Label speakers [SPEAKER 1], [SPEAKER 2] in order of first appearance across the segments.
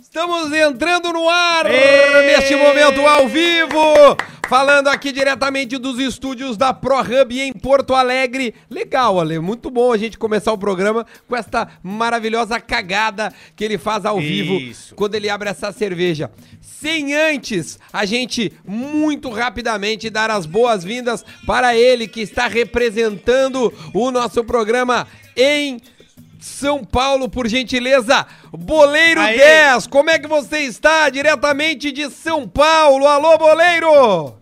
[SPEAKER 1] Estamos entrando no ar neste momento ao vivo, falando aqui diretamente dos estúdios da ProHub em Porto Alegre. Legal, Ale, muito bom a gente começar o programa com esta maravilhosa cagada que ele faz ao vivo
[SPEAKER 2] Isso.
[SPEAKER 1] quando ele abre essa cerveja. Sem antes a gente muito rapidamente dar as boas-vindas para ele que está representando o nosso programa em São Paulo, por gentileza. Boleiro
[SPEAKER 2] Aê.
[SPEAKER 1] 10, como é que você está? Diretamente de São Paulo. Alô, Boleiro!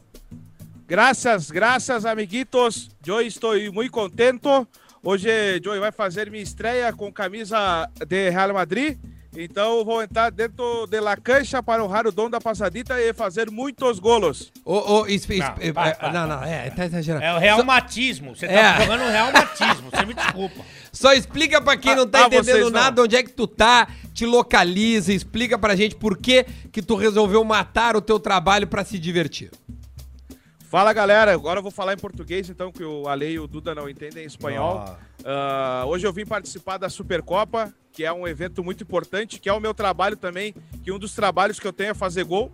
[SPEAKER 2] Graças, graças, amiguitos. Eu estou muito contento. Hoje, Joey vai fazer minha estreia com camisa de Real Madrid. Então, vou entrar dentro de la cancha para honrar o dom da passadita e fazer muitos golos.
[SPEAKER 1] Ô, ô, esp-
[SPEAKER 3] Não,
[SPEAKER 1] esp-
[SPEAKER 3] para,
[SPEAKER 1] eh,
[SPEAKER 3] para,
[SPEAKER 1] não, não, é, tá exagerando.
[SPEAKER 3] É o reumatismo. Você tá
[SPEAKER 1] É.
[SPEAKER 3] jogando o reumatismo. Você me desculpa.
[SPEAKER 1] Só explica pra quem não tá
[SPEAKER 2] Ah, ah,
[SPEAKER 1] entendendo
[SPEAKER 2] vocês não.
[SPEAKER 1] nada onde é que tu tá, te localiza, explica pra gente por que que tu resolveu matar o teu trabalho pra se divertir.
[SPEAKER 2] Fala galera, agora eu vou falar em português, então, que o Ale e o Duda não entendem espanhol. Ah, hoje eu vim participar da Supercopa, que é um evento muito importante, que é o meu trabalho também, que um dos trabalhos que eu tenho é fazer gol.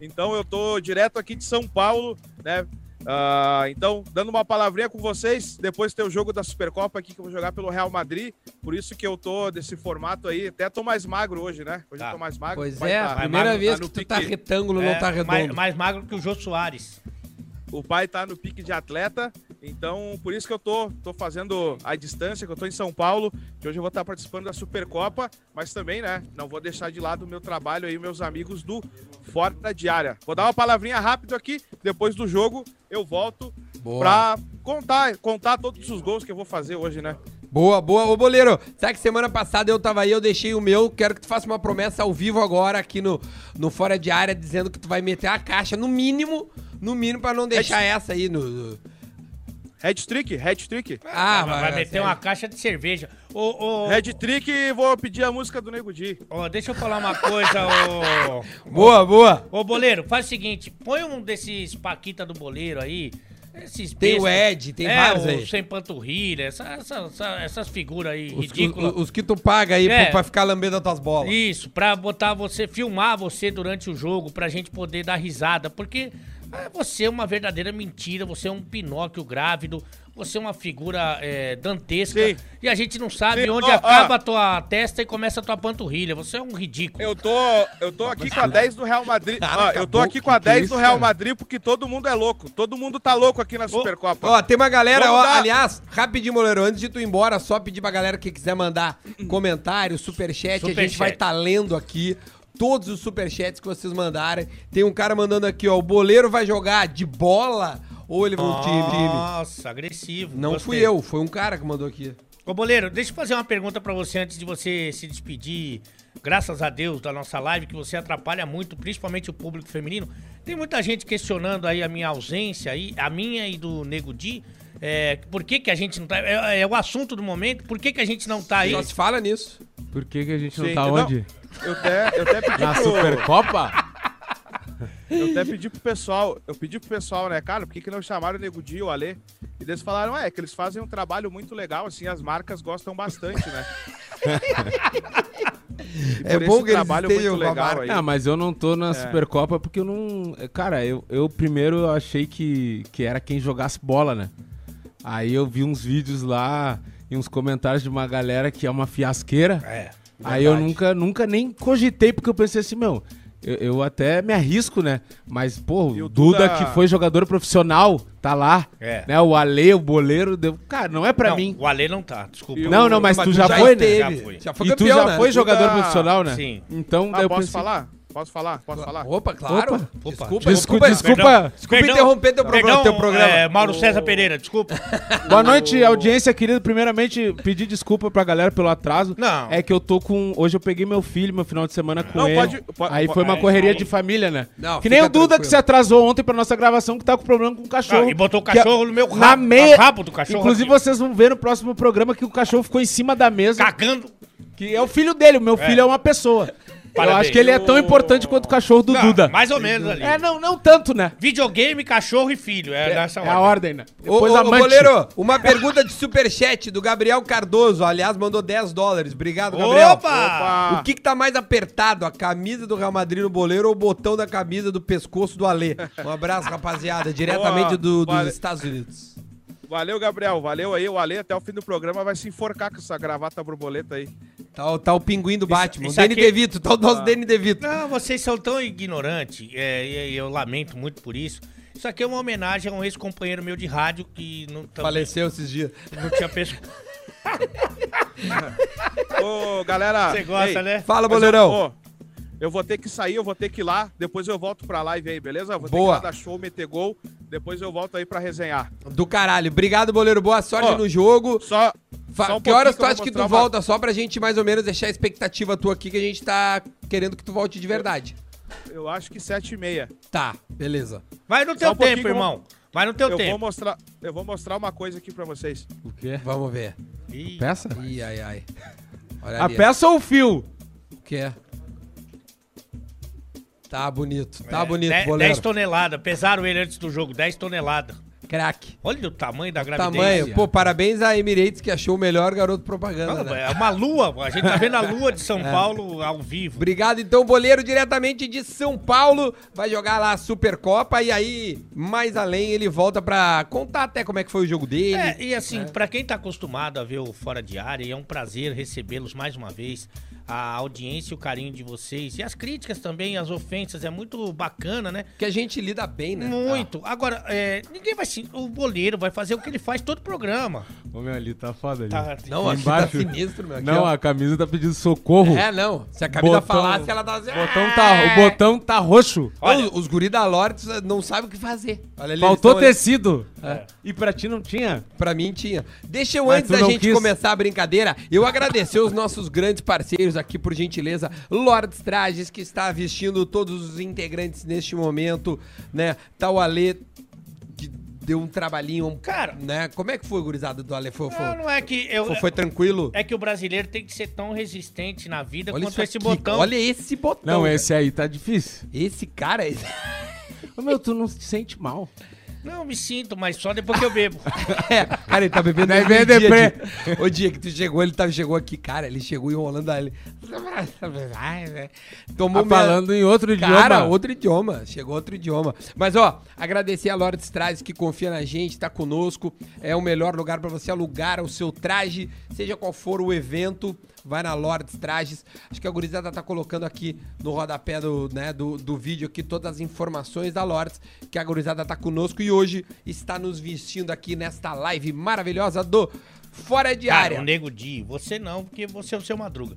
[SPEAKER 2] Então eu tô direto aqui de São Paulo, né? Ah, então, dando uma palavrinha com vocês, depois tem o jogo da Supercopa aqui que eu vou jogar pelo Real Madrid, por isso que eu tô desse formato aí, até tô mais magro hoje, né? Hoje
[SPEAKER 3] Tá.
[SPEAKER 2] eu tô mais magro.
[SPEAKER 1] Pois
[SPEAKER 2] vai
[SPEAKER 1] é,
[SPEAKER 2] tá-
[SPEAKER 1] a primeira
[SPEAKER 2] tá
[SPEAKER 1] vez
[SPEAKER 2] no
[SPEAKER 1] que tu
[SPEAKER 2] pique-
[SPEAKER 1] tá retângulo, não
[SPEAKER 3] É,
[SPEAKER 1] tá redondo.
[SPEAKER 3] mais, mais magro que o Jô Soares.
[SPEAKER 2] O pai tá no pique de atleta, então por isso que eu tô, tô fazendo a distância, que eu tô em São Paulo, que hoje eu vou estar participando da Supercopa, mas também, né, não vou deixar de lado o meu trabalho aí, meus amigos do Fora da Diária. Vou dar uma palavrinha rápido aqui, depois do jogo eu volto
[SPEAKER 1] Boa.
[SPEAKER 2] pra contar, contar todos os gols que eu vou fazer hoje, né?
[SPEAKER 1] Boa, boa. Ô, Boleiro, sabe que semana passada eu tava aí, eu deixei o meu. Quero que tu faça uma promessa ao vivo agora aqui no, no Fora de Área, dizendo que tu vai meter a caixa, no mínimo, no mínimo, pra não deixar essa aí no... no-
[SPEAKER 2] Hat-trick, hat-trick.
[SPEAKER 1] Ah,
[SPEAKER 3] vai, vai meter uma caixa de cerveja. Ô, ô,
[SPEAKER 2] Hat-trick e vou pedir a música do Nego Di.
[SPEAKER 3] ô, deixa eu falar uma coisa, ô.
[SPEAKER 1] Boa, boa.
[SPEAKER 3] Ô, boleiro, faz o seguinte: põe um desses paquita do boleiro aí. Esses
[SPEAKER 1] Tem o
[SPEAKER 3] besta-
[SPEAKER 1] Ed, tem
[SPEAKER 3] é,
[SPEAKER 1] vários
[SPEAKER 3] o
[SPEAKER 1] aí.
[SPEAKER 3] Sem panturrilha, essa- essa- essa- essas figuras aí
[SPEAKER 1] Os,
[SPEAKER 3] ridículas.
[SPEAKER 1] os- os que tu paga aí
[SPEAKER 3] É.
[SPEAKER 1] pra, pra ficar lambendo as tuas bolas.
[SPEAKER 3] Isso, pra botar você, filmar você durante o jogo, pra gente poder dar risada, porque ah, você é uma verdadeira mentira, você é um Pinóquio grávido, você é uma figura eh, dantesca,
[SPEAKER 2] Sim.
[SPEAKER 3] e a gente não sabe
[SPEAKER 2] Sim,
[SPEAKER 3] onde
[SPEAKER 1] Ah,
[SPEAKER 2] ó, ó.
[SPEAKER 3] acaba a tua testa e começa a tua panturrilha, você é um ridículo.
[SPEAKER 2] Eu tô, eu tô aqui com a 10 do Real Madrid.
[SPEAKER 1] Cara,
[SPEAKER 2] Ó, eu
[SPEAKER 1] acabou.
[SPEAKER 2] tô aqui com a
[SPEAKER 1] Que que é
[SPEAKER 2] 10
[SPEAKER 1] isso,
[SPEAKER 2] do Real
[SPEAKER 1] cara?
[SPEAKER 2] Madrid porque todo mundo é louco. Todo mundo tá louco aqui na Supercopa.
[SPEAKER 1] Ó, tem uma galera,
[SPEAKER 2] Vamos
[SPEAKER 1] ó,
[SPEAKER 2] dar-
[SPEAKER 1] aliás, rapidinho, Moleiro, antes de tu ir embora, só pedir pra galera que quiser mandar comentário, superchat, a gente
[SPEAKER 3] Superchat.
[SPEAKER 1] vai estar lendo aqui todos os superchats que vocês mandarem. Tem um cara mandando aqui, ó, o Boleiro vai jogar de bola ou ele vai um time? time?
[SPEAKER 3] Nossa, agressivo.
[SPEAKER 1] Não
[SPEAKER 3] gostei.
[SPEAKER 1] fui eu, foi um cara que mandou aqui.
[SPEAKER 3] Ô, Boleiro, deixa eu fazer uma pergunta pra você antes de você se despedir. Graças a Deus da nossa live, que você atrapalha muito, principalmente o público feminino. Tem muita gente questionando aí a minha ausência, aí, a minha e do Nego Di. É, por que, que a gente não tá. É, é o assunto do momento, por que, que a gente não tá aí?
[SPEAKER 1] Só se fala nisso.
[SPEAKER 4] Por que, que a gente
[SPEAKER 2] Sim,
[SPEAKER 4] não tá
[SPEAKER 2] não.
[SPEAKER 4] onde?
[SPEAKER 2] Eu até, eu até pedi
[SPEAKER 4] Na
[SPEAKER 2] pro,
[SPEAKER 4] Supercopa?
[SPEAKER 2] eu até pedi pro pessoal, eu pedi pro pessoal, né, cara, por que, que não chamaram o Nego Di e o Alê? E eles falaram, é, que eles fazem um trabalho muito legal, assim, as marcas gostam bastante, né? E
[SPEAKER 1] É bom
[SPEAKER 2] por esse
[SPEAKER 1] que eles
[SPEAKER 2] trabalho
[SPEAKER 1] estejam
[SPEAKER 2] muito
[SPEAKER 1] com a
[SPEAKER 2] legal
[SPEAKER 1] marca.
[SPEAKER 2] aí.
[SPEAKER 4] Ah, mas eu não tô na Supercopa porque eu não. Cara, eu, eu primeiro eu achei que, que era quem jogasse bola, né? Aí eu vi uns vídeos lá e uns comentários de uma galera que é uma fiasqueira.
[SPEAKER 3] É.
[SPEAKER 4] Aí eu nunca, nunca nem cogitei, porque eu pensei assim, meu, eu, eu até me arrisco, né? Mas, pô,
[SPEAKER 2] E o
[SPEAKER 4] o Duda,
[SPEAKER 2] Duda-
[SPEAKER 4] que foi jogador profissional, tá lá.
[SPEAKER 3] É.
[SPEAKER 4] Né? O Ale, o boleiro, deu... cara, não é pra
[SPEAKER 3] Não,
[SPEAKER 4] mim.
[SPEAKER 3] O Ale não tá, desculpa.
[SPEAKER 2] E o-
[SPEAKER 4] Não, não, mas, tu já, foi, né?
[SPEAKER 1] esteve,
[SPEAKER 3] Já foi.
[SPEAKER 1] Já foi
[SPEAKER 4] E tu
[SPEAKER 1] campeão,
[SPEAKER 4] já
[SPEAKER 1] né?
[SPEAKER 4] foi
[SPEAKER 2] Duda-
[SPEAKER 4] jogador profissional, né?
[SPEAKER 3] Sim.
[SPEAKER 4] Então,
[SPEAKER 2] Ah,
[SPEAKER 4] daí eu
[SPEAKER 2] posso
[SPEAKER 4] pensei-
[SPEAKER 2] falar? Posso falar? Posso falar?
[SPEAKER 1] Opa, claro.
[SPEAKER 4] Opa.
[SPEAKER 1] Desculpa,
[SPEAKER 4] Desculpa, desculpa.
[SPEAKER 1] Desculpa interromper teu programa-
[SPEAKER 3] Perdão,
[SPEAKER 1] teu programa.
[SPEAKER 3] é, Mauro César Pereira, desculpa.
[SPEAKER 4] Boa noite, audiência querida. Primeiramente, pedir desculpa pra galera pelo atraso.
[SPEAKER 3] Não.
[SPEAKER 4] É que eu tô com. Hoje eu peguei meu filho, meu final de semana com
[SPEAKER 2] Não,
[SPEAKER 4] ele.
[SPEAKER 2] pode- po-
[SPEAKER 4] Aí
[SPEAKER 2] po-
[SPEAKER 4] foi uma
[SPEAKER 2] é,
[SPEAKER 4] correria de família, né?
[SPEAKER 1] Não,
[SPEAKER 4] que nem
[SPEAKER 1] fica
[SPEAKER 4] o Duda que
[SPEAKER 1] tranquilo.
[SPEAKER 4] se atrasou ontem pra nossa gravação, que tá com problema com o cachorro.
[SPEAKER 3] Ah, e botou o
[SPEAKER 4] Que
[SPEAKER 3] cachorro
[SPEAKER 4] a-
[SPEAKER 3] no meu rabo,
[SPEAKER 4] Na
[SPEAKER 3] no
[SPEAKER 4] meia.
[SPEAKER 3] rabo do cachorro
[SPEAKER 4] Inclusive,
[SPEAKER 3] aqui.
[SPEAKER 4] vocês vão ver no próximo programa que o cachorro ficou em cima da mesa.
[SPEAKER 3] Cagando.
[SPEAKER 4] Que é o filho dele. O meu filho é uma pessoa. Eu acho que ele é tão importante quanto o cachorro do Duda.
[SPEAKER 3] Mais ou menos ali.
[SPEAKER 4] É, não, não tanto, né?
[SPEAKER 3] Videogame, cachorro e filho. É, nessa
[SPEAKER 4] É a ordem, né?
[SPEAKER 1] Ô,
[SPEAKER 4] Depois
[SPEAKER 1] ô, ô,
[SPEAKER 4] amante.
[SPEAKER 1] goleiro, uma pergunta de superchat do Gabriel Cardoso. Aliás, mandou 10 dólares. Obrigado, Gabriel.
[SPEAKER 3] Opa!
[SPEAKER 2] Ah,
[SPEAKER 1] O que, que tá mais apertado, a camisa do Real Madrid no boleiro ou o botão da camisa do pescoço do Alê? Um abraço, rapaziada, diretamente
[SPEAKER 2] Boa,
[SPEAKER 1] do- dos
[SPEAKER 2] vale-
[SPEAKER 1] Estados Unidos.
[SPEAKER 2] Valeu, Gabriel. Valeu aí. O Ale até o fim do programa vai se enforcar com essa gravata borboleta aí.
[SPEAKER 1] Tá, o- tá o pinguim do Batman,
[SPEAKER 3] isso
[SPEAKER 1] o Danny
[SPEAKER 3] aqui-
[SPEAKER 1] DeVito, tá o
[SPEAKER 2] Ah.
[SPEAKER 1] nosso Danny DeVito.
[SPEAKER 3] Não, Ah, vocês são tão ignorantes, é, e- e eu lamento muito por isso. Isso aqui é uma homenagem a um ex-companheiro meu de rádio que não, também
[SPEAKER 1] Faleceu esses dias.
[SPEAKER 3] não tinha pesco.
[SPEAKER 2] Ô, galera.
[SPEAKER 3] Você gosta,
[SPEAKER 2] ei,
[SPEAKER 3] né?
[SPEAKER 1] Fala,
[SPEAKER 2] mas eu-
[SPEAKER 1] boleirão.
[SPEAKER 2] ô, eu vou ter que sair, eu vou ter que ir lá. Depois eu volto pra live aí, beleza? Vou
[SPEAKER 1] Boa.
[SPEAKER 2] ter que ir lá dar show, meter gol. Depois eu volto aí pra resenhar.
[SPEAKER 1] Do caralho. Obrigado, boleiro. Boa sorte
[SPEAKER 2] Ô,
[SPEAKER 1] no jogo.
[SPEAKER 2] Só.
[SPEAKER 1] Fa-
[SPEAKER 2] só um
[SPEAKER 1] que horas
[SPEAKER 2] pouquinho
[SPEAKER 1] tu
[SPEAKER 2] eu
[SPEAKER 1] acha
[SPEAKER 2] vou
[SPEAKER 1] que tu
[SPEAKER 2] mostrar uma-
[SPEAKER 1] volta? Só pra gente mais ou menos deixar a expectativa tua aqui, que a gente tá querendo que tu volte de verdade.
[SPEAKER 2] Eu acho que 7 e meia.
[SPEAKER 1] Tá, beleza.
[SPEAKER 3] Vai no teu
[SPEAKER 2] um pouquinho
[SPEAKER 3] tempo,
[SPEAKER 2] que eu vou-
[SPEAKER 3] irmão. Vai no teu
[SPEAKER 2] Eu vou,
[SPEAKER 3] tempo.
[SPEAKER 2] mostrar, eu vou mostrar uma coisa aqui pra vocês.
[SPEAKER 4] O quê?
[SPEAKER 1] Vamos ver.
[SPEAKER 3] Ih,
[SPEAKER 4] Peça?
[SPEAKER 1] Ih, ai, ai. Olha
[SPEAKER 4] A
[SPEAKER 1] ali.
[SPEAKER 4] peça ou o fio?
[SPEAKER 1] O que é? Tá bonito, tá
[SPEAKER 3] é,
[SPEAKER 1] bonito,
[SPEAKER 3] dez-
[SPEAKER 1] boleiro.
[SPEAKER 3] 10 toneladas. Pesaram ele antes do jogo, 10 toneladas.
[SPEAKER 1] Craque.
[SPEAKER 3] Olha o tamanho da gravidez.
[SPEAKER 1] Tamanho. Pô, parabéns a Emirates que achou o melhor garoto propaganda, né?
[SPEAKER 3] É uma lua. A gente tá vendo a lua de
[SPEAKER 2] É.
[SPEAKER 3] São Paulo ao vivo.
[SPEAKER 1] Obrigado, então, Boleiro, diretamente de São Paulo. Vai jogar lá a Supercopa e aí, mais além, ele volta pra contar até como é que foi o jogo dele.
[SPEAKER 3] É, e assim,
[SPEAKER 1] né?
[SPEAKER 3] pra quem tá acostumado a ver o Fora de Área, e é um prazer recebê-los mais uma vez. A audiência e o carinho de vocês. E as críticas também, as ofensas. É muito bacana, né?
[SPEAKER 1] Que a gente lida bem, né?
[SPEAKER 3] Muito. Agora, é, ninguém vai se. O boleiro vai fazer o que ele faz todo programa.
[SPEAKER 4] Ô, meu, ali tá foda ali.
[SPEAKER 3] Tá.
[SPEAKER 1] Ah, não, aqui
[SPEAKER 4] Embaixo.
[SPEAKER 1] tá sinistro, meu. Aqui,
[SPEAKER 4] não,
[SPEAKER 1] ó.
[SPEAKER 4] a camisa tá pedindo socorro.
[SPEAKER 1] É, não. Se a camisa
[SPEAKER 4] Botão-
[SPEAKER 1] falasse, ela assim, "Ah, dá...
[SPEAKER 4] O botão tá, o botão tá roxo.
[SPEAKER 3] É. Olha-
[SPEAKER 1] Os, os guri da Lortes eh, não sabem o que fazer. Olha ali,
[SPEAKER 4] Faltou
[SPEAKER 1] eles tão ali.
[SPEAKER 4] tecido.
[SPEAKER 3] É.
[SPEAKER 4] E pra ti não tinha?
[SPEAKER 1] Pra mim tinha. Deixa eu,
[SPEAKER 4] Mas
[SPEAKER 1] antes
[SPEAKER 4] tu
[SPEAKER 1] da
[SPEAKER 4] não
[SPEAKER 1] gente
[SPEAKER 4] quis.
[SPEAKER 1] começar a brincadeira, eu agradecer os nossos grandes parceiros aqui, por gentileza. Lords Trajes, que está vestindo todos os integrantes neste momento, né? Tá o Ale, que deu um trabalhinho. um-
[SPEAKER 3] Cara.
[SPEAKER 1] Né? Como é que foi, gurizada do Ale? Foi, foi,
[SPEAKER 3] Não, não é que. Eu,
[SPEAKER 1] foi, foi tranquilo?
[SPEAKER 3] É que o brasileiro tem que ser tão resistente na vida
[SPEAKER 1] Olha
[SPEAKER 3] quanto
[SPEAKER 1] isso
[SPEAKER 3] esse
[SPEAKER 1] aqui,
[SPEAKER 3] é, botão.
[SPEAKER 1] Olha esse botão.
[SPEAKER 4] Não,
[SPEAKER 1] cara.
[SPEAKER 4] esse aí tá difícil.
[SPEAKER 1] Esse cara... é esse-
[SPEAKER 4] Ô, meu, tu não se sente mal.
[SPEAKER 3] Não, me sinto, mas só depois que eu bebo.
[SPEAKER 1] É, cara, ele tá bebendo
[SPEAKER 4] Daí
[SPEAKER 1] desde
[SPEAKER 4] vem
[SPEAKER 1] o dia,
[SPEAKER 4] deprê.
[SPEAKER 1] de- o dia que tu chegou, ele tá, chegou aqui, cara, ele chegou enrolando ali. né? Tomou
[SPEAKER 4] Tá falando em outro idioma.
[SPEAKER 1] Cara, outro idioma. Chegou outro idioma. Mas, ó, agradecer a Lordes Trajes que confia na gente, tá conosco. É o melhor lugar pra você alugar o seu traje, seja qual for o evento. Vai na Lordes Trajes. Acho que a gurizada tá colocando aqui no rodapé do, né, do, do vídeo aqui todas as informações da Lordes, que a gurizada tá conosco e hoje está nos vestindo aqui nesta live maravilhosa do Fora de Área.
[SPEAKER 3] Cara, um o Nego Di, você não, porque você é o seu madruga.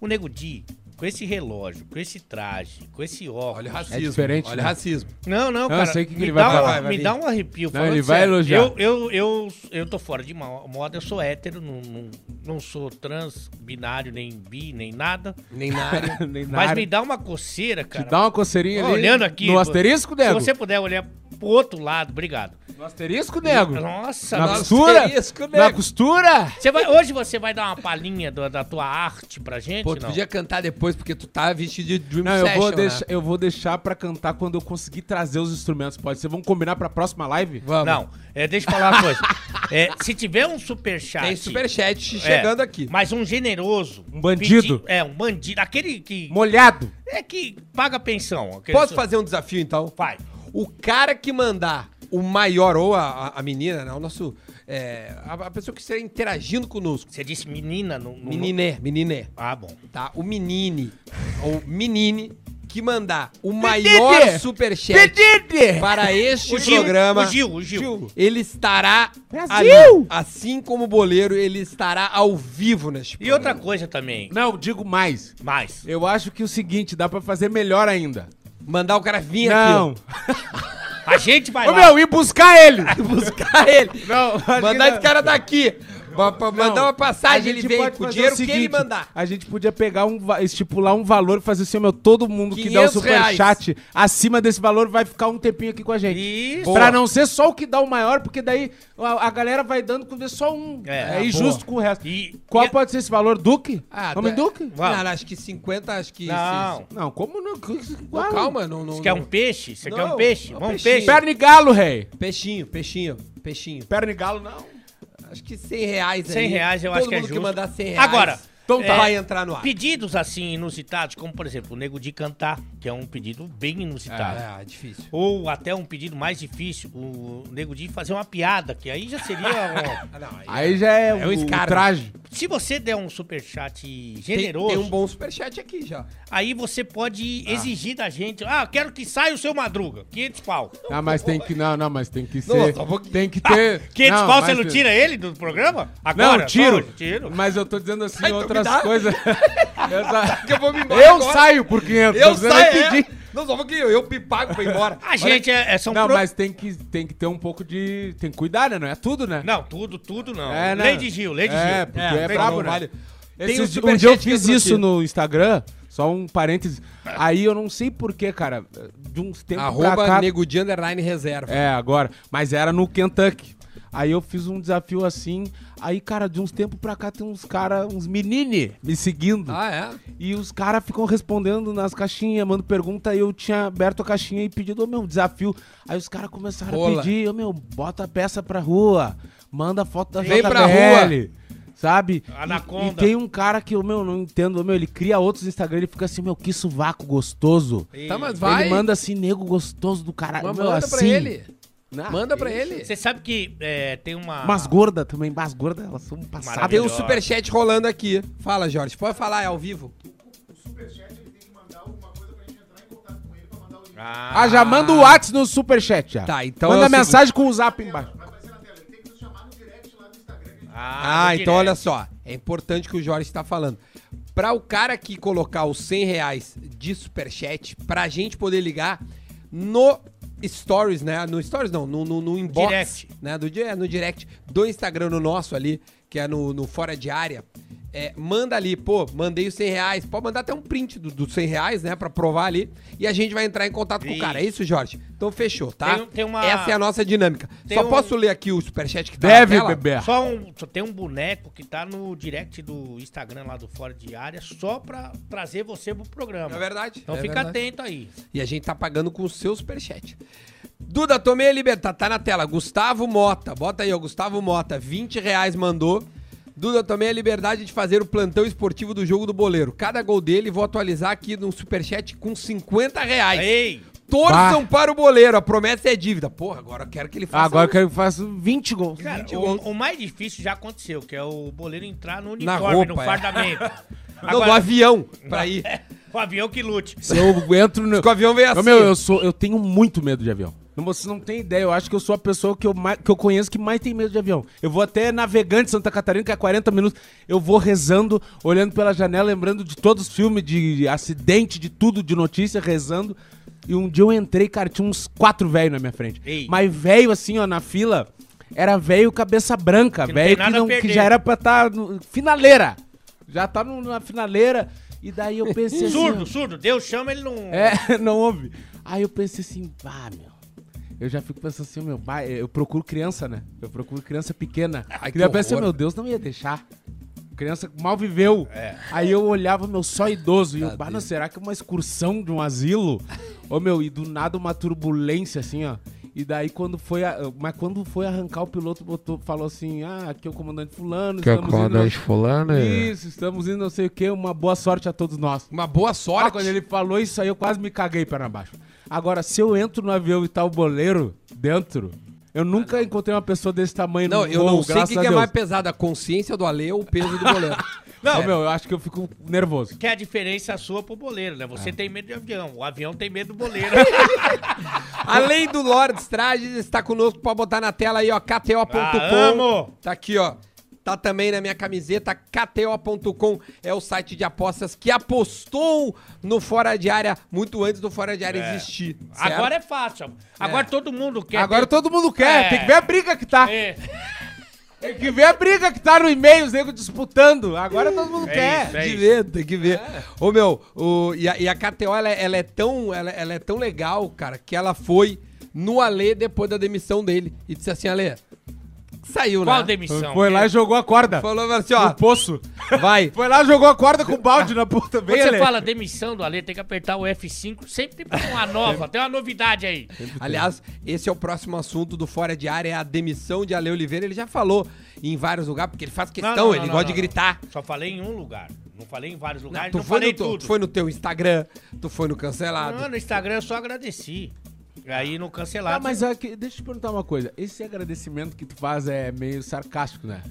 [SPEAKER 3] O Nego Di, com esse relógio, com esse traje, com esse óculos.
[SPEAKER 1] Olha o racismo.
[SPEAKER 4] diferente,
[SPEAKER 1] olha
[SPEAKER 4] né?
[SPEAKER 1] o racismo.
[SPEAKER 3] Não, não,
[SPEAKER 4] eu
[SPEAKER 3] cara.
[SPEAKER 4] sei o que que
[SPEAKER 3] me
[SPEAKER 4] ele vai
[SPEAKER 3] dá
[SPEAKER 4] falar,
[SPEAKER 3] uma-
[SPEAKER 1] vai
[SPEAKER 3] me
[SPEAKER 1] vir.
[SPEAKER 3] dá um arrepio.
[SPEAKER 4] Não,
[SPEAKER 3] falando
[SPEAKER 4] ele vai
[SPEAKER 3] sério.
[SPEAKER 4] elogiar.
[SPEAKER 3] Eu, eu, eu, eu tô fora de ma- moda, eu sou hétero, não, não, não sou trans, binário, nem bi, nem nada.
[SPEAKER 1] Nem na área.
[SPEAKER 4] Nem na
[SPEAKER 3] Mas
[SPEAKER 4] área.
[SPEAKER 3] me dá uma coceira, cara.
[SPEAKER 4] Te dá uma coceirinha ali.
[SPEAKER 3] Olhando aqui.
[SPEAKER 4] No asterisco,
[SPEAKER 3] Se
[SPEAKER 4] nego.
[SPEAKER 3] você puder olhar pro outro lado, obrigado.
[SPEAKER 4] No asterisco, nego.
[SPEAKER 3] Nossa,
[SPEAKER 4] Na
[SPEAKER 1] no
[SPEAKER 3] nossa.
[SPEAKER 4] costura.
[SPEAKER 1] asterisco,
[SPEAKER 4] Na
[SPEAKER 1] nego.
[SPEAKER 4] costura.
[SPEAKER 3] Você vai- hoje você vai dar uma palhinha do- da tua arte pra gente?
[SPEAKER 1] Pô, tu
[SPEAKER 3] não?
[SPEAKER 1] podia cantar depois, porque tu tá vestido de Dream
[SPEAKER 4] Não, eu vou,
[SPEAKER 1] Session, né?
[SPEAKER 4] deixar, eu vou deixar pra cantar quando eu conseguir trazer os instrumentos. Pode ser? Vamos combinar pra próxima live?
[SPEAKER 1] Vamos.
[SPEAKER 3] Não, é, deixa eu falar uma coisa. É, se tiver um superchat.
[SPEAKER 1] Tem superchat
[SPEAKER 3] é,
[SPEAKER 1] chegando aqui.
[SPEAKER 3] Mas um generoso.
[SPEAKER 4] Um bandido.
[SPEAKER 3] pedi- é, um bandido. Aquele que.
[SPEAKER 4] Molhado.
[SPEAKER 3] É que paga pensão. aquele
[SPEAKER 1] Posso
[SPEAKER 3] su-
[SPEAKER 1] fazer um desafio, então?
[SPEAKER 3] Vai.
[SPEAKER 1] O cara que mandar o maior, ou a, a- a menina, né? O nosso... é, a, a pessoa que estiver interagindo conosco.
[SPEAKER 3] Você disse menina no. no-
[SPEAKER 1] Meniné, meniné,
[SPEAKER 3] Ah, bom.
[SPEAKER 1] tá? O menine, ou menine, que mandar o maior superchat para este programa...
[SPEAKER 3] O Gil, o Gil.
[SPEAKER 1] Ele estará
[SPEAKER 4] Brasil!
[SPEAKER 1] ali. Assim como o boleiro, ele estará ao vivo neste
[SPEAKER 3] E outra coisa também.
[SPEAKER 4] Não, digo mais.
[SPEAKER 3] Mais.
[SPEAKER 4] Eu acho que o seguinte, dá pra fazer melhor ainda.
[SPEAKER 1] Mandar o cara vir
[SPEAKER 4] Não.
[SPEAKER 1] aqui.
[SPEAKER 3] A gente vai
[SPEAKER 4] Ô,
[SPEAKER 3] lá.
[SPEAKER 4] meu, e buscar ele.
[SPEAKER 1] ó, Buscar ele.
[SPEAKER 4] Não, acho que
[SPEAKER 1] Mandar
[SPEAKER 4] não.
[SPEAKER 1] esse cara daqui. Pra, pra mandar uma passagem, ele vem com o dinheiro que ele mandar.
[SPEAKER 4] A gente podia pegar um, va- estipular um valor e fazer assim, meu, todo mundo que der o
[SPEAKER 1] 500 reais.
[SPEAKER 4] superchat acima desse valor vai ficar um tempinho aqui com a gente.
[SPEAKER 3] Isso.
[SPEAKER 1] Boa.
[SPEAKER 4] Pra não ser só o que dá o maior, porque daí a, a galera vai dando com só um.
[SPEAKER 3] É,
[SPEAKER 4] É,
[SPEAKER 3] boa.
[SPEAKER 4] injusto com o resto.
[SPEAKER 3] E-
[SPEAKER 4] Qual
[SPEAKER 3] e-
[SPEAKER 4] pode ser esse valor? Duque?
[SPEAKER 1] Ah,
[SPEAKER 4] Vamos em
[SPEAKER 1] tu é-
[SPEAKER 4] Duque?
[SPEAKER 3] Vamos.
[SPEAKER 1] Cara, acho que 50, acho que...
[SPEAKER 3] Não.
[SPEAKER 4] Não, como não?
[SPEAKER 1] Não, calma, não... não
[SPEAKER 3] Você quer um peixe? Você quer um
[SPEAKER 1] Não,
[SPEAKER 3] peixe?
[SPEAKER 1] é um
[SPEAKER 3] Vamos
[SPEAKER 1] peixinho.
[SPEAKER 3] peixe.
[SPEAKER 4] Perna e galo, rei.
[SPEAKER 1] Peixinho, peixinho, peixinho.
[SPEAKER 4] Perna e galo, não.
[SPEAKER 1] Acho que 100 reais
[SPEAKER 3] 100 reais eu
[SPEAKER 1] Todo
[SPEAKER 3] acho que é
[SPEAKER 1] mundo que
[SPEAKER 3] justo.
[SPEAKER 1] mandar 100 reais.
[SPEAKER 3] Agora,
[SPEAKER 1] então
[SPEAKER 3] é,
[SPEAKER 1] vai entrar no ar.
[SPEAKER 3] Pedidos assim inusitados, como por exemplo, o Nego de Cantar, que é um pedido bem inusitado.
[SPEAKER 1] Ah, difícil.
[SPEAKER 3] Ou até um pedido mais difícil, o Nego de fazer uma piada, que aí já seria. um-
[SPEAKER 1] Ah, não, aí-
[SPEAKER 4] Aí já é,
[SPEAKER 1] um
[SPEAKER 4] o- o
[SPEAKER 1] escárnio.
[SPEAKER 4] traje.
[SPEAKER 3] Se você der um superchat
[SPEAKER 1] tem,
[SPEAKER 3] generoso,
[SPEAKER 1] tem um bom superchat aqui já.
[SPEAKER 3] aí você pode exigir da gente. Ah, eu quero que saia o seu madruga. 500 pau.
[SPEAKER 4] Ah, mas tem que. Não, não, mas tem que
[SPEAKER 1] Não,
[SPEAKER 4] ser.
[SPEAKER 1] só vou-
[SPEAKER 4] Tem que ter.
[SPEAKER 3] 500
[SPEAKER 4] não,
[SPEAKER 3] Ah, pau,
[SPEAKER 4] mas
[SPEAKER 3] você não
[SPEAKER 4] tem-
[SPEAKER 3] tira ele do programa?
[SPEAKER 4] Não,
[SPEAKER 3] Agora?
[SPEAKER 4] tiro.
[SPEAKER 3] Pô, tiro.
[SPEAKER 4] Mas eu tô dizendo assim,
[SPEAKER 1] Ai, então me
[SPEAKER 4] outras
[SPEAKER 1] dá.
[SPEAKER 4] coisas. eu sa-
[SPEAKER 1] Que eu vou me embora
[SPEAKER 4] eu
[SPEAKER 1] agora.
[SPEAKER 4] saio por 500.
[SPEAKER 1] Eu
[SPEAKER 4] tô dizendo, é
[SPEAKER 1] saio, é.
[SPEAKER 4] pedir.
[SPEAKER 1] Não, só porque eu, eu me pago pra ir embora.
[SPEAKER 3] A gente é, é- são
[SPEAKER 4] Não,
[SPEAKER 3] pro-
[SPEAKER 4] mas tem que, tem que ter um pouco de. Tem que cuidar, né? Não é tudo, né?
[SPEAKER 3] Não, tudo, tudo não.
[SPEAKER 4] É, né?
[SPEAKER 3] Lady Gil, Lady
[SPEAKER 4] É,
[SPEAKER 3] Gil. um-
[SPEAKER 4] porque é,
[SPEAKER 1] tem-
[SPEAKER 4] brabo,
[SPEAKER 1] não,
[SPEAKER 4] né?
[SPEAKER 1] vale.
[SPEAKER 4] Esses-
[SPEAKER 1] Tem um
[SPEAKER 4] um
[SPEAKER 1] superchat
[SPEAKER 4] dia
[SPEAKER 1] que
[SPEAKER 4] eu
[SPEAKER 1] eu
[SPEAKER 4] fiz
[SPEAKER 1] trouxe.
[SPEAKER 4] isso no Instagram, só um parênteses. Aí eu não sei porquê, cara. De uns tempos pra cá...
[SPEAKER 1] Arroba Nego de Underline Reserva.
[SPEAKER 4] É, agora. Mas era no Kentucky. Aí eu fiz um desafio assim. Aí, cara, de uns tempos pra cá tem uns cara, uns menine me seguindo.
[SPEAKER 1] Ah, é?
[SPEAKER 4] E os caras ficam respondendo nas caixinhas, mando pergunta. E eu tinha aberto a caixinha e pedido, ô meu, um desafio. Aí os caras começaram
[SPEAKER 1] Rola.
[SPEAKER 4] a pedir, ô meu, bota a peça pra rua, manda foto da
[SPEAKER 1] Vem
[SPEAKER 4] JBL,
[SPEAKER 1] pra
[SPEAKER 4] Sabe? E-
[SPEAKER 3] Anaconda.
[SPEAKER 4] E, tem um cara que, ô meu, não entendo, ô meu, ele cria outros Instagram, ele fica assim, meu, que sovaco gostoso.
[SPEAKER 1] Tá, mas
[SPEAKER 4] Ele
[SPEAKER 1] vai.
[SPEAKER 4] manda assim, nego gostoso do caralho.
[SPEAKER 1] Mas
[SPEAKER 4] meu,
[SPEAKER 1] manda
[SPEAKER 4] assim.
[SPEAKER 1] pra ele.
[SPEAKER 4] Né?
[SPEAKER 1] Manda pra ele.
[SPEAKER 3] Você sabe que é, tem uma.
[SPEAKER 4] Mas gorda também, mas gorda, elas são passadas.
[SPEAKER 1] Tem um
[SPEAKER 3] Melhor.
[SPEAKER 1] superchat rolando aqui. Fala, Jorge. Pode falar, é ao vivo.
[SPEAKER 4] Ah, já manda o WhatsApp no superchat, já.
[SPEAKER 1] Tá, então
[SPEAKER 4] Manda
[SPEAKER 1] é o seguinte. Tá,
[SPEAKER 4] mensagem com o zap embaixo.
[SPEAKER 1] Ah,
[SPEAKER 3] no
[SPEAKER 1] então
[SPEAKER 3] direct.
[SPEAKER 1] olha só. É importante que o Jorge está falando. Pra o cara que colocar os 100 reais de superchat, pra gente poder ligar no Stories, né? No Stories não, no, no, no inbox.
[SPEAKER 3] Direct.
[SPEAKER 1] Né? Do, di- é, no direct do Instagram, no nosso ali, que é no, no Fora de Área. É, manda ali, pô, mandei os 100 reais. Pode mandar até um print dos do 100 reais, né? Pra provar ali. E a gente vai entrar em contato com o cara. É isso, Jorge? Então fechou, tá?
[SPEAKER 3] Tem um- tem uma-
[SPEAKER 1] Essa é a nossa dinâmica.
[SPEAKER 3] Tem
[SPEAKER 1] Só
[SPEAKER 3] um-
[SPEAKER 1] posso ler aqui o superchat que tá na
[SPEAKER 4] Deve
[SPEAKER 1] tela?
[SPEAKER 4] beber.
[SPEAKER 3] Só, um, só tem um boneco que tá no direct do Instagram lá do Fora de Área só pra trazer você pro programa.
[SPEAKER 1] É verdade.
[SPEAKER 3] Então
[SPEAKER 1] é
[SPEAKER 3] fica
[SPEAKER 1] verdade.
[SPEAKER 3] atento aí.
[SPEAKER 1] E a gente tá pagando com o seu superchat. Duda, tomei a liberdade. Tá na tela. Gustavo Mota. Bota aí, ó. Gustavo Mota. 20 reais mandou. Duda, tomei a liberdade de fazer o plantão esportivo do jogo do boleiro. Cada gol dele vou atualizar aqui no superchat com 50 reais.
[SPEAKER 3] Ei!
[SPEAKER 1] Torçam para o boleiro. A promessa é dívida. Porra, agora eu quero que ele faça.
[SPEAKER 4] Ah,
[SPEAKER 1] um-
[SPEAKER 4] Agora eu
[SPEAKER 1] isso.
[SPEAKER 4] quero que faça 20 gols.
[SPEAKER 3] Cara,
[SPEAKER 1] 20 gols.
[SPEAKER 3] o, o mais difícil já aconteceu, que é o boleiro entrar no
[SPEAKER 1] Na
[SPEAKER 3] uniforme, no
[SPEAKER 1] roupa, é.
[SPEAKER 3] fardamento.
[SPEAKER 1] Não, do avião. Pra ir.
[SPEAKER 4] É.
[SPEAKER 3] o avião que lute.
[SPEAKER 4] Se eu entro no.
[SPEAKER 1] Que o avião vem assim.
[SPEAKER 4] Ô, meu, eu, sou, eu tenho muito medo de avião. Não, Você não tem ideia, eu acho que eu sou a pessoa que eu, mais, que eu conheço que mais tem medo de avião. Eu vou até navegante Santa Catarina, que é 40 minutos. Eu vou rezando, olhando pela janela, lembrando de todos os filmes, de acidente, de tudo, de notícia, rezando. E um dia eu entrei, cara, tinha uns quatro velhos na minha frente.
[SPEAKER 3] Ei.
[SPEAKER 4] Mas velho, assim, ó, na fila, era velho cabeça branca,
[SPEAKER 3] Que não
[SPEAKER 4] velho
[SPEAKER 3] tem nada
[SPEAKER 4] que,
[SPEAKER 3] a
[SPEAKER 4] não- que
[SPEAKER 3] perder.
[SPEAKER 4] já era pra estar finaleira. Já tá no- na finaleira. E daí eu pensei assim. ó,
[SPEAKER 3] Surdo, surdo. Deus chama, ele não...
[SPEAKER 4] é, não houve. Aí eu pensei assim, bah, meu. Eu já fico pensando assim, meu, bah, eu procuro criança, né? Eu procuro criança pequena.
[SPEAKER 1] Ai,
[SPEAKER 4] Ai,
[SPEAKER 1] que
[SPEAKER 4] que eu pensei,
[SPEAKER 1] horror.
[SPEAKER 4] meu Deus, não ia deixar. Criança mal viveu.
[SPEAKER 1] É.
[SPEAKER 4] Aí eu olhava, meu, só idoso. E eu, bah, não, será que é uma excursão de um asilo? Ô, meu, e do nada uma turbulência, assim, ó. E daí quando foi, a- mas quando foi arrancar, o piloto botou, falou assim, ah, aqui é o comandante fulano.
[SPEAKER 5] Que é o
[SPEAKER 4] estamos indo-
[SPEAKER 5] comandante fulano, é.
[SPEAKER 4] Isso, estamos indo não sei o quê, uma boa sorte a todos nós.
[SPEAKER 1] Uma boa
[SPEAKER 4] Olha,
[SPEAKER 1] sorte.
[SPEAKER 4] quando ele falou isso aí, eu quase me caguei perna abaixo. Agora, se eu entro no avião e tá o boleiro dentro, eu nunca encontrei uma pessoa desse tamanho
[SPEAKER 1] Ah, Não,
[SPEAKER 4] no
[SPEAKER 1] eu
[SPEAKER 4] voo,
[SPEAKER 1] não sei o que,
[SPEAKER 4] graças a
[SPEAKER 1] que é
[SPEAKER 4] Deus.
[SPEAKER 1] mais pesado, a consciência do Ale ou o peso do goleiro.
[SPEAKER 4] Ô, meu, eu acho que eu fico nervoso.
[SPEAKER 3] Que é a diferença sua pro boleiro, né?
[SPEAKER 1] Ah.
[SPEAKER 3] Você tem medo de avião, o avião tem medo do boleiro.
[SPEAKER 1] Além do Lord Trajes, está conosco para botar na tela aí, ó,
[SPEAKER 3] Ah,
[SPEAKER 1] kto.com.
[SPEAKER 3] amo!
[SPEAKER 1] tá aqui, ó. Tá também na minha camiseta, kto.com é o site de apostas que apostou no Fora de Área muito antes do Fora de Área existir. certo?
[SPEAKER 3] É. Agora é fácil. Agora todo mundo quer.
[SPEAKER 4] Agora
[SPEAKER 3] ter-
[SPEAKER 4] todo mundo quer,
[SPEAKER 3] É.
[SPEAKER 4] tem que ver a briga que tá.
[SPEAKER 3] É.
[SPEAKER 4] Tem que ver a briga que tá no e-mail, os nego disputando. Agora todo mundo
[SPEAKER 3] É
[SPEAKER 4] quer.
[SPEAKER 3] isso, é
[SPEAKER 1] Tem que
[SPEAKER 3] isso.
[SPEAKER 1] ver, tem que ver. Ô meu, o, e, a, e a KTO, ela, é- ela é tão, ela, ela é tão legal, cara, que ela foi no Alê depois da demissão dele. E disse assim, Alê, saiu,
[SPEAKER 3] Qual
[SPEAKER 1] né?
[SPEAKER 3] demissão?
[SPEAKER 4] Foi lá e jogou a corda.
[SPEAKER 1] Falou assim,
[SPEAKER 4] No
[SPEAKER 1] ó,
[SPEAKER 4] poço.
[SPEAKER 1] vai.
[SPEAKER 4] Foi lá e jogou a corda com o balde na ponta. Bem,
[SPEAKER 3] Quando você
[SPEAKER 4] Ale.
[SPEAKER 3] fala demissão do Ale, tem que apertar o F5. Sempre tem uma nova, tem uma novidade aí.
[SPEAKER 1] Aliás, esse é o próximo assunto do Fora de Área, é a demissão de Ale Oliveira. Ele já falou em vários lugares, porque ele faz questão,
[SPEAKER 3] não,
[SPEAKER 1] ele
[SPEAKER 3] não,
[SPEAKER 1] gosta
[SPEAKER 3] não,
[SPEAKER 1] de
[SPEAKER 3] não.
[SPEAKER 1] gritar.
[SPEAKER 3] Só falei em um lugar. Não falei em vários
[SPEAKER 1] Não,
[SPEAKER 3] lugares,
[SPEAKER 1] tu,
[SPEAKER 3] não
[SPEAKER 1] foi
[SPEAKER 3] falei
[SPEAKER 1] no, tu,
[SPEAKER 3] tudo.
[SPEAKER 1] tu foi no teu Instagram, tu foi no cancelado.
[SPEAKER 3] Não, no Instagram eu só agradeci. E aí não
[SPEAKER 4] Tá,
[SPEAKER 3] cancelaram.
[SPEAKER 4] mas aqui, deixa eu te perguntar uma coisa. Esse agradecimento que tu faz é meio sarcástico, né?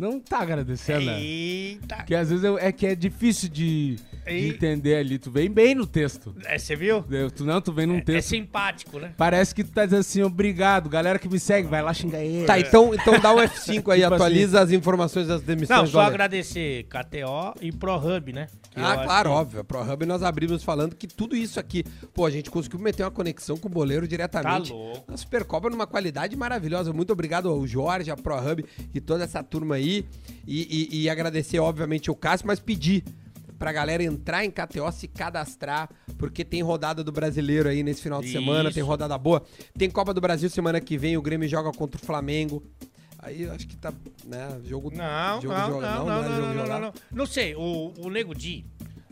[SPEAKER 4] Não tá
[SPEAKER 1] É
[SPEAKER 4] agradecendo, né?
[SPEAKER 3] Eita.
[SPEAKER 4] Porque às vezes eu- é que é difícil de, de
[SPEAKER 3] E-
[SPEAKER 4] entender ali. Tu vem bem no texto.
[SPEAKER 3] É, você viu?
[SPEAKER 4] Eu- tu não, tu vem num
[SPEAKER 3] É
[SPEAKER 4] texto.
[SPEAKER 3] simpático, né?
[SPEAKER 4] Parece que tu tá dizendo assim, obrigado, galera que me segue, vai lá xingar ele.
[SPEAKER 3] é.
[SPEAKER 1] Tá, então, então dá o F5 aí,
[SPEAKER 4] Tipo
[SPEAKER 1] atualiza as informações das demissões.
[SPEAKER 3] assim, Não,
[SPEAKER 1] do
[SPEAKER 3] só
[SPEAKER 1] Ale.
[SPEAKER 3] agradecer KTO e ProHub, né? Que eu
[SPEAKER 1] é- Ah,
[SPEAKER 3] acho
[SPEAKER 1] claro,
[SPEAKER 3] que-
[SPEAKER 1] óbvio. A ProHub nós abrimos falando que tudo isso aqui, pô, a gente conseguiu meter uma conexão com o boleiro diretamente.
[SPEAKER 3] Tá louco.
[SPEAKER 1] Na Supercopa numa qualidade maravilhosa. Muito obrigado ao Jorge, à ProHub e toda essa turma aí. E, e- e agradecer, obviamente, o Cássio, mas pedir pra galera entrar em KTO, se cadastrar, porque tem rodada do brasileiro aí nesse final de semana,
[SPEAKER 3] Isso.
[SPEAKER 1] tem rodada boa. Tem Copa do Brasil semana que vem, o Grêmio joga contra o Flamengo. Aí acho que tá, né, jogo...
[SPEAKER 3] Não,
[SPEAKER 1] jogo
[SPEAKER 3] não,
[SPEAKER 1] joga-
[SPEAKER 3] não, não,
[SPEAKER 1] é
[SPEAKER 3] não,
[SPEAKER 1] jogo
[SPEAKER 3] não, não,
[SPEAKER 1] jogado.
[SPEAKER 3] não, não. Não sei, o, o Nego Di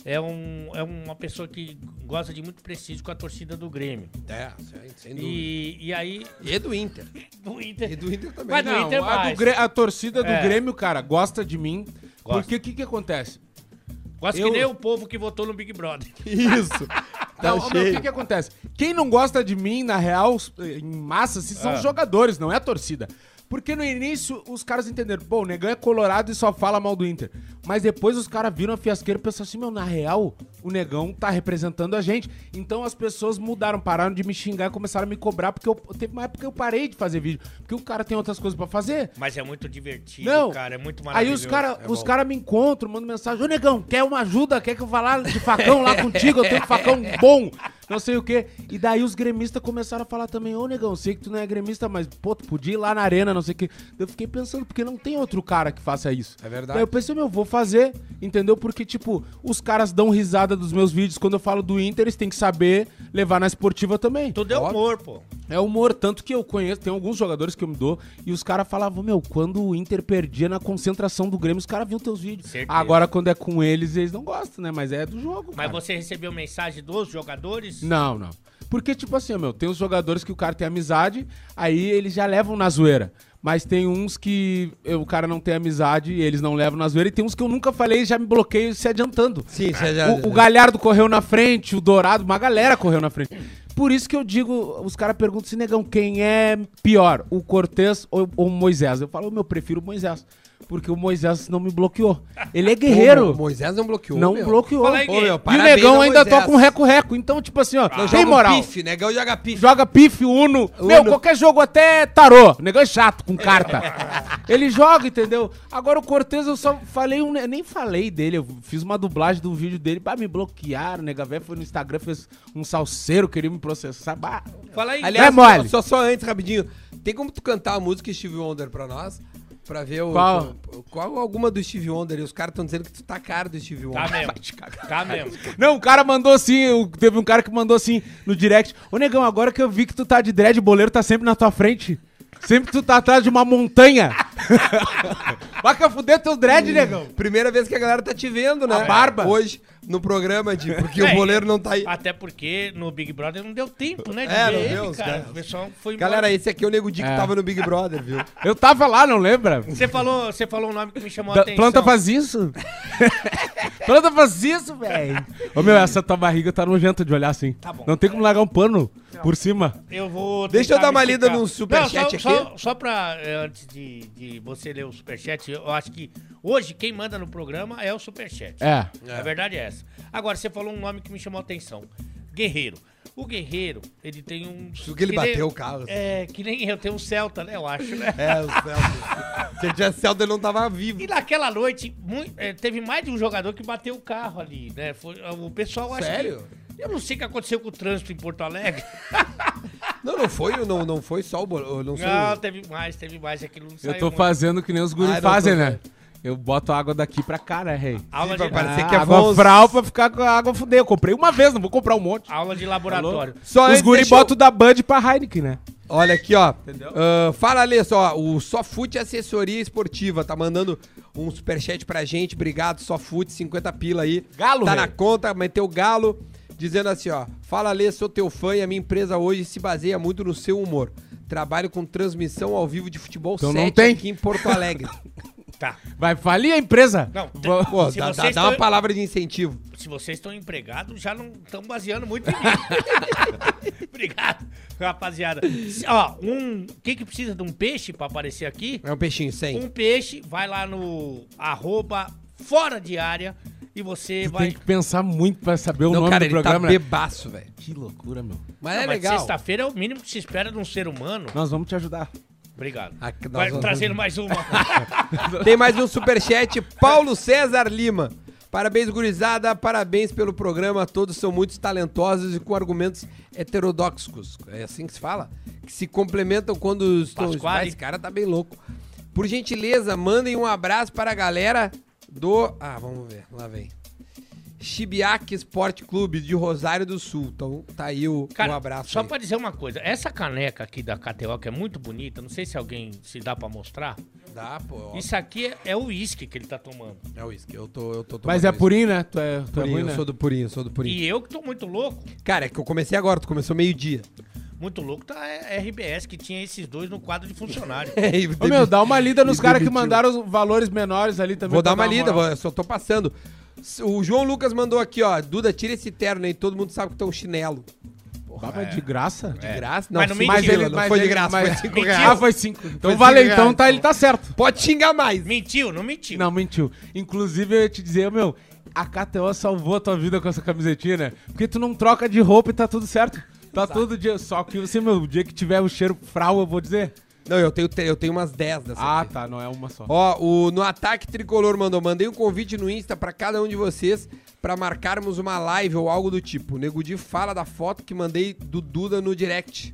[SPEAKER 3] é, um, é uma pessoa que gosta de muito preciso com a torcida do Grêmio.
[SPEAKER 1] É, sem- sem dúvida.
[SPEAKER 3] E, e aí,
[SPEAKER 1] E do Inter.
[SPEAKER 3] do Inter...
[SPEAKER 1] E do Inter também.
[SPEAKER 3] Mas do
[SPEAKER 4] Não,
[SPEAKER 3] Inter
[SPEAKER 4] a, do
[SPEAKER 3] mais.
[SPEAKER 4] Grê- a torcida do
[SPEAKER 3] É.
[SPEAKER 4] Grêmio, cara, gosta de mim.
[SPEAKER 3] Gosta.
[SPEAKER 4] Porque o que que acontece?
[SPEAKER 3] Gosto
[SPEAKER 4] Eu-
[SPEAKER 3] que nem o povo que votou no Big Brother.
[SPEAKER 1] Isso. Tá
[SPEAKER 4] Não, ô, meu, o que,
[SPEAKER 1] cheio.
[SPEAKER 4] que acontece? Quem não gosta de mim, na real, s- em massa, assim,
[SPEAKER 1] Ah.
[SPEAKER 4] são os jogadores, não é a torcida. Porque no início os caras entenderam, pô, o Negão é colorado e só fala mal do Inter. Mas depois os caras viram a fiasqueira e pensaram assim, meu, na real, o Negão tá representando a gente. Então as pessoas mudaram, pararam de me xingar e começaram a me cobrar, porque eu, teve uma época que eu parei de fazer vídeo, porque o cara tem outras coisas pra fazer.
[SPEAKER 3] Mas é muito divertido,
[SPEAKER 4] Não.
[SPEAKER 3] cara. É muito
[SPEAKER 4] Aí
[SPEAKER 3] maravilhoso.
[SPEAKER 4] os caras
[SPEAKER 1] É
[SPEAKER 4] os
[SPEAKER 1] bom.
[SPEAKER 4] cara me encontram, mandam mensagem. Ô, negão, quer uma ajuda? Quer que eu vá lá de facão lá contigo? Eu tenho um facão bom. Não sei o quê. E daí os gremistas começaram a falar também. Ô, negão, sei que tu não é gremista, mas, pô, tu podia ir lá na arena, não sei o quê. Eu fiquei pensando, porque não tem outro cara que faça isso.
[SPEAKER 1] É verdade.
[SPEAKER 4] Daí eu pensei, meu, vou fazer, entendeu? Porque, tipo, os caras dão risada dos meus vídeos. Quando eu falo do Inter, eles têm que saber levar na esportiva também.
[SPEAKER 3] Tudo é
[SPEAKER 1] Óbvio.
[SPEAKER 3] humor, pô.
[SPEAKER 4] É humor, tanto que eu conheço, tem alguns jogadores que eu me dou, e os caras falavam, meu, quando o Inter perdia na concentração do Grêmio, os caras viam teus vídeos.
[SPEAKER 3] Certeza.
[SPEAKER 4] Agora, quando é com eles, eles não gostam, né? Mas é do jogo,
[SPEAKER 3] Mas
[SPEAKER 4] cara.
[SPEAKER 3] você recebeu mensagem dos jogadores?
[SPEAKER 4] Não, não. Porque, tipo assim, meu, tem os jogadores que o cara tem amizade, aí eles já levam na zoeira. Mas tem uns que eh, o cara não tem amizade e eles não levam na zoeira. E tem uns que eu nunca falei e já me bloqueio se adiantando.
[SPEAKER 1] Sim, você já-
[SPEAKER 4] O, é o Galhardo correu na frente, o Dourado, uma galera correu na frente. Por isso que eu digo, os caras perguntam se negão, quem é pior, o Cortez ou ou o Moisés? Eu falo, meu, eu prefiro o Moisés. Porque o Moisés não me bloqueou. Ele é
[SPEAKER 1] Ô,
[SPEAKER 4] guerreiro.
[SPEAKER 1] meu, Moisés não bloqueou.
[SPEAKER 4] não
[SPEAKER 1] meu.
[SPEAKER 4] bloqueou.
[SPEAKER 3] Fala aí,
[SPEAKER 1] Ô, meu,
[SPEAKER 4] E o
[SPEAKER 1] parabéns
[SPEAKER 4] negão
[SPEAKER 1] ao
[SPEAKER 4] ainda
[SPEAKER 1] Moisés.
[SPEAKER 4] toca um reco-reco. Então, tipo assim,
[SPEAKER 1] Não,
[SPEAKER 4] ó, tem
[SPEAKER 1] joga um
[SPEAKER 4] moral.
[SPEAKER 1] Pife, negão joga pife.
[SPEAKER 4] Joga pife, uno. Meu, qualquer jogo, até tarô. O negão é chato, com carta. Ele joga, entendeu? Agora o Cortez, eu só falei um. ne- Nem falei dele, eu fiz uma dublagem do vídeo dele pra me bloquear. O nega velho foi no Instagram, fez um salseiro, queria me processar. Bah.
[SPEAKER 3] Fala aí.
[SPEAKER 1] Aliás,
[SPEAKER 4] É mole.
[SPEAKER 1] Só, só antes, rapidinho. Tem como tu cantar a música Steve Wonder pra nós? Pra ver o.
[SPEAKER 4] Qual?
[SPEAKER 1] o- qual alguma do Steve Wonder? E os caras estão dizendo que tu tá caro do Steve
[SPEAKER 3] Tá
[SPEAKER 1] Wonder.
[SPEAKER 3] mesmo. Tá mesmo.
[SPEAKER 4] Não, o cara mandou assim, o- teve um cara que mandou assim no direct. Ô negão, agora que eu vi que tu tá de dread, o boleiro tá sempre na tua frente. Sempre tu tá atrás de uma montanha. Vai que eu fuder teu dread, negão.
[SPEAKER 1] Primeira vez que a galera tá te vendo, né?
[SPEAKER 4] A barba.
[SPEAKER 1] Hoje, no programa de. Porque
[SPEAKER 3] É,
[SPEAKER 1] o goleiro não tá aí.
[SPEAKER 3] Até porque no Big Brother não deu tempo, né? De
[SPEAKER 1] É,
[SPEAKER 3] ver
[SPEAKER 1] não
[SPEAKER 3] ele,
[SPEAKER 1] deu, os
[SPEAKER 3] cara.
[SPEAKER 1] caras-
[SPEAKER 3] O pessoal foi embora.
[SPEAKER 1] Galera, esse aqui é o Nego Di que
[SPEAKER 4] É.
[SPEAKER 1] tava no Big Brother, viu?
[SPEAKER 4] Eu tava lá, não lembra?
[SPEAKER 3] Você falou, você falou um nome que me chamou a
[SPEAKER 4] Da-
[SPEAKER 3] atenção.
[SPEAKER 4] planta faz isso? planta faz isso, velho. Ô meu, essa tua barriga tá nojenta de olhar assim.
[SPEAKER 3] Tá bom.
[SPEAKER 4] Não tem como largar um pano por cima.
[SPEAKER 3] Eu vou.
[SPEAKER 1] Deixa
[SPEAKER 3] tentar
[SPEAKER 1] eu dar uma
[SPEAKER 3] me
[SPEAKER 1] lida
[SPEAKER 3] explicar.
[SPEAKER 1] num superchat
[SPEAKER 3] Não, só,
[SPEAKER 1] aqui.
[SPEAKER 3] Só, só pra. eh, Antes de, de você ler o superchat, eu acho que hoje quem manda no programa é o superchat.
[SPEAKER 4] É.
[SPEAKER 3] A verdade é essa. Agora, você falou um nome que me chamou a atenção: Guerreiro. O Guerreiro, ele tem um.
[SPEAKER 1] Isso que ele bateu o carro, assim.
[SPEAKER 3] É, que nem eu, tenho um Celta, né? Eu acho, né?
[SPEAKER 1] É, o Celta. Se ele tivesse Celta, ele não tava vivo.
[SPEAKER 3] E naquela noite, mui- eh, teve mais de um jogador que bateu o carro ali, né? Foi- o pessoal acha
[SPEAKER 1] Sério?
[SPEAKER 3] que- Eu não sei o que aconteceu com o trânsito em Porto Alegre.
[SPEAKER 1] Não, não foi, não, não foi só o Bolão. Não, sei o-
[SPEAKER 3] Não, teve mais, teve mais. Aquilo não
[SPEAKER 4] Eu
[SPEAKER 3] saiu
[SPEAKER 4] tô
[SPEAKER 3] muito.
[SPEAKER 4] fazendo que nem os
[SPEAKER 1] Ah,
[SPEAKER 4] guris
[SPEAKER 1] não,
[SPEAKER 4] fazem,
[SPEAKER 1] tô-
[SPEAKER 4] né? Eu boto água daqui pra cá, né, rei?
[SPEAKER 3] Aula
[SPEAKER 1] Vai
[SPEAKER 3] de,
[SPEAKER 1] parecer
[SPEAKER 4] Ah,
[SPEAKER 1] que é
[SPEAKER 4] água
[SPEAKER 1] bons-
[SPEAKER 4] fral pra ficar com a água fudeu. Eu comprei uma vez, não vou comprar um monte.
[SPEAKER 3] aula de laboratório.
[SPEAKER 1] Só
[SPEAKER 4] Os
[SPEAKER 1] antes,
[SPEAKER 4] guri
[SPEAKER 1] deixa eu-
[SPEAKER 4] botam da Bud pra Heineken, né?
[SPEAKER 1] Olha aqui, ó. Ah, fala, Alê, só. O Sofute Assessoria Esportiva tá mandando um superchat pra gente. Obrigado, Sofute, 50 pila aí.
[SPEAKER 4] Galo,
[SPEAKER 1] Tá
[SPEAKER 4] velho.
[SPEAKER 1] na conta, meteu galo. Dizendo assim, ó. Fala, Alê, sou teu fã e a minha empresa hoje se baseia muito no seu humor. Trabalho com transmissão ao vivo de futebol
[SPEAKER 4] Então não
[SPEAKER 1] 7
[SPEAKER 4] tem.
[SPEAKER 1] aqui em Porto Alegre.
[SPEAKER 3] Tá.
[SPEAKER 4] Vai falir a empresa?
[SPEAKER 3] Não, tem-
[SPEAKER 4] Vou-
[SPEAKER 1] Pô,
[SPEAKER 3] Se
[SPEAKER 1] dá, dá-
[SPEAKER 3] vocês
[SPEAKER 1] dá uma
[SPEAKER 3] tão-
[SPEAKER 1] palavra de incentivo.
[SPEAKER 3] Se vocês estão empregados, já não estão baseando muito em mim. Obrigado, rapaziada. Se- Ó, um. O que, que precisa de um peixe pra aparecer aqui?
[SPEAKER 1] É um peixinho, 100.
[SPEAKER 3] Um peixe, vai lá no arroba fora de área e você
[SPEAKER 4] Tu
[SPEAKER 3] vai.
[SPEAKER 4] Tem que pensar muito pra saber
[SPEAKER 3] Um
[SPEAKER 4] o nome do programa, né?
[SPEAKER 1] tá bebaço, velho.
[SPEAKER 4] Que loucura, meu.
[SPEAKER 1] Mas
[SPEAKER 3] Não,
[SPEAKER 1] é
[SPEAKER 3] mas
[SPEAKER 1] legal.
[SPEAKER 3] Sexta-feira é o mínimo que se espera de um ser humano.
[SPEAKER 4] Nós vamos te ajudar.
[SPEAKER 3] Obrigado.
[SPEAKER 1] Aqui nós
[SPEAKER 3] Vai
[SPEAKER 1] vamos- um
[SPEAKER 3] trazendo mais uma.
[SPEAKER 1] Tem mais um superchat, Paulo César Lima. Parabéns, gurizada, parabéns pelo programa. Todos são muito talentosos e com argumentos heterodoxos. É assim que se fala? Que se complementam quando estão...
[SPEAKER 3] Pasquale.
[SPEAKER 1] Ah, Esse cara tá bem louco. Por gentileza, mandem um abraço para a galera do... Ah, vamos ver, lá vem. Chibiaque Esporte Clube de Rosário do Sul. Então tá aí o,
[SPEAKER 3] Cara,
[SPEAKER 1] um abraço.
[SPEAKER 3] só
[SPEAKER 1] aí.
[SPEAKER 3] pra dizer uma coisa, essa caneca aqui da KTO, que é muito bonita, não sei se alguém se dá pra mostrar.
[SPEAKER 1] Dá, pô. ó.
[SPEAKER 3] Isso aqui é- é o uísque que ele tá tomando.
[SPEAKER 1] É o uísque, eu tô, eu tô tomando
[SPEAKER 4] Mas é
[SPEAKER 1] uísque.
[SPEAKER 4] purinho, né? Tu é, tu é
[SPEAKER 1] Purinho,
[SPEAKER 4] ruim,
[SPEAKER 1] eu
[SPEAKER 4] né?
[SPEAKER 1] sou do purinho, eu sou do purinho.
[SPEAKER 3] E eu que tô muito louco,
[SPEAKER 1] Cara, é que eu comecei agora, tu começou meio-dia.
[SPEAKER 3] muito louco, tá a RBS, que tinha esses dois no quadro de funcionário.
[SPEAKER 1] E
[SPEAKER 4] Ô, meu,
[SPEAKER 1] demiti-
[SPEAKER 4] dá uma lida nos
[SPEAKER 1] Me
[SPEAKER 4] caras que
[SPEAKER 1] demitiu.
[SPEAKER 4] mandaram os valores menores ali também.
[SPEAKER 1] Vou
[SPEAKER 4] pra
[SPEAKER 1] dar uma lida,
[SPEAKER 4] moral.
[SPEAKER 1] vou- eu só tô passando. S- O João Lucas mandou aqui, ó. Duda, tira esse terno aí, todo mundo sabe que tá um chinelo.
[SPEAKER 4] Bah, mas é de graça?
[SPEAKER 1] De graça?
[SPEAKER 3] Mas não mentiu,
[SPEAKER 1] mas ele,
[SPEAKER 4] mas
[SPEAKER 1] não foi de
[SPEAKER 4] ele-
[SPEAKER 1] graça,
[SPEAKER 4] mas-
[SPEAKER 1] foi cinco
[SPEAKER 3] Mentiu.
[SPEAKER 1] reais.
[SPEAKER 4] Ah, foi cinco. Então
[SPEAKER 1] cinco
[SPEAKER 4] valeu,
[SPEAKER 1] reais,
[SPEAKER 4] então tá,
[SPEAKER 1] então.
[SPEAKER 4] ele tá certo.
[SPEAKER 1] Pode xingar mais.
[SPEAKER 3] Mentiu, não mentiu.
[SPEAKER 4] Não, mentiu. Inclusive, eu ia te dizer, meu, a KTO salvou a tua vida com essa camisetinha, né? Porque tu não troca de roupa e tá tudo certo. Tá todo dia. Só que você, meu, o dia que tiver o cheiro fral, eu vou dizer.
[SPEAKER 1] Não, eu tenho, te- eu tenho umas 10 dessa
[SPEAKER 4] Ah,
[SPEAKER 1] aqui.
[SPEAKER 4] tá, não é uma só.
[SPEAKER 1] Ó, o, no Ataque Tricolor mandou, mandei um convite no Insta pra cada um de vocês pra marcarmos uma live ou algo do tipo. O Nego Di fala da foto que mandei do Duda no direct.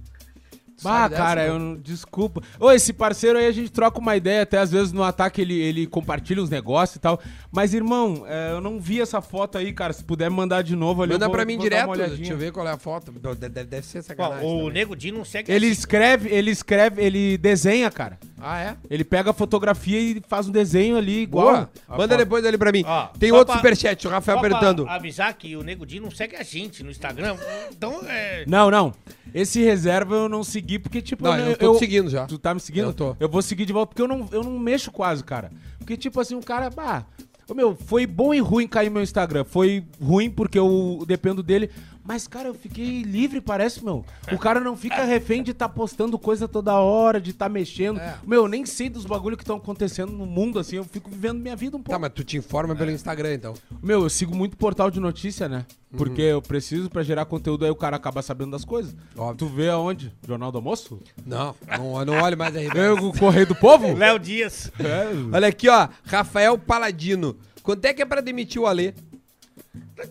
[SPEAKER 1] Sabe
[SPEAKER 4] Ah,
[SPEAKER 1] dessa,
[SPEAKER 4] cara,
[SPEAKER 1] não?
[SPEAKER 4] eu não. Desculpa. Ô, esse parceiro aí a gente troca uma ideia, até às vezes no ataque ele, ele compartilha uns negócios e tal. Mas, irmão, é, eu não vi essa foto aí, cara. Se puder me mandar de novo ali. eu
[SPEAKER 1] Manda
[SPEAKER 4] vou-
[SPEAKER 1] pra mim
[SPEAKER 4] vou dar
[SPEAKER 1] direto,
[SPEAKER 4] uma olhadinha.
[SPEAKER 1] deixa eu ver qual é a foto. Deve- Deve, deve ser
[SPEAKER 3] Ó,
[SPEAKER 1] sacanagem. né?
[SPEAKER 3] o
[SPEAKER 1] é também.
[SPEAKER 3] Nego Di não segue
[SPEAKER 4] Ele
[SPEAKER 3] assim.
[SPEAKER 4] escreve, ele escreve, ele desenha, cara.
[SPEAKER 1] Ah, é?
[SPEAKER 4] Ele pega a fotografia e faz um desenho ali igual. um-
[SPEAKER 1] Boa.
[SPEAKER 4] a
[SPEAKER 1] Manda
[SPEAKER 4] foto.
[SPEAKER 1] depois ali pra mim.
[SPEAKER 3] Ó,
[SPEAKER 1] Tem
[SPEAKER 3] só
[SPEAKER 1] outro
[SPEAKER 3] pra-
[SPEAKER 1] superchat, o Rafael
[SPEAKER 3] Só pra
[SPEAKER 1] apertando.
[SPEAKER 3] avisar que o Nego Di não segue a gente no Instagram. Então, é...
[SPEAKER 4] Não, não. Esse reserva eu não segui porque, tipo.
[SPEAKER 1] Não, eu tô te seguindo já.
[SPEAKER 4] Tu tá me seguindo?
[SPEAKER 1] Eu tô.
[SPEAKER 4] Eu vou seguir de volta porque eu não, eu não mexo quase, cara. Porque, tipo assim, o cara. Bah, ô, meu, foi bom e ruim cair meu Instagram. Foi ruim porque eu dependo dele. Mas, cara, eu fiquei livre, parece, meu. O cara não fica refém de estar postando coisa toda hora, de estar mexendo.
[SPEAKER 1] É.
[SPEAKER 4] Meu, eu nem sei dos bagulhos que estão acontecendo no mundo, assim. Eu fico vivendo minha vida um pouco.
[SPEAKER 1] Tá, mas tu te informa
[SPEAKER 4] É.
[SPEAKER 1] pelo Instagram, então.
[SPEAKER 4] Meu, eu sigo muito portal de notícia, né?
[SPEAKER 1] Uhum.
[SPEAKER 4] Porque eu preciso pra gerar conteúdo, aí o cara acaba sabendo das coisas.
[SPEAKER 1] Óbvio.
[SPEAKER 4] Tu vê aonde? Jornal do Almoço?
[SPEAKER 1] Não, não, eu não olho mais aí.
[SPEAKER 4] Eu, o Correio do Povo?
[SPEAKER 3] Léo Dias.
[SPEAKER 1] É. Olha aqui, ó. Rafael Paladino. Quanto é que é pra demitir o Ale?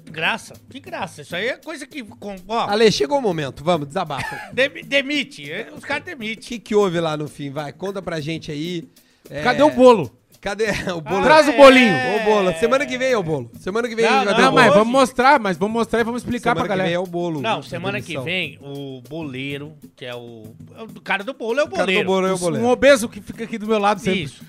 [SPEAKER 3] Graça, que graça. Isso aí é coisa que. Com, ó,
[SPEAKER 1] Ale, chegou o momento. Vamos, desabafa.
[SPEAKER 3] demi- demite. é, Os caras
[SPEAKER 1] O
[SPEAKER 3] demitem.
[SPEAKER 1] que, que houve lá no fim? Vai, conta pra gente aí. É,
[SPEAKER 4] Cadê o bolo?
[SPEAKER 1] Cadê o bolo?
[SPEAKER 3] Ah,
[SPEAKER 4] Traz
[SPEAKER 3] é.
[SPEAKER 4] o bolinho.
[SPEAKER 1] Ô, bolo. Semana que vem é o bolo. Semana que vem
[SPEAKER 3] Não,
[SPEAKER 1] a gente vai
[SPEAKER 3] não,
[SPEAKER 1] ter
[SPEAKER 4] Não,
[SPEAKER 1] o
[SPEAKER 4] Ah, mas
[SPEAKER 1] bolo.
[SPEAKER 3] hoje-
[SPEAKER 4] vamos mostrar, mas vamos mostrar e vamos explicar
[SPEAKER 1] Semana
[SPEAKER 4] pra
[SPEAKER 1] que vem
[SPEAKER 4] galera.
[SPEAKER 1] é o bolo.
[SPEAKER 3] Não,
[SPEAKER 1] da
[SPEAKER 3] semana que
[SPEAKER 1] demissão.
[SPEAKER 3] vem, o boleiro, que é o. é o cara do bolo, é o
[SPEAKER 1] O cara
[SPEAKER 3] boleiro.
[SPEAKER 1] do bolo é o
[SPEAKER 4] Um
[SPEAKER 1] boleiro.
[SPEAKER 4] obeso que fica aqui do meu lado sempre.
[SPEAKER 3] Isso.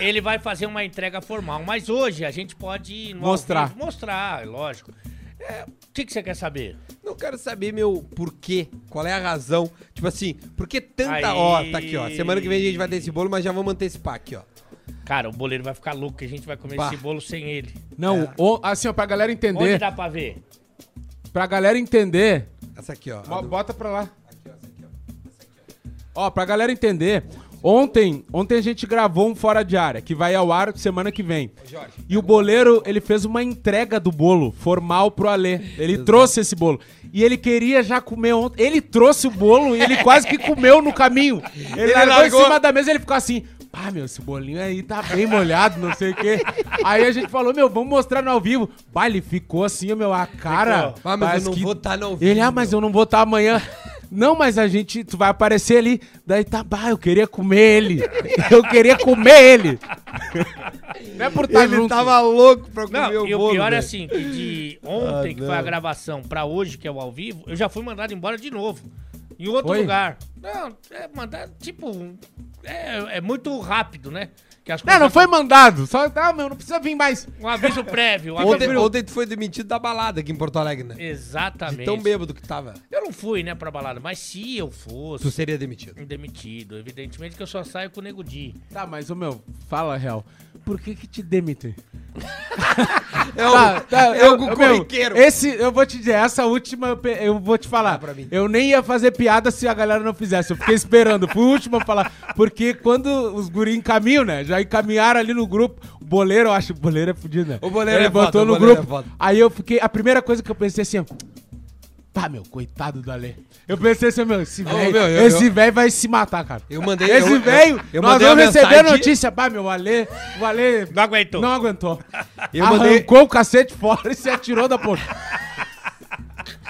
[SPEAKER 3] E- Ele vai fazer uma entrega formal, mas hoje a gente pode no ao
[SPEAKER 4] Mostrar.
[SPEAKER 3] vivo mostrar, é lógico. É, o que, que você quer saber?
[SPEAKER 1] Não quero saber, meu, porquê. Qual é a razão? Tipo assim, por que
[SPEAKER 3] Aí.
[SPEAKER 1] tanta. Ó, tá aqui, ó. Semana que vem a gente vai ter esse bolo, mas já vamos antecipar aqui, ó.
[SPEAKER 3] Cara, o boleiro vai ficar louco que a gente vai comer
[SPEAKER 1] Bah.
[SPEAKER 3] esse bolo sem ele.
[SPEAKER 4] Não,
[SPEAKER 1] É.
[SPEAKER 4] o- assim, ó, pra galera
[SPEAKER 3] Onde
[SPEAKER 4] entender.
[SPEAKER 3] dá pra ver?
[SPEAKER 4] Pra galera entender.
[SPEAKER 1] Essa aqui, ó.
[SPEAKER 4] Bo-
[SPEAKER 1] A do-
[SPEAKER 4] Bota pra lá. Ó, pra galera entender, ontem, ontem a gente gravou um Fora de Área, que vai ao ar semana que vem. E o boleiro, ele fez uma entrega do bolo formal pro Alê. Ele trouxe esse bolo. E ele queria já comer ontem. Ele trouxe o bolo e ele quase que comeu no caminho. Ele,
[SPEAKER 1] Ele
[SPEAKER 4] largou,
[SPEAKER 1] largou.
[SPEAKER 4] em cima da mesa e ele ficou assim... Ah, meu, esse bolinho aí tá bem molhado, não sei o quê. Aí a gente falou, meu, vamos mostrar no ao vivo. Bah, ele ficou assim, meu, a cara...
[SPEAKER 1] Ah, mas eu
[SPEAKER 4] parece
[SPEAKER 1] não
[SPEAKER 4] que-
[SPEAKER 1] vou tá no ao
[SPEAKER 4] Ele, ah,
[SPEAKER 1] vivo,
[SPEAKER 4] mas eu não vou estar amanhã. Não, mas a gente. Tu vai aparecer ali. Daí tá, bah, eu queria comer ele. Eu queria comer ele. Não é por tá
[SPEAKER 1] Ele
[SPEAKER 4] junto.
[SPEAKER 1] tava louco pra comer
[SPEAKER 3] Não,
[SPEAKER 1] o
[SPEAKER 3] e o
[SPEAKER 1] bolo. né? Ah,
[SPEAKER 3] pior é
[SPEAKER 1] velho.
[SPEAKER 3] assim, que de ontem, que foi a gravação, pra hoje, que é o ao vivo, eu já fui mandado embora de novo. Em outro
[SPEAKER 4] Foi?
[SPEAKER 3] lugar. Não, é mandar, tipo, é, é muito rápido, né? Que as
[SPEAKER 4] Não,
[SPEAKER 3] coisas-
[SPEAKER 4] não foi mandado. Só, tá, meu, não precisa vir mais.
[SPEAKER 3] Um aviso prévio. um aviso
[SPEAKER 1] Ontem,
[SPEAKER 3] prévio.
[SPEAKER 1] ontem tu foi demitido da balada aqui em Porto Alegre, né?
[SPEAKER 3] Exatamente.
[SPEAKER 1] De tão bêbado que tava.
[SPEAKER 3] Eu não fui, né, pra balada, mas se eu
[SPEAKER 1] Tu
[SPEAKER 3] fosse
[SPEAKER 1] seria demitido.
[SPEAKER 3] demitido, evidentemente que eu só saio com o Nego Di.
[SPEAKER 4] Tá, mas, ô meu, fala a real. Por que que te demitem?
[SPEAKER 1] É o,
[SPEAKER 4] Tá, tá,
[SPEAKER 1] é o
[SPEAKER 4] eu- meu,
[SPEAKER 1] corriqueiro.
[SPEAKER 4] Esse, eu vou te dizer, essa última eu pe- eu vou te falar.
[SPEAKER 1] pra mim.
[SPEAKER 4] Eu nem ia fazer piada se a galera não fizesse. Eu fiquei esperando. Fui o último a falar. Porque quando os guri encaminham, né? Já encaminharam ali no grupo. O boleiro, eu acho. O boleiro é fudido, né?
[SPEAKER 1] O Boleiro
[SPEAKER 4] Ele
[SPEAKER 1] é
[SPEAKER 4] botou
[SPEAKER 1] foda, o
[SPEAKER 4] no
[SPEAKER 1] Boleiro é
[SPEAKER 4] grupo.
[SPEAKER 1] foda.
[SPEAKER 4] aí eu fiquei. A primeira coisa que eu pensei assim, ó. Pá, meu, coitado do Ale. Eu pensei assim, meu, esse velho
[SPEAKER 1] meu, eu-
[SPEAKER 4] esse
[SPEAKER 1] eu-
[SPEAKER 4] velho vai se matar, cara.
[SPEAKER 1] Eu mandei- eu-
[SPEAKER 4] Esse
[SPEAKER 1] eu-
[SPEAKER 4] velho,
[SPEAKER 1] eu
[SPEAKER 4] nós
[SPEAKER 1] mandei a
[SPEAKER 4] vamos receber a
[SPEAKER 1] mensagem-
[SPEAKER 4] notícia. Pá, meu, o Ale, o Ale
[SPEAKER 3] Não aguentou.
[SPEAKER 4] não aguentou.
[SPEAKER 1] Eu
[SPEAKER 4] Arrancou
[SPEAKER 1] mandei-
[SPEAKER 4] o cacete fora e se atirou da ponte.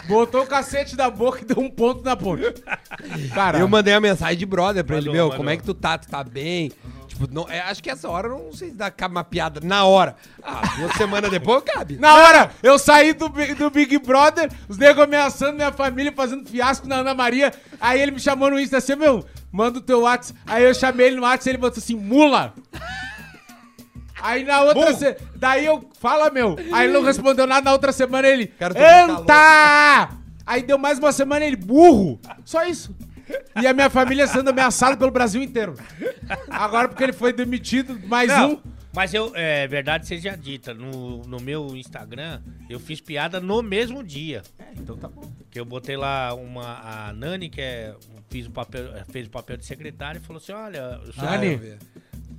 [SPEAKER 4] Botou o cacete da boca e deu um ponto na ponte. Cara,
[SPEAKER 1] Eu mandei uma mensagem de brother pra ele,
[SPEAKER 3] Mandou,
[SPEAKER 1] meu,
[SPEAKER 3] mandou.
[SPEAKER 1] como é que tu tá? Tu tá bem? Tipo, não, é, acho que essa hora eu não sei se dá, cabe uma piada na hora. Ah, duas semanas depois cabe.
[SPEAKER 4] na hora, eu saí do, Bi- do Big Brother, os negros ameaçando minha família, fazendo fiasco na Ana Maria. Aí ele me chamou no Insta assim, meu, manda o teu WhatsApp. Aí eu chamei ele no WhatsApp e ele botou assim, mula. Aí na outra... se- Daí eu... Fala, meu. Aí ele não respondeu nada. Na outra semana ele...
[SPEAKER 1] Cara, tu tá louco.
[SPEAKER 4] Anta! Aí deu mais uma semana ele... Burro! Só isso. E a minha família sendo ameaçada pelo Brasil inteiro. Agora porque ele foi demitido, mais
[SPEAKER 3] Não,
[SPEAKER 4] um.
[SPEAKER 3] Mas eu, é verdade seja dita, no, no meu Instagram eu fiz piada no mesmo dia.
[SPEAKER 4] É, então tá bom.
[SPEAKER 3] Que eu botei lá uma. A Nani, que é, fiz o papel, é, fez o papel de secretária, e falou assim: olha, eu sou
[SPEAKER 1] Ah,
[SPEAKER 4] Nani.
[SPEAKER 1] eu vi.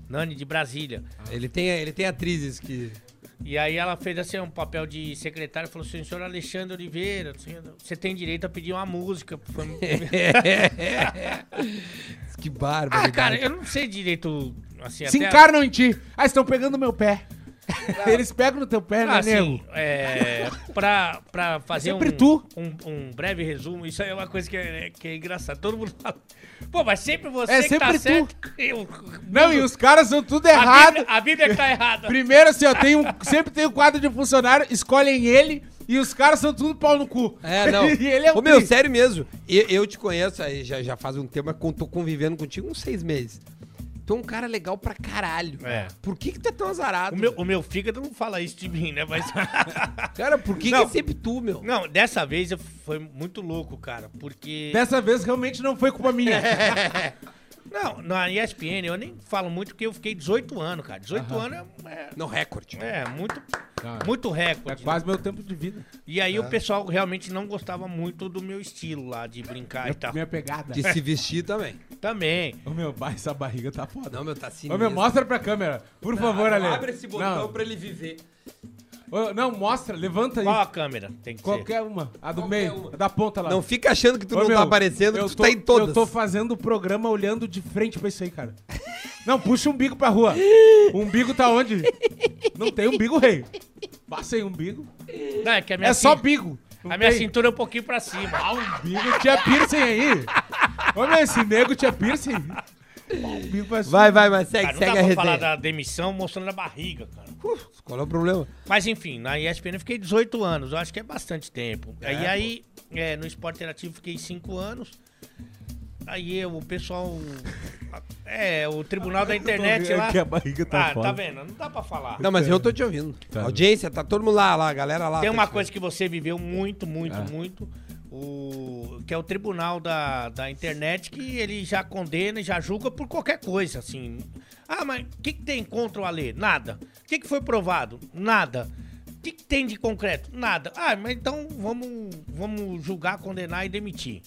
[SPEAKER 3] Nani de Brasília.
[SPEAKER 1] Ele tem, ele tem atrizes que.
[SPEAKER 3] E aí ela fez assim um papel de secretária e falou assim: senhor Alexandre Oliveira, você tem direito a pedir uma música. Foi-
[SPEAKER 1] que bárbaro.
[SPEAKER 3] ah, cara, eu não sei direito. Assim,
[SPEAKER 4] Se
[SPEAKER 3] até-
[SPEAKER 4] encarnam em ti. Ah, estão pegando meu pé. Eles pegam no teu pé, né,
[SPEAKER 3] Ah,
[SPEAKER 4] nego?
[SPEAKER 3] assim, é, pra, pra fazer
[SPEAKER 4] sempre
[SPEAKER 3] um,
[SPEAKER 4] tu.
[SPEAKER 3] Um, um breve resumo, isso aí é uma coisa que é, que é engraçada. Todo mundo fala. Pô, mas sempre você
[SPEAKER 4] É
[SPEAKER 3] que tá
[SPEAKER 4] sempre tu.
[SPEAKER 3] certo. Eu-
[SPEAKER 4] Não, e os caras são tudo
[SPEAKER 3] a,
[SPEAKER 4] errado.
[SPEAKER 3] Bíblia, a Bíblia que tá errada.
[SPEAKER 4] Primeiro, assim, ó, tem um, sempre tem um quadro de funcionário, escolhem ele e os caras são tudo pau no cu.
[SPEAKER 1] É, não.
[SPEAKER 4] e ele é
[SPEAKER 1] Ô,
[SPEAKER 4] o
[SPEAKER 1] meu,
[SPEAKER 4] meu,
[SPEAKER 1] sério mesmo. Eu, eu te conheço aí já, já faz um tempo, mas con- tô convivendo contigo uns seis meses. Tu é um cara legal pra caralho.
[SPEAKER 3] É.
[SPEAKER 1] Por que que tu é tão azarado?
[SPEAKER 3] O meu,
[SPEAKER 1] velho?
[SPEAKER 3] o meu fígado não fala isso de mim, né? Mas.
[SPEAKER 1] Cara, por que, que
[SPEAKER 3] Não.
[SPEAKER 1] é sempre tu, meu?
[SPEAKER 3] Não, dessa vez eu- foi muito louco, cara. Porque.
[SPEAKER 4] Dessa vez realmente não foi culpa minha.
[SPEAKER 3] Não, na ESPN eu nem falo muito porque eu fiquei 18 anos, cara. 18 anos é,
[SPEAKER 1] Não, recorde.
[SPEAKER 3] é, é muito,
[SPEAKER 4] Cara,
[SPEAKER 3] muito recorde.
[SPEAKER 4] Ah, é Quase meu tempo de vida.
[SPEAKER 3] E aí
[SPEAKER 4] É.
[SPEAKER 3] o pessoal realmente não gostava muito do meu estilo lá de
[SPEAKER 1] Ah,
[SPEAKER 3] brincar e
[SPEAKER 1] então.
[SPEAKER 3] tal.
[SPEAKER 4] Minha pegada.
[SPEAKER 1] De se vestir também.
[SPEAKER 3] Também.
[SPEAKER 4] Ô meu, pai, essa barriga tá foda.
[SPEAKER 1] Não, meu, tá sinistro.
[SPEAKER 4] Ô meu, mostra pra câmera. Por favor, Ale.
[SPEAKER 1] Abre esse botão
[SPEAKER 4] Não,
[SPEAKER 1] pra ele viver.
[SPEAKER 4] Ô, não mostra, levanta aí.
[SPEAKER 3] Qual a câmera? Tem que ser.
[SPEAKER 4] Qualquer uma. A do
[SPEAKER 1] Qualquer
[SPEAKER 4] meio,
[SPEAKER 1] uma.
[SPEAKER 4] a da ponta lá.
[SPEAKER 1] Não fica achando que tu
[SPEAKER 4] Ô,
[SPEAKER 1] não
[SPEAKER 4] meu,
[SPEAKER 1] tá aparecendo,
[SPEAKER 4] eu
[SPEAKER 1] que tu
[SPEAKER 4] tô-
[SPEAKER 1] tá em todas.
[SPEAKER 4] Eu tô fazendo o programa olhando de frente pra isso aí, cara. Não, puxa o umbigo pra rua. O umbigo tá onde? Não tem umbigo, rei. Passei umbigo.
[SPEAKER 3] Não, é que a minha,
[SPEAKER 4] É só
[SPEAKER 3] cin-
[SPEAKER 4] bigo. Não
[SPEAKER 3] a minha
[SPEAKER 4] tem.
[SPEAKER 3] cintura é um pouquinho pra cima.
[SPEAKER 4] Ah, umbigo tinha piercing aí. Olha esse nego tinha piercing.
[SPEAKER 1] Vai, vai, mas
[SPEAKER 4] é
[SPEAKER 1] segue,
[SPEAKER 3] Cara, não dá
[SPEAKER 1] segue
[SPEAKER 3] pra
[SPEAKER 1] a
[SPEAKER 3] falar
[SPEAKER 1] resenha.
[SPEAKER 3] da demissão mostrando a barriga, cara.
[SPEAKER 1] Qual é o problema?
[SPEAKER 3] Mas enfim, na ESPN eu fiquei 18 anos, eu acho que é bastante tempo. e aí, é, no esporte interativo eu fiquei 5 anos. Aí eu, o pessoal. É, o tribunal da internet lá.
[SPEAKER 4] que a barriga tá
[SPEAKER 3] ah,
[SPEAKER 4] foda.
[SPEAKER 3] tá vendo? Não dá pra falar.
[SPEAKER 1] Não, mas eu tô te ouvindo.
[SPEAKER 4] Tá.
[SPEAKER 1] Audiência, tá todo mundo lá, lá, a galera lá.
[SPEAKER 3] Tem
[SPEAKER 1] tá
[SPEAKER 3] uma
[SPEAKER 1] te
[SPEAKER 3] coisa que você viveu muito, muito,
[SPEAKER 4] Ah.
[SPEAKER 3] muito. O, que é o tribunal da, da internet que ele já condena e já julga por qualquer coisa, assim. Ah, mas o que, que tem contra o Alê? Nada. O que, que foi provado? Nada. O que, que tem de concreto? Nada. Ah, mas então vamos, vamos julgar, condenar e demitir.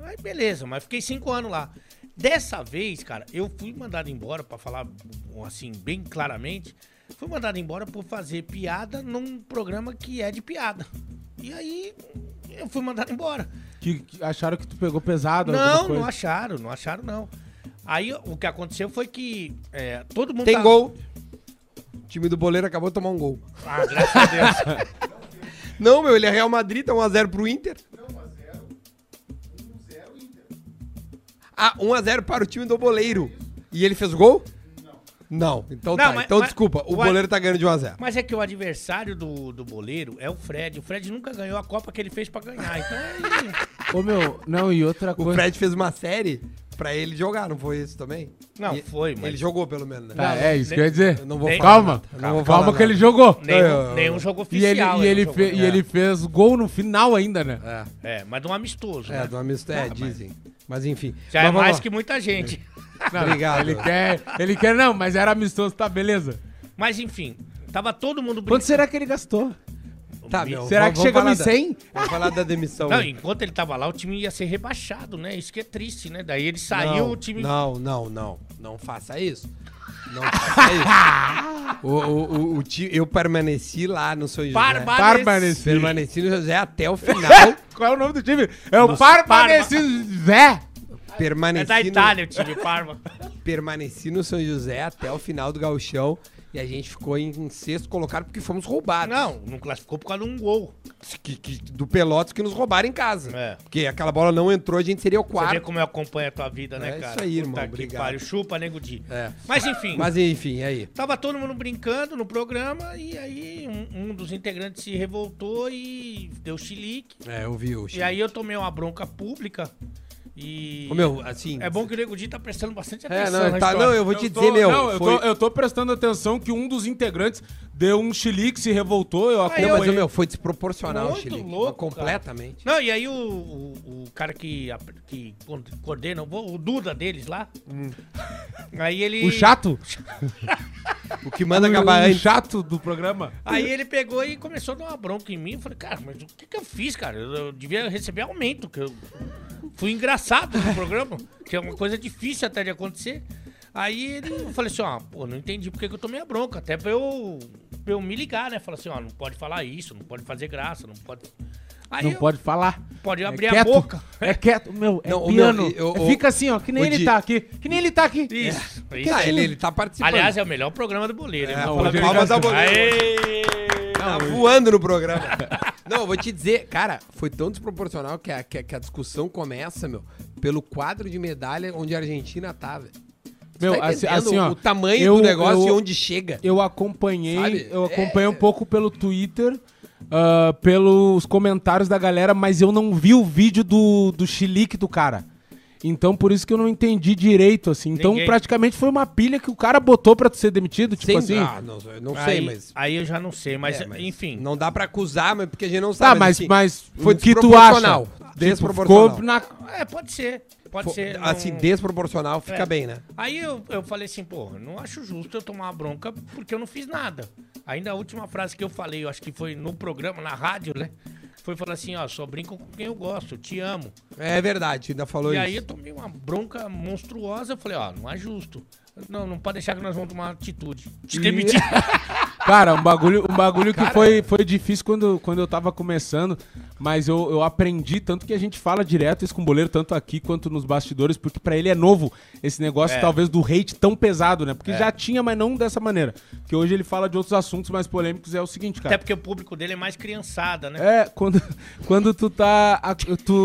[SPEAKER 3] Aí beleza, mas fiquei cinco anos lá. Dessa vez, cara, eu fui mandado embora, pra falar assim, bem claramente, fui mandado embora por fazer piada num programa que é de piada. E aí eu fui mandado embora.
[SPEAKER 4] Que, que acharam que tu pegou pesado
[SPEAKER 3] Não,
[SPEAKER 4] alguma
[SPEAKER 3] não
[SPEAKER 4] coisa.
[SPEAKER 3] acharam, não acharam não. Aí o que aconteceu foi que é, todo mundo.
[SPEAKER 1] Tem
[SPEAKER 3] tá-
[SPEAKER 1] gol. O time do boleiro acabou de tomar um gol.
[SPEAKER 3] Ah, graças a Deus.
[SPEAKER 1] um
[SPEAKER 4] um
[SPEAKER 1] Não, meu, ele é Real Madrid, tá 1x0 pro Inter. Ah, 1x0 para o time do Boleiro. E ele fez o gol? Não. Então tá.
[SPEAKER 3] Não, mas-
[SPEAKER 1] então
[SPEAKER 3] mas-
[SPEAKER 1] desculpa, o
[SPEAKER 3] o a-
[SPEAKER 1] Boleiro tá ganhando de 1x0.
[SPEAKER 3] Mas é que o adversário do, do goleiro é o Fred. O Fred nunca ganhou a Copa que ele fez pra ganhar. Então é.
[SPEAKER 4] Ô, meu, não, e outra
[SPEAKER 1] O
[SPEAKER 4] coisa.
[SPEAKER 1] Fred fez uma série pra ele jogar, não foi isso também?
[SPEAKER 3] Não,
[SPEAKER 1] E-
[SPEAKER 3] foi, mas-
[SPEAKER 1] Ele jogou pelo menos, né?
[SPEAKER 4] Tá, é isso que eu ia dizer.
[SPEAKER 1] Eu não vou
[SPEAKER 3] Nem-
[SPEAKER 1] falar
[SPEAKER 4] Calma,
[SPEAKER 1] nada, eu não É, vou
[SPEAKER 4] calma,
[SPEAKER 1] falar
[SPEAKER 4] que ele
[SPEAKER 1] nada.
[SPEAKER 4] jogou.
[SPEAKER 1] eu-
[SPEAKER 3] Nenhum, nenhum jogo
[SPEAKER 4] E ele,
[SPEAKER 3] oficial.
[SPEAKER 4] e, ele
[SPEAKER 3] não
[SPEAKER 4] fe-
[SPEAKER 3] jogou.
[SPEAKER 4] e ele fez gol no final ainda, né?
[SPEAKER 1] É,
[SPEAKER 3] É, mas de um amistoso.
[SPEAKER 1] é,
[SPEAKER 3] né?
[SPEAKER 1] do amistoso, é, dizem. Mas enfim.
[SPEAKER 3] Já
[SPEAKER 1] Mas
[SPEAKER 3] é
[SPEAKER 1] vamos
[SPEAKER 3] mais
[SPEAKER 1] lá.
[SPEAKER 3] que muita gente.
[SPEAKER 4] Não,
[SPEAKER 1] Obrigado.
[SPEAKER 4] Ele quer, é, ele quer, não, mas era amistoso, tá, beleza.
[SPEAKER 3] Mas enfim, tava todo mundo
[SPEAKER 4] Quanto
[SPEAKER 3] brincando.
[SPEAKER 4] será que ele gastou?
[SPEAKER 1] Tá, meu, é um-
[SPEAKER 4] Será
[SPEAKER 1] vamos-
[SPEAKER 4] que chegamos
[SPEAKER 1] vamos
[SPEAKER 4] em
[SPEAKER 1] falar da-
[SPEAKER 4] 100?
[SPEAKER 1] Vamos falar da demissão.
[SPEAKER 3] Não, enquanto ele tava lá, o time ia ser rebaixado, né? Isso que é triste, né? Daí ele saiu,
[SPEAKER 1] não,
[SPEAKER 3] o time.
[SPEAKER 1] Não, é. não, não. Não faça isso. Não faça isso. O, o, o, o ti- eu permaneci lá no São José.
[SPEAKER 3] Barba-
[SPEAKER 4] Parmaneci.
[SPEAKER 1] Permaneci no São José até o final.
[SPEAKER 4] Qual é o nome do time? É o Parmaneci Zé.
[SPEAKER 1] permaneci,
[SPEAKER 3] É da
[SPEAKER 1] no-
[SPEAKER 3] Itália o time, Parma.
[SPEAKER 1] permaneci no São José até o final do gauchão. E a gente ficou em, em sexto colocado porque fomos roubados.
[SPEAKER 3] Não, não classificou por causa de um gol.
[SPEAKER 1] Que- que- do Pelotas que nos roubaram em casa.
[SPEAKER 3] É.
[SPEAKER 1] Porque aquela bola não entrou, a gente seria o
[SPEAKER 3] Você vê
[SPEAKER 1] quarto.
[SPEAKER 3] como eu acompanho a tua vida, né,
[SPEAKER 1] É
[SPEAKER 3] cara?
[SPEAKER 1] isso aí, irmão,
[SPEAKER 3] que
[SPEAKER 1] obrigado.
[SPEAKER 3] pariu. Chupa, nego Di.
[SPEAKER 1] É.
[SPEAKER 3] Mas enfim,
[SPEAKER 1] Mas enfim, aí.
[SPEAKER 3] tava todo mundo brincando no programa e aí um, um dos integrantes se revoltou e deu chilique.
[SPEAKER 1] É, eu vi o
[SPEAKER 3] E aí eu tomei uma bronca pública e...
[SPEAKER 1] Ô, meu, assim.
[SPEAKER 3] É bom que o Nego Di tá prestando
[SPEAKER 1] É,
[SPEAKER 3] bastante atenção
[SPEAKER 1] não,
[SPEAKER 3] na
[SPEAKER 1] tá,
[SPEAKER 3] história.
[SPEAKER 1] não, eu vou te dizer, meu.
[SPEAKER 4] Não, eu,
[SPEAKER 1] foi-
[SPEAKER 4] tô, eu tô prestando atenção que um dos integrantes deu um chilique, se revoltou,
[SPEAKER 3] Ah,
[SPEAKER 4] eu
[SPEAKER 3] eu-
[SPEAKER 1] Não,
[SPEAKER 4] acompanhei.
[SPEAKER 1] mas, meu, foi desproporcional o
[SPEAKER 3] Muito
[SPEAKER 1] Chile.
[SPEAKER 3] louco,
[SPEAKER 1] completamente.
[SPEAKER 3] Não, e aí o, o, o cara que, que coordena, o Duda deles lá, aí ele...
[SPEAKER 4] O chato?
[SPEAKER 1] O que manda acabar
[SPEAKER 4] o
[SPEAKER 1] antes.
[SPEAKER 4] chato do programa?
[SPEAKER 3] Aí ele pegou e começou a dar uma bronca em mim. Eu falei, cara, mas o que, que eu fiz, cara? Eu, eu devia receber aumento, que eu fui engraçado no programa, que é uma coisa difícil até de acontecer. Aí ele, eu falei assim, ó, pô, não entendi porque que eu tomei a bronca, até pra eu, pra eu me ligar, né? Falar assim, ó, não pode falar isso, não pode fazer graça, não pode... Aí
[SPEAKER 4] Não
[SPEAKER 3] eu-
[SPEAKER 4] pode falar.
[SPEAKER 3] Pode
[SPEAKER 4] É
[SPEAKER 3] abrir a
[SPEAKER 4] quieto,
[SPEAKER 3] boca.
[SPEAKER 4] É quieto, meu, é
[SPEAKER 1] Não, o meu,
[SPEAKER 4] piano.
[SPEAKER 1] eu-
[SPEAKER 4] É,
[SPEAKER 1] o-
[SPEAKER 4] Fica assim, ó, que nem
[SPEAKER 1] o
[SPEAKER 4] ele
[SPEAKER 1] Di-
[SPEAKER 4] tá aqui. Que nem ele tá aqui.
[SPEAKER 3] Isso, isso.
[SPEAKER 1] Ah, ele, ele tá participando.
[SPEAKER 3] Aliás, é o melhor programa do Boleiro. hein?
[SPEAKER 1] É,
[SPEAKER 3] Vou
[SPEAKER 1] o
[SPEAKER 3] falar a
[SPEAKER 1] Palmas
[SPEAKER 3] verdade.
[SPEAKER 4] tá
[SPEAKER 1] da Boleiro.
[SPEAKER 3] Aê!
[SPEAKER 1] tá voando no programa. Não, eu vou te dizer, cara, foi tão desproporcional que a, que a- que a discussão começa, meu, pelo quadro de medalha onde a Argentina tá, velho.
[SPEAKER 4] Meu,
[SPEAKER 1] tá
[SPEAKER 4] assim,
[SPEAKER 1] entendendo
[SPEAKER 4] assim, ó,
[SPEAKER 1] o tamanho
[SPEAKER 4] eu-
[SPEAKER 1] do negócio
[SPEAKER 4] eu-
[SPEAKER 1] e onde chega.
[SPEAKER 4] Eu acompanhei,
[SPEAKER 1] Sabe?
[SPEAKER 4] eu
[SPEAKER 1] É.
[SPEAKER 4] acompanhei um pouco pelo Twitter, ah, pelos comentários da galera, mas eu não vi o vídeo do, do chilique do cara. Então, por isso que eu não entendi direito, assim. Então,
[SPEAKER 3] Ninguém.
[SPEAKER 4] praticamente foi uma pilha que o cara botou pra tu ser demitido, tipo
[SPEAKER 1] Sem-
[SPEAKER 4] assim.
[SPEAKER 1] ah, não, eu não sei,
[SPEAKER 3] aí,
[SPEAKER 1] mas,
[SPEAKER 3] aí eu já não sei, mas,
[SPEAKER 1] é, mas
[SPEAKER 3] enfim.
[SPEAKER 1] Não dá pra acusar, mas porque a gente não
[SPEAKER 4] tá,
[SPEAKER 1] sabe.
[SPEAKER 4] mas,
[SPEAKER 1] assim,
[SPEAKER 4] mas
[SPEAKER 1] foi
[SPEAKER 4] o que tu acha?
[SPEAKER 1] desproporcional.
[SPEAKER 4] Tipo,
[SPEAKER 1] Desproporcional.
[SPEAKER 4] ficou na...
[SPEAKER 3] É, pode ser. Pode
[SPEAKER 1] fo-
[SPEAKER 3] ser.
[SPEAKER 1] assim,
[SPEAKER 3] não-
[SPEAKER 1] desproporcional fica
[SPEAKER 3] É.
[SPEAKER 1] bem, né?
[SPEAKER 3] Aí eu, eu falei assim, pô, não acho justo eu tomar uma bronca porque eu não fiz nada. Ainda a última frase que eu falei, eu acho que foi no programa, na rádio, né? Foi falar assim, ó, só brinco com quem eu gosto, eu te amo.
[SPEAKER 1] É verdade, ainda falou
[SPEAKER 3] e
[SPEAKER 1] isso.
[SPEAKER 3] aí eu tomei uma bronca monstruosa, eu falei, ó, não é justo. Não, não pode deixar que nós vamos tomar uma atitude. Te demitir.
[SPEAKER 4] Cara, um bagulho, um bagulho que foi, foi difícil quando, quando eu tava começando, mas eu, eu aprendi tanto que a gente fala direto isso com o boleiro, tanto aqui quanto nos bastidores, porque pra ele é novo esse negócio,
[SPEAKER 3] É.
[SPEAKER 4] talvez, do hate tão pesado, né? Porque já tinha, mas não dessa maneira. Que hoje ele fala de outros assuntos mais polêmicos, é o seguinte,
[SPEAKER 3] Até
[SPEAKER 4] cara.
[SPEAKER 3] porque o público dele é mais criançada, né?
[SPEAKER 4] É, quando, quando tu tá. a- Tu,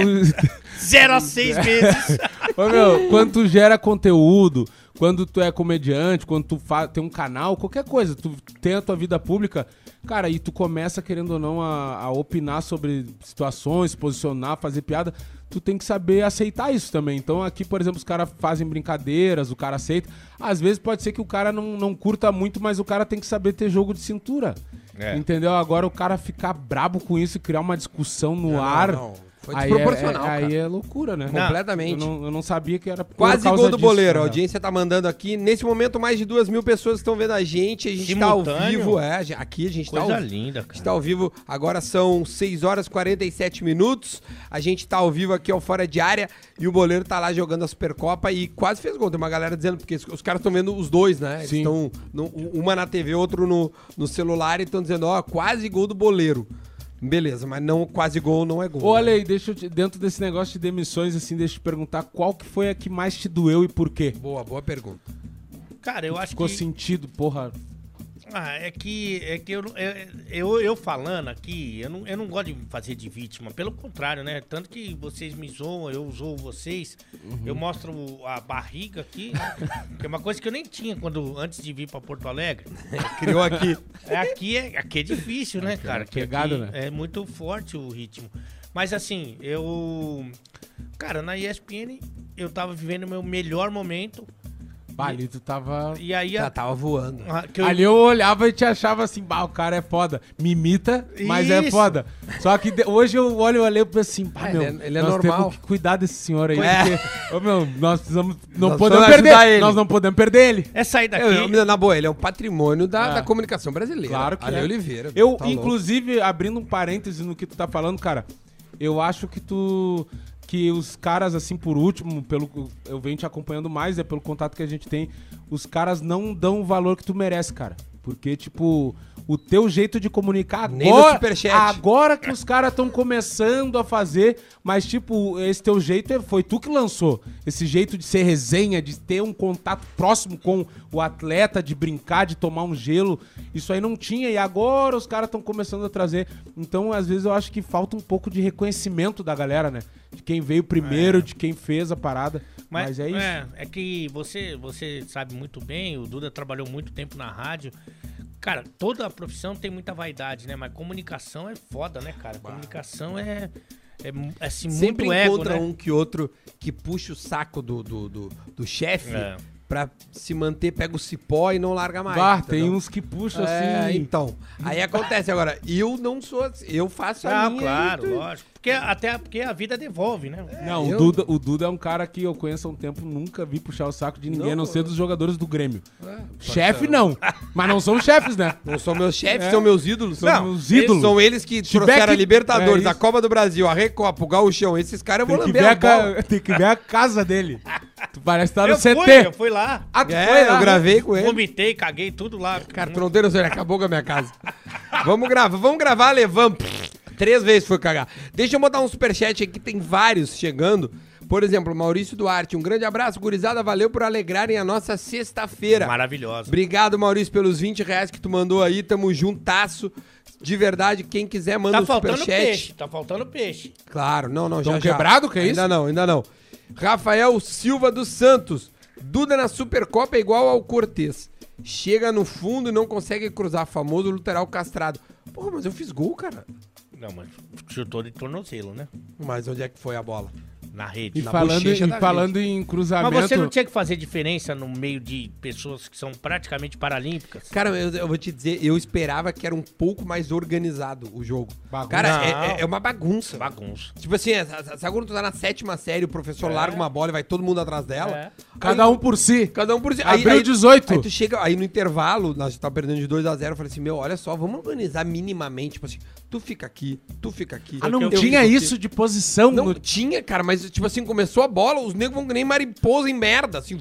[SPEAKER 3] Zero a seis meses.
[SPEAKER 4] Ô, meu, quando tu gera conteúdo, quando tu é comediante, quando tu fa- tem um canal, qualquer coisa, tu tem a tua vida pública, cara, e tu começa, querendo ou não, a, a opinar sobre situações, posicionar, fazer piada, tu tem que saber aceitar isso também. Então aqui, por exemplo, os caras fazem brincadeiras, o cara aceita. Às vezes pode ser que o cara não, não curta muito, mas o cara tem que saber ter jogo de cintura.
[SPEAKER 3] É.
[SPEAKER 4] Entendeu? Agora o cara ficar brabo com isso e criar uma discussão no
[SPEAKER 1] Não, não,
[SPEAKER 4] ar.
[SPEAKER 1] não. Foi
[SPEAKER 4] aí é-
[SPEAKER 1] desproporcional,
[SPEAKER 4] é-
[SPEAKER 1] cara.
[SPEAKER 4] Aí é loucura, né?
[SPEAKER 3] Não,
[SPEAKER 1] Completamente.
[SPEAKER 4] Eu não, eu não sabia que era por
[SPEAKER 1] Quase
[SPEAKER 4] causa
[SPEAKER 1] gol do
[SPEAKER 4] disso,
[SPEAKER 1] boleiro. A
[SPEAKER 4] né?
[SPEAKER 1] audiência tá mandando aqui. Nesse momento, mais de duas mil pessoas estão vendo a gente. A gente tá ao
[SPEAKER 3] Simultâneo?
[SPEAKER 1] vivo. É, a- aqui a gente tá
[SPEAKER 3] Coisa
[SPEAKER 1] ao
[SPEAKER 3] linda,
[SPEAKER 1] a gente
[SPEAKER 3] cara.
[SPEAKER 1] tá ao vivo, agora são 6 horas e 47 minutos. A gente tá ao vivo aqui ao Fora de Área e o goleiro tá lá jogando a Supercopa e quase fez gol. Tem uma galera dizendo, porque os- os caras estão vendo os dois, né? Eles
[SPEAKER 4] Sim.
[SPEAKER 1] estão uma na TV, outro no, no celular e estão dizendo, ó, quase gol do boleiro. Beleza, mas não quase gol não é gol.
[SPEAKER 4] Ô,
[SPEAKER 1] né?
[SPEAKER 4] Ale, deixa eu te- dentro desse negócio de demissões, assim, deixa eu te perguntar qual que foi a que mais te doeu e por quê?
[SPEAKER 1] Boa, boa pergunta.
[SPEAKER 3] um- Cara, eu acho
[SPEAKER 4] Ficou assim.
[SPEAKER 3] que...
[SPEAKER 4] sentido, porra.
[SPEAKER 3] Ah, é que, é que eu, não- é- eu, eu falando aqui, eu não, eu não gosto de fazer de vítima. Pelo contrário, né? Tanto que vocês me zoam, eu zoo vocês. Eu mostro o- a barriga aqui, né? que é uma coisa que eu nem tinha quando, antes de vir pra Porto Alegre.
[SPEAKER 1] Criou aqui.
[SPEAKER 3] É, Aqui é, aqui é difícil, né, cara? Aqui-
[SPEAKER 4] pegado,
[SPEAKER 3] aqui
[SPEAKER 4] né?
[SPEAKER 3] É muito forte o ritmo. Mas assim, eu. Cara, na ESPN eu tava vivendo o meu melhor momento.
[SPEAKER 4] Palito tava.
[SPEAKER 3] E aí a-
[SPEAKER 1] Já tava voando.
[SPEAKER 3] a- Ah, que eu-
[SPEAKER 4] Ali eu olhava e te achava assim, bah, o cara é foda. Me imita, mas é
[SPEAKER 3] Isso.
[SPEAKER 4] foda. Só que de- hoje eu olho o Ale e penso assim, bah,
[SPEAKER 1] Ah,
[SPEAKER 4] meu,
[SPEAKER 1] ele é- ele é
[SPEAKER 4] nós
[SPEAKER 1] normal.
[SPEAKER 4] temos que cuidar desse senhor aí.
[SPEAKER 1] É.
[SPEAKER 4] Porque, ô, meu, nós precisamos. Não
[SPEAKER 1] Nós precisamos
[SPEAKER 4] podemos
[SPEAKER 1] ajudar
[SPEAKER 4] perder
[SPEAKER 1] ele.
[SPEAKER 4] Nós não podemos perder ele.
[SPEAKER 3] É sair daqui.
[SPEAKER 1] Eu, eu, na boa, ele é um patrimônio da,
[SPEAKER 4] Tá Ah.
[SPEAKER 1] da comunicação brasileira.
[SPEAKER 4] Claro que
[SPEAKER 1] Ale
[SPEAKER 4] é.
[SPEAKER 1] Oliveira.
[SPEAKER 4] Eu,
[SPEAKER 1] tá louco.
[SPEAKER 4] inclusive, abrindo um parêntese no que tu tá falando, cara, eu acho que tu. Que os caras, assim, por último, pelo eu venho te acompanhando mais, é pelo contato que a gente tem, os caras não dão o valor que tu merece, cara. Porque, tipo, o teu jeito de comunicar agora.
[SPEAKER 1] Nem no superchat.
[SPEAKER 4] Agora que os caras estão começando a fazer, mas, tipo, esse teu jeito é- foi tu que lançou. Esse jeito de ser resenha, de ter um contato próximo com o atleta, de brincar, de tomar um gelo. Isso aí não tinha e agora os caras estão começando a trazer. Então, às vezes, eu acho que falta um pouco de reconhecimento da galera, né? De quem veio primeiro, de quem fez a parada. É. Mas, é isso.
[SPEAKER 3] É, é que você, você sabe muito bem, o Duda trabalhou muito tempo na rádio. Cara, toda a profissão tem muita vaidade, né? Mas comunicação é foda, né, cara? Comunicação é. É, mu- é assim,
[SPEAKER 1] Sempre
[SPEAKER 3] muito ego,
[SPEAKER 1] encontra
[SPEAKER 3] né?
[SPEAKER 1] um que outro que puxa o saco do, do, do, do chefe
[SPEAKER 3] É.
[SPEAKER 1] pra se manter, pega o cipó e não larga mais.
[SPEAKER 4] Bah, Ah, tem
[SPEAKER 1] entendeu?
[SPEAKER 4] uns que puxam
[SPEAKER 1] É,
[SPEAKER 4] assim.
[SPEAKER 1] então. Aí acontece agora, eu não sou assim, eu faço a
[SPEAKER 3] Ah,
[SPEAKER 1] minha.
[SPEAKER 3] claro,
[SPEAKER 1] e tu-
[SPEAKER 3] lógico. Porque, até porque a vida devolve, né?
[SPEAKER 4] Não,
[SPEAKER 1] eu-
[SPEAKER 4] o, Duda, o Duda é um cara que eu conheço há um tempo, nunca vi puxar o saco de ninguém, a não ser dos jogadores do Grêmio. Chefe não, mas não somos chefes, né?
[SPEAKER 1] É, tá Não são meus chefes, são meus ídolos.
[SPEAKER 4] São
[SPEAKER 1] Não,
[SPEAKER 4] meus
[SPEAKER 1] eles-
[SPEAKER 4] ídolos.
[SPEAKER 1] São eles que
[SPEAKER 4] tiver
[SPEAKER 1] trouxeram a
[SPEAKER 4] que-
[SPEAKER 1] Libertadores,
[SPEAKER 4] é
[SPEAKER 1] a
[SPEAKER 4] isso.
[SPEAKER 1] Copa do Brasil, a Recopa, o Gauchão. Esses caras eu vou
[SPEAKER 4] Tem que,
[SPEAKER 1] lamber
[SPEAKER 4] ver
[SPEAKER 1] a
[SPEAKER 4] a
[SPEAKER 1] bola.
[SPEAKER 4] ca- tem que ver a casa dele. Tu parece estar no
[SPEAKER 3] eu
[SPEAKER 4] CT.
[SPEAKER 3] fui, eu fui lá.
[SPEAKER 4] Ah, tu foi
[SPEAKER 1] É,
[SPEAKER 4] lá,
[SPEAKER 1] eu
[SPEAKER 4] né?
[SPEAKER 1] gravei com ele.
[SPEAKER 3] Vomitei, caguei tudo lá.
[SPEAKER 1] Cara, trondeiro, ele acabou com a minha casa. vamos gravar, vamos gravar, levamos. Três vezes foi cagar. Deixa eu botar um superchat aqui, tem vários chegando. Por exemplo, Maurício Duarte, um grande abraço, gurizada, valeu por alegrarem a nossa sexta-feira.
[SPEAKER 3] Maravilhosa.
[SPEAKER 1] Obrigado, Maurício, pelos 20 reais que tu mandou aí. Tamo juntasso. De verdade, quem quiser, manda
[SPEAKER 3] Tá
[SPEAKER 1] um
[SPEAKER 3] faltando
[SPEAKER 1] superchat.
[SPEAKER 3] peixe, tá faltando peixe.
[SPEAKER 1] Claro, não, não,
[SPEAKER 4] Tão
[SPEAKER 1] já já.
[SPEAKER 4] quebrado, que é
[SPEAKER 1] Ainda
[SPEAKER 4] isso?
[SPEAKER 1] não, ainda não. Rafael Silva dos Santos. Duda na Supercopa é igual ao Cortez. Chega no fundo e não consegue cruzar. Famoso lateral castrado. Porra, mas eu fiz gol, cara.
[SPEAKER 3] Não, mas chutou de tornozelo, né?
[SPEAKER 1] Mas onde é que foi a bola?
[SPEAKER 3] Na
[SPEAKER 4] E
[SPEAKER 3] rede.
[SPEAKER 1] Na
[SPEAKER 4] falando,
[SPEAKER 1] bochecha
[SPEAKER 4] e
[SPEAKER 1] da
[SPEAKER 4] falando em cruzamento.
[SPEAKER 3] Mas você não tinha que fazer diferença no meio de pessoas que são praticamente paralímpicas?
[SPEAKER 1] Cara, eu, eu vou te dizer, eu esperava que era um pouco mais organizado o jogo.
[SPEAKER 4] Bagunça.
[SPEAKER 1] Cara, é-
[SPEAKER 3] Não.
[SPEAKER 1] é, é uma bagunça.
[SPEAKER 3] Bagunça.
[SPEAKER 1] Tipo assim, é, sa- sa- sabe quando tu tá na sétima série, o professor larga uma bola e vai todo mundo atrás dela?
[SPEAKER 3] É.
[SPEAKER 4] Cada um por si.
[SPEAKER 1] Cada um por si.
[SPEAKER 4] Abriu 18.
[SPEAKER 1] Aí tu chega, aí no intervalo, nós tá perdendo de 2 a 0 eu falei assim, meu, olha só, vamos organizar minimamente, tipo assim, tu fica aqui, tu fica aqui.
[SPEAKER 4] Ah, não
[SPEAKER 1] eu
[SPEAKER 4] tinha
[SPEAKER 1] fico
[SPEAKER 4] isso de posição.
[SPEAKER 1] aqui. Não
[SPEAKER 4] no-
[SPEAKER 1] tinha, cara, mas tipo assim, começou a bola, os negros vão que nem mariposa em merda, assim,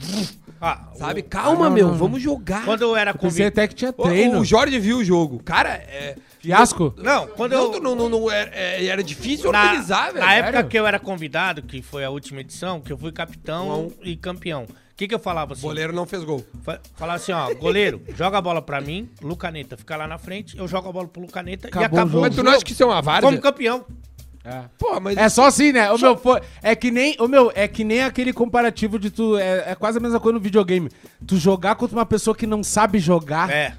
[SPEAKER 3] Ah,
[SPEAKER 1] sabe? Calma,
[SPEAKER 4] não,
[SPEAKER 1] meu,
[SPEAKER 4] não, não.
[SPEAKER 1] vamos jogar.
[SPEAKER 3] Quando eu era
[SPEAKER 4] Pensei
[SPEAKER 3] convidado.
[SPEAKER 4] até que tinha
[SPEAKER 1] O-
[SPEAKER 4] treino.
[SPEAKER 1] O, Jorge viu o jogo. Cara, é...
[SPEAKER 4] Fiasco.
[SPEAKER 3] Não, quando
[SPEAKER 1] não,
[SPEAKER 3] eu.
[SPEAKER 1] tu não, não, não, era, é- era difícil
[SPEAKER 3] na,
[SPEAKER 1] organizar, velho.
[SPEAKER 3] na época
[SPEAKER 4] sério?
[SPEAKER 3] que eu era convidado, que foi a última edição, que eu fui capitão e campeão. O que, que eu falava assim?
[SPEAKER 1] O goleiro não fez gol.
[SPEAKER 3] Fa- Falava assim, ó, goleiro, joga a bola pra mim, Lucaneta fica lá na frente, eu jogo a bola pro Lucaneta e
[SPEAKER 4] Acabou o
[SPEAKER 3] acabou.
[SPEAKER 4] jogo.
[SPEAKER 1] Mas tu não acha que isso é uma várzea?
[SPEAKER 3] Como campeão.
[SPEAKER 4] É.
[SPEAKER 1] Pô, mas...
[SPEAKER 4] É só assim, né? O meu foi. É que nem. O meu, é que nem aquele comparativo de tu. É, é quase a mesma coisa no videogame. Tu jogar contra uma pessoa que não sabe jogar.
[SPEAKER 3] É.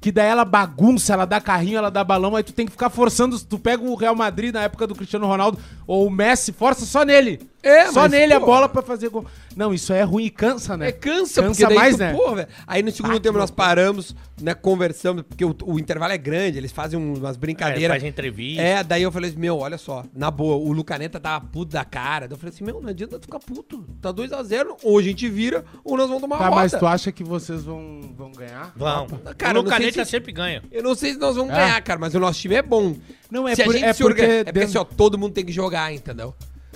[SPEAKER 4] Que daí ela bagunça, ela dá carrinho, ela dá balão, aí tu tem que ficar forçando. Tu pega o Real Madrid na época do Cristiano Ronaldo ou o Messi, força só nele.
[SPEAKER 1] É,
[SPEAKER 4] só
[SPEAKER 1] mas,
[SPEAKER 4] nele a
[SPEAKER 1] pô.
[SPEAKER 4] bola pra fazer gol. Não, isso é ruim e cansa, né?
[SPEAKER 1] É, cansa,
[SPEAKER 4] cansa mais, né?
[SPEAKER 1] porra, velho. Aí no segundo tempo nós paramos, né, conversamos, porque o, o intervalo é grande, eles fazem um- umas
[SPEAKER 3] É,
[SPEAKER 1] brincadeiras.
[SPEAKER 3] faz entrevista.
[SPEAKER 1] É, daí eu falei assim, meu, olha só, na boa, o Lucaneta tava puto da cara. Daí eu falei assim, meu, não adianta tu ficar puto. Tá 2x0, ou a gente vira, ou nós vamos tomar
[SPEAKER 4] Tá,
[SPEAKER 1] uma
[SPEAKER 4] mas
[SPEAKER 1] rota.
[SPEAKER 4] tu acha que vocês vão, vão ganhar?
[SPEAKER 3] Vão.
[SPEAKER 1] Cara,
[SPEAKER 3] o Lucaneta
[SPEAKER 1] não sei se-
[SPEAKER 3] sempre ganha.
[SPEAKER 1] Eu não sei se nós vamos
[SPEAKER 4] É.
[SPEAKER 1] ganhar, cara, mas o nosso time é bom.
[SPEAKER 4] Não, é
[SPEAKER 1] se a
[SPEAKER 4] por-
[SPEAKER 1] gente
[SPEAKER 4] é
[SPEAKER 1] se organiza.
[SPEAKER 4] porque
[SPEAKER 1] É porque
[SPEAKER 4] dentro-
[SPEAKER 1] assim, ó, todo mundo tem que jogar, entendeu?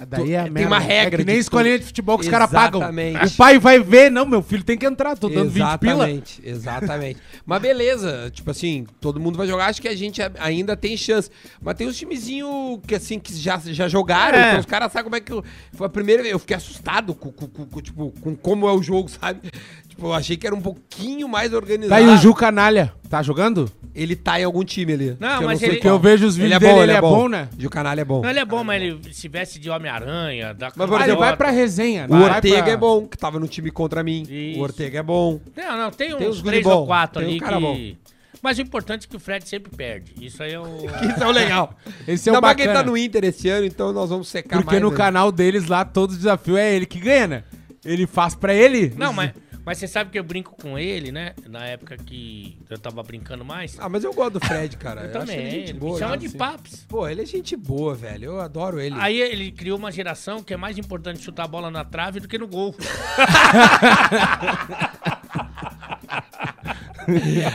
[SPEAKER 4] Daí é a
[SPEAKER 1] Tem
[SPEAKER 4] merda.
[SPEAKER 1] uma
[SPEAKER 4] É
[SPEAKER 1] regra
[SPEAKER 4] que nem
[SPEAKER 1] de-
[SPEAKER 4] escolinha de futebol que os caras pagam.
[SPEAKER 1] Exatamente.
[SPEAKER 4] O pai vai ver, não, meu filho tem que entrar, tô dando 20 pila.
[SPEAKER 1] Exatamente, exatamente. Mas beleza, tipo assim, todo mundo vai jogar, acho que a gente a- ainda tem chance. Mas tem uns timezinhos que assim, que já, já jogaram,
[SPEAKER 3] É.
[SPEAKER 1] então os caras sabem como é que... Eu, foi a primeira vez, eu fiquei assustado com, com- com- com, tipo, com como é o jogo, sabe? Tipo, eu achei que era um pouquinho mais organizado.
[SPEAKER 4] Tá aí o Ju Canalha. Tá jogando?
[SPEAKER 1] Ele tá em algum time ali.
[SPEAKER 3] Não,
[SPEAKER 1] que
[SPEAKER 3] mas
[SPEAKER 1] sei
[SPEAKER 3] ele-
[SPEAKER 1] qual.
[SPEAKER 4] Eu vejo os
[SPEAKER 1] Ele é
[SPEAKER 4] vídeos
[SPEAKER 1] bom,
[SPEAKER 4] dele,
[SPEAKER 1] ele é bom,
[SPEAKER 4] né?
[SPEAKER 1] E o canal é bom.
[SPEAKER 3] Não, ele é bom, mas ele se veste de Homem-Aranha, da
[SPEAKER 1] Mas, por
[SPEAKER 4] Ah, ele
[SPEAKER 1] exemplo,
[SPEAKER 4] vai pra resenha.
[SPEAKER 1] O
[SPEAKER 4] vai
[SPEAKER 1] Ortega
[SPEAKER 4] pra-
[SPEAKER 1] é bom, que tava no time contra mim.
[SPEAKER 3] Isso.
[SPEAKER 1] O Ortega é bom.
[SPEAKER 3] Não, não, tem uns
[SPEAKER 1] Tem uns guri
[SPEAKER 3] três
[SPEAKER 1] bom,
[SPEAKER 3] ou quatro
[SPEAKER 1] tem uns
[SPEAKER 3] ali
[SPEAKER 1] cara
[SPEAKER 3] que... Mas o importante é que o Fred sempre perde. Isso aí é o...
[SPEAKER 1] Isso é o legal.
[SPEAKER 4] Esse é
[SPEAKER 1] Ainda
[SPEAKER 4] o
[SPEAKER 1] mais que ele
[SPEAKER 4] bacana.
[SPEAKER 1] tá no Inter esse ano, então nós vamos secar
[SPEAKER 4] Porque
[SPEAKER 1] mais
[SPEAKER 4] no
[SPEAKER 1] ainda.
[SPEAKER 4] canal deles lá, todo desafio é ele que ganha, né? Ele faz pra ele.
[SPEAKER 3] Não, mas, mas você sabe que eu brinco com ele, né? Na época que eu tava brincando mais.
[SPEAKER 1] Ah, mas eu gosto do Fred, cara.
[SPEAKER 3] eu
[SPEAKER 1] Eu acho
[SPEAKER 3] também.
[SPEAKER 1] ele gente
[SPEAKER 3] ele
[SPEAKER 1] boa.
[SPEAKER 3] me chama
[SPEAKER 1] né?
[SPEAKER 3] de
[SPEAKER 1] Assim.
[SPEAKER 3] paps.
[SPEAKER 1] Pô, ele é gente boa, velho. Eu adoro ele.
[SPEAKER 3] Aí ele criou uma geração que é mais importante chutar a bola na trave do que no gol.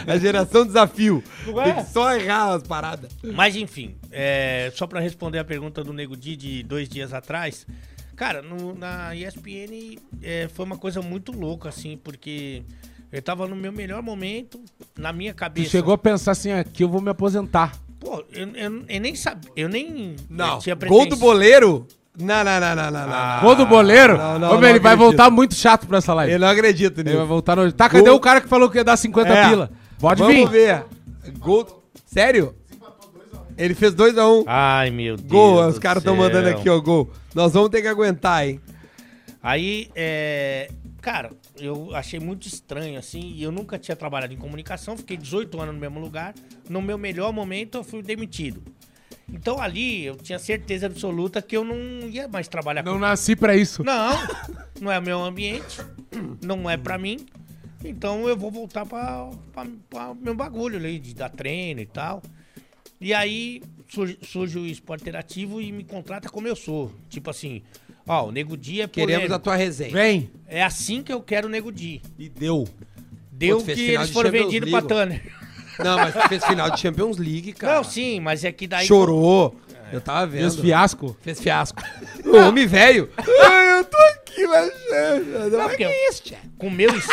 [SPEAKER 1] A geração desafio.
[SPEAKER 3] Não é?
[SPEAKER 1] Tem que só errar as paradas.
[SPEAKER 3] Mas enfim, é, só pra responder a pergunta do Nego Di de dois dias atrás, cara, no- na ESPN é, foi uma coisa muito louca, assim, porque eu tava no meu melhor momento, na minha
[SPEAKER 4] Tu
[SPEAKER 3] cabeça.
[SPEAKER 4] chegou a pensar assim, aqui eu vou me aposentar.
[SPEAKER 3] Pô, eu, eu- eu nem sabia, eu nem
[SPEAKER 1] Não.
[SPEAKER 3] eu tinha
[SPEAKER 1] Gol do
[SPEAKER 3] pretensão.
[SPEAKER 1] boleiro? Não, não, não, não, não. não.
[SPEAKER 4] Gol do boleiro?
[SPEAKER 1] Ah, não, não,
[SPEAKER 4] Ô, meu,
[SPEAKER 1] não
[SPEAKER 4] ele vai
[SPEAKER 1] acredito.
[SPEAKER 4] voltar muito chato pra essa live.
[SPEAKER 1] Eu
[SPEAKER 4] Ele,
[SPEAKER 1] não acredito
[SPEAKER 4] vai
[SPEAKER 1] nisso.
[SPEAKER 4] voltar no... Tá, cadê
[SPEAKER 1] Gol-
[SPEAKER 4] o cara que falou que ia dar 50
[SPEAKER 1] É.
[SPEAKER 4] pila? Pode
[SPEAKER 1] Vamos
[SPEAKER 4] vir.
[SPEAKER 1] ver. Gol. Sério? Ele fez 2x1.
[SPEAKER 3] Ai, meu Deus.
[SPEAKER 1] Gol, os
[SPEAKER 3] do
[SPEAKER 1] caras estão
[SPEAKER 3] céu.
[SPEAKER 1] mandando aqui, ó, gol. Nós vamos ter que aguentar, hein?
[SPEAKER 3] Aí, é, cara, eu achei muito estranho, assim, e eu nunca tinha trabalhado em comunicação, fiquei 18 anos no mesmo lugar. No meu melhor momento, eu fui demitido. Então ali eu tinha certeza absoluta que eu não ia mais trabalhar
[SPEAKER 4] Não
[SPEAKER 3] com
[SPEAKER 4] nasci pra isso.
[SPEAKER 3] Não, não é o meu ambiente, não é pra mim. Então eu vou voltar pra, pra, pra meu bagulho ali, de dar treino e tal. E aí surge, surge o esporte interativo e me contrata como eu sou. Tipo assim, ó, o Nego Di é
[SPEAKER 1] Queremos
[SPEAKER 3] polêmico.
[SPEAKER 1] a tua resenha.
[SPEAKER 4] Vem.
[SPEAKER 3] É assim que eu quero o Nego Di.
[SPEAKER 1] E deu.
[SPEAKER 3] Deu
[SPEAKER 1] Pô, tu fez
[SPEAKER 3] que
[SPEAKER 1] final
[SPEAKER 3] eles
[SPEAKER 1] de
[SPEAKER 3] foram
[SPEAKER 1] Champions
[SPEAKER 3] vendidos
[SPEAKER 1] League,
[SPEAKER 3] pra Tanner.
[SPEAKER 1] Não, mas tu fez final de Champions League, cara.
[SPEAKER 3] Não, sim, mas é que daí...
[SPEAKER 1] Chorou. Eu tava vendo.
[SPEAKER 4] Deus fiasco.
[SPEAKER 1] Fez fiasco. o homem velho. Ai, eu tô aqui, mas... é, Não,
[SPEAKER 3] porque-
[SPEAKER 1] isso, tia?
[SPEAKER 3] Com meu... es-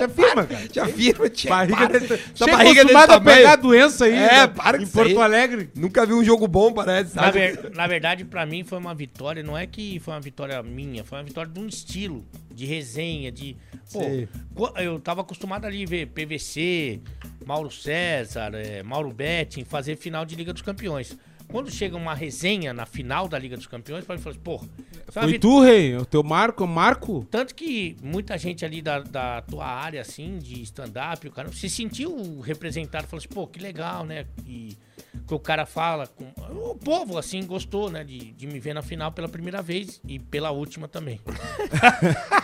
[SPEAKER 4] Tá firma, cara.
[SPEAKER 1] Já viram, tia?
[SPEAKER 4] Barriga
[SPEAKER 1] É, Para.
[SPEAKER 4] desse...
[SPEAKER 1] Essa
[SPEAKER 4] Chega
[SPEAKER 1] barriga desse
[SPEAKER 4] acostumado a
[SPEAKER 1] tamanho.
[SPEAKER 4] pegar a doença aí.
[SPEAKER 1] É,
[SPEAKER 4] né?
[SPEAKER 1] para com
[SPEAKER 4] Em
[SPEAKER 1] isso
[SPEAKER 4] Porto
[SPEAKER 1] aí.
[SPEAKER 4] Alegre.
[SPEAKER 1] Nunca vi um jogo bom, parece,
[SPEAKER 3] Na,
[SPEAKER 1] sabe?
[SPEAKER 3] ver- na verdade, pra mim foi uma vitória. Não é que foi uma vitória minha, foi uma vitória de um estilo, de resenha, de. Pô,
[SPEAKER 1] Sim.
[SPEAKER 3] qu- eu tava acostumado ali ver PVC, Mauro César, eh, Mauro Betting fazer final de Liga dos Campeões. Quando chega uma resenha na final da Liga dos Campeões, pra mim fala assim, pô, isso é uma
[SPEAKER 4] Foi
[SPEAKER 3] vit-
[SPEAKER 4] tu, rei. O teu Marco, Marco.
[SPEAKER 3] tanto que muita gente ali da, da tua área, assim, de stand-up, o cara se sentiu representado, falou assim, pô, que legal, né? E que o cara fala. com- O povo, assim, gostou, né? De, de me ver na final pela primeira vez e pela última também.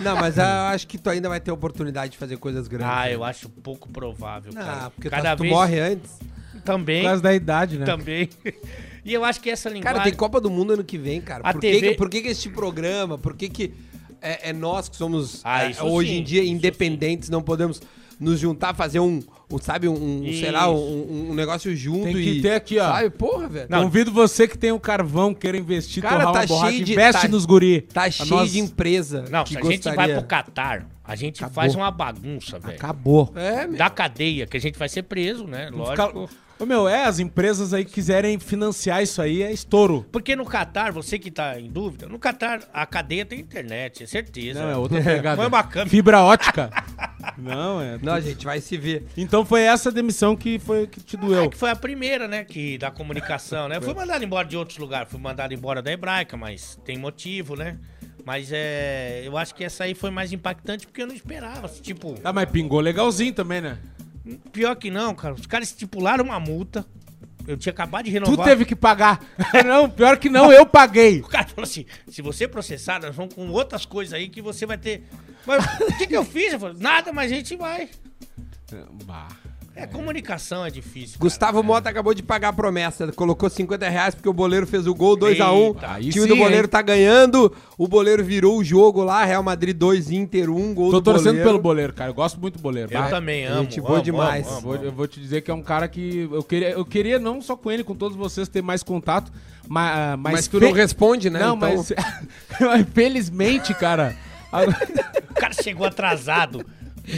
[SPEAKER 1] Não, mas eu acho que tu ainda vai ter oportunidade de fazer coisas grandes.
[SPEAKER 3] Ah, eu acho pouco provável, cara.
[SPEAKER 1] Ah, porque
[SPEAKER 3] Cada
[SPEAKER 1] tu, tu
[SPEAKER 3] vez
[SPEAKER 1] morre antes.
[SPEAKER 4] Por
[SPEAKER 3] também.
[SPEAKER 4] causa da idade, né?
[SPEAKER 3] Também. E eu acho que essa linguagem.
[SPEAKER 1] Cara, tem Copa do Mundo ano que vem, cara.
[SPEAKER 3] A
[SPEAKER 1] por
[SPEAKER 3] TV
[SPEAKER 1] que, que- por que, que este programa? Por que, que é, é nós que somos
[SPEAKER 3] Ah,
[SPEAKER 1] é,
[SPEAKER 3] isso
[SPEAKER 1] hoje
[SPEAKER 3] sim,
[SPEAKER 1] em dia
[SPEAKER 3] isso
[SPEAKER 1] independentes, não podemos nos juntar, fazer um, um, sabe, um, um, sei lá, um- um, um negócio junto
[SPEAKER 4] Tem que
[SPEAKER 1] e.
[SPEAKER 4] ter aqui, ó.
[SPEAKER 1] Sabe, porra, velho.
[SPEAKER 4] Não. Convido você que tem um carvão, queira investir,
[SPEAKER 1] Cara,
[SPEAKER 4] torrar
[SPEAKER 1] tá
[SPEAKER 4] uma borracha,
[SPEAKER 1] cheio de-
[SPEAKER 4] investe
[SPEAKER 1] tá-
[SPEAKER 4] nos guri.
[SPEAKER 1] Tá
[SPEAKER 4] A
[SPEAKER 1] cheio
[SPEAKER 4] nós-
[SPEAKER 1] de empresa.
[SPEAKER 3] Não,
[SPEAKER 1] que
[SPEAKER 3] se a gente
[SPEAKER 1] gostaria.
[SPEAKER 3] vai pro Catar, a gente faz uma bagunça, velho.
[SPEAKER 4] Acabou.
[SPEAKER 1] É, meu.
[SPEAKER 3] Da cadeia, que a gente vai ser preso, né? Lógico.
[SPEAKER 4] Fica- Ô, meu, é, as empresas aí que quiserem financiar isso aí é estouro.
[SPEAKER 3] Porque no Catar, você que tá em dúvida, no Catar a cadeia tem internet, é certeza.
[SPEAKER 4] Não, é outra pegada.
[SPEAKER 3] Põe uma câmera.
[SPEAKER 4] Fibra ótica. Não, é.
[SPEAKER 1] Não, a gente vai se ver.
[SPEAKER 4] Então foi essa demissão que, foi, que te
[SPEAKER 3] É
[SPEAKER 4] doeu.
[SPEAKER 3] que foi a primeira, né, que da comunicação, né? Fui mandado embora de outros lugares, fui mandado embora da Hebraica, mas tem motivo, né? Mas é, eu acho que essa aí foi mais impactante porque eu não esperava. assim, Tipo,
[SPEAKER 4] Tá, mas pingou legalzinho também, né?
[SPEAKER 3] pior que não, cara. Os caras estipularam uma multa. Eu tinha acabado de
[SPEAKER 4] Tu
[SPEAKER 3] renovar.
[SPEAKER 4] teve que pagar. não, pior que não, eu paguei.
[SPEAKER 3] O cara falou assim: se você processar, nós vamos com outras coisas aí que você vai ter. Mas o que, que eu fiz? Eu falei, nada, mas a gente vai.
[SPEAKER 4] Bah.
[SPEAKER 3] É, comunicação é difícil.
[SPEAKER 1] Gustavo Mota acabou de pagar a promessa, colocou 50 reais porque o boleiro fez o gol 2x1.
[SPEAKER 3] Eita,
[SPEAKER 1] o
[SPEAKER 4] aí
[SPEAKER 1] time
[SPEAKER 4] sim,
[SPEAKER 1] do boleiro
[SPEAKER 4] hein?
[SPEAKER 1] tá ganhando. O boleiro virou o jogo lá, Real Madrid 2, Inter 1, gol
[SPEAKER 4] Tô
[SPEAKER 1] do
[SPEAKER 4] torcendo
[SPEAKER 1] boleiro.
[SPEAKER 4] pelo boleiro, cara. Eu gosto muito do boleiro.
[SPEAKER 3] Eu
[SPEAKER 4] Vai.
[SPEAKER 3] também amo.
[SPEAKER 1] gente boa
[SPEAKER 3] amo,
[SPEAKER 1] demais.
[SPEAKER 3] amo,
[SPEAKER 4] Vou-
[SPEAKER 3] amo.
[SPEAKER 4] eu vou te dizer que é um cara que eu queria, eu queria não só com ele, com todos vocês ter mais contato, ma- ah, mas,
[SPEAKER 1] Mas tu não responde, né?
[SPEAKER 4] Não,
[SPEAKER 1] Então-
[SPEAKER 4] mas felizmente, cara. a-
[SPEAKER 3] O cara chegou atrasado.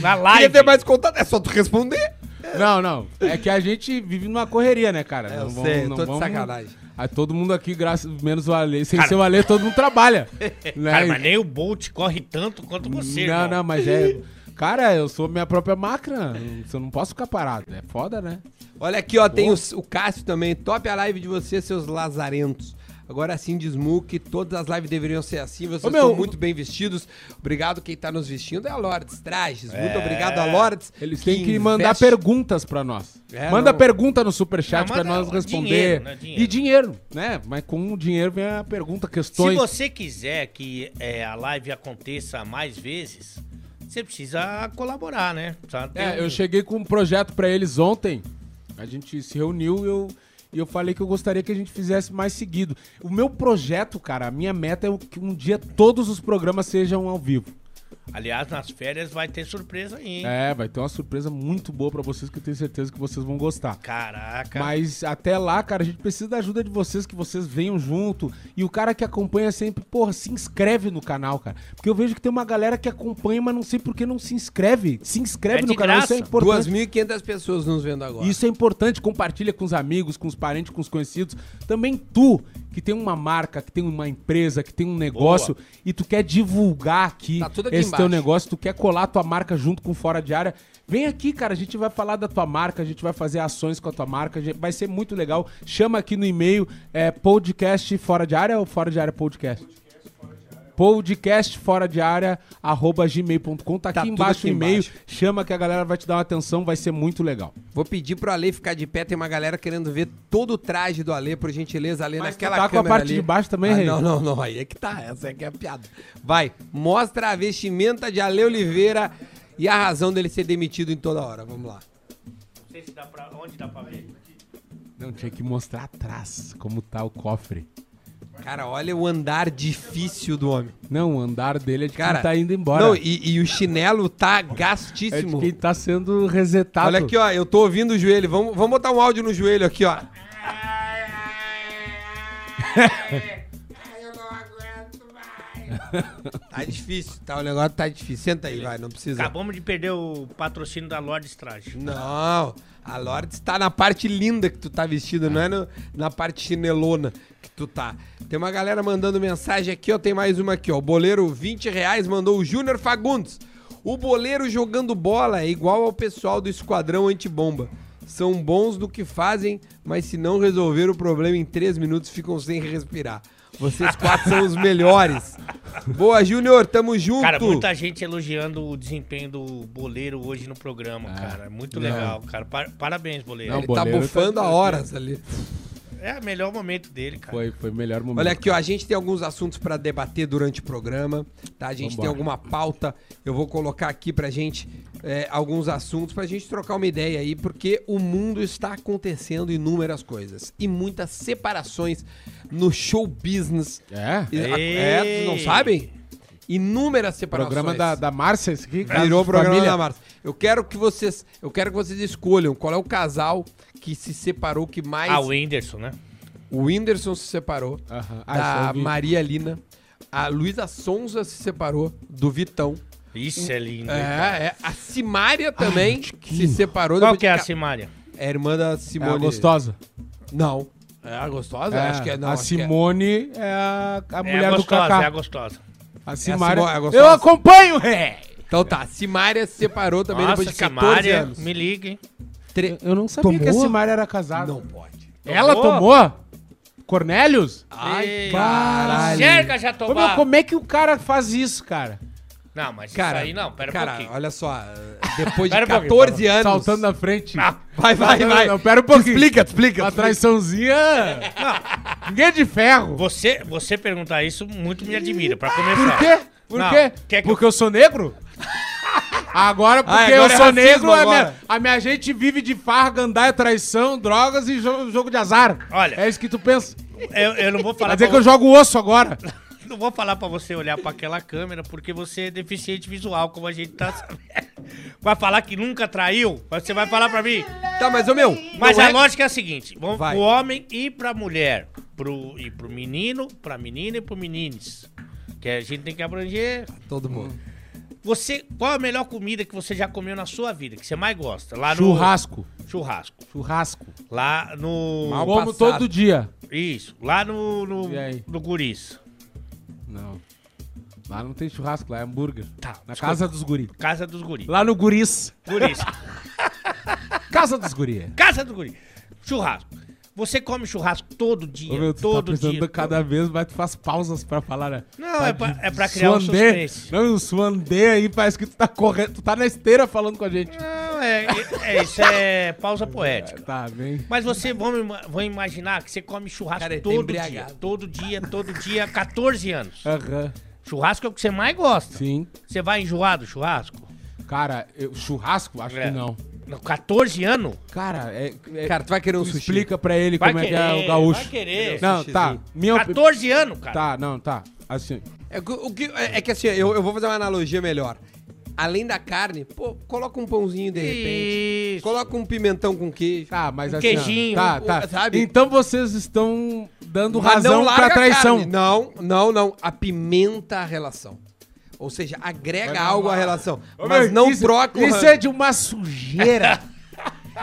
[SPEAKER 3] Na
[SPEAKER 1] Queria
[SPEAKER 3] live.
[SPEAKER 1] ter mais contato, é só tu responder.
[SPEAKER 4] não, não. É que a gente vive numa correria, né, cara?
[SPEAKER 1] É, eu
[SPEAKER 4] Não vamos-
[SPEAKER 1] sei, eu
[SPEAKER 4] não
[SPEAKER 1] tô de
[SPEAKER 4] vamos-
[SPEAKER 1] sacanagem.
[SPEAKER 4] Ah, todo mundo aqui, graças menos o Ale, sem
[SPEAKER 3] Cara-
[SPEAKER 4] ser o Ale, todo mundo trabalha. né?
[SPEAKER 3] Cara, mas nem o Bolt corre tanto quanto você,
[SPEAKER 4] não,
[SPEAKER 3] irmão.
[SPEAKER 4] não, mas é. Cara, eu sou minha própria máquina. Eu não posso ficar parado. É foda, né?
[SPEAKER 1] Olha aqui, ó, tem os- o Cássio também. Top a live de vocês, seus lazarentos. Agora sim, diz Mu que todas as lives deveriam ser assim. Vocês
[SPEAKER 4] Ô, meu,
[SPEAKER 1] estão
[SPEAKER 4] o-
[SPEAKER 1] muito bem vestidos. Obrigado quem tá nos vestindo é a Lordes Trajes. Muito obrigado a Lordes.
[SPEAKER 4] É. Eles têm que mandar
[SPEAKER 1] investe-
[SPEAKER 4] perguntas pra nós.
[SPEAKER 1] É,
[SPEAKER 4] Manda
[SPEAKER 1] não.
[SPEAKER 4] pergunta no superchat
[SPEAKER 3] Não,
[SPEAKER 4] pra
[SPEAKER 3] manda
[SPEAKER 4] nós responder.
[SPEAKER 3] dinheiro, né, dinheiro.
[SPEAKER 4] E dinheiro, né? Mas com o dinheiro vem a pergunta,
[SPEAKER 3] Se
[SPEAKER 4] questões.
[SPEAKER 3] você quiser que é, a live aconteça mais vezes, você precisa colaborar, né? Precisa ter
[SPEAKER 4] É,
[SPEAKER 3] um-
[SPEAKER 4] eu cheguei com um projeto pra eles ontem. A gente se reuniu e eu, e eu falei que eu gostaria que a gente fizesse mais seguido. O meu projeto, cara, a minha meta é que um dia todos os programas sejam ao vivo.
[SPEAKER 3] Aliás, nas férias vai ter surpresa aí, hein?
[SPEAKER 4] É, vai ter uma surpresa muito boa pra vocês que eu tenho certeza que vocês vão gostar.
[SPEAKER 3] Caraca.
[SPEAKER 4] Mas até lá, cara, a gente precisa da ajuda de vocês, que vocês venham junto. E o cara que acompanha sempre, porra, se inscreve no canal, cara. Porque eu vejo que tem uma galera que acompanha, mas não sei por que não se inscreve. Se inscreve
[SPEAKER 3] É de
[SPEAKER 4] no canal, isso é
[SPEAKER 3] graça.
[SPEAKER 4] importante.
[SPEAKER 1] 2.500 pessoas nos vendo agora.
[SPEAKER 4] Isso é importante, compartilha com os amigos, com os parentes, com os conhecidos. Também tu, que tem uma marca, que tem uma empresa, que tem um negócio e tu quer divulgar aqui,
[SPEAKER 1] Tá tudo aqui
[SPEAKER 4] esse teu
[SPEAKER 1] embaixo.
[SPEAKER 4] negócio, tu quer colar tua marca junto com o Fora de Área, vem aqui, cara, a gente vai falar da tua marca, a gente vai fazer ações com a tua marca, a gente- vai ser muito legal. Chama aqui no e-mail, é podcast Fora de Área ou Fora de Área Podcast? podcast fora de área arroba gmail.com tá,
[SPEAKER 1] Tá
[SPEAKER 4] aqui
[SPEAKER 1] tudo
[SPEAKER 4] embaixo
[SPEAKER 1] aqui
[SPEAKER 4] o e-mail
[SPEAKER 1] embaixo.
[SPEAKER 4] chama que a galera vai te dar uma atenção vai ser muito legal
[SPEAKER 1] Vou pedir pro Ale ficar de pé. Tem uma galera querendo ver todo o traje do Ale, por gentileza. Ale,
[SPEAKER 4] Mas tu
[SPEAKER 1] naquela
[SPEAKER 4] tá com a
[SPEAKER 1] câmera
[SPEAKER 4] parte
[SPEAKER 1] ali.
[SPEAKER 4] de baixo também,
[SPEAKER 1] Ah,
[SPEAKER 4] Rei?
[SPEAKER 1] Não, não, não. Aí é que tá. Essa aqui é a piada. Vai, mostra a vestimenta de Ale Oliveira e a razão dele ser demitido em toda hora. Vamos lá.
[SPEAKER 3] Não sei se dá pra... Onde dá pra ver?
[SPEAKER 4] Não, tinha que mostrar atrás como tá o cofre.
[SPEAKER 1] Cara, olha o andar difícil do homem.
[SPEAKER 4] Não, o andar dele é de
[SPEAKER 1] Cara,
[SPEAKER 4] quem tá indo embora.
[SPEAKER 1] Não, e, e o chinelo tá
[SPEAKER 4] é de
[SPEAKER 1] gastíssimo.
[SPEAKER 4] quem tá sendo resetado.
[SPEAKER 1] Olha aqui, ó. Eu tô ouvindo o joelho. Vamos, vamos botar um áudio no joelho aqui, ó. Tá difícil, tá? O negócio tá difícil. Senta aí, vai, não precisa.
[SPEAKER 3] Acabamos de perder o patrocínio da Lorde Traje.
[SPEAKER 1] Não, a Lorde tá na parte linda que tu tá vestido, não é no- na parte chinelona que tu tá. Tem uma galera mandando mensagem aqui, ó. Tem mais uma aqui, ó. O boleiro 20 reais mandou o Júnior Fagundes. O boleiro jogando bola é igual ao pessoal do esquadrão antibomba. São bons do que fazem, mas se não resolver o problema em três minutos, ficam sem respirar. Vocês quatro são os melhores. Boa, Júnior, tamo junto.
[SPEAKER 3] Cara, muita gente elogiando o desempenho do Boleiro hoje no programa, cara. É Muito legal, cara. Par- parabéns, Boleiro.
[SPEAKER 4] Ah, Não,
[SPEAKER 1] Ele tá
[SPEAKER 4] Boleiro tá
[SPEAKER 1] bufando há horas ali.
[SPEAKER 3] É o melhor momento dele, cara.
[SPEAKER 4] Foi, foi o melhor momento.
[SPEAKER 1] Olha aqui, ó, a gente tem alguns assuntos pra debater durante o programa, tá? A gente
[SPEAKER 4] Vambora.
[SPEAKER 1] tem alguma pauta, eu vou colocar aqui pra gente é, alguns assuntos pra gente trocar uma ideia aí, porque o mundo está acontecendo inúmeras coisas e muitas separações no show business.
[SPEAKER 4] É?
[SPEAKER 1] E- a-
[SPEAKER 3] Ei!
[SPEAKER 1] É, vocês não sabem? Inúmeras separações.
[SPEAKER 4] Programa da, da Márcia, esse aqui. Casa
[SPEAKER 1] Virou o
[SPEAKER 4] de
[SPEAKER 1] programa
[SPEAKER 4] família.
[SPEAKER 1] da Marta. Eu quero que vocês, eu quero que vocês escolham qual é o casal que se separou que mais
[SPEAKER 3] Ah, o Whindersson, né?
[SPEAKER 1] o Whindersson se separou
[SPEAKER 4] Aham. Ah, isso
[SPEAKER 1] da
[SPEAKER 4] eu vi.
[SPEAKER 1] Maria Lina. A Luísa Sonza se separou do Vitão.
[SPEAKER 3] Isso é lindo. hein, cara.
[SPEAKER 1] É, é. A Simária também se separou
[SPEAKER 3] Qual que é a
[SPEAKER 1] Ca-
[SPEAKER 3] Simária?
[SPEAKER 1] É a irmã da
[SPEAKER 4] É a
[SPEAKER 1] Simone.
[SPEAKER 4] gostosa.
[SPEAKER 1] Não. É a gostosa?
[SPEAKER 4] É,
[SPEAKER 1] acho que é. Não,
[SPEAKER 4] a
[SPEAKER 1] acho que é.
[SPEAKER 4] Simone é a, a
[SPEAKER 3] É a
[SPEAKER 4] mulher do
[SPEAKER 3] gostosa, é a
[SPEAKER 4] Kaká.
[SPEAKER 3] gostosa.
[SPEAKER 4] a Simone.
[SPEAKER 1] Simone, é a gostosa.
[SPEAKER 4] eu acompanho, ré!
[SPEAKER 1] Então tá, a Simária se separou também
[SPEAKER 3] Nossa,
[SPEAKER 1] depois de 14
[SPEAKER 3] Simária, é
[SPEAKER 1] anos.
[SPEAKER 3] me liga, hein?
[SPEAKER 1] Tre-
[SPEAKER 4] Eu não sabia
[SPEAKER 1] Tomou?
[SPEAKER 4] que a Simone era casada.
[SPEAKER 1] Não pode.
[SPEAKER 4] Ela tomou? Cornélios?
[SPEAKER 1] Ai,
[SPEAKER 3] Ei,
[SPEAKER 1] caralho.
[SPEAKER 3] Cerca já
[SPEAKER 4] Ô, meu,
[SPEAKER 3] tomou.
[SPEAKER 4] como é que o cara faz isso, cara?
[SPEAKER 3] Não, mas
[SPEAKER 1] Cara,
[SPEAKER 3] isso aí não, pera um
[SPEAKER 1] cara,
[SPEAKER 3] pouquinho.
[SPEAKER 1] olha só, depois de
[SPEAKER 3] Pera um pouquinho,
[SPEAKER 1] 14 anos...
[SPEAKER 4] Saltando na frente.
[SPEAKER 3] Ah,
[SPEAKER 1] Vai, vai,
[SPEAKER 4] Não,
[SPEAKER 1] vai.
[SPEAKER 4] não, pera um pouquinho.
[SPEAKER 1] Explica, explica.
[SPEAKER 4] Uma traiçãozinha. Ninguém é de ferro.
[SPEAKER 3] Você, você perguntar isso muito me admira, pra
[SPEAKER 4] Por
[SPEAKER 3] começar.
[SPEAKER 4] quê? Por
[SPEAKER 3] Não,
[SPEAKER 4] quê?
[SPEAKER 3] quer que
[SPEAKER 4] Porque eu sou negro? Agora, porque
[SPEAKER 1] Ah, agora
[SPEAKER 4] eu
[SPEAKER 1] é
[SPEAKER 4] sou
[SPEAKER 1] racismo
[SPEAKER 4] negro, a minha,
[SPEAKER 1] agora.
[SPEAKER 4] a minha gente vive de farra, gandaia, traição, drogas e jo- jogo de azar.
[SPEAKER 3] Olha.
[SPEAKER 4] É isso que tu pensa.
[SPEAKER 3] Eu, eu não vou
[SPEAKER 4] Vai
[SPEAKER 3] falar pra
[SPEAKER 4] dizer é que
[SPEAKER 3] vo-
[SPEAKER 4] eu jogo osso agora.
[SPEAKER 3] não vou falar pra você olhar pra aquela câmera porque você é deficiente visual, como a gente tá sabendo. Vai falar que nunca traiu? Você vai falar pra mim?
[SPEAKER 1] Tá, mas ô meu.
[SPEAKER 3] Mas
[SPEAKER 1] não
[SPEAKER 3] a
[SPEAKER 1] é-
[SPEAKER 3] lógica é a seguinte: vamos
[SPEAKER 1] Vai.
[SPEAKER 3] pro homem e pra mulher. Pro, e pro menino, pra menina e pro menines. Que a gente tem que abranger.
[SPEAKER 1] Todo mundo.
[SPEAKER 3] Você, qual a melhor comida que você já comeu na sua vida, que você mais gosta?
[SPEAKER 1] Ah,
[SPEAKER 3] Lá no
[SPEAKER 4] Churrasco.
[SPEAKER 3] Churrasco.
[SPEAKER 4] Churrasco.
[SPEAKER 3] Lá no.
[SPEAKER 1] Mal
[SPEAKER 4] Como
[SPEAKER 1] passado.
[SPEAKER 4] todo dia.
[SPEAKER 3] Isso. Lá no. No,
[SPEAKER 4] E aí?
[SPEAKER 3] no Guris.
[SPEAKER 4] Não. Lá não tem churrasco, lá é hambúrguer.
[SPEAKER 3] Tá,
[SPEAKER 4] Na casa dos guri.
[SPEAKER 3] Casa dos Guris.
[SPEAKER 4] Lá no guris.
[SPEAKER 3] Guris.
[SPEAKER 4] Casa dos guri.
[SPEAKER 3] Casa do Guri. Churrasco. Você come churrasco todo dia,
[SPEAKER 4] Ô, meu, tu
[SPEAKER 3] todo
[SPEAKER 4] tá
[SPEAKER 3] dia.
[SPEAKER 4] pensando cada vez mais, tu faz pausas pra falar, né?
[SPEAKER 3] Não,
[SPEAKER 4] Tá
[SPEAKER 3] é pra-
[SPEAKER 4] de-
[SPEAKER 3] é pra criar um
[SPEAKER 4] suandê.
[SPEAKER 3] suspense.
[SPEAKER 4] Não, e o suandê aí parece que tu tá correndo, tu tá na esteira falando com a gente.
[SPEAKER 3] Não, é, é- isso é pausa poética.
[SPEAKER 4] Tá, bem.
[SPEAKER 3] Mas você, vamos, ima- vamos imaginar que você come churrasco
[SPEAKER 1] Cara, ele tá
[SPEAKER 3] todo dia.
[SPEAKER 1] embriagado.
[SPEAKER 3] Todo dia, todo dia, 14 anos.
[SPEAKER 4] Aham,
[SPEAKER 3] Churrasco é o que você mais gosta.
[SPEAKER 4] sim.
[SPEAKER 3] Você vai enjoar do churrasco?
[SPEAKER 4] Cara, eu- churrasco? Acho
[SPEAKER 3] É.
[SPEAKER 4] que não.
[SPEAKER 3] No 14 anos?
[SPEAKER 4] Cara, é, é-
[SPEAKER 1] Cara, tu vai querer um
[SPEAKER 4] tu
[SPEAKER 1] sushi.
[SPEAKER 4] explica pra ele
[SPEAKER 3] Vai
[SPEAKER 4] como é que é
[SPEAKER 3] querer,
[SPEAKER 4] o gaúcho.
[SPEAKER 3] vai querer.
[SPEAKER 4] Não, tá. Minha op-
[SPEAKER 3] 14 anos, cara.
[SPEAKER 4] Tá, não, tá. Assim,
[SPEAKER 1] É, que- o que, é, é que assim, eu, eu vou fazer uma analogia melhor. Além da carne, pô, coloca um pãozinho de repente.
[SPEAKER 3] Isso.
[SPEAKER 1] Coloca um pimentão com queijo.
[SPEAKER 4] tá, mas
[SPEAKER 3] Um Um
[SPEAKER 4] assim. ó,
[SPEAKER 3] queijinho,
[SPEAKER 4] tá,
[SPEAKER 1] um-
[SPEAKER 4] tá.
[SPEAKER 1] sabe?
[SPEAKER 4] Então vocês estão dando
[SPEAKER 1] Mas
[SPEAKER 4] razão
[SPEAKER 1] larga
[SPEAKER 4] pra
[SPEAKER 1] a
[SPEAKER 4] traição.
[SPEAKER 3] né?
[SPEAKER 1] carne. Não, não, não. Apimenta a relação. Ou seja, agrega algo à relação.
[SPEAKER 4] Ô,
[SPEAKER 1] mas
[SPEAKER 4] meu,
[SPEAKER 1] não
[SPEAKER 4] isso,
[SPEAKER 1] troca o
[SPEAKER 4] Isso
[SPEAKER 1] rango.
[SPEAKER 4] é de uma sujeira.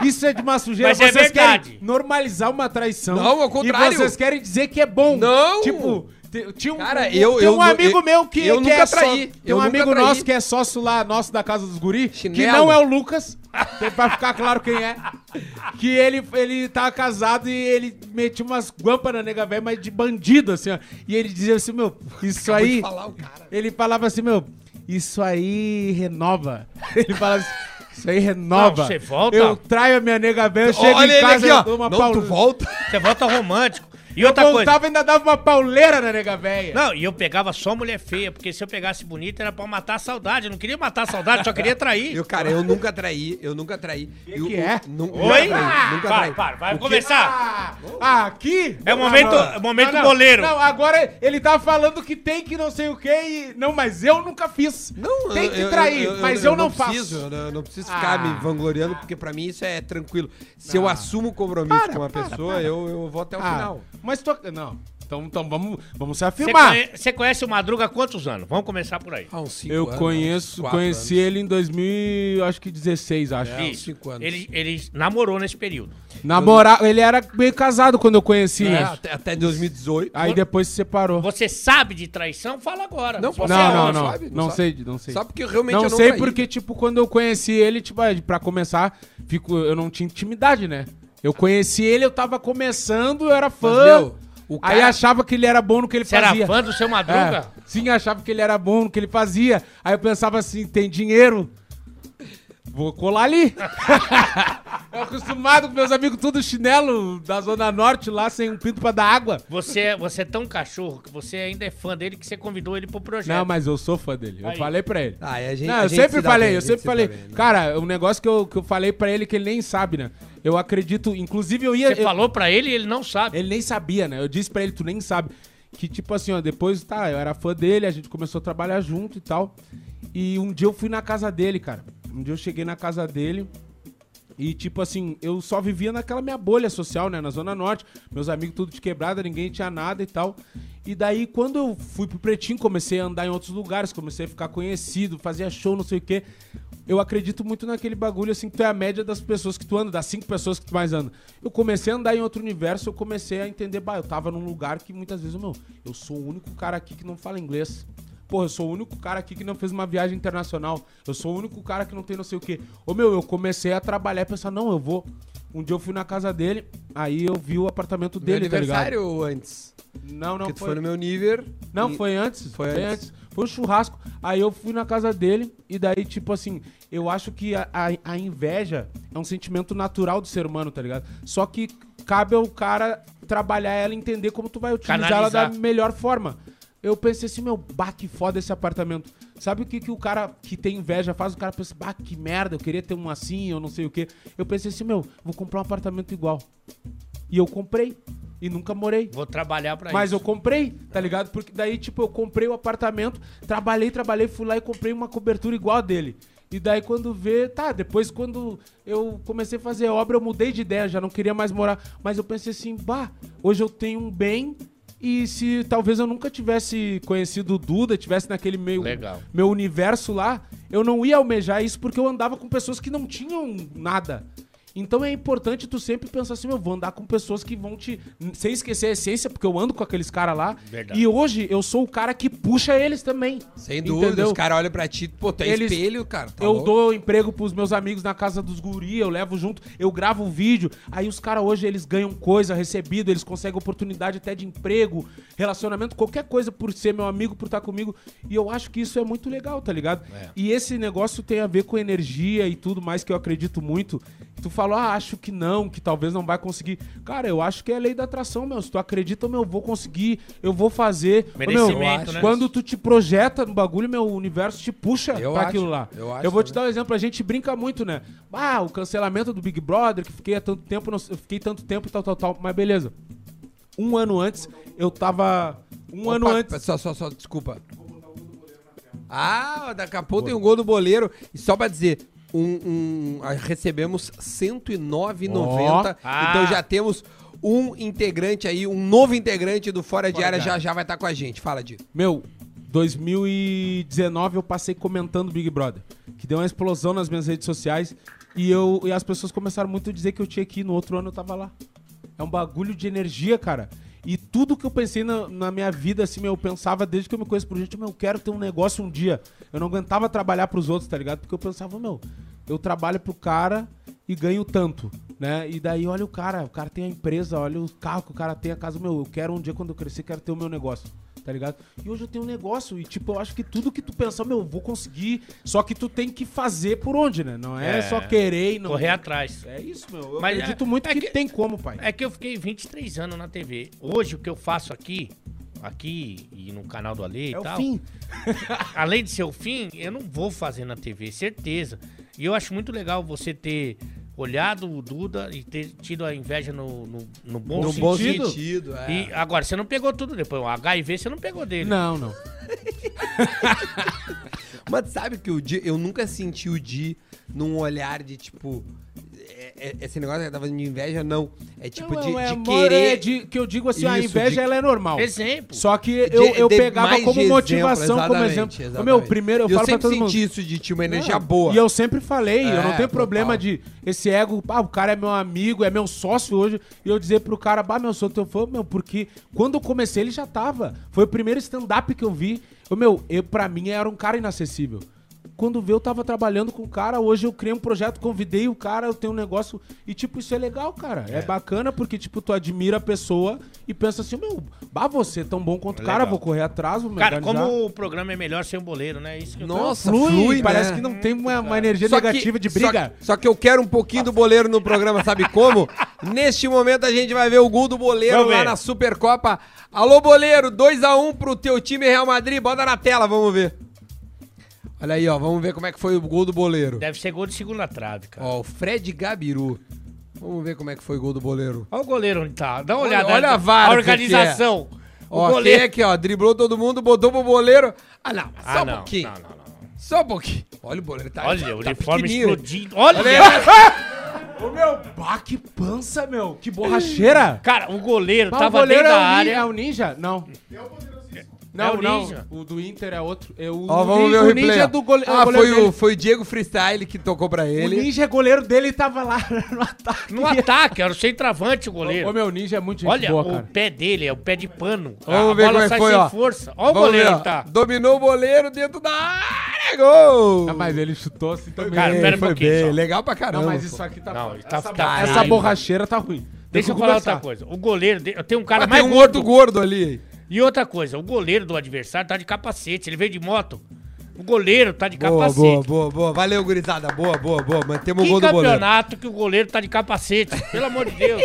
[SPEAKER 4] Isso é de uma sujeira.
[SPEAKER 3] Mas é verdade.
[SPEAKER 4] querem normalizar uma traição.
[SPEAKER 1] Não, ao contrário.
[SPEAKER 4] E vocês querem dizer que é bom.
[SPEAKER 1] Não.
[SPEAKER 4] Tipo, te- tinha um,
[SPEAKER 1] Cara,
[SPEAKER 4] um-
[SPEAKER 1] eu-
[SPEAKER 4] tem um
[SPEAKER 1] eu-
[SPEAKER 4] amigo
[SPEAKER 1] eu-
[SPEAKER 4] meu que,
[SPEAKER 1] eu
[SPEAKER 4] que
[SPEAKER 1] nunca
[SPEAKER 4] é só-
[SPEAKER 1] traí.
[SPEAKER 4] Tem
[SPEAKER 1] Eu
[SPEAKER 4] um
[SPEAKER 1] nunca
[SPEAKER 4] amigo
[SPEAKER 1] traí.
[SPEAKER 4] nosso que é sócio lá, nosso da Casa dos Guri, que
[SPEAKER 1] Chinelo.
[SPEAKER 4] não é o Lucas. Tem pra ficar claro quem é. Que ele, ele tava casado e ele metia umas guampas na nega velha, mas de bandido, assim, ó. E ele dizia assim, meu, isso
[SPEAKER 1] Acabou de
[SPEAKER 4] aí...
[SPEAKER 1] falar o cara.
[SPEAKER 4] Ele falava assim, meu, isso aí renova. Ele falava assim, isso aí renova.
[SPEAKER 3] Não, você volta.
[SPEAKER 4] Eu traio a minha nega velha, eu chego
[SPEAKER 1] Olha
[SPEAKER 4] em
[SPEAKER 1] ele
[SPEAKER 4] casa
[SPEAKER 1] aqui,
[SPEAKER 4] e
[SPEAKER 1] ó.
[SPEAKER 4] eu dou uma
[SPEAKER 1] não, tu
[SPEAKER 4] pauleira.
[SPEAKER 1] volta.
[SPEAKER 3] Você volta romântico. E
[SPEAKER 4] Eu
[SPEAKER 3] outra coisa.
[SPEAKER 4] voltava e ainda dava uma pauleira na nega velha.
[SPEAKER 3] Não, e eu pegava só mulher feia, porque se eu pegasse bonita era pra matar a saudade. Eu não queria matar a saudade, só queria trair.
[SPEAKER 1] Eu, cara, eu nunca traí, eu nunca traí.
[SPEAKER 4] Que que é?
[SPEAKER 1] nu- nunca traí,
[SPEAKER 3] Oi?
[SPEAKER 1] nunca
[SPEAKER 3] para,
[SPEAKER 1] traí.
[SPEAKER 3] para, vai
[SPEAKER 1] O que- é?
[SPEAKER 3] começar.
[SPEAKER 4] Ah, ah, aqui?
[SPEAKER 3] É o momento- é o momento boleiro.
[SPEAKER 4] Não, agora ele tá falando que tem que não sei o que e... Não, mas eu nunca fiz.
[SPEAKER 1] Não,
[SPEAKER 4] tem que
[SPEAKER 1] eu-
[SPEAKER 4] trair, mas eu, não, faço.
[SPEAKER 1] Preciso, eu, não, eu não preciso ficar
[SPEAKER 4] Ah.
[SPEAKER 1] me vangloriando, porque pra mim isso é tranquilo. Se eu assumo o compromisso com uma pessoa, Eu, eu vou até o
[SPEAKER 4] Ah,
[SPEAKER 1] final.
[SPEAKER 4] Mas tu... Não. Então, então vamos, vamos se
[SPEAKER 3] Você
[SPEAKER 4] afirmar.
[SPEAKER 3] conhe- Você conhece o Madruga há quantos anos? Vamos começar por aí.
[SPEAKER 1] Há uns cinco
[SPEAKER 4] Eu
[SPEAKER 1] anos,
[SPEAKER 4] conheço,
[SPEAKER 1] quatro
[SPEAKER 4] conheci
[SPEAKER 1] anos.
[SPEAKER 4] ele em 2000, acho que 16, acho.
[SPEAKER 1] É.
[SPEAKER 3] Isso.
[SPEAKER 1] cinco anos.
[SPEAKER 3] Ele, ele namorou nesse período.
[SPEAKER 4] Namorar, ele era meio casado quando eu conheci.
[SPEAKER 1] É,
[SPEAKER 4] ele.
[SPEAKER 1] até, até 2018.
[SPEAKER 4] Aí depois se separou.
[SPEAKER 3] Você sabe de traição? Fala agora.
[SPEAKER 1] Não,
[SPEAKER 3] Se
[SPEAKER 1] não,
[SPEAKER 3] você
[SPEAKER 4] não,
[SPEAKER 3] é
[SPEAKER 4] não,
[SPEAKER 3] homem,
[SPEAKER 4] não,
[SPEAKER 1] sabe? Não
[SPEAKER 4] não
[SPEAKER 1] sabe?
[SPEAKER 4] sei, não sei.
[SPEAKER 1] Só porque eu realmente
[SPEAKER 4] não,
[SPEAKER 1] eu não
[SPEAKER 4] sei
[SPEAKER 1] traí.
[SPEAKER 4] porque tipo quando eu conheci ele, tipo, ah, pra começar, fico, eu não tinha intimidade, né? Eu conheci ele, eu tava começando, eu era fã.
[SPEAKER 1] Mas, meu, o
[SPEAKER 4] Aí
[SPEAKER 1] cara-
[SPEAKER 4] achava que ele era bom no que ele
[SPEAKER 3] Você
[SPEAKER 4] fazia.
[SPEAKER 3] era fã do seu Madruga?
[SPEAKER 4] É, sim, achava que ele era bom no que ele fazia. Aí eu pensava assim, tem dinheiro. Vou colar ali. eu acostumado com meus amigos tudo chinelo da Zona Norte lá, sem um pinto pra dar água.
[SPEAKER 3] Você, é- você é tão cachorro que você ainda é fã dele que você convidou ele pro projeto.
[SPEAKER 4] Não, mas eu sou fã dele. Eu
[SPEAKER 3] Aí.
[SPEAKER 4] falei pra ele.
[SPEAKER 1] Ah, e a gente-
[SPEAKER 4] não,
[SPEAKER 1] a
[SPEAKER 4] eu
[SPEAKER 1] gente
[SPEAKER 4] sempre
[SPEAKER 1] se dá
[SPEAKER 4] falei,
[SPEAKER 1] bem, a
[SPEAKER 4] eu
[SPEAKER 1] gente
[SPEAKER 4] sempre
[SPEAKER 1] se dá
[SPEAKER 4] falei.
[SPEAKER 1] bem, né?
[SPEAKER 4] Cara, um negócio que eu, que eu falei pra ele que ele nem sabe, né? Eu acredito, inclusive eu ia.
[SPEAKER 3] Você
[SPEAKER 4] eu-
[SPEAKER 3] falou pra ele e ele não sabe.
[SPEAKER 4] Ele nem sabia, né? Eu disse pra ele, tu nem sabe. Que tipo assim, ó, depois, tá, eu era fã dele, a gente começou a trabalhar junto e tal. E um dia eu fui na casa dele, cara. Um dia eu cheguei na casa dele e, tipo assim, eu só vivia naquela minha bolha social, né? Na Zona Norte. Meus amigos tudo de quebrada, ninguém tinha nada e tal. E daí, quando eu fui pro Pretinho, comecei a andar em outros lugares, comecei a ficar conhecido, fazia show, não sei o quê. Eu acredito muito naquele bagulho, assim, que tu é a média das pessoas que tu anda, das cinco pessoas que tu mais anda. Eu comecei a andar em outro universo, eu comecei a entender, bah, eu tava num lugar que muitas vezes, meu, eu sou o único cara aqui que não fala inglês. Porra, eu sou o único cara aqui que não fez uma viagem internacional. Eu sou o único cara que não tem não sei o quê. Ô meu, eu comecei a trabalhar e pensar, não, eu vou. Um dia eu fui na casa dele, aí eu vi o apartamento
[SPEAKER 1] Meu
[SPEAKER 4] dele, tá ligado?
[SPEAKER 1] aniversário antes.
[SPEAKER 4] Não, não,
[SPEAKER 1] Porque tu foi
[SPEAKER 4] foi.
[SPEAKER 1] no meu nível.
[SPEAKER 4] Não,
[SPEAKER 1] e-
[SPEAKER 4] foi antes.
[SPEAKER 1] foi
[SPEAKER 4] Foi, antes.
[SPEAKER 1] antes.
[SPEAKER 4] Foi um churrasco. Aí eu fui na casa dele e daí, tipo assim, eu acho que a, a- a inveja é um sentimento natural do ser humano, tá ligado? Só que cabe ao cara trabalhar ela e entender como tu vai utilizar ela da
[SPEAKER 3] Canalizar.
[SPEAKER 4] melhor forma. Eu pensei assim, meu, bah, que foda esse apartamento. Sabe o que, que o cara que tem inveja faz? O cara pensa, bah, que merda, eu queria ter um assim, eu não sei o quê. Eu pensei assim, meu, vou comprar um apartamento igual. E eu comprei. E nunca morei.
[SPEAKER 3] Vou trabalhar pra
[SPEAKER 4] Mas
[SPEAKER 3] isso.
[SPEAKER 4] eu comprei, tá ligado? Porque daí, tipo, eu comprei o apartamento, trabalhei, trabalhei, fui lá e comprei uma cobertura igual a dele. E daí, quando vê, tá, depois quando eu comecei a fazer obra, eu mudei de ideia, já não queria mais morar. Mas eu pensei assim, bah, hoje eu tenho um bem. E se talvez eu nunca tivesse conhecido o Duda, tivesse naquele meio
[SPEAKER 3] Legal.
[SPEAKER 4] meu universo lá, eu não ia almejar isso porque eu andava com pessoas que não tinham nada. Então é importante tu sempre pensar assim, eu vou andar com pessoas que vão te. Sem esquecer a essência, porque eu ando com aqueles caras lá.
[SPEAKER 3] Verdade.
[SPEAKER 4] E hoje eu sou o cara que puxa eles também.
[SPEAKER 1] Sem dúvida,
[SPEAKER 4] entendeu?
[SPEAKER 1] os caras olham pra ti, pô, tu é
[SPEAKER 4] Eles-
[SPEAKER 1] espelho, cara. tá
[SPEAKER 4] eu
[SPEAKER 1] louco?
[SPEAKER 4] dou emprego pros meus amigos na casa dos guri, eu levo junto, eu gravo um vídeo. Aí os caras hoje, eles ganham coisa, recebido, eles conseguem oportunidade até de emprego, relacionamento, qualquer coisa por ser meu amigo, por estar comigo. E eu acho que isso é muito legal, tá ligado?
[SPEAKER 1] É.
[SPEAKER 4] E esse negócio tem a ver com energia e tudo mais, que eu acredito muito. Tu falou, ah, acho que não, que talvez não vai conseguir. Cara, eu acho que é lei da atração, meu. Se tu acredita, meu, eu vou conseguir, eu vou fazer. Ô, meu,
[SPEAKER 3] Merecimento, né?
[SPEAKER 4] Quando tu te projeta no bagulho, meu, o universo te puxa
[SPEAKER 1] Eu
[SPEAKER 4] pra
[SPEAKER 1] acho,
[SPEAKER 4] tá aquilo lá.
[SPEAKER 1] eu acho
[SPEAKER 4] vou
[SPEAKER 1] também.
[SPEAKER 4] te dar um exemplo, a gente brinca muito, né? Ah, o cancelamento do Big Brother, que fiquei há tanto tempo, não, eu fiquei tanto tempo e tal, tal, tal, mas beleza. Um ano antes, eu tava. Um
[SPEAKER 1] Opa,
[SPEAKER 4] ano antes.
[SPEAKER 1] Só, só, só, desculpa. Ah, daqui a pouco tem um gol do boleiro. E só pra dizer, um, um, ah, recebemos 109,90.
[SPEAKER 3] Ah.
[SPEAKER 1] Então já temos um integrante aí, um novo integrante do Fora de Área já já vai estar com a gente. Fala, Di.
[SPEAKER 4] Meu, 2019 eu passei comentando Big Brother, que deu uma explosão nas minhas redes sociais e, eu, e as pessoas começaram muito a dizer que eu tinha que ir, no outro ano eu tava lá. É um bagulho de energia, cara. E tudo que eu pensei na, na minha vida, assim, meu, eu pensava desde que eu me conheço por gente, meu, eu quero ter um negócio um dia. Eu não aguentava trabalhar pros outros, tá ligado? Porque eu pensava, meu, eu trabalho pro cara e ganho tanto, né? E daí, olha o cara, o cara tem a empresa, olha o carro que o cara tem, a casa, meu, eu quero um dia quando eu crescer, quero ter o meu negócio tá ligado? E hoje eu tenho um negócio e, tipo, eu acho que tudo que tu pensar, meu, eu vou conseguir, só que tu tem que fazer por onde, né? Não é,
[SPEAKER 3] É.
[SPEAKER 4] só querer e não...
[SPEAKER 3] Correr atrás.
[SPEAKER 4] É isso, meu. Eu
[SPEAKER 3] Mas
[SPEAKER 4] acredito
[SPEAKER 3] é-
[SPEAKER 4] muito
[SPEAKER 3] é
[SPEAKER 4] que,
[SPEAKER 3] que-
[SPEAKER 4] tem como, pai.
[SPEAKER 3] É que eu fiquei 23 anos na TV. Hoje o que eu faço aqui, aqui e no canal do Ale e
[SPEAKER 4] É o
[SPEAKER 3] tal.
[SPEAKER 4] fim.
[SPEAKER 3] além de ser o fim, eu não vou fazer na TV, certeza. E eu acho muito legal você ter olhado o Duda e ter tido a inveja no, no, no bom
[SPEAKER 4] No
[SPEAKER 3] sentido.
[SPEAKER 4] bom sentido.
[SPEAKER 1] é.
[SPEAKER 3] E agora, você não pegou tudo depois. O HIV você não pegou dele.
[SPEAKER 4] Não, não.
[SPEAKER 1] Mas sabe que o Di, eu nunca senti o Di num olhar de tipo. é- é- Esse negócio que tá fazendo de inveja, não. É tipo
[SPEAKER 4] Não,
[SPEAKER 1] de,
[SPEAKER 4] é
[SPEAKER 1] de
[SPEAKER 4] amor,
[SPEAKER 1] querer.
[SPEAKER 4] é de- que eu digo assim, a
[SPEAKER 1] Isso,
[SPEAKER 4] inveja,
[SPEAKER 1] de-
[SPEAKER 4] ela é normal.
[SPEAKER 3] Exemplo.
[SPEAKER 4] Só que
[SPEAKER 1] de-
[SPEAKER 4] eu, eu
[SPEAKER 1] de-
[SPEAKER 4] pegava
[SPEAKER 1] mais de
[SPEAKER 4] como
[SPEAKER 1] exemplo,
[SPEAKER 4] motivação, como
[SPEAKER 1] exatamente,
[SPEAKER 4] exemplo. Ô, Meu,
[SPEAKER 1] exatamente.
[SPEAKER 4] primeiro, eu,
[SPEAKER 1] eu
[SPEAKER 4] falo pra
[SPEAKER 1] sempre
[SPEAKER 4] todo mundo.
[SPEAKER 1] senti isso de tipo, uma energia
[SPEAKER 4] Não,
[SPEAKER 1] boa.
[SPEAKER 4] E eu sempre falei, eu não
[SPEAKER 1] É,
[SPEAKER 4] tenho
[SPEAKER 1] total.
[SPEAKER 4] problema de esse ego, ah, o cara é meu amigo, é meu sócio hoje, e eu dizer pro cara, bah, meu, sou teu fã, meu, porque quando eu comecei ele já tava. Foi o primeiro stand-up que eu vi. Eu, meu, eu, pra mim era um cara inacessível. Quando vê, eu tava trabalhando com o cara, hoje eu criei um projeto, convidei o cara, eu tenho um negócio. E, tipo, isso é legal, cara. É, bacana porque, tipo, tu admira a pessoa e pensa assim, meu, bah, você é tão bom quanto o cara,
[SPEAKER 3] Legal.
[SPEAKER 4] vou correr atrás, vou me
[SPEAKER 3] Cara,
[SPEAKER 4] organizar.
[SPEAKER 3] como o programa é melhor sem o boleiro, né? Isso que eu tô-
[SPEAKER 1] Nossa,
[SPEAKER 4] Flui,
[SPEAKER 1] flui,
[SPEAKER 4] parece
[SPEAKER 1] né?
[SPEAKER 4] que não tem uma, uma energia
[SPEAKER 1] Só que-
[SPEAKER 4] negativa de
[SPEAKER 1] só
[SPEAKER 4] briga.
[SPEAKER 1] que- Só, que eu quero um pouquinho do boleiro no programa, sabe como? Neste momento a gente vai ver o gol do boleiro
[SPEAKER 3] Vamos
[SPEAKER 1] lá
[SPEAKER 3] ver.
[SPEAKER 1] na Supercopa. Alô, boleiro, 2x1 pro teu time Real Madrid. Bota na tela, vamos ver. Olha aí, ó, vamos ver como é que foi o gol do boleiro.
[SPEAKER 3] Deve ser gol de segunda trave, cara.
[SPEAKER 1] Ó, o Fred Gabiru. Vamos ver como é que foi o gol do boleiro.
[SPEAKER 3] Olha o goleiro onde tá. Dá uma
[SPEAKER 1] Olha-
[SPEAKER 3] olhada.
[SPEAKER 1] olha a várzea que
[SPEAKER 3] organização.
[SPEAKER 1] Ó, quem é que, ó, driblou todo mundo, botou pro boleiro. Ah, não, só
[SPEAKER 3] Ah,
[SPEAKER 1] um
[SPEAKER 3] não,
[SPEAKER 1] pouquinho.
[SPEAKER 3] não, não, não.
[SPEAKER 1] Só um pouquinho. Olha o boleiro, tá
[SPEAKER 3] Olha,
[SPEAKER 1] tá
[SPEAKER 3] o uniforme
[SPEAKER 1] pequenininho.
[SPEAKER 3] explodindo. Olha!
[SPEAKER 4] Ô meu, bah, que pança, meu. Que borracheira.
[SPEAKER 3] Cara, o goleiro
[SPEAKER 4] Bah,
[SPEAKER 3] tava dentro
[SPEAKER 4] é
[SPEAKER 1] um
[SPEAKER 3] da
[SPEAKER 4] o, ni-
[SPEAKER 3] área.
[SPEAKER 4] é o ninja? Não.
[SPEAKER 3] É
[SPEAKER 4] Não,
[SPEAKER 3] o
[SPEAKER 4] não.
[SPEAKER 3] Ninja.
[SPEAKER 4] O do Inter é outro. É o,
[SPEAKER 1] Ó,
[SPEAKER 4] o
[SPEAKER 1] vamos
[SPEAKER 4] ni-
[SPEAKER 1] ver o,
[SPEAKER 4] o
[SPEAKER 1] replay.
[SPEAKER 4] ninja
[SPEAKER 1] ó.
[SPEAKER 4] é do gole-
[SPEAKER 1] ah,
[SPEAKER 4] goleiro
[SPEAKER 1] foi
[SPEAKER 4] dele.
[SPEAKER 1] o, foi o Diego Freestyle que tocou pra
[SPEAKER 4] O
[SPEAKER 1] ele.
[SPEAKER 4] ninja é goleiro dele e tava lá no ataque.
[SPEAKER 3] No ataque, era o centroavante o goleiro.
[SPEAKER 4] Ô meu, o ninja é muito gente
[SPEAKER 3] Olha,
[SPEAKER 4] boa,
[SPEAKER 3] o
[SPEAKER 4] cara.
[SPEAKER 3] pé dele é o pé de pano.
[SPEAKER 1] Vamos
[SPEAKER 3] a
[SPEAKER 1] ver como
[SPEAKER 3] bola
[SPEAKER 1] é que
[SPEAKER 3] sai
[SPEAKER 1] foi,
[SPEAKER 3] sem
[SPEAKER 1] ó.
[SPEAKER 3] força. Olha o
[SPEAKER 1] Vamos ver,
[SPEAKER 3] goleiro
[SPEAKER 1] ó.
[SPEAKER 3] que tá.
[SPEAKER 1] Dominou o goleiro dentro da área, gol!
[SPEAKER 4] Ah, mas ele chutou assim também.
[SPEAKER 3] Cara,
[SPEAKER 1] Bem,
[SPEAKER 3] pera um
[SPEAKER 1] foi
[SPEAKER 3] pouquinho
[SPEAKER 1] bem,
[SPEAKER 3] só.
[SPEAKER 1] legal pra caramba.
[SPEAKER 4] não, mas isso
[SPEAKER 1] pô.
[SPEAKER 4] aqui tá
[SPEAKER 3] Não,
[SPEAKER 4] foda.
[SPEAKER 3] tá-
[SPEAKER 4] essa,
[SPEAKER 3] tá-
[SPEAKER 4] essa
[SPEAKER 3] caralho.
[SPEAKER 4] borracheira tá ruim. Tem
[SPEAKER 3] Deixa eu
[SPEAKER 4] que
[SPEAKER 3] falar
[SPEAKER 4] conversar.
[SPEAKER 3] outra coisa. O goleiro, de- tem um cara
[SPEAKER 1] Mas
[SPEAKER 3] mais
[SPEAKER 1] tem um
[SPEAKER 3] gordo.
[SPEAKER 1] outro gordo ali.
[SPEAKER 3] E outra coisa, o goleiro do adversário tá de capacete. Ele veio de moto. O goleiro tá de
[SPEAKER 1] Boa,
[SPEAKER 3] capacete.
[SPEAKER 1] boa, boa, boa. Valeu, gurizada. Boa, boa, boa. Mantemos o
[SPEAKER 3] Que
[SPEAKER 1] gol do goleiro.
[SPEAKER 3] campeonato que o goleiro tá de capacete? Pelo amor de Deus.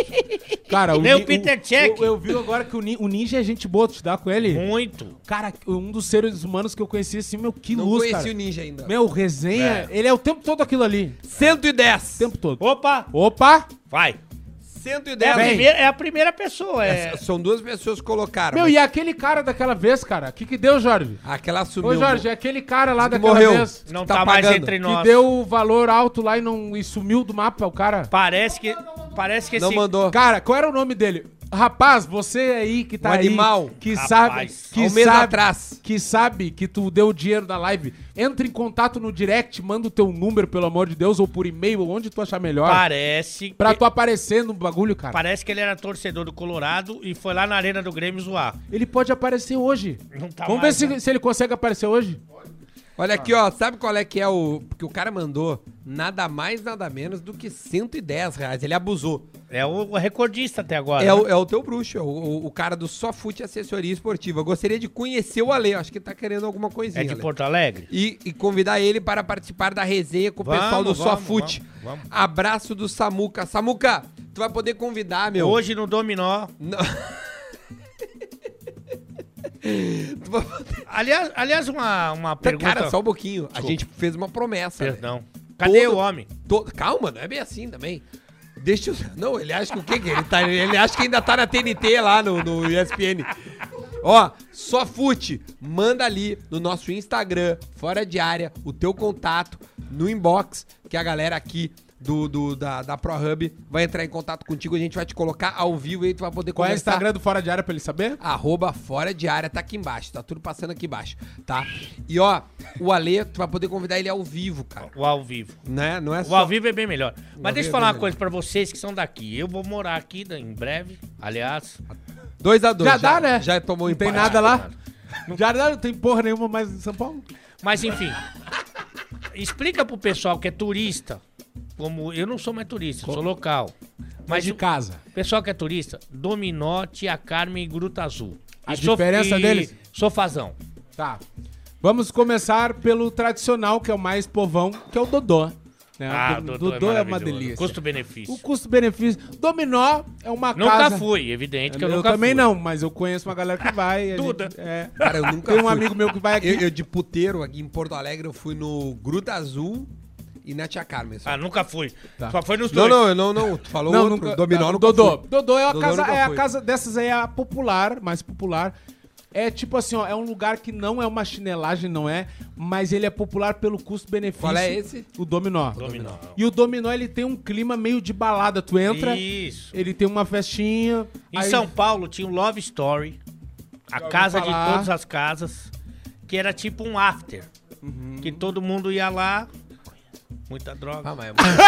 [SPEAKER 4] Cara,
[SPEAKER 3] Nem o
[SPEAKER 4] Ni-
[SPEAKER 3] Peter Cech.
[SPEAKER 4] Eu, eu vi agora que o, Ni- o Ninja é gente boa, tu dá com ele?
[SPEAKER 3] Muito.
[SPEAKER 4] Cara, um dos seres humanos que eu conheci, assim, meu, que
[SPEAKER 1] Não
[SPEAKER 4] luz,
[SPEAKER 1] conheci
[SPEAKER 4] cara.
[SPEAKER 1] o Ninja ainda.
[SPEAKER 4] Meu, resenha, ele é o tempo todo aquilo ali.
[SPEAKER 1] 110.
[SPEAKER 4] O tempo todo.
[SPEAKER 3] Opa,
[SPEAKER 4] Opa!
[SPEAKER 3] vai. É
[SPEAKER 1] 110.
[SPEAKER 3] a, primeira, é a primeira pessoa. É...
[SPEAKER 1] Essa- São duas pessoas que colocaram.
[SPEAKER 4] Meu,
[SPEAKER 1] mas
[SPEAKER 4] e aquele cara daquela vez, cara? O que que deu, Jorge?
[SPEAKER 1] Aquela assumiu.
[SPEAKER 4] Ô, Jorge, é aquele cara lá
[SPEAKER 1] que
[SPEAKER 4] daquela
[SPEAKER 1] morreu.
[SPEAKER 4] vez
[SPEAKER 3] Não
[SPEAKER 1] tá
[SPEAKER 3] tá, mais
[SPEAKER 1] pagando.
[SPEAKER 3] entre
[SPEAKER 1] Que
[SPEAKER 3] nós.
[SPEAKER 4] que deu o valor alto lá e, não, e sumiu do mapa, o cara.
[SPEAKER 3] Parece que. Parece que
[SPEAKER 1] não
[SPEAKER 3] esse.
[SPEAKER 1] mandou.
[SPEAKER 4] Cara, qual era o nome dele? Rapaz, você aí que tá
[SPEAKER 1] Um
[SPEAKER 4] aí,
[SPEAKER 1] animal.
[SPEAKER 4] que
[SPEAKER 3] Rapaz,
[SPEAKER 4] sabe, que
[SPEAKER 1] há um mês
[SPEAKER 4] sabe,
[SPEAKER 1] atrás.
[SPEAKER 4] que sabe que tu deu o dinheiro da live, entra em contato no direct, manda o teu número, pelo amor de Deus, ou por e-mail, onde tu achar melhor,
[SPEAKER 3] Parece que.
[SPEAKER 4] pra tu aparecer no bagulho, cara.
[SPEAKER 3] Parece que ele era torcedor do Colorado e foi lá na arena do Grêmio zoar.
[SPEAKER 4] Ele pode aparecer hoje.
[SPEAKER 3] Não tá
[SPEAKER 4] Vamos
[SPEAKER 3] mais,
[SPEAKER 4] ver se,
[SPEAKER 3] né?
[SPEAKER 4] se ele consegue aparecer hoje.
[SPEAKER 1] Olha aqui, ó. Sabe qual é que é o. Porque o cara mandou nada mais, nada menos do que 110 reais. Ele abusou.
[SPEAKER 3] É o recordista até agora.
[SPEAKER 1] É
[SPEAKER 3] né?
[SPEAKER 1] o, é o teu bruxo, é o, o, o cara do Sofute Assessoria Esportiva. Eu gostaria de conhecer o Ale, eu acho que tá querendo alguma coisinha.
[SPEAKER 3] É de
[SPEAKER 1] Ale.
[SPEAKER 3] Porto Alegre?
[SPEAKER 1] E, e convidar ele para participar da resenha com o
[SPEAKER 2] Vamos,
[SPEAKER 1] pessoal do
[SPEAKER 2] vamos,
[SPEAKER 1] Sofute.
[SPEAKER 2] vamos, vamos.
[SPEAKER 1] Abraço do Samuca. Samuca, tu vai poder convidar, meu.
[SPEAKER 3] Hoje no Dominó.
[SPEAKER 1] Não. Tu vai poder-
[SPEAKER 3] Aliás, aliás uma, uma pergunta.
[SPEAKER 1] Cara, só um pouquinho. A gente fez uma promessa. né?
[SPEAKER 3] Perdão. Cadê
[SPEAKER 1] Todo-
[SPEAKER 3] o homem?
[SPEAKER 1] To- Calma, não é bem assim também. Deixa eu... Não, ele acha que o quê? que ele, tá... ele acha que ainda tá na TNT lá no, no ESPN. Ó, só fute. Manda ali no nosso Instagram, fora de área, o teu contato no inbox, que a galera aqui do, do- da, da ProHub vai entrar em contato contigo. A gente vai te colocar ao vivo e aí tu vai poder
[SPEAKER 4] Qual é o
[SPEAKER 1] conversar.
[SPEAKER 4] Instagram do Fora de Área pra ele saber?
[SPEAKER 1] Arroba fora de área, tá aqui embaixo, tá tudo passando aqui embaixo, tá? E ó, o Ale, tu vai poder convidar ele ao vivo, cara.
[SPEAKER 3] O ao vivo.
[SPEAKER 1] Né? Não é
[SPEAKER 3] O ao vivo é bem melhor. Mas deixa
[SPEAKER 1] vivo
[SPEAKER 3] eu
[SPEAKER 1] é
[SPEAKER 3] falar
[SPEAKER 1] bem
[SPEAKER 3] uma coisa pra vocês que são daqui. Eu vou morar aqui em breve. Aliás,
[SPEAKER 1] 2x2.
[SPEAKER 4] Já dá, né?
[SPEAKER 1] Já é tomou
[SPEAKER 4] Não tem
[SPEAKER 1] empate.
[SPEAKER 4] nada lá? Já não tem porra nenhuma mais em São Paulo?
[SPEAKER 3] Mas enfim, explica pro pessoal que é turista, como eu não sou mais turista, eu sou local. Mas
[SPEAKER 4] de
[SPEAKER 3] o
[SPEAKER 4] casa.
[SPEAKER 3] pessoal que é turista, Dominó, Tia Carmen e Gruta Azul.
[SPEAKER 4] A
[SPEAKER 3] E sof-
[SPEAKER 4] diferença
[SPEAKER 3] e
[SPEAKER 4] deles?
[SPEAKER 3] Sofazão.
[SPEAKER 4] Tá. Vamos começar pelo tradicional, que é o mais povão, que é o Dodô. né?
[SPEAKER 3] Ah,
[SPEAKER 4] O
[SPEAKER 3] Dodô, é
[SPEAKER 4] é, uma
[SPEAKER 3] maravilhoso.
[SPEAKER 4] delícia.
[SPEAKER 3] Custo-benefício.
[SPEAKER 4] O custo-benefício. Dominó é uma
[SPEAKER 3] Nunca
[SPEAKER 4] casa...
[SPEAKER 3] fui, evidente que eu,
[SPEAKER 4] eu
[SPEAKER 3] nunca
[SPEAKER 4] também
[SPEAKER 3] fui.
[SPEAKER 4] não, mas eu conheço uma galera que vai. a
[SPEAKER 3] Duda.
[SPEAKER 4] gente- é.
[SPEAKER 1] Cara, eu nunca
[SPEAKER 4] Tem um
[SPEAKER 1] fui.
[SPEAKER 4] amigo meu que vai aqui.
[SPEAKER 1] Eu, eu de puteiro aqui em Porto Alegre, eu fui no Gruta Azul e na Tia Carmen. só.
[SPEAKER 3] Ah, nunca fui.
[SPEAKER 4] Tá.
[SPEAKER 3] Só foi nos
[SPEAKER 1] não,
[SPEAKER 3] dois.
[SPEAKER 1] não, eu não, não. Tu falou
[SPEAKER 4] Não,
[SPEAKER 1] outro,
[SPEAKER 4] nunca,
[SPEAKER 1] dominó
[SPEAKER 4] não,
[SPEAKER 1] no
[SPEAKER 4] Dodô. Dodô é a
[SPEAKER 1] Dodô
[SPEAKER 4] casa,
[SPEAKER 1] nunca
[SPEAKER 4] é a
[SPEAKER 1] fui.
[SPEAKER 4] casa dessas aí, é a popular, mais popular. É tipo assim, ó, é um lugar que não é uma chinelagem, não é, mas ele é popular pelo custo-benefício.
[SPEAKER 1] Qual é esse?
[SPEAKER 4] O dominó.
[SPEAKER 3] Dominó.
[SPEAKER 4] E o dominó, ele tem um clima meio de balada. Tu entra,
[SPEAKER 3] Isso.
[SPEAKER 4] ele tem uma festinha.
[SPEAKER 3] Em
[SPEAKER 4] aí-
[SPEAKER 3] São Paulo tinha o Love Story, a
[SPEAKER 4] ouvi
[SPEAKER 3] casa de
[SPEAKER 4] falar.
[SPEAKER 3] todas as casas, que era tipo um after.
[SPEAKER 4] Uhum.
[SPEAKER 3] Que todo mundo ia lá, muita
[SPEAKER 4] Tá.
[SPEAKER 3] droga.
[SPEAKER 1] Ah, mas é muito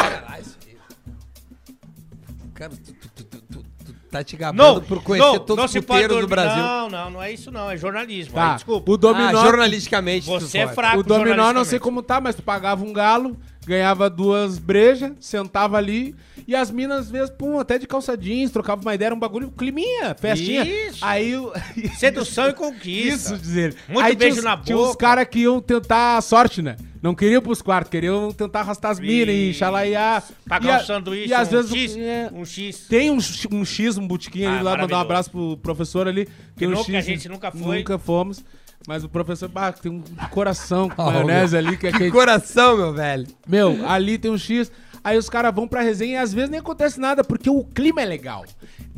[SPEAKER 1] Cara, tu, tu- tu- tu- tu- tu tá te gabando
[SPEAKER 3] Não,
[SPEAKER 1] por conhecer
[SPEAKER 3] não,
[SPEAKER 1] todos
[SPEAKER 3] não
[SPEAKER 1] os
[SPEAKER 3] se pode
[SPEAKER 1] puteiros do
[SPEAKER 3] dormir.
[SPEAKER 1] Brasil.
[SPEAKER 3] Não, não, não é isso não, é jornalismo.
[SPEAKER 4] Tá.
[SPEAKER 3] Aí, desculpa.
[SPEAKER 4] O dominó,
[SPEAKER 1] Ah, jornalisticamente. tu
[SPEAKER 3] Você é
[SPEAKER 1] pode.
[SPEAKER 3] fraco
[SPEAKER 4] o dominó não
[SPEAKER 3] jornalisticamente.
[SPEAKER 4] sei como tá, mas tu pagava um galo, ganhava duas brejas, sentava ali e as minas às vezes, pum, até de calça jeans, trocava uma ideia, era um bagulho, climinha, festinha.
[SPEAKER 3] Isso.
[SPEAKER 4] Aí o-
[SPEAKER 3] Sedução e conquista.
[SPEAKER 4] Isso, dizer.
[SPEAKER 3] Muito
[SPEAKER 4] Aí
[SPEAKER 3] beijo
[SPEAKER 4] tinha,
[SPEAKER 3] na
[SPEAKER 4] os- Tinha uns
[SPEAKER 3] boca.
[SPEAKER 4] caras que iam tentar a sorte, né? Não queriam pros quartos, queriam tentar arrastar as minas e
[SPEAKER 3] Isso.
[SPEAKER 4] xalaiá.
[SPEAKER 3] Pagar
[SPEAKER 4] e a-
[SPEAKER 3] um sanduíche,
[SPEAKER 4] E às
[SPEAKER 3] um,
[SPEAKER 4] vezes o-
[SPEAKER 3] X,
[SPEAKER 4] é,
[SPEAKER 3] um X.
[SPEAKER 4] tem um, X- um X, um botiquinho ali
[SPEAKER 3] Ah,
[SPEAKER 4] lá, mandar um
[SPEAKER 3] maravilhoso.
[SPEAKER 4] abraço pro professor ali. Tem um
[SPEAKER 3] nunca-
[SPEAKER 4] X,
[SPEAKER 3] a gente nunca foi.
[SPEAKER 4] Nunca fomos. Mas o professor, bah, tem um coração com
[SPEAKER 1] Oh,
[SPEAKER 4] maionese
[SPEAKER 1] meu.
[SPEAKER 4] ali. Que, é
[SPEAKER 1] Que
[SPEAKER 4] aquele-
[SPEAKER 1] coração, meu velho.
[SPEAKER 4] Meu, ali tem um X. Aí os caras vão pra resenha e às vezes nem acontece nada, porque o clima é legal.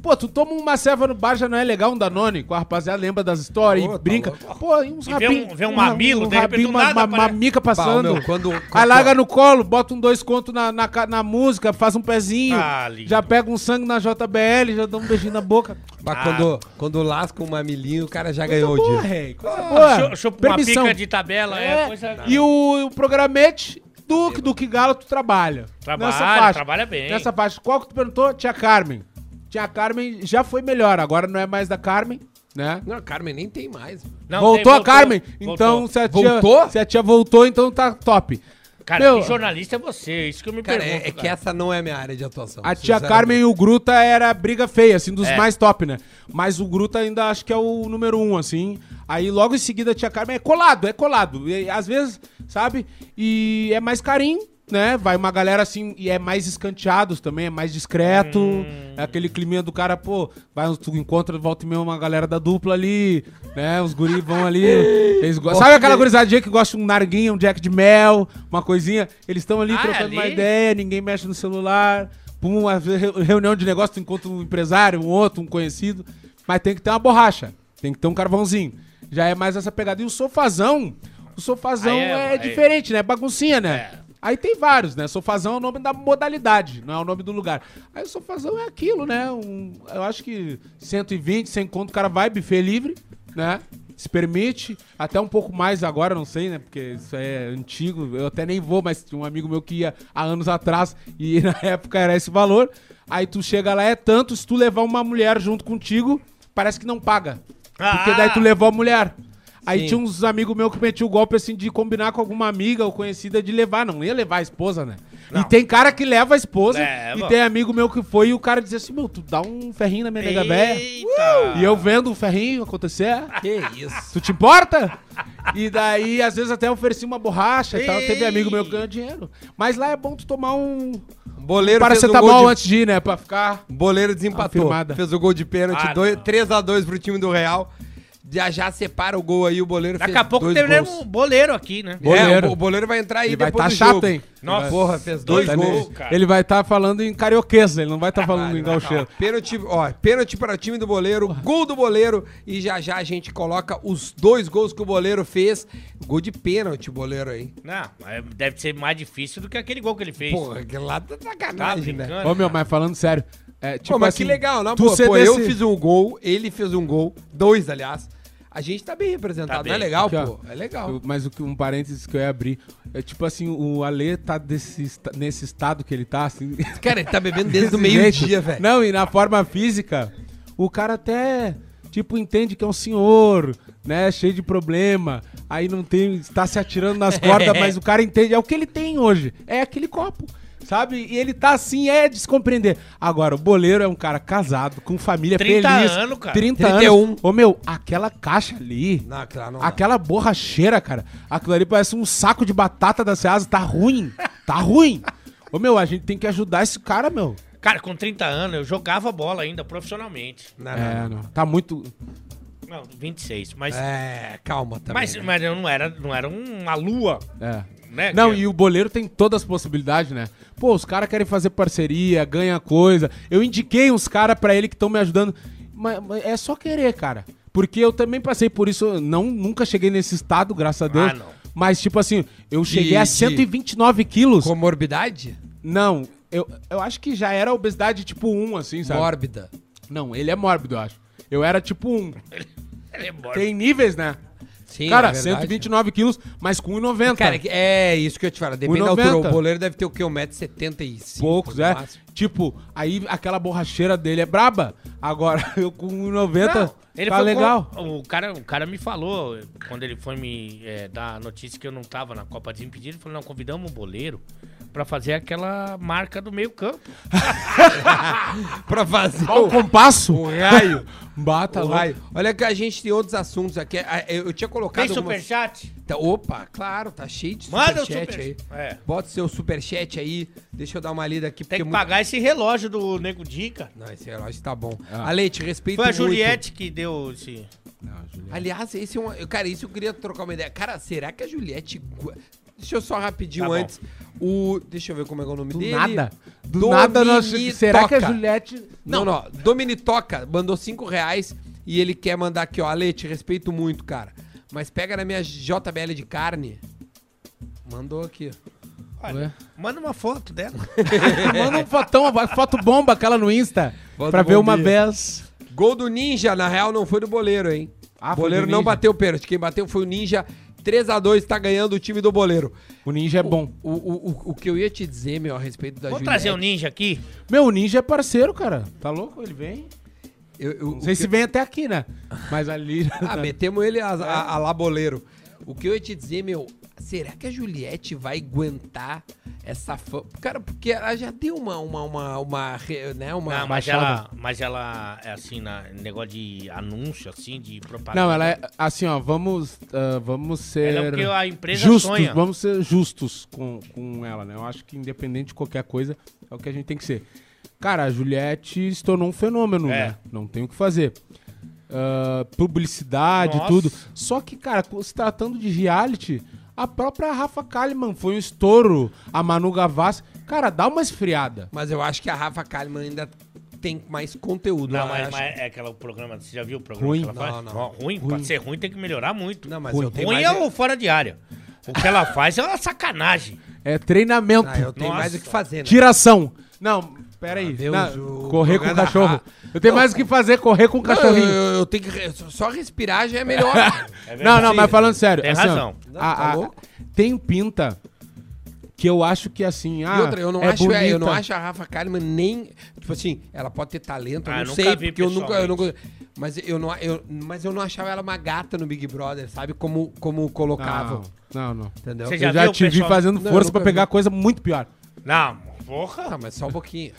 [SPEAKER 4] Pô, tu toma uma ceva no bar, já não é legal um Danone, com a rapaziada lembra das histórias
[SPEAKER 1] Pô,
[SPEAKER 4] e
[SPEAKER 1] tá
[SPEAKER 4] brinca. Pô, e uns
[SPEAKER 3] E vê
[SPEAKER 4] rabinhos.
[SPEAKER 3] um- vê um mamilo, de repente, do
[SPEAKER 4] uma,
[SPEAKER 3] nada
[SPEAKER 4] uma
[SPEAKER 3] aparece.
[SPEAKER 4] mamica passando.
[SPEAKER 1] Pau, meu, quando- um-
[SPEAKER 4] Aí
[SPEAKER 1] quando-
[SPEAKER 4] larga no colo, bota um dois conto na, na, ca- na música, faz um pezinho,
[SPEAKER 3] Ah, lindo.
[SPEAKER 4] já pega um sangue na JBL, já dá um beijinho na boca.
[SPEAKER 1] Mas
[SPEAKER 3] Ah.
[SPEAKER 1] quando, quando lasca um mamilinho, o cara já ganhou o dia.
[SPEAKER 4] Boa, rei, é, coisa
[SPEAKER 3] Chu-
[SPEAKER 4] boa.
[SPEAKER 3] Chupa Ah, uma
[SPEAKER 4] Permissão.
[SPEAKER 3] pica de tabela, é,
[SPEAKER 4] É,
[SPEAKER 3] coisa...
[SPEAKER 4] E o, o programete Duque, Duque Galo, tu trabalha.
[SPEAKER 3] Trabalho, trabalha bem.
[SPEAKER 4] Nessa faixa. Qual que tu perguntou? Tia Carmen. Tia Carmen já foi melhor, agora não é mais da Carmen, né?
[SPEAKER 1] é. Não, Carmen nem tem mais.
[SPEAKER 3] Não,
[SPEAKER 4] voltou,
[SPEAKER 3] tem-
[SPEAKER 4] a Carmen?
[SPEAKER 3] voltou.
[SPEAKER 4] Então, se a tia
[SPEAKER 1] Voltou?
[SPEAKER 4] se a tia voltou, então tá top.
[SPEAKER 3] Cara,
[SPEAKER 4] Meu-
[SPEAKER 3] que jornalista é você? Isso que eu me
[SPEAKER 1] Cara,
[SPEAKER 3] pergunto.
[SPEAKER 1] é, é que essa não é a minha área de atuação.
[SPEAKER 4] A tia
[SPEAKER 1] sinceramente.
[SPEAKER 4] Carmen e o Gruta era briga feia, assim, dos
[SPEAKER 3] É.
[SPEAKER 4] mais top, né? Mas o Gruta ainda acho que é o número um, assim. Aí logo em seguida a tia Carmen é colado, é colado. E, às vezes, sabe? E é mais carinho, né? Vai uma galera assim, e é mais escanteados também, é mais discreto. É aquele climinha do cara, pô, vai, uns- tu encontra, volta e meia uma galera da dupla ali, né? Os guri vão ali. Eles go-
[SPEAKER 1] Gosto
[SPEAKER 4] sabe aquela
[SPEAKER 1] dele.
[SPEAKER 4] gurizadinha que gosta de um narguinho, um jack de mel, uma coisinha? Eles estão ali
[SPEAKER 3] Ah, é
[SPEAKER 4] trocando uma
[SPEAKER 3] ali?
[SPEAKER 4] ideia ideia, ninguém mexe no celular. Pum, uma re- reunião de negócio, tu encontra um empresário, um outro, um conhecido. Mas tem que ter uma borracha. Tem que ter um carvãozinho. Já é mais essa pegada. E o sofazão, o sofazão
[SPEAKER 3] Aí
[SPEAKER 4] é,
[SPEAKER 3] é- aí-
[SPEAKER 4] diferente, né? Baguncinha, né?
[SPEAKER 3] É.
[SPEAKER 4] Aí tem vários, né? Sofazão é o nome da modalidade, não é o nome do lugar. Aí o sofazão é aquilo, né? Um, eu acho que 120, 100 conto, o cara vai, buffet livre, né? Se permite, até um pouco mais agora, não sei, né? Porque isso é antigo, eu até nem vou, mas tinha um amigo meu que ia há anos atrás e na época era esse valor. Aí tu chega lá, é tanto, se tu levar uma mulher junto contigo, parece que não paga. Porque
[SPEAKER 3] Ah!
[SPEAKER 4] daí tu levou a mulher. Aí
[SPEAKER 1] Sim.
[SPEAKER 4] tinha uns amigos meus que metiam o golpe assim de combinar com alguma amiga ou conhecida de levar. Não ia levar a esposa, né? E tem cara que leva a esposa.
[SPEAKER 3] Leva.
[SPEAKER 4] E tem amigo meu que foi e o cara dizia assim: meu, tu dá um ferrinho na minha nega véia.
[SPEAKER 3] Eita!
[SPEAKER 4] E eu vendo o ferrinho acontecer.
[SPEAKER 1] Que isso.
[SPEAKER 4] Tu te importa? E daí, às vezes, até ofereci uma borracha e tal. Teve
[SPEAKER 3] Ei.
[SPEAKER 4] amigo meu que ganhou dinheiro. Mas lá é bom tu tomar um
[SPEAKER 1] Boleiro fez um o
[SPEAKER 4] paracetamol
[SPEAKER 1] gol de...
[SPEAKER 4] antes de ir, né? Pra ficar.
[SPEAKER 1] Boleiro desempatou.
[SPEAKER 4] Afirmada.
[SPEAKER 1] Fez o gol de pênalti,
[SPEAKER 3] Ah,
[SPEAKER 1] dois-
[SPEAKER 3] não.
[SPEAKER 1] 3x2 pro time do Real. Já já separa o gol aí, o Boleiro
[SPEAKER 3] Daqui
[SPEAKER 1] fez
[SPEAKER 3] a pouco
[SPEAKER 1] dois
[SPEAKER 3] teremos
[SPEAKER 1] gols.
[SPEAKER 3] um boleiro aqui, né?
[SPEAKER 1] É,
[SPEAKER 4] Boleiro.
[SPEAKER 1] o Boleiro vai entrar aí
[SPEAKER 4] Ele vai
[SPEAKER 1] depois
[SPEAKER 4] tá
[SPEAKER 1] do
[SPEAKER 4] chato,
[SPEAKER 1] jogo.
[SPEAKER 4] hein?
[SPEAKER 3] Nossa.
[SPEAKER 1] Porra, fez dois,
[SPEAKER 3] Dois
[SPEAKER 1] gols.
[SPEAKER 3] gols, Tá cara.
[SPEAKER 4] Ele vai estar falando em carioquesa, ele não vai estar falando em
[SPEAKER 1] Vai, vai,
[SPEAKER 4] gaucheiro.
[SPEAKER 1] vai. Pênalti, ó, pênalti para time do Boleiro, gol do Boleiro e já já a gente coloca os dois gols que o Boleiro fez. Gol de pênalti, Boleiro aí.
[SPEAKER 3] Não, mas deve ser mais difícil do que aquele gol que ele fez.
[SPEAKER 1] Porra, que lá tá sacanagem, né?
[SPEAKER 3] brincando.
[SPEAKER 4] Ô, meu, mas falando sério. É, tipo
[SPEAKER 1] Pô, mas que
[SPEAKER 4] assim,
[SPEAKER 1] legal, na
[SPEAKER 4] tu
[SPEAKER 1] boa.
[SPEAKER 4] ser
[SPEAKER 1] Pô, eu
[SPEAKER 4] desse-
[SPEAKER 1] fiz um gol, ele fez um gol, dois, aliás. A gente tá bem representado,
[SPEAKER 3] Tá
[SPEAKER 1] não é
[SPEAKER 3] bem.
[SPEAKER 1] legal,
[SPEAKER 4] Aqui, ó.
[SPEAKER 1] pô? É legal.
[SPEAKER 4] Eu- Mas o que- um parênteses que eu ia abrir. É tipo assim, o Alê tá desse esta- nesse estado que ele tá, assim.
[SPEAKER 1] Cara, ele tá bebendo desde o
[SPEAKER 4] desse
[SPEAKER 1] meio-dia,
[SPEAKER 4] jeito.
[SPEAKER 1] velho.
[SPEAKER 4] Não, e na forma física, o cara até, tipo, entende que é um senhor, né? Cheio de problema. Aí não tem. Está se atirando nas cordas, mas o cara entende. É o que ele tem hoje. É aquele copo. Sabe? E ele tá assim, é descompreender. Agora, o boleiro é um cara casado, com família
[SPEAKER 3] 30
[SPEAKER 4] feliz.
[SPEAKER 3] anos, cara.
[SPEAKER 4] 30
[SPEAKER 1] 31.
[SPEAKER 4] anos. Ô, meu, aquela caixa ali.
[SPEAKER 1] Não, claro, não. dá.
[SPEAKER 4] Aquela borracheira, cara. Aquilo ali parece um saco de batata da Ceasa. Tá ruim. Tá ruim. Ô, meu, a gente tem que ajudar esse cara, meu.
[SPEAKER 3] Cara, com 30 anos eu jogava bola ainda profissionalmente.
[SPEAKER 1] Não, não, não.
[SPEAKER 4] É, não. Tá muito.
[SPEAKER 3] Não, 26, mas
[SPEAKER 1] É, calma também.
[SPEAKER 3] mas,
[SPEAKER 1] né?
[SPEAKER 3] mas eu não era, não era uma lua,
[SPEAKER 4] É.
[SPEAKER 3] né?
[SPEAKER 4] Não,
[SPEAKER 3] que-
[SPEAKER 4] e o boleiro tem todas as possibilidades, né? Pô, os caras querem fazer parceria, ganha coisa. Eu indiquei uns caras pra ele que estão me ajudando. Mas, mas é só querer, cara. Porque eu também passei por isso. eu Não, nunca cheguei nesse estado, graças a Deus.
[SPEAKER 3] não.
[SPEAKER 4] Mas, tipo assim, eu cheguei a
[SPEAKER 1] Ah, de-
[SPEAKER 4] 129 quilos.
[SPEAKER 1] Comorbidade?
[SPEAKER 4] Não, eu, eu acho que já era obesidade tipo 1, assim, sabe?
[SPEAKER 1] Mórbida.
[SPEAKER 4] Não, ele é mórbido, eu acho. Eu era tipo 1.
[SPEAKER 3] Ele é bom.
[SPEAKER 4] Tem níveis, né?
[SPEAKER 1] Sim,
[SPEAKER 4] cara,
[SPEAKER 1] é verdade.
[SPEAKER 4] 129 quilos, mas com 1,90.
[SPEAKER 1] Cara, é isso que eu te falo. Depende da
[SPEAKER 4] 1,90.
[SPEAKER 1] altura. O goleiro deve ter o quê? 1,75m.
[SPEAKER 4] Poucos, é. Tipo, aí aquela borracheira dele é braba. Agora, eu com 1,90,
[SPEAKER 3] Não,
[SPEAKER 4] ele tá legal.
[SPEAKER 3] com- o cara, o cara me falou quando ele foi me é, dar a notícia que eu não tava na Copa Desimpedido, ele falou: "Não, convidamos o boleiro pra fazer aquela marca do meio-campo".
[SPEAKER 1] Ah, Pra fazer
[SPEAKER 4] Ó, o compasso.
[SPEAKER 1] o raio.
[SPEAKER 4] Bata
[SPEAKER 1] o
[SPEAKER 4] lá.
[SPEAKER 1] raio. Olha que a gente tem outros assuntos aqui. Ah, Eu eu tinha colocado
[SPEAKER 3] um Tem
[SPEAKER 1] algumas-
[SPEAKER 3] superchat?
[SPEAKER 1] Tá- Opa, claro, tá cheio de
[SPEAKER 3] Manda o
[SPEAKER 1] superchat
[SPEAKER 3] super-
[SPEAKER 1] aí.
[SPEAKER 3] É.
[SPEAKER 1] Bota seu superchat aí. Deixa eu dar uma lida aqui.
[SPEAKER 3] Tem
[SPEAKER 1] porque
[SPEAKER 3] que
[SPEAKER 1] muito-
[SPEAKER 3] pagar esse relógio do Nego Dica.
[SPEAKER 1] Não, esse relógio tá bom.
[SPEAKER 4] Ah.
[SPEAKER 1] Ale, te respeito
[SPEAKER 3] Foi a
[SPEAKER 1] muito.
[SPEAKER 3] Juliette que deu esse.
[SPEAKER 4] Não, Juliano.
[SPEAKER 1] Aliás, esse é um. eu- Cara, isso eu queria trocar uma ideia. Cara, será que a Juliette. gu- Deixa eu só rapidinho
[SPEAKER 3] Tá bom.
[SPEAKER 1] antes. O. Deixa eu ver como é que é o nome
[SPEAKER 4] Do
[SPEAKER 1] dele.
[SPEAKER 4] nada. Do
[SPEAKER 1] Domini
[SPEAKER 4] nada nós. Será que a
[SPEAKER 1] Toca.
[SPEAKER 4] Juliette.
[SPEAKER 1] Não, não. Domini Toca mandou 5 reais e ele quer mandar aqui, ó. Ale, te respeito muito, cara. Mas pega na minha JBL de carne. Mandou aqui.
[SPEAKER 3] Olha, manda uma foto dela.
[SPEAKER 4] Manda um fotão, uma foto bomba aquela no Insta.
[SPEAKER 1] Bota
[SPEAKER 4] pra ver uma
[SPEAKER 1] bombinha.
[SPEAKER 4] vez.
[SPEAKER 1] Gol do Ninja, na real, não foi do Boleiro, hein?
[SPEAKER 4] Ah,
[SPEAKER 1] o
[SPEAKER 4] foi
[SPEAKER 1] Boleiro
[SPEAKER 4] do
[SPEAKER 1] não
[SPEAKER 4] Ninja.
[SPEAKER 1] bateu o pênalti. Quem bateu foi o Ninja. 3x2 tá ganhando o time do Boleiro.
[SPEAKER 4] O ninja é bom.
[SPEAKER 1] O, o, o, o que eu ia te dizer, meu, a respeito da
[SPEAKER 3] Vou
[SPEAKER 1] Juliette...
[SPEAKER 3] trazer o ninja aqui.
[SPEAKER 4] Meu, o ninja é parceiro, cara. Tá louco? Ele vem.
[SPEAKER 1] eu, eu,
[SPEAKER 4] Não sei se vem até aqui, né? Mas ali.
[SPEAKER 3] É.
[SPEAKER 1] Ah, metemos ele a, a, a lá Boleiro. O que eu ia te dizer, meu, será que a Juliette vai aguentar essa fã? Cara, porque ela já deu uma, uma, uma, uma re- né, uma
[SPEAKER 3] Não, mas
[SPEAKER 1] baixada.
[SPEAKER 3] ela, mas ela é assim, na, negócio de anúncio, assim, de propaganda.
[SPEAKER 4] Não, ela é assim, ó, vamos, ah, vamos ser
[SPEAKER 3] Ela é o que a empresa
[SPEAKER 4] justos,
[SPEAKER 3] sonha.
[SPEAKER 4] vamos ser justos com, com ela, né? Eu acho que independente de qualquer coisa, é o que a gente tem que ser. Cara, a Juliette se tornou um fenômeno,
[SPEAKER 3] É.
[SPEAKER 4] né? Não tem o que fazer. Ah, publicidade,
[SPEAKER 3] Nossa.
[SPEAKER 4] tudo. Só que, cara, se tratando de reality, a própria Rafa Kalimann foi um estouro, a Manu Gavassi. Cara, dá uma esfriada.
[SPEAKER 1] Mas eu acho que a Rafa Kalimann ainda tem mais conteúdo.
[SPEAKER 3] Não,
[SPEAKER 1] ela
[SPEAKER 3] mas,
[SPEAKER 1] acha-
[SPEAKER 3] mas é aquela programa, você já viu o programa
[SPEAKER 4] Ruim.
[SPEAKER 3] que ela faz?
[SPEAKER 1] Não, não.
[SPEAKER 3] Ruim, pra ser ruim tem que melhorar muito.
[SPEAKER 1] Não, mas
[SPEAKER 3] ruim
[SPEAKER 1] eu tenho
[SPEAKER 3] ruim
[SPEAKER 1] mais
[SPEAKER 3] é
[SPEAKER 1] é-
[SPEAKER 3] o fora de área. O que ela faz é uma sacanagem.
[SPEAKER 4] É treinamento.
[SPEAKER 1] Ah, eu tenho
[SPEAKER 3] Nossa.
[SPEAKER 1] mais o que fazer, né?
[SPEAKER 4] Tiração. Não, peraí.
[SPEAKER 1] Ah, Deus,
[SPEAKER 4] Não,
[SPEAKER 1] o
[SPEAKER 4] correr com o
[SPEAKER 1] programa da
[SPEAKER 4] cachorro.
[SPEAKER 1] Ra-
[SPEAKER 4] Eu tenho mais o que fazer, correr com o
[SPEAKER 1] Não,
[SPEAKER 4] cachorrinho.
[SPEAKER 1] eu, eu tenho que re- só respirar já é melhor.
[SPEAKER 3] É
[SPEAKER 4] não, não,
[SPEAKER 3] verdade.
[SPEAKER 4] mas falando sério. assim,
[SPEAKER 3] Tem
[SPEAKER 4] ó,
[SPEAKER 3] razão.
[SPEAKER 1] Não,
[SPEAKER 4] a-
[SPEAKER 1] tá
[SPEAKER 4] a-
[SPEAKER 1] louco?
[SPEAKER 4] tem pinta que eu acho que assim. Ah,
[SPEAKER 1] e outra, eu não
[SPEAKER 4] é
[SPEAKER 1] acho, é, eu não
[SPEAKER 4] bonita.
[SPEAKER 1] acho a Rafa Kalimann nem, tipo assim, ela pode ter talento, eu
[SPEAKER 3] Ah,
[SPEAKER 1] não
[SPEAKER 3] nunca
[SPEAKER 1] sei,
[SPEAKER 3] vi
[SPEAKER 1] porque eu nunca, eu nunca- mas eu não, eu, mas eu não achava ela uma gata no Big Brother, sabe como como colocavam,
[SPEAKER 4] Não, não.
[SPEAKER 1] entendeu?
[SPEAKER 3] Você
[SPEAKER 4] Eu
[SPEAKER 3] Já
[SPEAKER 4] já
[SPEAKER 3] viu,
[SPEAKER 4] te vi
[SPEAKER 3] pessoal?
[SPEAKER 4] fazendo
[SPEAKER 1] Não, eu
[SPEAKER 4] força
[SPEAKER 1] nunca
[SPEAKER 4] pra pegar
[SPEAKER 1] vi.
[SPEAKER 4] coisa muito pior.
[SPEAKER 3] Não, porra.
[SPEAKER 1] Não, mas só um pouquinho.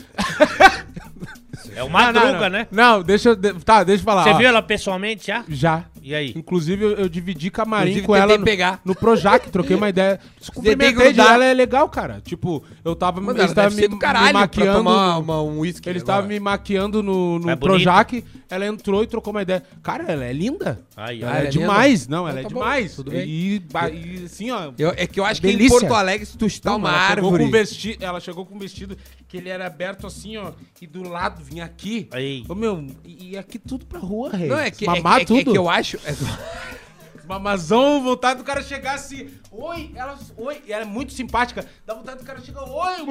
[SPEAKER 3] É o Madruga,
[SPEAKER 4] não, não.
[SPEAKER 3] né?
[SPEAKER 4] Não, deixa eu. de- Tá, deixa eu falar.
[SPEAKER 3] Você
[SPEAKER 4] ó.
[SPEAKER 3] viu ela pessoalmente já?
[SPEAKER 4] Já.
[SPEAKER 3] E aí?
[SPEAKER 4] Inclusive, eu, eu dividi camarim
[SPEAKER 1] Inclusive,
[SPEAKER 4] com
[SPEAKER 1] tentei
[SPEAKER 4] ela no,
[SPEAKER 1] pegar.
[SPEAKER 4] no Projac, troquei uma ideia. Se
[SPEAKER 1] Tentei
[SPEAKER 4] cumprimentei de
[SPEAKER 1] grudar.
[SPEAKER 4] ela, é legal, cara. Tipo, eu tava,
[SPEAKER 1] Mas
[SPEAKER 4] eles
[SPEAKER 1] ela deve
[SPEAKER 4] estavam
[SPEAKER 1] ser
[SPEAKER 4] me,
[SPEAKER 1] do
[SPEAKER 4] me
[SPEAKER 1] caralho pra
[SPEAKER 4] maquiando.
[SPEAKER 1] tomar uma, um whisky
[SPEAKER 4] Eles
[SPEAKER 1] agora.
[SPEAKER 4] estavam me maquiando no, no
[SPEAKER 3] É bonita.
[SPEAKER 4] Projac, ela entrou e trocou uma ideia. Cara, ela é linda.
[SPEAKER 3] Aí,
[SPEAKER 4] ela
[SPEAKER 1] Ah,
[SPEAKER 4] é,
[SPEAKER 1] ela é
[SPEAKER 4] demais.
[SPEAKER 1] linda?
[SPEAKER 4] Não, ela
[SPEAKER 1] Então tá
[SPEAKER 4] é
[SPEAKER 1] bom,
[SPEAKER 4] demais.
[SPEAKER 1] tudo bem.
[SPEAKER 4] E, ba- e assim, ó.
[SPEAKER 1] Eu- é que eu acho que
[SPEAKER 4] Delícia.
[SPEAKER 1] em Porto Alegre, se tu chutar
[SPEAKER 4] Não,
[SPEAKER 1] uma
[SPEAKER 4] ela chegou
[SPEAKER 1] árvore...
[SPEAKER 4] com um vesti- ela chegou com um vestido que ele era aberto assim, ó, e do lado vinha aqui.
[SPEAKER 3] Aí.
[SPEAKER 4] Ô, meu, e e aqui tudo pra rua, rei.
[SPEAKER 1] Não, é que, é,
[SPEAKER 4] Mamar
[SPEAKER 1] que- é que-
[SPEAKER 4] tudo.
[SPEAKER 1] é que eu acho... é que-
[SPEAKER 4] Mamazão, vontade do cara chegar assim. Oi, ela, oi, e ela é muito simpática. Dá vontade do cara chegar. Oi,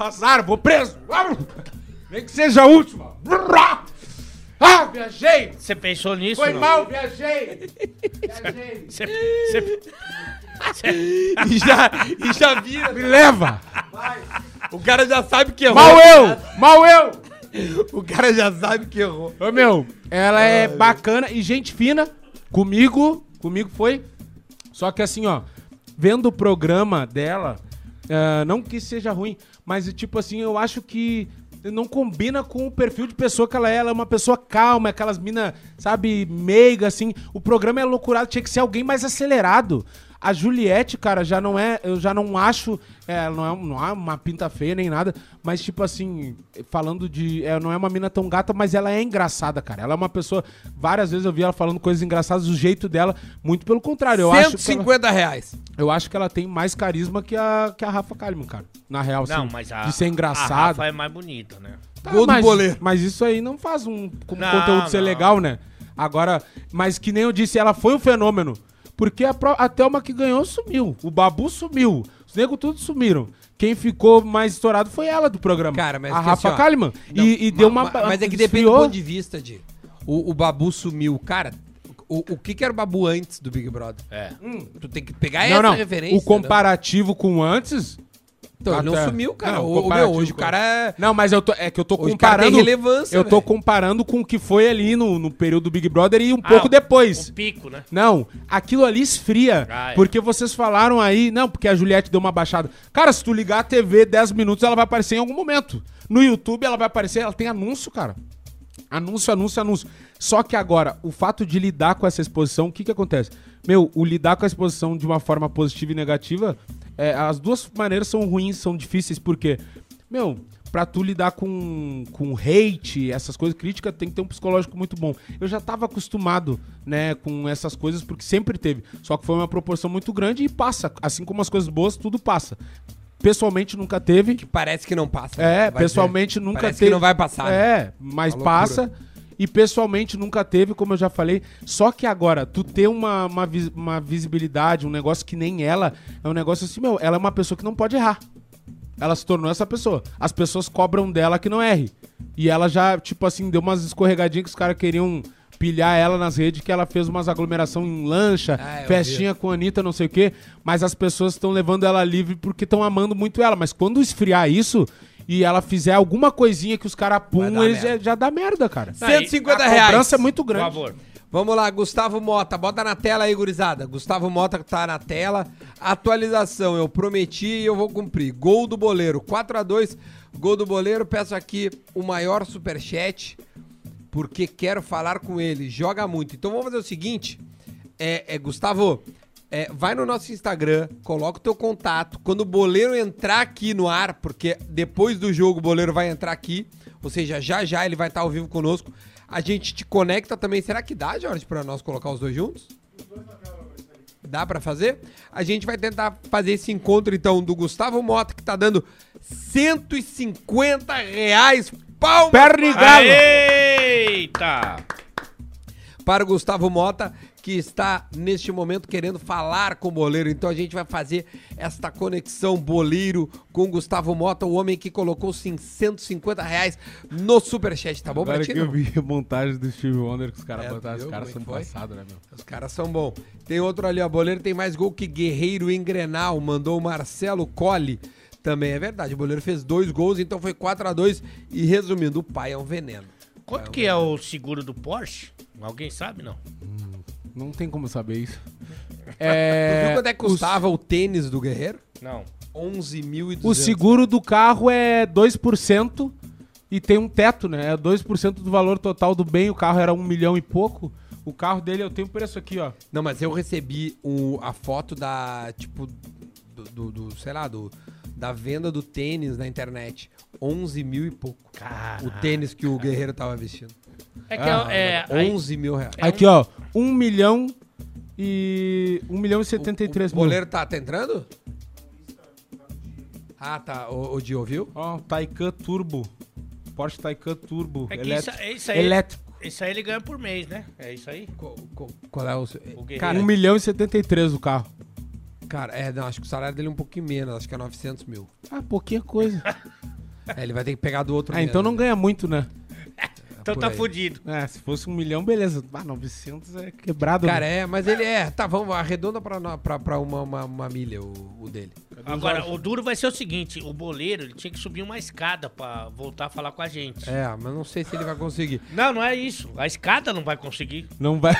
[SPEAKER 4] azar, vou preso. Nem que seja a última. Ah, viajei.
[SPEAKER 3] Você pensou nisso?
[SPEAKER 4] Foi
[SPEAKER 3] não?
[SPEAKER 4] mal, viajei. Viajei.
[SPEAKER 3] Você, você-
[SPEAKER 1] e, já, e já vira...
[SPEAKER 4] Me leva.
[SPEAKER 1] O cara já sabe que errou.
[SPEAKER 4] Mal eu, mal eu.
[SPEAKER 1] é O cara já sabe que errou.
[SPEAKER 4] Ô, meu, ela é bacana e gente fina. Comigo, comigo foi. Só que assim, ó, vendo o programa dela, ah, não que seja ruim, mas tipo assim, eu acho que não combina com o perfil de pessoa que ela é. Ela é uma pessoa calma, aquelas mina, sabe, meiga, assim. O programa é loucurado, tinha que ser alguém mais acelerado. A Juliette, cara, já não é. Eu já não acho. É, não, é, não é uma pinta feia nem nada. Mas, tipo assim, falando de. é, não é uma mina tão gata, mas ela é engraçada, cara. Ela é uma pessoa. Várias vezes eu vi ela falando coisas engraçadas, do jeito dela. Muito pelo contrário. Eu acho que ela-
[SPEAKER 1] 150 reais.
[SPEAKER 4] eu acho que ela tem mais carisma que a, que a Rafa Kalimann, cara. Na real, sim.
[SPEAKER 3] Não, mas a,
[SPEAKER 4] De ser
[SPEAKER 3] a
[SPEAKER 4] engraçado.
[SPEAKER 3] Rafa é mais bonita, né?
[SPEAKER 4] Tá,
[SPEAKER 1] Gol do
[SPEAKER 4] mas,
[SPEAKER 1] goleiro.
[SPEAKER 4] Mas isso aí não faz um, com-
[SPEAKER 3] Não,
[SPEAKER 4] conteúdo ser
[SPEAKER 3] não.
[SPEAKER 4] legal, né? Agora, mas que nem eu disse, ela foi um fenômeno. Porque a, pró- a Thelma que ganhou sumiu. O Babu sumiu. Os negros todos sumiram. Quem ficou mais estourado foi ela do programa.
[SPEAKER 1] Cara, mas
[SPEAKER 4] a
[SPEAKER 1] que
[SPEAKER 4] Rafa
[SPEAKER 1] assim, ó,
[SPEAKER 4] Kalimann.
[SPEAKER 1] Não,
[SPEAKER 4] e, e
[SPEAKER 1] ma-
[SPEAKER 4] deu uma.
[SPEAKER 1] ma- Mas é que depende do
[SPEAKER 4] desfiou.
[SPEAKER 1] ponto de vista, de o, o Babu sumiu. Cara, o, o que, que era o Babu antes do Big Brother?
[SPEAKER 3] É.
[SPEAKER 1] Tu tem que pegar
[SPEAKER 4] Hum. Não,
[SPEAKER 1] essa
[SPEAKER 4] não.
[SPEAKER 1] é referência. né?
[SPEAKER 4] O comparativo com antes.
[SPEAKER 1] entendeu? Então, ele não
[SPEAKER 4] Até-
[SPEAKER 1] sumiu, cara. o,
[SPEAKER 4] Não,
[SPEAKER 1] o meu,
[SPEAKER 4] comparativo
[SPEAKER 1] hoje o
[SPEAKER 4] com-
[SPEAKER 1] cara é.
[SPEAKER 4] Não, mas eu tô, é que eu tô
[SPEAKER 1] Hoje o cara tem
[SPEAKER 4] comparando.
[SPEAKER 1] relevância,
[SPEAKER 4] eu tô
[SPEAKER 1] velho.
[SPEAKER 4] comparando com o que foi ali no, no período do Big Brother e um
[SPEAKER 3] Ah,
[SPEAKER 4] pouco
[SPEAKER 3] o-
[SPEAKER 4] depois.
[SPEAKER 3] O pico, né?
[SPEAKER 4] Não, aquilo ali esfria.
[SPEAKER 3] Ah, é.
[SPEAKER 4] Porque vocês falaram aí, não, porque a Juliette deu uma baixada. Cara, se tu ligar a TV 10 minutos, ela vai aparecer em algum momento. No YouTube ela vai aparecer, ela tem anúncio, cara. Anúncio, anúncio, anúncio. Só que agora, o fato de lidar com essa exposição, o que que acontece? Meu, o lidar com a exposição de uma forma positiva e negativa, é, as duas maneiras são ruins, são difíceis, porque, meu, pra tu lidar com, com hate, essas coisas, crítica, tem que ter um psicológico muito bom. Eu já tava acostumado, né, com essas coisas, porque sempre teve. Só que foi uma proporção muito grande e passa. Assim como as coisas boas, tudo passa. Pessoalmente nunca teve.
[SPEAKER 1] Que parece que não passa. né?
[SPEAKER 4] É,
[SPEAKER 1] Vai
[SPEAKER 4] pessoalmente
[SPEAKER 1] dizer.
[SPEAKER 4] nunca
[SPEAKER 1] parece
[SPEAKER 4] teve.
[SPEAKER 1] que não vai passar. né?
[SPEAKER 4] É, mas
[SPEAKER 1] Uma
[SPEAKER 4] passa. E pessoalmente nunca teve, como eu já falei. Só que agora, tu ter uma, uma, vis- uma visibilidade, um negócio que nem ela, é um negócio assim, meu, ela é uma pessoa que não pode errar. Ela se tornou essa pessoa. As pessoas cobram dela que não erre. E ela já, tipo assim, deu umas escorregadinhas que os caras queriam pilhar ela nas redes, que ela fez umas aglomeração em lancha,
[SPEAKER 1] Ah, eu vi.
[SPEAKER 4] festinha com a Anitta, não sei o quê. Mas as pessoas estão levando ela livre porque estão amando muito ela. Mas quando esfriar isso e ela fizer alguma coisinha que os caras
[SPEAKER 1] Vai dar
[SPEAKER 4] pum, eles já,
[SPEAKER 1] merda.
[SPEAKER 4] já dá merda, cara.
[SPEAKER 3] Aí,
[SPEAKER 1] 150
[SPEAKER 4] a
[SPEAKER 1] reais.
[SPEAKER 4] cobrança é muito
[SPEAKER 3] Por
[SPEAKER 4] grande.
[SPEAKER 3] favor.
[SPEAKER 1] Vamos lá, Gustavo Mota, bota na tela aí, gurizada. Gustavo Mota tá na tela. Atualização, eu prometi e eu vou cumprir. Gol do Boleiro, 4 a 2 Gol do Boleiro, peço aqui o maior superchat, porque quero falar com ele. Joga muito. Então vamos fazer o seguinte, é, é, Gustavo, é, vai no nosso Instagram, coloca o teu contato. Quando o Boleiro entrar aqui no ar, porque depois do jogo o Boleiro vai entrar aqui, ou seja, já já ele vai estar ao vivo conosco. A gente te conecta também. Será que dá, Jorge, para nós colocar os dois juntos? Dá para fazer? A gente vai tentar fazer esse encontro, então, do Gustavo Mota, que tá dando 150 reais. Palmas
[SPEAKER 4] Perna e
[SPEAKER 1] para-
[SPEAKER 4] galo.
[SPEAKER 3] Eita!
[SPEAKER 1] para o Gustavo Mota, que está neste momento querendo falar com o Boleiro. Então a gente vai fazer esta conexão Boleiro com o Gustavo Mota, o homem que colocou 150 reais no superchat, tá bom,
[SPEAKER 4] Agora que
[SPEAKER 1] Bratinho?
[SPEAKER 4] eu vi a montagem do Steve Wonder que os caras
[SPEAKER 1] É,
[SPEAKER 4] botaram, os
[SPEAKER 1] viu
[SPEAKER 4] caras
[SPEAKER 1] como
[SPEAKER 4] são
[SPEAKER 1] é que foi?
[SPEAKER 4] passados, né, meu?
[SPEAKER 1] Os caras são bons. Tem outro ali, ó. Boleiro tem mais gol que Guerreiro em Grenal. Mandou o Marcelo Colli. Também é verdade. O Boleiro fez dois gols, então foi 4 a 2 E resumindo, o pai é um veneno.
[SPEAKER 3] Quanto que é o seguro do Porsche? Alguém sabe, não?
[SPEAKER 4] Não tem como saber isso.
[SPEAKER 1] Tu
[SPEAKER 4] É,
[SPEAKER 1] viu quanto é que
[SPEAKER 4] o-
[SPEAKER 1] custava o tênis do Guerreiro?
[SPEAKER 3] assim, Não.
[SPEAKER 1] 11.200.
[SPEAKER 4] O seguro do carro é 2% e tem um teto, né? É 2% do valor total do bem. O carro era um milhão e pouco. O carro dele, eu tenho o preço aqui, ó.
[SPEAKER 1] Não, mas eu recebi o- a foto da, tipo, do, do- do, sei lá, do, da venda do tênis na internet. 11 mil e pouco.
[SPEAKER 3] Caraca.
[SPEAKER 1] O tênis que o Guerreiro tava vestindo.
[SPEAKER 3] É que
[SPEAKER 4] Ah,
[SPEAKER 3] é.
[SPEAKER 4] um
[SPEAKER 3] é, um- aí-
[SPEAKER 1] 11 mil reais.
[SPEAKER 4] Aqui, ó. 1 milhão e. 1 milhão e 73
[SPEAKER 1] o, o
[SPEAKER 4] mil.
[SPEAKER 1] goleiro tá, tá entrando? Ah, tá. O, o Dio, viu?
[SPEAKER 4] Ó, Taycan Turbo. Porsche Taycan Turbo.
[SPEAKER 3] é que isso,
[SPEAKER 4] elétrico.
[SPEAKER 3] é isso aí.
[SPEAKER 4] Elétrico.
[SPEAKER 3] Isso aí ele ganha por mês, né? É isso aí.
[SPEAKER 1] Qual, qual- qual é o seu...
[SPEAKER 3] O Guerreiro.
[SPEAKER 1] Cara,
[SPEAKER 4] 1 milhão e 73 o carro.
[SPEAKER 1] cara, é, não, acho que o salário dele é um pouquinho menos. Acho que é 900 mil.
[SPEAKER 4] Ah, pouquinha coisa.
[SPEAKER 1] É, ele vai ter que pegar do outro
[SPEAKER 4] ah, então não ganha muito, né?
[SPEAKER 3] então
[SPEAKER 1] por
[SPEAKER 3] tá
[SPEAKER 1] aí.
[SPEAKER 3] fudido.
[SPEAKER 4] É, se fosse um milhão, beleza. Ah, 900 é quebrado.
[SPEAKER 1] Cara,
[SPEAKER 4] né?
[SPEAKER 1] é, mas ele é. Tá, vamos, arredonda pra, no- pra, pra uma, uma, uma milha o, o dele.
[SPEAKER 3] Agora, o duro vai ser o seguinte: o boleiro ele tinha que subir uma escada pra voltar a falar com a gente.
[SPEAKER 1] É, mas não sei se ele vai conseguir.
[SPEAKER 3] Não, não é isso. A escada não vai conseguir.
[SPEAKER 4] Não vai.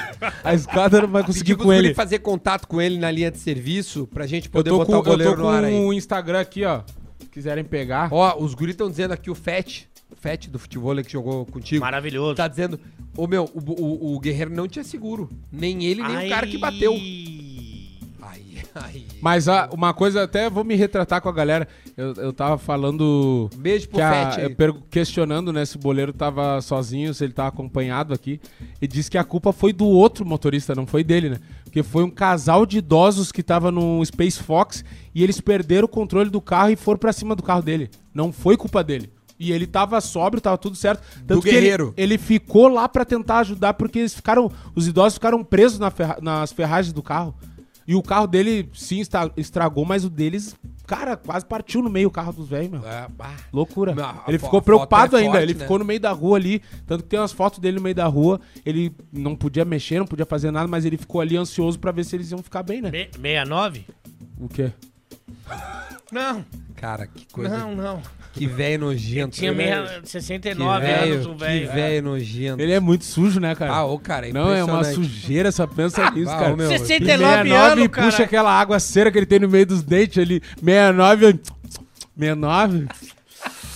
[SPEAKER 4] A escada não vai
[SPEAKER 1] Pedir
[SPEAKER 4] conseguir com
[SPEAKER 1] pros guri
[SPEAKER 4] ele.
[SPEAKER 1] fazer contato com ele na linha de serviço pra gente
[SPEAKER 4] Eu
[SPEAKER 1] poder
[SPEAKER 4] tô
[SPEAKER 1] botar
[SPEAKER 4] com,
[SPEAKER 1] o goleiro
[SPEAKER 4] eu tô
[SPEAKER 1] no ar
[SPEAKER 4] com um
[SPEAKER 1] aí.
[SPEAKER 4] o Instagram aqui, ó. Se quiserem pegar.
[SPEAKER 1] Ó, os guris estão dizendo aqui o Fete, o Fete do futebol que jogou contigo.
[SPEAKER 3] Maravilhoso.
[SPEAKER 1] Tá dizendo, ô meu, o, o, o Guerreiro não tinha seguro. Nem ele, nem o cara que bateu.
[SPEAKER 3] Ai.
[SPEAKER 1] Aí, aí.
[SPEAKER 4] Mas ah, uma coisa, até vou me retratar com a galera. Eu, eu tava falando.
[SPEAKER 1] Beijo pro
[SPEAKER 4] que a-
[SPEAKER 1] Fete aí.
[SPEAKER 4] eu pergu- questionando, né, se o boleiro tava sozinho, se ele tava acompanhado aqui. E disse que a culpa foi do outro motorista, não foi dele, né? Porque foi um casal de idosos que tava no Space Fox e eles perderam o controle do carro e foram pra cima do carro dele. Não foi culpa dele. E ele tava sóbrio, tava tudo certo. Tanto que ele-
[SPEAKER 1] guerreiro.
[SPEAKER 4] Ele, ficou lá pra tentar ajudar porque eles ficaram, os idosos ficaram presos na ferra- nas ferragens do carro. E o carro dele sim esta- estragou, mas o deles, cara, quase partiu no meio o carro dos velhos, meu.
[SPEAKER 1] É, bah.
[SPEAKER 4] Loucura.
[SPEAKER 1] Não, a
[SPEAKER 4] ele
[SPEAKER 1] fo-
[SPEAKER 4] ficou
[SPEAKER 1] a foto
[SPEAKER 4] preocupado
[SPEAKER 1] é
[SPEAKER 4] ainda.
[SPEAKER 1] forte,
[SPEAKER 4] ele
[SPEAKER 1] né?
[SPEAKER 4] ficou no meio da rua ali. Tanto que tem umas fotos dele no meio da rua. Ele não podia mexer, não podia fazer nada, mas ele ficou ali ansioso pra ver se eles iam ficar bem, né?
[SPEAKER 3] Me- 69?
[SPEAKER 4] O quê?
[SPEAKER 3] Não,
[SPEAKER 1] Cara, que coisa.
[SPEAKER 3] não, não.
[SPEAKER 1] Que velho nojento. né?
[SPEAKER 3] Tinha
[SPEAKER 1] Que
[SPEAKER 3] meia- 69
[SPEAKER 1] velho,
[SPEAKER 3] anos um o velho.
[SPEAKER 1] Que velho nojento.
[SPEAKER 4] Ele é muito sujo, né, cara?
[SPEAKER 1] Ah, ô, cara, é
[SPEAKER 4] Não, é Ah, uma
[SPEAKER 1] impressionante.
[SPEAKER 4] sujeira, só pensa nisso,
[SPEAKER 1] bah,
[SPEAKER 4] cara.
[SPEAKER 1] ô, meu,
[SPEAKER 3] 69
[SPEAKER 4] 69
[SPEAKER 3] anos, cara.
[SPEAKER 4] puxa aquela água cera que ele tem no meio dos dentes ali. 69. 69?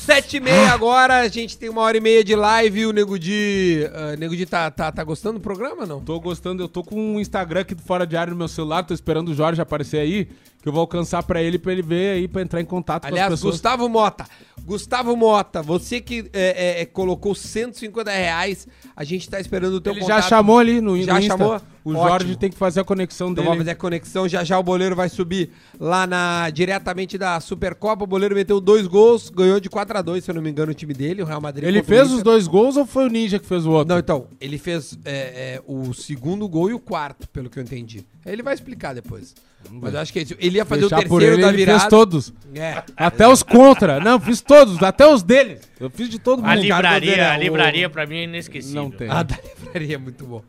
[SPEAKER 1] Sete e meia agora, a gente tem uma hora e meia de live. O Nego Di. ah, Nego Di tá, tá, tá gostando do programa não?
[SPEAKER 4] Tô gostando, eu tô com um Instagram aqui do Fora de Área no meu celular, tô esperando o Jorge aparecer aí, que eu vou alcançar pra ele, pra ele ver aí, pra entrar em contato com Tipo, as
[SPEAKER 1] Aliás,
[SPEAKER 4] pessoas.
[SPEAKER 1] Gustavo Mota. Gustavo Mota, você que é, é, é, colocou 150 reais, a gente tá esperando o teu
[SPEAKER 4] Ele
[SPEAKER 1] contato.
[SPEAKER 4] já chamou ali no,
[SPEAKER 1] Já
[SPEAKER 4] no Insta.
[SPEAKER 1] chamou?
[SPEAKER 4] O
[SPEAKER 1] Ótimo.
[SPEAKER 4] Jorge tem que fazer a conexão
[SPEAKER 1] Então
[SPEAKER 4] dele.
[SPEAKER 1] vamos fazer a conexão. Já já o Boleiro vai subir lá na diretamente da Supercopa. O Boleiro meteu dois gols, ganhou de 4 a 2 se eu não me engano, o time dele, o Real Madrid.
[SPEAKER 4] Ele
[SPEAKER 1] contra o
[SPEAKER 4] fez os
[SPEAKER 1] Inter.
[SPEAKER 4] dois gols ou foi o Ninja que fez o outro?
[SPEAKER 1] Não, então, ele fez é, é, o segundo gol e o quarto, pelo que eu entendi. Ele vai explicar depois. Mas eu acho que é isso. Ele ia fazer
[SPEAKER 4] Deixar
[SPEAKER 1] o terceiro da
[SPEAKER 4] ele
[SPEAKER 1] virada.
[SPEAKER 4] fez todos.
[SPEAKER 1] É.
[SPEAKER 4] Até os contra. Não, fiz todos, até os dele. Eu fiz de todo mundo.
[SPEAKER 3] A
[SPEAKER 1] Ricardo
[SPEAKER 3] livraria, a
[SPEAKER 1] Zanella,
[SPEAKER 3] livraria pra mim é inesquecível.
[SPEAKER 4] Não tem.
[SPEAKER 1] Ah, da livraria, muito bom.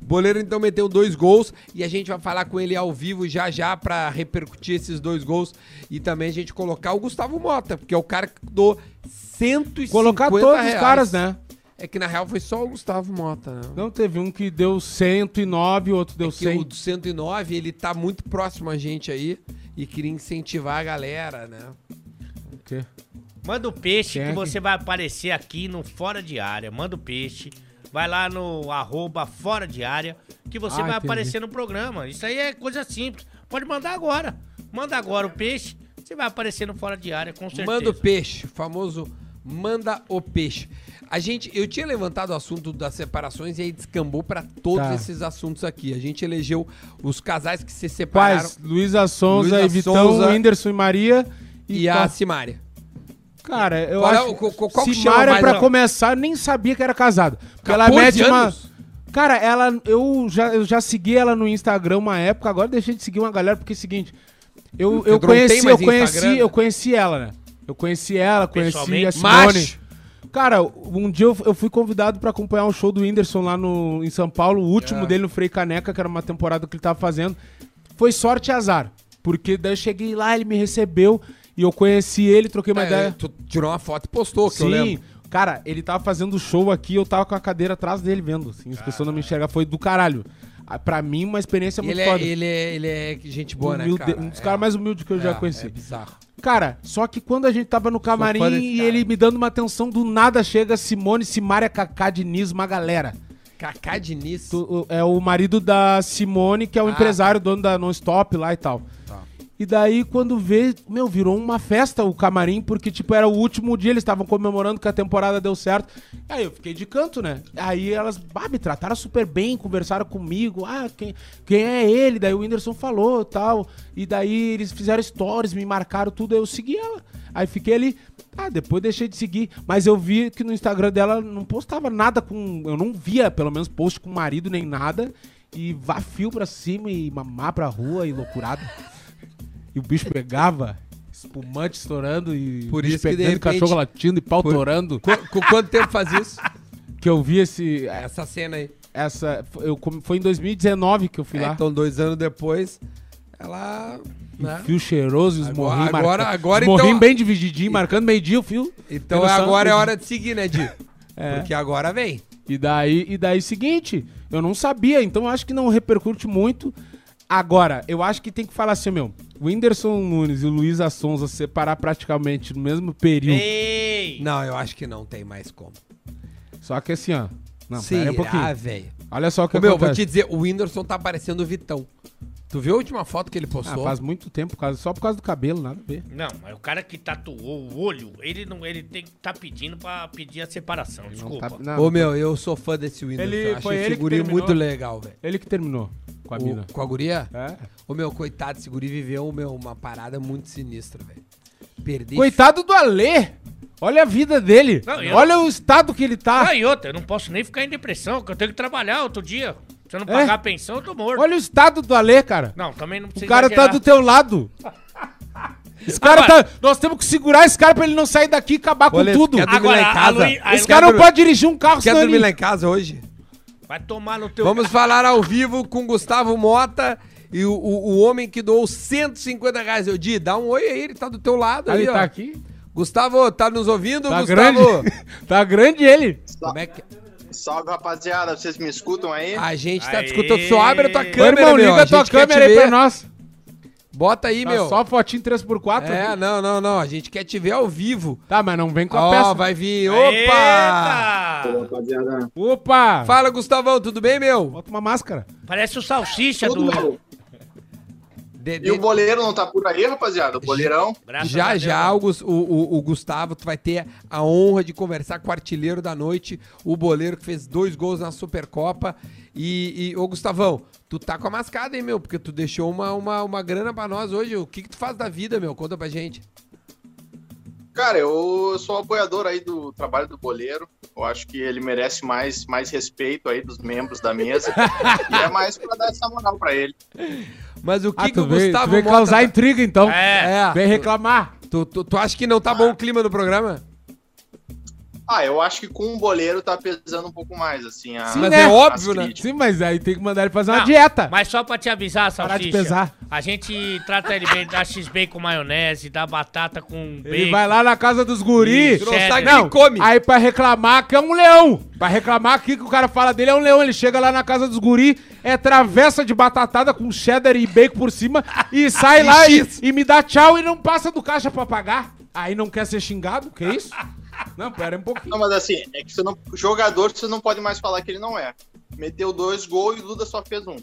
[SPEAKER 1] Boleiro então meteu dois gols e a gente vai falar com ele ao vivo já já pra repercutir esses dois gols e também a gente colocar o Gustavo Mota, porque é o cara que dou 150
[SPEAKER 4] Colocar todos
[SPEAKER 1] reais.
[SPEAKER 4] os caras, né?
[SPEAKER 1] É que na real foi só o Gustavo Mota, né?
[SPEAKER 4] Não, teve um que deu 109, outro deu
[SPEAKER 1] É que
[SPEAKER 4] 100.
[SPEAKER 1] o do 109, ele tá muito próximo a gente aí e queria incentivar a galera, né?
[SPEAKER 4] O quê?
[SPEAKER 3] Manda o peixe
[SPEAKER 4] Quem é
[SPEAKER 3] que
[SPEAKER 4] que-
[SPEAKER 3] você vai aparecer aqui no Fora de Área. Manda o peixe. Vai lá no arroba Fora de Área que você
[SPEAKER 4] Ah,
[SPEAKER 3] vai
[SPEAKER 4] entendi.
[SPEAKER 3] aparecer no programa. Isso aí é coisa simples. Pode mandar agora. Manda agora o peixe. Você vai aparecer no Fora de Área, com certeza.
[SPEAKER 1] Manda o peixe, famoso manda o peixe. A gente, eu tinha levantado o assunto das separações e aí descambou pra todos
[SPEAKER 4] Tá.
[SPEAKER 1] esses assuntos aqui. A gente elegeu os casais que se separaram
[SPEAKER 4] Paz, Luísa Sonza,
[SPEAKER 1] Luísa
[SPEAKER 4] e Vitão,
[SPEAKER 1] Sonza.
[SPEAKER 4] Whindersson e Maria.
[SPEAKER 1] e
[SPEAKER 4] tá-
[SPEAKER 1] a Simária.
[SPEAKER 4] Cara, eu
[SPEAKER 1] Qual é
[SPEAKER 4] acho.
[SPEAKER 1] o- qual- qual- qual que chama
[SPEAKER 4] Simária,
[SPEAKER 1] mais
[SPEAKER 4] pra
[SPEAKER 1] a-
[SPEAKER 4] começar, eu nem sabia que era casada. Porque ela
[SPEAKER 1] 14
[SPEAKER 4] mete uma.
[SPEAKER 1] anos?
[SPEAKER 4] Cara, ela. Eu já, eu já segui ela no Instagram uma época, agora deixei de seguir uma galera, porque é o seguinte. Eu, eu
[SPEAKER 1] Pedro, não tem
[SPEAKER 4] conheci, eu
[SPEAKER 1] mais
[SPEAKER 4] conheci,
[SPEAKER 1] Instagram,
[SPEAKER 4] eu
[SPEAKER 1] né?
[SPEAKER 4] conheci ela, né? Eu conheci ela, conheci a
[SPEAKER 3] Pessoalmente?
[SPEAKER 4] Simone.
[SPEAKER 1] Macho.
[SPEAKER 4] Cara, um dia eu, eu fui convidado pra acompanhar um show do Whindersson lá no, em São Paulo, o último dele no Frei Caneca, que era uma temporada que ele tava fazendo. Foi sorte e azar. Porque daí eu cheguei lá, ele me recebeu e eu conheci ele, troquei uma
[SPEAKER 1] É,
[SPEAKER 4] ideia.
[SPEAKER 1] tu tirou uma foto e postou, que eu
[SPEAKER 4] Sim,
[SPEAKER 1] lembro.
[SPEAKER 4] cara, ele tava fazendo show aqui, eu tava com a cadeira atrás dele vendo. Assim, as pessoas não me enxergam, foi do caralho. Ah, Pra mim, uma experiência
[SPEAKER 1] E
[SPEAKER 4] muito
[SPEAKER 1] Ele é,
[SPEAKER 4] foda. Tipo,
[SPEAKER 1] ele, é, ele é gente boa, né,
[SPEAKER 4] Humilde-
[SPEAKER 1] cara?
[SPEAKER 4] um dos
[SPEAKER 1] É,
[SPEAKER 4] caras mais humildes que eu já
[SPEAKER 1] é,
[SPEAKER 4] conheci.
[SPEAKER 1] É bizarro.
[SPEAKER 4] Cara, só que quando a gente tava no camarim
[SPEAKER 1] fã desse
[SPEAKER 4] e
[SPEAKER 1] cara.
[SPEAKER 4] ele me dando uma atenção, do nada chega Simone, Simária, Cacá, Diniz, uma galera.
[SPEAKER 1] Cacá Diniz.
[SPEAKER 4] Tu- o- é o marido da Simone, que é o
[SPEAKER 1] Ah,
[SPEAKER 4] empresário, dono da Non-Stop lá e tal. E daí, quando vê, meu, virou uma festa o camarim, porque, tipo, era o último dia, eles estavam comemorando que a temporada deu certo. Aí eu fiquei de canto, né? Aí elas, bah, me trataram super bem, conversaram comigo, ah, quem, quem é ele? Daí o Whindersson falou e tal. E daí eles fizeram stories, me marcaram tudo, aí eu segui ela. Aí fiquei ali, ah, depois deixei de seguir. Mas eu vi que no Instagram dela não postava nada com. Eu não via, pelo menos, post com marido nem nada. E vá fio pra cima e mamar pra rua e loucurado. E o bicho pegava, espumante estourando e
[SPEAKER 1] Por
[SPEAKER 4] o bicho
[SPEAKER 1] isso que, de repente,
[SPEAKER 4] cachorro latindo e pau
[SPEAKER 1] por-
[SPEAKER 4] torando. Ah,
[SPEAKER 1] Qu- com quanto tempo faz isso?
[SPEAKER 4] Que eu vi esse.
[SPEAKER 1] Essa cena aí.
[SPEAKER 4] Essa. Eu, come- foi em 2019 que eu fui
[SPEAKER 1] É,
[SPEAKER 4] lá.
[SPEAKER 1] então, dois anos depois, ela. né?
[SPEAKER 4] Fio cheiroso, os
[SPEAKER 1] Agora-
[SPEAKER 4] morrinhos
[SPEAKER 1] agora-
[SPEAKER 4] marca-
[SPEAKER 1] agora
[SPEAKER 4] os morrinhos
[SPEAKER 1] então-
[SPEAKER 4] bem divididinho, marcando meio-dia o fio.
[SPEAKER 1] Então
[SPEAKER 4] Tendo só-
[SPEAKER 1] agora é hora de seguir, né, Di?
[SPEAKER 4] É.
[SPEAKER 1] Porque agora vem.
[SPEAKER 4] E daí, e daí seguinte, eu não sabia, então eu acho que não repercute muito. Agora, eu acho que tem que falar assim, meu, o Whindersson Nunes e o Luiz Assonza se separar praticamente no mesmo período.
[SPEAKER 3] Ei!
[SPEAKER 1] Não, eu acho que não tem mais como.
[SPEAKER 4] Só que assim, ó. Não, pera um
[SPEAKER 1] Será,
[SPEAKER 4] pouquinho.
[SPEAKER 1] ah, velho?
[SPEAKER 4] Olha só o que
[SPEAKER 1] Ô, Meu, vou
[SPEAKER 4] acontece.
[SPEAKER 1] te dizer, o Whindersson tá parecendo o Vitão. Tu viu a última foto que ele
[SPEAKER 4] Ah,
[SPEAKER 1] postou?
[SPEAKER 4] faz muito tempo, por causa- só por causa do cabelo, nada a ver.
[SPEAKER 3] Não, mas o cara que tatuou o olho, ele não, ele tem que tá pedindo pra pedir a separação.
[SPEAKER 4] Não
[SPEAKER 3] Desculpa.
[SPEAKER 4] tá- não.
[SPEAKER 1] Ô, meu, eu sou fã desse Whindersson.
[SPEAKER 4] Ele-
[SPEAKER 1] Eu
[SPEAKER 4] foi
[SPEAKER 1] achei esse
[SPEAKER 4] ele que
[SPEAKER 1] guri
[SPEAKER 4] terminou?
[SPEAKER 1] muito legal, velho.
[SPEAKER 4] Ele que terminou com a
[SPEAKER 1] O-
[SPEAKER 4] mina.
[SPEAKER 1] Com a guria?
[SPEAKER 4] É.
[SPEAKER 1] Ô, meu, coitado, esse guri viveu meu, uma parada muito sinistra, velho. Perder
[SPEAKER 4] Coitado do Alê! Olha a vida dele!
[SPEAKER 3] Não, eu-
[SPEAKER 4] Olha o estado que ele tá!
[SPEAKER 3] Ah, e outra, eu não posso nem ficar em depressão, porque eu tenho que trabalhar outro dia. Se eu não
[SPEAKER 4] É?
[SPEAKER 3] pagar a pensão, eu tô morto.
[SPEAKER 4] Olha o estado do Alê, cara!
[SPEAKER 3] Não, também não
[SPEAKER 4] O
[SPEAKER 3] precisa
[SPEAKER 4] cara tá
[SPEAKER 3] exagerar.
[SPEAKER 4] do teu lado. Esse cara
[SPEAKER 3] Agora-
[SPEAKER 4] tá. Nós temos que segurar esse cara pra ele não sair daqui e acabar com
[SPEAKER 1] Olha,
[SPEAKER 4] tudo.
[SPEAKER 1] quer dormir
[SPEAKER 3] Agora,
[SPEAKER 1] lá em
[SPEAKER 3] a
[SPEAKER 1] casa?
[SPEAKER 3] Luí- a-
[SPEAKER 4] Esse cara não
[SPEAKER 1] quer
[SPEAKER 4] pode dirigir um carro
[SPEAKER 1] Quer
[SPEAKER 4] senão
[SPEAKER 1] dormir
[SPEAKER 4] ele-
[SPEAKER 1] lá em casa hoje?
[SPEAKER 3] Vai tomar no teu...
[SPEAKER 1] Vamos falar ao vivo com Gustavo Mota e o, o, o homem que doou 150 reais. Eu Di, dá um oi aí, ele tá do teu lado
[SPEAKER 4] Ah,
[SPEAKER 1] aí,
[SPEAKER 4] Ele
[SPEAKER 1] ó.
[SPEAKER 4] tá aqui.
[SPEAKER 1] Gustavo, tá nos ouvindo,
[SPEAKER 4] Tá grande.
[SPEAKER 1] Gustavo?
[SPEAKER 4] tá grande ele.
[SPEAKER 1] Como é que...
[SPEAKER 5] Salve, rapaziada. Vocês me escutam aí?
[SPEAKER 1] A gente tá te
[SPEAKER 3] Aê.
[SPEAKER 1] escutando. Só abre a tua
[SPEAKER 4] Ô,
[SPEAKER 1] câmera,
[SPEAKER 4] irmão,
[SPEAKER 1] meu.
[SPEAKER 4] liga a
[SPEAKER 1] gente
[SPEAKER 4] tua
[SPEAKER 1] quer te
[SPEAKER 4] câmera aí
[SPEAKER 1] ver.
[SPEAKER 4] pra nós.
[SPEAKER 1] Bota aí,
[SPEAKER 4] Tá
[SPEAKER 1] meu.
[SPEAKER 4] só fotinho 3x4.
[SPEAKER 1] É,
[SPEAKER 4] aqui.
[SPEAKER 1] não, não, não. A gente quer te ver ao vivo.
[SPEAKER 4] Tá, mas não vem com a
[SPEAKER 1] Ó,
[SPEAKER 4] peça.
[SPEAKER 1] vai vir. Opa!
[SPEAKER 3] Opa!
[SPEAKER 5] Rapaziada.
[SPEAKER 4] Opa!
[SPEAKER 1] Fala, Gustavão, tudo bem, meu?
[SPEAKER 4] Bota uma máscara.
[SPEAKER 3] Parece o salsicha
[SPEAKER 5] Tudo
[SPEAKER 3] do...
[SPEAKER 5] bom?
[SPEAKER 1] De-
[SPEAKER 5] E o
[SPEAKER 1] de-
[SPEAKER 5] goleiro não tá por aí, rapaziada? O goleirão?
[SPEAKER 3] Graças a
[SPEAKER 1] Já,
[SPEAKER 3] Deus. né?
[SPEAKER 1] já, o, Gus- o- o- o Gustavo, tu vai ter a honra de conversar com o artilheiro da noite, o boleiro que fez dois gols na Supercopa. E, e ô Gustavão, tu tá com a mascada, hein, meu? Porque tu deixou uma, uma, uma grana pra nós hoje. O que que tu faz da vida, meu? Conta pra gente.
[SPEAKER 5] Cara, eu sou apoiador aí do trabalho do goleiro. Eu acho que ele merece mais, mais respeito aí dos membros da mesa. e é mais pra dar essa moral pra ele.
[SPEAKER 1] Mas o que,
[SPEAKER 4] Ah,
[SPEAKER 1] que
[SPEAKER 4] tu
[SPEAKER 1] o
[SPEAKER 4] veio, tu
[SPEAKER 1] Gustavo
[SPEAKER 4] veio
[SPEAKER 1] Mota
[SPEAKER 4] causar
[SPEAKER 1] tá-
[SPEAKER 4] intriga, então.
[SPEAKER 3] É.
[SPEAKER 1] É,
[SPEAKER 4] Vem reclamar.
[SPEAKER 1] tu, tu, tu acha que não tá bom o clima do programa?
[SPEAKER 5] Ah, eu acho que com o goleiro tá pesando um pouco mais, assim. A,
[SPEAKER 4] Sim,
[SPEAKER 1] Mas
[SPEAKER 4] né?
[SPEAKER 1] é óbvio, né?
[SPEAKER 5] críticas.
[SPEAKER 4] Sim, mas aí tem que mandar ele fazer uma
[SPEAKER 3] Não,
[SPEAKER 4] dieta.
[SPEAKER 3] Mas só pra te avisar,
[SPEAKER 4] Parar de
[SPEAKER 3] salsicha.
[SPEAKER 4] pesar.
[SPEAKER 3] A gente trata ele bem, dá x-bacon com maionese, dá batata com bacon.
[SPEAKER 4] Ele vai lá na casa dos guris.
[SPEAKER 3] Isso,
[SPEAKER 1] Tu não
[SPEAKER 3] Sério?
[SPEAKER 1] sabe quem
[SPEAKER 4] Não,
[SPEAKER 1] come.
[SPEAKER 4] aí pra reclamar que é um leão. Pra reclamar aqui que o cara fala dele é um leão. Ele chega lá na casa dos guri, é travessa de batatada com cheddar e bacon por cima e sai lá e, e me dá tchau e não passa do caixa pra pagar. Aí não quer ser xingado? Que isso? Não, pera um pouquinho.
[SPEAKER 5] Não, mas assim, é que você não, jogador você não pode mais falar que ele não é. Meteu dois gols e o Duda só fez um.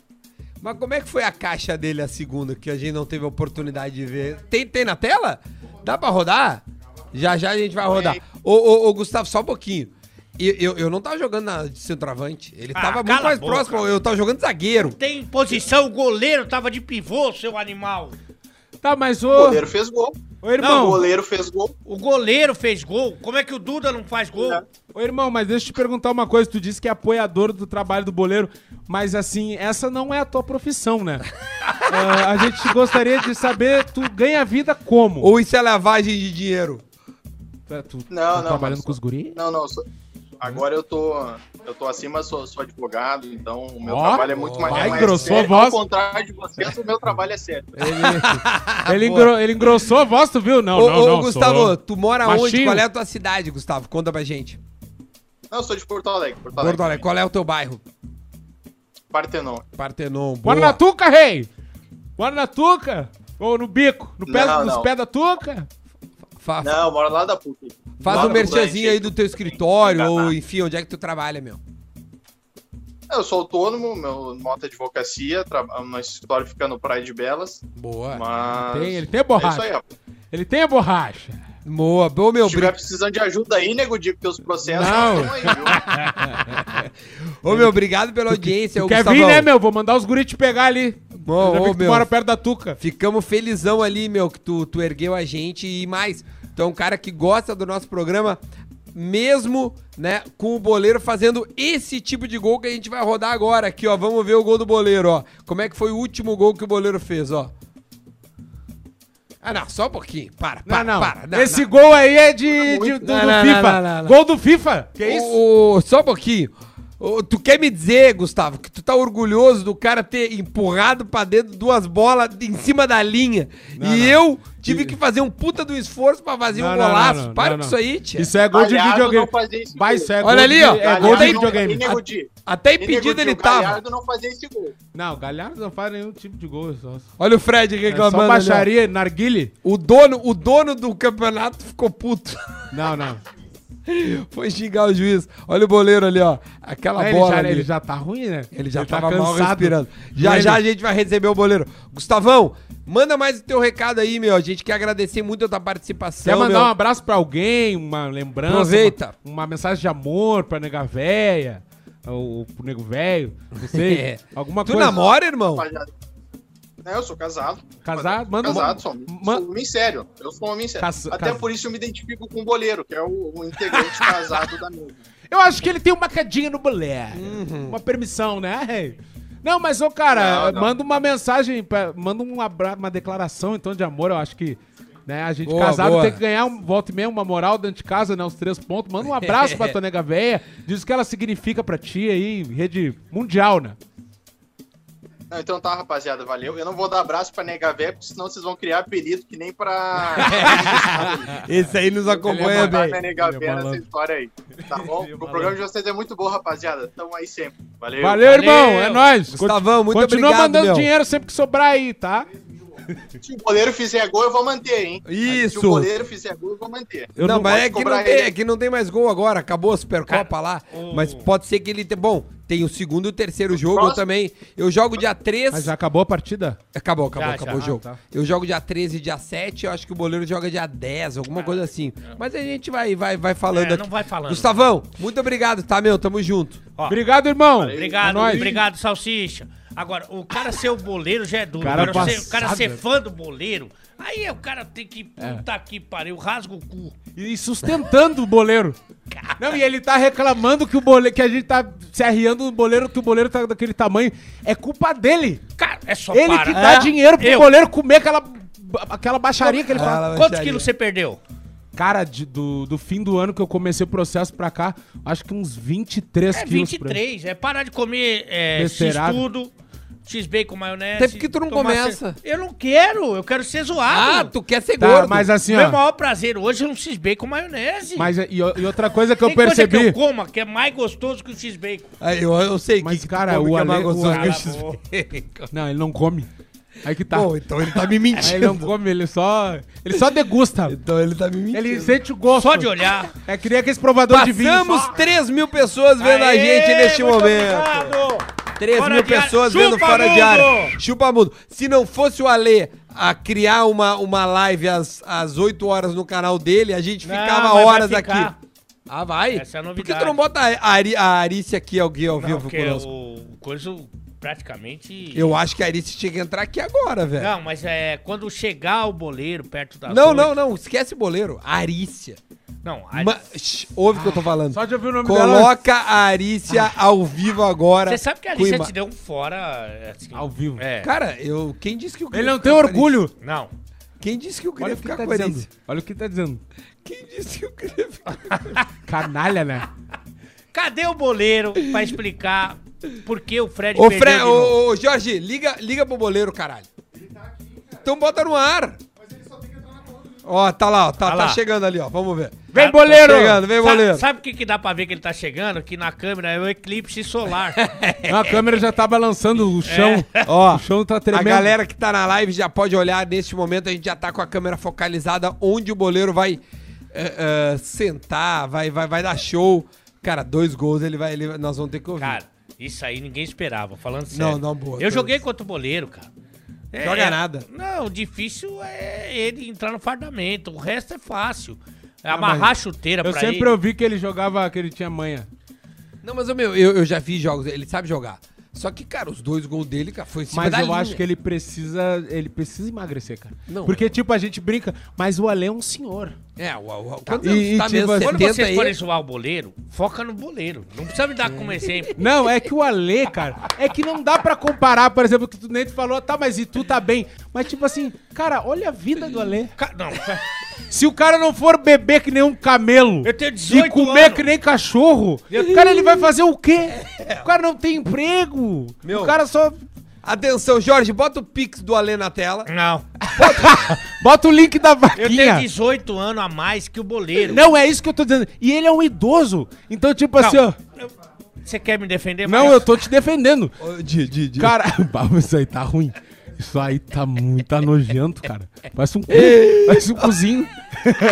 [SPEAKER 1] Mas como é que foi a caixa dele, a segunda, que a gente não teve a oportunidade de ver? Tem, tem na tela? Dá pra rodar? Já já a gente vai rodar. Ô, ô, ô, Gustavo, só um pouquinho. Eu, eu, eu não tava jogando na, de centroavante. Ele
[SPEAKER 3] Ah,
[SPEAKER 1] tava
[SPEAKER 3] cala
[SPEAKER 1] muito
[SPEAKER 3] a
[SPEAKER 1] mais
[SPEAKER 3] boca.
[SPEAKER 1] próximo. Eu tava jogando zagueiro.
[SPEAKER 3] Tem posição, o goleiro tava de pivô, seu animal.
[SPEAKER 4] Tá, mas
[SPEAKER 5] O
[SPEAKER 4] ô,
[SPEAKER 5] goleiro fez gol.
[SPEAKER 4] ô irmão,
[SPEAKER 5] O goleiro fez gol.
[SPEAKER 3] O goleiro fez gol. Como é que o Duda não faz gol?
[SPEAKER 5] É.
[SPEAKER 4] ô irmão, mas deixa eu te perguntar uma coisa. Tu disse que é apoiador do trabalho do boleiro, mas assim, essa não é a tua profissão, né? Ah, a gente gostaria de saber, tu ganha vida como?
[SPEAKER 1] Ou isso é lavagem de dinheiro?
[SPEAKER 4] Tu, tu
[SPEAKER 5] Não,
[SPEAKER 4] tá
[SPEAKER 5] não,
[SPEAKER 4] trabalhando
[SPEAKER 5] mas-
[SPEAKER 4] com os guri?
[SPEAKER 5] Não, não. sou- Agora eu tô. Eu tô acima, sou, sou advogado, então o meu
[SPEAKER 4] Ó,
[SPEAKER 5] trabalho é muito mais.
[SPEAKER 4] vai,
[SPEAKER 5] mais
[SPEAKER 4] engrossou
[SPEAKER 5] sério.
[SPEAKER 4] a voz.
[SPEAKER 5] Ao contrário de vocês, o meu trabalho é sério.
[SPEAKER 4] Ele, engro- ele engrossou a voz, tu viu? Não,
[SPEAKER 1] ô,
[SPEAKER 4] não,
[SPEAKER 1] ô,
[SPEAKER 4] não.
[SPEAKER 1] Gustavo,
[SPEAKER 4] sou-
[SPEAKER 1] tu mora onde?
[SPEAKER 4] Baixinho.
[SPEAKER 1] Qual é a tua cidade, Gustavo? Conta pra gente.
[SPEAKER 5] Não, eu sou de Porto Alegre. Porto Alegre. é
[SPEAKER 1] Porto Alegre, qual é o teu bairro?
[SPEAKER 5] Partenon.
[SPEAKER 1] Partenon, boa.
[SPEAKER 4] Bora na tuca, rei! Bora na tuca! Ou no bico, no pé,
[SPEAKER 5] Não,
[SPEAKER 4] nos
[SPEAKER 5] não.
[SPEAKER 4] pés da tuca? Tá.
[SPEAKER 1] Fa-
[SPEAKER 5] Não, eu moro lá da Tá, PUC.
[SPEAKER 1] faz
[SPEAKER 5] Lá
[SPEAKER 1] um
[SPEAKER 5] no
[SPEAKER 1] merchanzinho
[SPEAKER 5] Blanche.
[SPEAKER 1] aí do teu escritório,
[SPEAKER 5] Enganar.
[SPEAKER 1] ou enfim, onde é que tu trabalha, meu?
[SPEAKER 5] Eu sou autônomo, meu moto é advocacia, tra... meu escritório fica no Praia de Belas,
[SPEAKER 1] Boa.
[SPEAKER 5] mas...
[SPEAKER 4] Ah, Tem, ele tem a
[SPEAKER 5] É isso
[SPEAKER 4] borracha.
[SPEAKER 5] aí, ó.
[SPEAKER 4] ele tem a borracha.
[SPEAKER 1] Boa, boa, meu.
[SPEAKER 5] Se tiver
[SPEAKER 1] Brin...
[SPEAKER 5] precisando de ajuda aí, nego, digo, porque os processos
[SPEAKER 4] Não.
[SPEAKER 5] estão aí, viu?
[SPEAKER 1] Ô, meu, obrigado pela audiência, ô,
[SPEAKER 4] Quer vir,
[SPEAKER 1] Gustavão.
[SPEAKER 4] né, meu? Vou mandar os guri te pegar ali.
[SPEAKER 1] Bom,
[SPEAKER 4] Eu já
[SPEAKER 1] ô,
[SPEAKER 4] vi que tu
[SPEAKER 1] meu.
[SPEAKER 4] mora perto da tuca.
[SPEAKER 1] Ficamos felizão ali, meu, que tu, tu ergueu a gente e mais. Tu é um cara que gosta do nosso programa, mesmo, né, com o Boleiro fazendo esse tipo de gol que a gente vai rodar agora aqui, ó. Vamos ver o gol do Boleiro, ó. Como é que foi o último gol que o Boleiro fez, ó. Ah, não, só um pouquinho. Para, para,
[SPEAKER 4] não, não.
[SPEAKER 1] para.
[SPEAKER 4] Esse gol aí é de, de- do,
[SPEAKER 1] Não,
[SPEAKER 4] do
[SPEAKER 1] não,
[SPEAKER 4] FIFA.
[SPEAKER 1] não, não, não.
[SPEAKER 4] Gol do FIFA. Que
[SPEAKER 1] é
[SPEAKER 4] isso?
[SPEAKER 1] isso? só um pouquinho. Ô, tu quer me dizer, Gustavo, que tu tá orgulhoso do cara ter empurrado pra dentro duas bolas em cima da linha
[SPEAKER 4] Não,
[SPEAKER 1] e
[SPEAKER 4] não.
[SPEAKER 1] eu tive que fazer um puta do esforço pra fazer um
[SPEAKER 4] Não, não,
[SPEAKER 1] golaço.
[SPEAKER 4] não, não,
[SPEAKER 1] Para
[SPEAKER 4] não,
[SPEAKER 1] com
[SPEAKER 4] não.
[SPEAKER 1] isso aí, tia.
[SPEAKER 4] Isso é gol de
[SPEAKER 5] Galhardo
[SPEAKER 4] videogame.
[SPEAKER 5] não fazia esse
[SPEAKER 4] Vai,
[SPEAKER 5] gol.
[SPEAKER 4] isso é
[SPEAKER 1] Olha
[SPEAKER 4] gol
[SPEAKER 1] ali,
[SPEAKER 4] de-
[SPEAKER 1] ó.
[SPEAKER 4] É gol de
[SPEAKER 5] Galhardo não-
[SPEAKER 4] videogame.
[SPEAKER 5] e nego de-
[SPEAKER 1] Até
[SPEAKER 5] e nego
[SPEAKER 1] impedido
[SPEAKER 5] de,
[SPEAKER 4] um
[SPEAKER 1] ele
[SPEAKER 5] o
[SPEAKER 1] tava.
[SPEAKER 5] Galhardo não fazia esse gol.
[SPEAKER 4] Não, o Galhardo não faz nenhum tipo de gol. Só,
[SPEAKER 1] Olha o Fred
[SPEAKER 4] é só
[SPEAKER 1] reclamando. ali, ó.
[SPEAKER 4] baixaria, narguile.
[SPEAKER 1] o, dono, o dono do campeonato ficou puto.
[SPEAKER 4] Não, não.
[SPEAKER 1] Foi xingar o juiz. Olha o boleiro ali, ó. Aquela
[SPEAKER 4] Ele
[SPEAKER 1] bola.
[SPEAKER 4] já,
[SPEAKER 1] ali.
[SPEAKER 4] ele já tá ruim, né?
[SPEAKER 1] Ele já
[SPEAKER 4] tá
[SPEAKER 1] tava mal
[SPEAKER 4] cansado.
[SPEAKER 1] respirando. Já
[SPEAKER 4] Ele-
[SPEAKER 1] já a gente vai receber o boleiro. Gustavão, manda mais o teu recado aí, meu. A gente quer agradecer muito a tua participação.
[SPEAKER 4] Quer mandar
[SPEAKER 1] meu.
[SPEAKER 4] um abraço pra alguém, uma lembrança,
[SPEAKER 1] Aproveita.
[SPEAKER 4] Uma, uma mensagem de amor pra nega véia, ou, ou pro nego velho, não sei,
[SPEAKER 1] É.
[SPEAKER 4] alguma
[SPEAKER 1] Tu
[SPEAKER 4] coisa.
[SPEAKER 1] namora, irmão?
[SPEAKER 5] Rapaziada. Não, eu sou casado.
[SPEAKER 4] Casado? Manda uma-
[SPEAKER 5] Casado, sou, homem-
[SPEAKER 4] ma-
[SPEAKER 5] sou um homem sério. Eu sou um homem sério.
[SPEAKER 4] Cas-
[SPEAKER 5] Até
[SPEAKER 4] cas-
[SPEAKER 5] por isso eu me identifico com o boleiro, que é o, o integrante casado da mesa.
[SPEAKER 4] Eu acho que ele tem uma cadinha no bolé.
[SPEAKER 1] Uhum.
[SPEAKER 4] Uma permissão, né? Rei? Não, mas, ô, cara,
[SPEAKER 5] Não, não.
[SPEAKER 4] manda uma mensagem, pra- manda um abra, uma declaração, então, de amor. Eu acho que né, a gente
[SPEAKER 1] Boa,
[SPEAKER 4] casado
[SPEAKER 1] boa.
[SPEAKER 4] tem que ganhar, um, volta e meia, uma moral dentro de casa, né? Os três pontos. Manda um abraço pra tua nega véia. Diz o que ela significa pra ti aí, rede mundial, né?
[SPEAKER 5] Não, então tá, rapaziada, valeu. Eu não vou dar abraço pra nega véia, porque senão vocês vão criar apelido que nem pra.
[SPEAKER 1] Esse aí nos acompanha
[SPEAKER 5] pra
[SPEAKER 1] bem.
[SPEAKER 5] minha nega
[SPEAKER 4] Ele é
[SPEAKER 5] véia nessa
[SPEAKER 4] malandro.
[SPEAKER 5] história aí. Tá bom? O programa de vocês é muito bom, rapaziada. Tamo aí sempre. Valeu.
[SPEAKER 4] Valeu,
[SPEAKER 3] Valeu.
[SPEAKER 4] irmão. É nóis.
[SPEAKER 1] Gustavão, muito
[SPEAKER 4] Continua
[SPEAKER 1] obrigado,
[SPEAKER 4] mandando
[SPEAKER 1] meu.
[SPEAKER 4] dinheiro sempre que sobrar aí, tá?
[SPEAKER 5] Se o goleiro fizer gol, eu vou manter, hein? Se
[SPEAKER 1] Isso.
[SPEAKER 5] o goleiro fizer gol, eu vou manter.
[SPEAKER 4] Eu
[SPEAKER 1] não,
[SPEAKER 4] não
[SPEAKER 1] mas
[SPEAKER 5] posso
[SPEAKER 1] é que não,
[SPEAKER 5] cobrar
[SPEAKER 1] tem,
[SPEAKER 5] ele.
[SPEAKER 1] é que não tem mais gol agora. Acabou a Supercopa lá.
[SPEAKER 4] um-
[SPEAKER 3] o-
[SPEAKER 1] Mas pode ser que ele... Te... Bom, tem o segundo e o terceiro jogo eu
[SPEAKER 5] próximo?
[SPEAKER 1] também. Eu jogo dia
[SPEAKER 4] Mas
[SPEAKER 1] 3.
[SPEAKER 4] já acabou a partida?
[SPEAKER 1] Acabou, acabou,
[SPEAKER 3] Já,
[SPEAKER 1] acabou
[SPEAKER 3] já.
[SPEAKER 1] o jogo.
[SPEAKER 4] Ah, tá.
[SPEAKER 1] Eu jogo dia 13 e dia 7, eu acho que o boleiro joga dia 10, alguma coisa assim.
[SPEAKER 4] É,
[SPEAKER 1] Mas a gente vai, vai, vai falando
[SPEAKER 3] É,
[SPEAKER 1] aqui.
[SPEAKER 3] não vai falando.
[SPEAKER 1] Gustavão, muito obrigado, tá, meu? Tamo junto.
[SPEAKER 3] Ó.
[SPEAKER 4] Obrigado, irmão.
[SPEAKER 3] Obrigado,
[SPEAKER 4] É nóis.
[SPEAKER 3] obrigado, Salsicha. Agora, o cara ser o boleiro já é duro.
[SPEAKER 4] Cara
[SPEAKER 3] Agora, ser- o cara
[SPEAKER 4] passado,
[SPEAKER 3] ser
[SPEAKER 4] velho.
[SPEAKER 3] fã do boleiro, aí é o cara tem que. Puta que pariu, rasga o cu.
[SPEAKER 4] E sustentando o boleiro. Não, e ele tá reclamando que o boleiro, que a gente tá se arriando do boleiro, que o boleiro tá daquele tamanho. É culpa dele.
[SPEAKER 3] Cara, é só
[SPEAKER 4] ele
[SPEAKER 3] para.
[SPEAKER 4] que dá
[SPEAKER 3] É.
[SPEAKER 4] dinheiro pro
[SPEAKER 3] Eu.
[SPEAKER 4] boleiro comer aquela, aquela baixaria que ele faz.
[SPEAKER 1] Fala,
[SPEAKER 3] Quantos
[SPEAKER 1] Baixaria.
[SPEAKER 3] quilos você perdeu?
[SPEAKER 4] Cara, de- do, do fim do ano que eu comecei o processo pra cá, acho que uns 23
[SPEAKER 3] É
[SPEAKER 4] quilos. por aí.
[SPEAKER 3] 23, é parar de comer é,
[SPEAKER 4] Besteirada.
[SPEAKER 3] x-tudo, X-Bacon, maionese.
[SPEAKER 1] Até porque tu não
[SPEAKER 3] tomar
[SPEAKER 1] começa.
[SPEAKER 3] ce- Eu não quero, eu quero ser zoado.
[SPEAKER 1] Ah, tu quer ser
[SPEAKER 4] Tá,
[SPEAKER 1] gordo.
[SPEAKER 4] mas assim,
[SPEAKER 3] Meu
[SPEAKER 4] ó.
[SPEAKER 3] maior prazer hoje é um X-Bacon maionese.
[SPEAKER 4] Mas, e, o- e outra coisa que eu
[SPEAKER 3] Tem coisa que
[SPEAKER 4] percebi.
[SPEAKER 3] eu coma que é mais gostoso que o X-Bacon.
[SPEAKER 1] Ah, eu, eu sei
[SPEAKER 4] Mas,
[SPEAKER 1] que tu
[SPEAKER 4] cara,
[SPEAKER 1] come
[SPEAKER 4] o
[SPEAKER 1] que é mais
[SPEAKER 4] Ale- o
[SPEAKER 1] gostoso que
[SPEAKER 4] Ale-
[SPEAKER 1] o
[SPEAKER 4] Cala a
[SPEAKER 1] X-
[SPEAKER 4] Não, ele não come. Aí que tá.
[SPEAKER 1] Pô, então ele tá me
[SPEAKER 4] Aí
[SPEAKER 3] é um
[SPEAKER 4] ele não
[SPEAKER 1] mentindo.
[SPEAKER 4] come, ele só. Ele só degusta.
[SPEAKER 1] Então ele tá me mentindo.
[SPEAKER 4] Ele sente o gosto.
[SPEAKER 3] Só de olhar.
[SPEAKER 4] É que nem aquele provador de vinho.
[SPEAKER 1] Passamos 3 mil pessoas vendo a
[SPEAKER 3] tá Aê,
[SPEAKER 1] gente neste
[SPEAKER 3] muito
[SPEAKER 1] momento.
[SPEAKER 3] obrigado.
[SPEAKER 1] 3
[SPEAKER 3] Fora
[SPEAKER 1] mil
[SPEAKER 3] de área.
[SPEAKER 1] pessoas
[SPEAKER 3] Chupa
[SPEAKER 1] vendo fora de
[SPEAKER 3] mundo!
[SPEAKER 1] área. Chupa mundo. Se não fosse o Ale a criar uma, uma live às, às 8 horas no canal dele, a gente
[SPEAKER 3] Não,
[SPEAKER 1] ficava
[SPEAKER 3] mas vai
[SPEAKER 1] horas
[SPEAKER 3] ficar.
[SPEAKER 1] aqui. Ah, vai?
[SPEAKER 3] Essa é a
[SPEAKER 1] Por que
[SPEAKER 3] novidade.
[SPEAKER 1] tu não bota a, Ari, a Arice aqui ao, ao
[SPEAKER 3] Não,
[SPEAKER 1] vivo
[SPEAKER 3] porque
[SPEAKER 1] conosco?
[SPEAKER 3] o coisa praticamente...
[SPEAKER 1] Eu acho que a Arice tinha que entrar aqui agora, velho.
[SPEAKER 3] Não, tá mas é quando chegar o boleiro perto da
[SPEAKER 1] Não, não, não, Esquece boleiro. Arícia.
[SPEAKER 3] Não, a-
[SPEAKER 1] Ma... Shh, ouve o que eu tô falando.
[SPEAKER 4] Ah, Só de ouvir o nome dela. Ah.
[SPEAKER 1] Coloca a Arícia ao vivo agora.
[SPEAKER 3] Você sabe que a
[SPEAKER 1] com
[SPEAKER 3] Alicia
[SPEAKER 1] ima-
[SPEAKER 3] te deu um fora. Assim,
[SPEAKER 4] Ao vivo.
[SPEAKER 3] É.
[SPEAKER 1] Cara, eu. Quem disse que eu queria
[SPEAKER 4] Ele não
[SPEAKER 1] ficar
[SPEAKER 4] tem
[SPEAKER 1] com a Arícia?
[SPEAKER 4] orgulho.
[SPEAKER 3] Não.
[SPEAKER 1] Quem disse que eu queria
[SPEAKER 4] Olha o que
[SPEAKER 1] ficar
[SPEAKER 4] ele tá
[SPEAKER 1] com a
[SPEAKER 4] dizendo.
[SPEAKER 1] Arícia?
[SPEAKER 4] Olha o que ele tá dizendo.
[SPEAKER 1] Quem disse que eu queria ficar
[SPEAKER 4] Canalha, né?
[SPEAKER 3] Cadê o boleiro pra explicar por que o Fred
[SPEAKER 1] Ô,
[SPEAKER 3] perdeu
[SPEAKER 1] Fre
[SPEAKER 3] de novo?
[SPEAKER 1] ô, ô, Jorge, liga, liga pro boleiro, caralho. Então bota no ar. Ó, tá lá, ó, tá,
[SPEAKER 3] Tá
[SPEAKER 1] tá
[SPEAKER 3] lá.
[SPEAKER 1] chegando ali, ó. Vamos ver.
[SPEAKER 3] Vem,
[SPEAKER 1] Tá
[SPEAKER 3] boleiro!
[SPEAKER 1] chegando, vem,
[SPEAKER 3] Sa-
[SPEAKER 1] boleiro.
[SPEAKER 3] Sabe o que, que dá pra ver que ele tá chegando? Que na câmera é o eclipse solar.
[SPEAKER 4] Não, a câmera já tá balançando o chão.
[SPEAKER 1] Ó,
[SPEAKER 4] O chão tá
[SPEAKER 1] A
[SPEAKER 4] tremendo.
[SPEAKER 1] galera que tá na live já pode olhar neste momento. A gente já tá com a câmera focalizada onde o boleiro vai eh, eh, sentar, vai, vai, vai dar show. Cara, dois gols ele vai, ele- nós vamos ter que ouvir.
[SPEAKER 3] cara, isso aí ninguém esperava, falando sério.
[SPEAKER 1] Não, não, boa.
[SPEAKER 3] Eu
[SPEAKER 1] Tô-
[SPEAKER 3] joguei contra o boleiro, cara. É,
[SPEAKER 1] Joga
[SPEAKER 3] é-
[SPEAKER 1] nada.
[SPEAKER 3] Não, o difícil é ele entrar no fardamento. O resto é fácil.
[SPEAKER 1] Tá,
[SPEAKER 3] É amarrar a chuteira
[SPEAKER 4] Eu
[SPEAKER 3] pra
[SPEAKER 4] sempre
[SPEAKER 3] ele.
[SPEAKER 4] ouvi que ele jogava, que ele tinha manha.
[SPEAKER 1] Não, mas ô, meu, eu, eu já vi jogos, ele sabe jogar. Só que, cara, os dois gols dele, cara, foi em cima
[SPEAKER 4] Mas
[SPEAKER 1] da
[SPEAKER 4] eu
[SPEAKER 1] linha.
[SPEAKER 4] acho que ele precisa. Ele precisa emagrecer, cara.
[SPEAKER 1] Não,
[SPEAKER 4] Porque, tipo, a gente brinca, mas o Ale é um senhor.
[SPEAKER 1] É, o, o, o quantos
[SPEAKER 4] E-
[SPEAKER 1] anos tu
[SPEAKER 4] e
[SPEAKER 1] tá
[SPEAKER 4] tipo
[SPEAKER 1] mesmo?
[SPEAKER 4] assim-
[SPEAKER 3] Quando
[SPEAKER 1] 70
[SPEAKER 3] vocês
[SPEAKER 1] aí?
[SPEAKER 3] forem zoar o boleiro, foca no boleiro. Não precisa me dar como exemplo.
[SPEAKER 4] Não, é que o Ale, cara, é que não dá pra comparar, por exemplo, que tu nem tu falou, tá, mas e tu tá bem. Mas, tipo assim, cara, olha a vida do Ale.
[SPEAKER 3] Ca- Não,
[SPEAKER 4] Se o cara não for beber que nem um camelo
[SPEAKER 3] Eu tenho
[SPEAKER 4] e
[SPEAKER 3] 18
[SPEAKER 4] comer
[SPEAKER 3] anos.
[SPEAKER 4] que nem cachorro, cara, ele vai
[SPEAKER 3] um.
[SPEAKER 4] fazer o quê?
[SPEAKER 3] É.
[SPEAKER 4] O cara não tem emprego.
[SPEAKER 1] Meu.
[SPEAKER 4] O cara só.
[SPEAKER 1] Atenção, Jorge, bota o pix do Alê na tela.
[SPEAKER 3] não.
[SPEAKER 4] Bota o link da
[SPEAKER 3] Eu tenho
[SPEAKER 4] vaquinha.
[SPEAKER 3] 18 anos a mais que o boleiro.
[SPEAKER 4] Não, é isso que eu tô dizendo. E ele é um idoso. Então, tipo assim, ó.
[SPEAKER 3] Você quer me defender?
[SPEAKER 4] Não, eu tô te defendendo.
[SPEAKER 1] Ô, Di, Di, Di.
[SPEAKER 4] Cara, Bah, isso aí tá ruim. Isso aí tá muito tá nojento, cara. Parece um cu, parece um cozinho.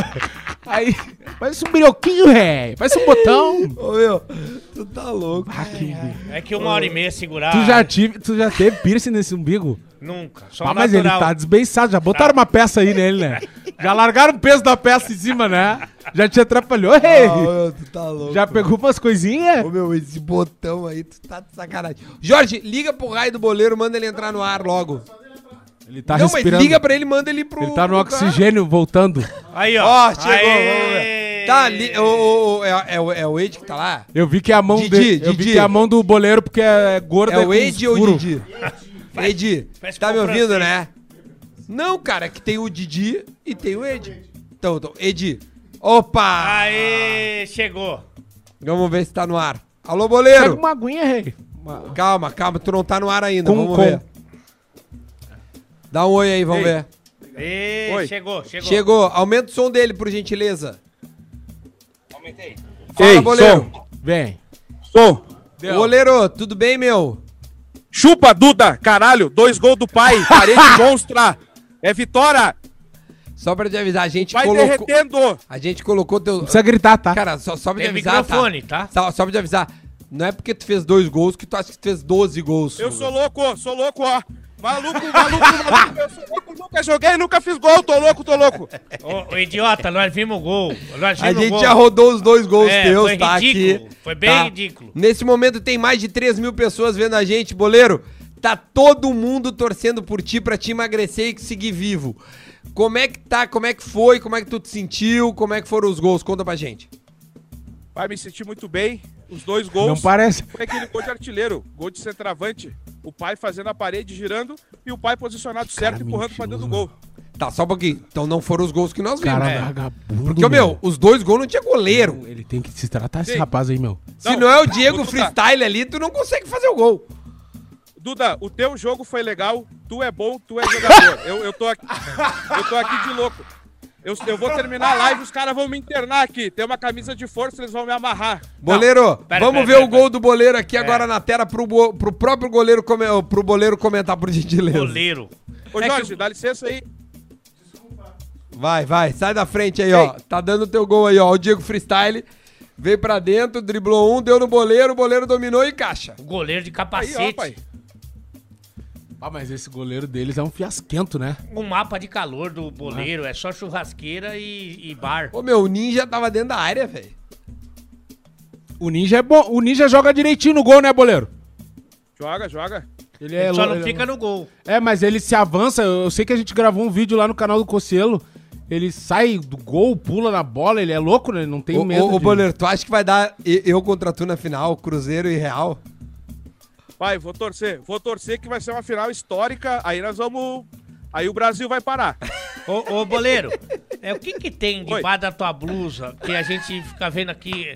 [SPEAKER 4] Aí, parece um brioquinho, ré. Parece um botão.
[SPEAKER 1] Ô, meu, tu tá louco.
[SPEAKER 3] É que uma hora e meia segurar.
[SPEAKER 4] Tu já, tive, tu já teve piercing nesse umbigo?
[SPEAKER 3] Nunca. Só
[SPEAKER 1] Então,
[SPEAKER 4] Ah, mas ele
[SPEAKER 3] natural.
[SPEAKER 4] tá desbeiçado. Já botaram uma peça aí nele, né? Já largaram o peso da peça em cima, né? Já te atrapalhou,
[SPEAKER 1] Ah,
[SPEAKER 4] rei.
[SPEAKER 1] ô, meu, tu tá louco.
[SPEAKER 4] Já pegou umas
[SPEAKER 1] Ô,
[SPEAKER 4] coisinhas?
[SPEAKER 1] meu, esse botão aí, tu tá de sacanagem. Jorge, liga pro raio do boleiro, manda ele entrar no ar logo.
[SPEAKER 4] Ele tá
[SPEAKER 1] não,
[SPEAKER 4] respirando.
[SPEAKER 1] mas liga pra ele, manda ele pro.
[SPEAKER 4] Ele tá no
[SPEAKER 1] pro carro.
[SPEAKER 4] oxigênio voltando.
[SPEAKER 3] Aí, ó.
[SPEAKER 1] Ó, chegou,
[SPEAKER 3] Aê!
[SPEAKER 1] vamos ver. Tá, li... ô, ô, ô, é, é o- é o Ed que tá lá?
[SPEAKER 4] Eu vi que é a mão
[SPEAKER 1] Didi,
[SPEAKER 4] dele. Eu vi
[SPEAKER 1] Didi.
[SPEAKER 4] que é a mão do boleiro porque é gorda.
[SPEAKER 1] É
[SPEAKER 4] e com
[SPEAKER 1] o Ed ou
[SPEAKER 4] furo.
[SPEAKER 1] o Didi? Edi,
[SPEAKER 3] Parece
[SPEAKER 1] tá
[SPEAKER 3] que
[SPEAKER 1] me
[SPEAKER 3] é um
[SPEAKER 1] ouvindo,
[SPEAKER 3] francês.
[SPEAKER 1] né? Não, cara, é que tem o Didi e tem o Ed. Então, então Edi. Opa!
[SPEAKER 3] Aê, chegou.
[SPEAKER 1] Vamos ver se tá no ar. Alô,
[SPEAKER 4] Pega
[SPEAKER 1] boleiro!
[SPEAKER 4] uma aguinha, rei.
[SPEAKER 1] Calma, calma, tu não tá no ar ainda,
[SPEAKER 4] Com-
[SPEAKER 1] vamos
[SPEAKER 4] com.
[SPEAKER 1] ver. Dá um oi aí, vamos
[SPEAKER 2] Ei,
[SPEAKER 1] ver.
[SPEAKER 3] Aê,
[SPEAKER 2] Oi.
[SPEAKER 3] chegou, chegou.
[SPEAKER 1] Chegou, aumenta o som dele, por gentileza. Aumentei. Fala,
[SPEAKER 2] Ei,
[SPEAKER 1] boleiro.
[SPEAKER 2] som,
[SPEAKER 4] Vem.
[SPEAKER 2] som.
[SPEAKER 1] Boleiro, tudo bem, meu?
[SPEAKER 2] Chupa, Duda, caralho. Dois gols do pai. Parede monstra. É vitória.
[SPEAKER 1] Só pra te avisar, a gente
[SPEAKER 2] Vai
[SPEAKER 1] colocou...
[SPEAKER 2] derretendo.
[SPEAKER 1] A gente colocou teu...
[SPEAKER 4] Precisa gritar, tá?
[SPEAKER 1] Cara, só, só pra te
[SPEAKER 3] Tem
[SPEAKER 1] avisar,
[SPEAKER 3] microfone, tá?
[SPEAKER 1] Só, só pra te avisar. Não é porque tu fez dois gols que tu acha que tu fez 12 gols.
[SPEAKER 2] Eu sou louco, sou louco, ó. Maluco, maluco, maluco. Eu sou louco, nunca joguei, nunca fiz gol. Tô louco, tô louco.
[SPEAKER 3] tá? Ô, ô, idiota, nós vimos o gol. Nós
[SPEAKER 1] A
[SPEAKER 3] vimos o
[SPEAKER 1] gente
[SPEAKER 3] gol.
[SPEAKER 1] já rodou os dois gols
[SPEAKER 3] É,
[SPEAKER 1] teus,
[SPEAKER 3] foi
[SPEAKER 1] tá
[SPEAKER 3] ridículo,
[SPEAKER 1] aqui.
[SPEAKER 3] foi bem
[SPEAKER 1] tá?
[SPEAKER 3] ridículo.
[SPEAKER 1] Nesse momento tem mais de 3 mil pessoas vendo a gente, boleiro. Tá todo mundo torcendo por ti pra te emagrecer e seguir vivo. Como é que tá? Como é que foi? Como é que tu te sentiu? Como é que foram os gols? Conta pra gente.
[SPEAKER 2] Vai me sentir muito bem. Os dois
[SPEAKER 4] Não
[SPEAKER 2] gols.
[SPEAKER 4] parece.
[SPEAKER 2] Foi aquele gol de artilheiro, gol de centroavante. O pai fazendo a parede, girando, e o pai posicionado certo,
[SPEAKER 4] é
[SPEAKER 2] empurrando pra dentro do gol.
[SPEAKER 4] né?
[SPEAKER 1] Tá, só um pouquinho. Então não foram os gols que nós vimos.
[SPEAKER 4] Cara,
[SPEAKER 1] né?
[SPEAKER 3] É.
[SPEAKER 4] vagabundo.
[SPEAKER 1] Porque, ô, meu, os dois gols não tinha goleiro.
[SPEAKER 4] Ele tem que se tratar esse
[SPEAKER 2] Sim.
[SPEAKER 4] rapaz aí, meu.
[SPEAKER 1] Se
[SPEAKER 2] Não,
[SPEAKER 1] não é o Diego
[SPEAKER 2] vou chutar.
[SPEAKER 1] Freestyle ali, tu não consegue fazer o gol.
[SPEAKER 2] Duda, o teu jogo foi legal, tu é bom, tu é jogador. eu, eu, tô aqui, eu tô aqui de louco. Eu, eu vou terminar a live, os caras vão me internar aqui. Tem uma camisa de força, eles vão me amarrar.
[SPEAKER 1] Boleiro,
[SPEAKER 3] pera,
[SPEAKER 1] vamos
[SPEAKER 3] pera,
[SPEAKER 1] ver
[SPEAKER 3] pera, É.
[SPEAKER 1] o gol do boleiro aqui agora na tela pro, bo- pro próprio goleiro come- pro boleiro comentar por gentileza.
[SPEAKER 3] Goleiro.
[SPEAKER 2] Ô,
[SPEAKER 3] É que
[SPEAKER 2] Jorge, dá licença aí.
[SPEAKER 1] Vai, vai, sai da frente aí, ó. Tá dando o teu gol aí, ó. O Diego Freestyle veio pra dentro, driblou um, deu no boleiro, o boleiro dominou e caixa.
[SPEAKER 3] O goleiro de
[SPEAKER 2] Aí,
[SPEAKER 3] capacete.
[SPEAKER 2] ó, pai.
[SPEAKER 4] Ah, mas esse goleiro deles é um fiasquento, né?
[SPEAKER 3] O mapa de calor do boleiro é só churrasqueira e, e bar.
[SPEAKER 1] Ô, meu, o Ninja tava dentro da área, velho.
[SPEAKER 4] O Ninja é bom. O Ninja joga direitinho no gol, né, goleiro?
[SPEAKER 2] Joga, joga.
[SPEAKER 4] Ele
[SPEAKER 3] Ele só
[SPEAKER 4] lo-
[SPEAKER 3] não
[SPEAKER 4] ele-
[SPEAKER 3] fica no gol.
[SPEAKER 4] É, mas ele se avança. Eu eu sei que a gente gravou um vídeo lá no canal do Cocielo. Ele sai do gol, pula na bola, ele é louco, né? Ele não tem
[SPEAKER 1] Ô,
[SPEAKER 4] medo.
[SPEAKER 1] ô, ô,
[SPEAKER 4] de-
[SPEAKER 1] boleiro, tu acha que vai dar e- eu contra tu na final, Cruzeiro e Real?
[SPEAKER 2] Pai, vou torcer. Vou torcer que vai ser uma final histórica. Aí nós vamos. Aí o Brasil vai parar.
[SPEAKER 3] Ô, ô boleiro, é, o que que tem
[SPEAKER 2] Oi.
[SPEAKER 3] debaixo da tua blusa que a gente fica vendo aqui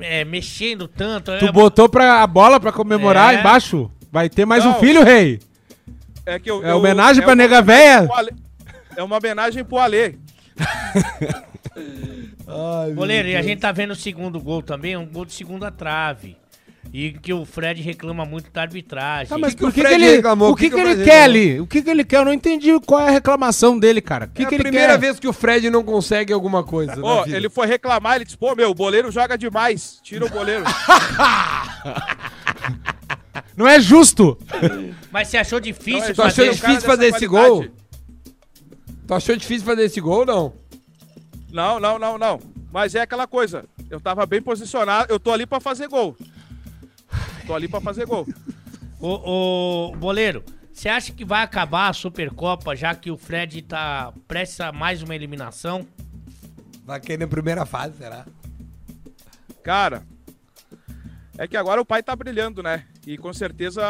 [SPEAKER 3] é, mexendo tanto?
[SPEAKER 4] Tu
[SPEAKER 3] é,
[SPEAKER 4] botou pra, a bola pra comemorar
[SPEAKER 3] É.
[SPEAKER 4] embaixo? Vai ter mais um
[SPEAKER 2] Não.
[SPEAKER 4] filho, rei?
[SPEAKER 2] É que eu.
[SPEAKER 4] É
[SPEAKER 2] eu-
[SPEAKER 4] homenagem
[SPEAKER 2] é
[SPEAKER 4] pra
[SPEAKER 2] uma-
[SPEAKER 4] nega véia?
[SPEAKER 2] pro Ale- É uma homenagem pro Alê.
[SPEAKER 3] Goleiro, e a gente tá vendo o segundo gol também, um gol de segunda trave. E que o Fred reclama muito da arbitragem.
[SPEAKER 4] Tá,
[SPEAKER 1] que
[SPEAKER 4] mas
[SPEAKER 1] que
[SPEAKER 4] por
[SPEAKER 1] o
[SPEAKER 4] que, que
[SPEAKER 1] Fred
[SPEAKER 4] ele,
[SPEAKER 1] reclamou?
[SPEAKER 4] o que, que,
[SPEAKER 1] o
[SPEAKER 4] ele
[SPEAKER 1] Fred
[SPEAKER 4] quer
[SPEAKER 1] reclamou?
[SPEAKER 4] ali? O que, que ele quer? Eu não entendi qual é a reclamação dele, cara. O que,
[SPEAKER 1] é
[SPEAKER 4] que
[SPEAKER 1] a
[SPEAKER 4] ele
[SPEAKER 1] primeira
[SPEAKER 4] quer?
[SPEAKER 1] vez que o Fred não consegue alguma coisa. na
[SPEAKER 2] Ó,
[SPEAKER 1] vida.
[SPEAKER 2] ele foi reclamar, ele disse: pô, meu, o goleiro joga demais. Tira o Então, goleiro.
[SPEAKER 4] Não é justo.
[SPEAKER 3] Mas você achou difícil
[SPEAKER 2] Então,
[SPEAKER 1] Tu
[SPEAKER 2] Mas
[SPEAKER 1] achou
[SPEAKER 2] tem um
[SPEAKER 3] fazer...
[SPEAKER 2] cara
[SPEAKER 1] difícil
[SPEAKER 2] dessa
[SPEAKER 1] fazer esse gol?
[SPEAKER 2] qualidade.
[SPEAKER 1] Tu achou difícil fazer esse gol ou não?
[SPEAKER 2] Não, não, não, não. Mas é aquela coisa. Eu tava bem posicionado. Eu tô ali pra fazer gol. Tô ali pra fazer gol.
[SPEAKER 3] Ô, ô, Boleiro, você acha que vai acabar a Supercopa já que o Fred tá prestes a mais uma eliminação?
[SPEAKER 1] Vai cair na primeira fase, será?
[SPEAKER 2] Cara, é que agora o pai tá brilhando, né? E com certeza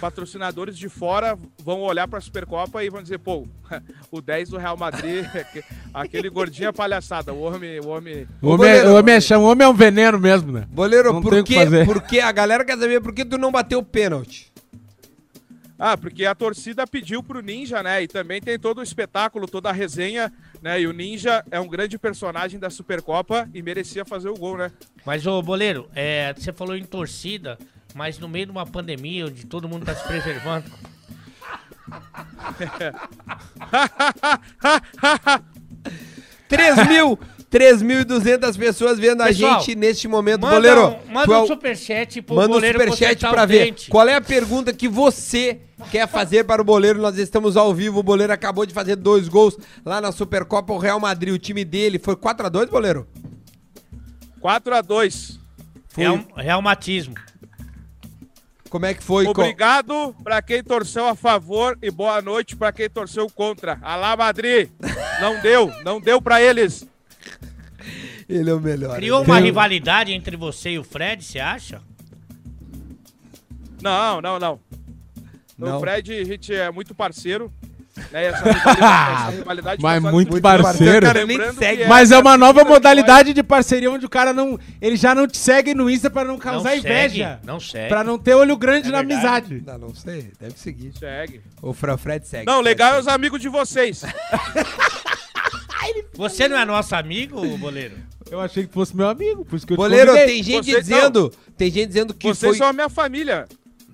[SPEAKER 2] patrocinadores de fora vão olhar pra Supercopa e vão dizer, pô, o 10 do Real Madrid, aque- aquele gordinho é palhaçada, o homem, o homem...
[SPEAKER 4] O
[SPEAKER 1] Ô,
[SPEAKER 4] homem, é-
[SPEAKER 1] goleiro,
[SPEAKER 4] o homem é chão, o homem é um veneno mesmo, né?
[SPEAKER 1] Boleiro,
[SPEAKER 4] Não
[SPEAKER 1] por
[SPEAKER 4] tem o que
[SPEAKER 1] que,
[SPEAKER 4] fazer.
[SPEAKER 1] por que- a galera quer saber por que tu não bateu o pênalti?
[SPEAKER 2] Ah, porque a torcida pediu pro Ninja, né? E também tem todo o espetáculo, toda a resenha, né? E o Ninja é um grande personagem da Supercopa e merecia fazer o gol, né?
[SPEAKER 3] Mas, ô, Boleiro, é, você falou em torcida, mas no meio de uma pandemia onde todo mundo tá se preservando.
[SPEAKER 1] Três mil, 3.200 pessoas vendo a
[SPEAKER 3] Pessoal,
[SPEAKER 1] gente neste momento.
[SPEAKER 3] Manda,
[SPEAKER 1] Boleiro,
[SPEAKER 3] um, manda
[SPEAKER 1] tu é
[SPEAKER 3] um
[SPEAKER 1] o-
[SPEAKER 3] superchat pro
[SPEAKER 1] manda um
[SPEAKER 3] Boleiro
[SPEAKER 1] superchat
[SPEAKER 3] consertar o
[SPEAKER 1] pra ver.
[SPEAKER 3] dente.
[SPEAKER 1] Qual é a pergunta que você quer fazer para o Boleiro? Nós estamos ao vivo. O Boleiro acabou de fazer dois gols lá na Supercopa. O Real Madrid, o time dele, foi 4x2, Boleiro?
[SPEAKER 2] 4 a 2
[SPEAKER 3] Real, realmatismo.
[SPEAKER 1] Como é que foi? Co-
[SPEAKER 2] Obrigado pra quem torceu a favor e boa noite pra quem torceu contra. Alá, Madrid! Não deu, não deu pra eles.
[SPEAKER 1] Ele é o melhor.
[SPEAKER 3] Criou
[SPEAKER 1] ele é
[SPEAKER 3] uma
[SPEAKER 1] o-
[SPEAKER 3] rivalidade entre você e o Fred, você acha?
[SPEAKER 2] Não, não, não.
[SPEAKER 1] Não.
[SPEAKER 2] O Fred, a gente é muito parceiro. Né? E Essa rivalidade, essa rivalidade
[SPEAKER 4] Mas
[SPEAKER 2] funciona
[SPEAKER 4] muito
[SPEAKER 2] muito
[SPEAKER 4] parceiro.
[SPEAKER 1] Cara, nem
[SPEAKER 2] Lembrando
[SPEAKER 1] segue.
[SPEAKER 2] que
[SPEAKER 4] Mas é uma nova
[SPEAKER 2] torcida que
[SPEAKER 4] modalidade de parceria onde o cara não. Ele já não te segue no Insta pra não causar
[SPEAKER 3] não
[SPEAKER 4] inveja.
[SPEAKER 3] Segue, não segue.
[SPEAKER 4] Pra não ter olho grande
[SPEAKER 3] É
[SPEAKER 4] na
[SPEAKER 3] verdade.
[SPEAKER 4] amizade.
[SPEAKER 1] Não, não sei. Deve seguir.
[SPEAKER 2] Segue.
[SPEAKER 1] O Fran Fred segue.
[SPEAKER 2] Não,
[SPEAKER 1] Fred
[SPEAKER 2] legal é
[SPEAKER 1] segue.
[SPEAKER 2] os amigos de vocês.
[SPEAKER 3] Você não é nosso amigo, ô, Boleiro?
[SPEAKER 4] Eu achei que fosse meu amigo, por isso que eu te
[SPEAKER 1] Boleiro,
[SPEAKER 4] convidei.
[SPEAKER 1] tem gente
[SPEAKER 2] Vocês não.
[SPEAKER 1] dizendo. Tem gente dizendo que
[SPEAKER 2] vocês
[SPEAKER 1] foi.
[SPEAKER 2] são a minha família.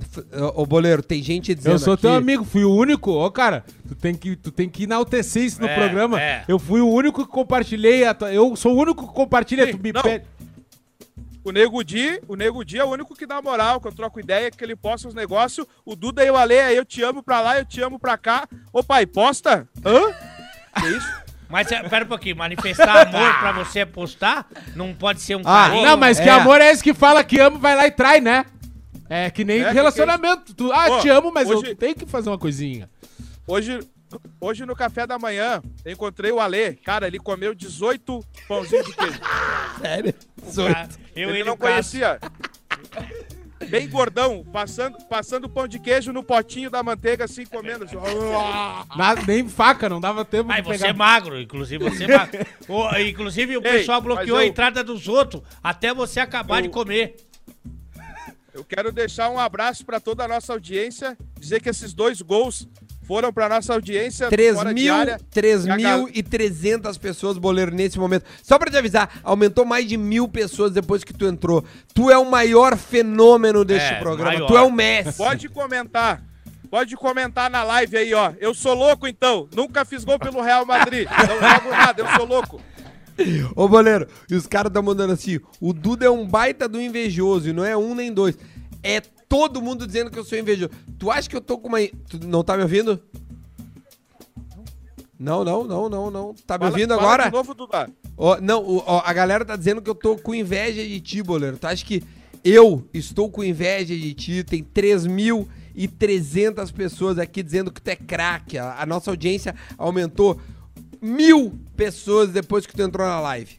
[SPEAKER 1] F- Ô, Boleiro, tem gente dizendo.
[SPEAKER 4] Eu sou teu
[SPEAKER 1] aqui-
[SPEAKER 4] amigo, fui o único. Ô, cara, tu tem que, tu tem que enaltecer isso no
[SPEAKER 3] É,
[SPEAKER 4] programa.
[SPEAKER 3] é.
[SPEAKER 4] Eu fui o único que compartilhei. a tua- Eu sou o único que compartilha.
[SPEAKER 2] Sim,
[SPEAKER 4] tu me
[SPEAKER 2] não.
[SPEAKER 4] pede.
[SPEAKER 2] O Nego Di, o Nego Di é o único que dá moral, que eu troco ideia, que ele posta os negócios. O Duda e o Ale, aí eu te amo pra lá, eu te amo pra cá. Ô pai, posta? Hã? Que isso?
[SPEAKER 3] Mas é, pera um pouquinho, manifestar amor pra você é postar? Não pode ser um
[SPEAKER 1] Ah,
[SPEAKER 3] carinho?
[SPEAKER 4] Não, mas que
[SPEAKER 1] É.
[SPEAKER 4] amor é esse que fala que ama, vai lá e trai, né? É que nem
[SPEAKER 2] É, que
[SPEAKER 4] relacionamento. Tu, ah,
[SPEAKER 2] Ó,
[SPEAKER 4] te amo, mas
[SPEAKER 2] hoje-
[SPEAKER 4] eu tenho que fazer uma coisinha.
[SPEAKER 2] Hoje, hoje no café da manhã, eu encontrei o Ale. Cara, ele comeu 18 pãozinhos de queijo.
[SPEAKER 1] Sério?
[SPEAKER 3] Ah, Eu
[SPEAKER 2] ele,
[SPEAKER 3] ele
[SPEAKER 2] não
[SPEAKER 3] o Cássio.
[SPEAKER 2] conhecia. Bem gordão, passando, passando pão de queijo no potinho da manteiga, assim, comendo. assim,
[SPEAKER 4] Nada, nem faca, não dava tempo
[SPEAKER 3] Ai,
[SPEAKER 4] de
[SPEAKER 3] você é
[SPEAKER 4] pegar.
[SPEAKER 3] magro, inclusive você é magro. Ô, inclusive o
[SPEAKER 2] Ei,
[SPEAKER 3] pessoal bloqueou
[SPEAKER 2] mas
[SPEAKER 3] a
[SPEAKER 2] eu-
[SPEAKER 3] entrada dos outros até você acabar de comer.
[SPEAKER 2] Eu quero deixar um abraço para toda a nossa audiência, dizer que esses dois gols foram para nossa audiência fora de área.
[SPEAKER 1] 3.300 pessoas, boleiro, nesse momento. Só pra te avisar, aumentou mais de mil pessoas depois que tu entrou. Tu é o maior fenômeno deste
[SPEAKER 3] É,
[SPEAKER 1] programa.
[SPEAKER 3] maior.
[SPEAKER 1] Tu é o Messi.
[SPEAKER 2] Pode comentar. Pode comentar na live aí, ó. Eu sou louco então. Nunca fiz gol pelo Real Madrid. Não jogo nada, eu sou louco.
[SPEAKER 1] Tá Ô, boleiro, e os caras estão mandando assim: o Duda é um baita do invejoso, e não é um nem dois. É todo mundo dizendo que eu sou invejoso. Tu acha que eu tô com uma. in- Tu não tá me ouvindo? Não, não, não, não, não. Tá me
[SPEAKER 2] Fala-
[SPEAKER 1] ouvindo
[SPEAKER 2] fala
[SPEAKER 1] agora?
[SPEAKER 2] de novo, Duda.
[SPEAKER 1] Ó, não, o- ó, a galera tá dizendo que eu tô com inveja de ti, boleiro. Tu acha que eu estou com inveja de ti? Tem 3.300 pessoas aqui dizendo que tu é craque. A, a nossa audiência aumentou mil pessoas depois que tu entrou na live.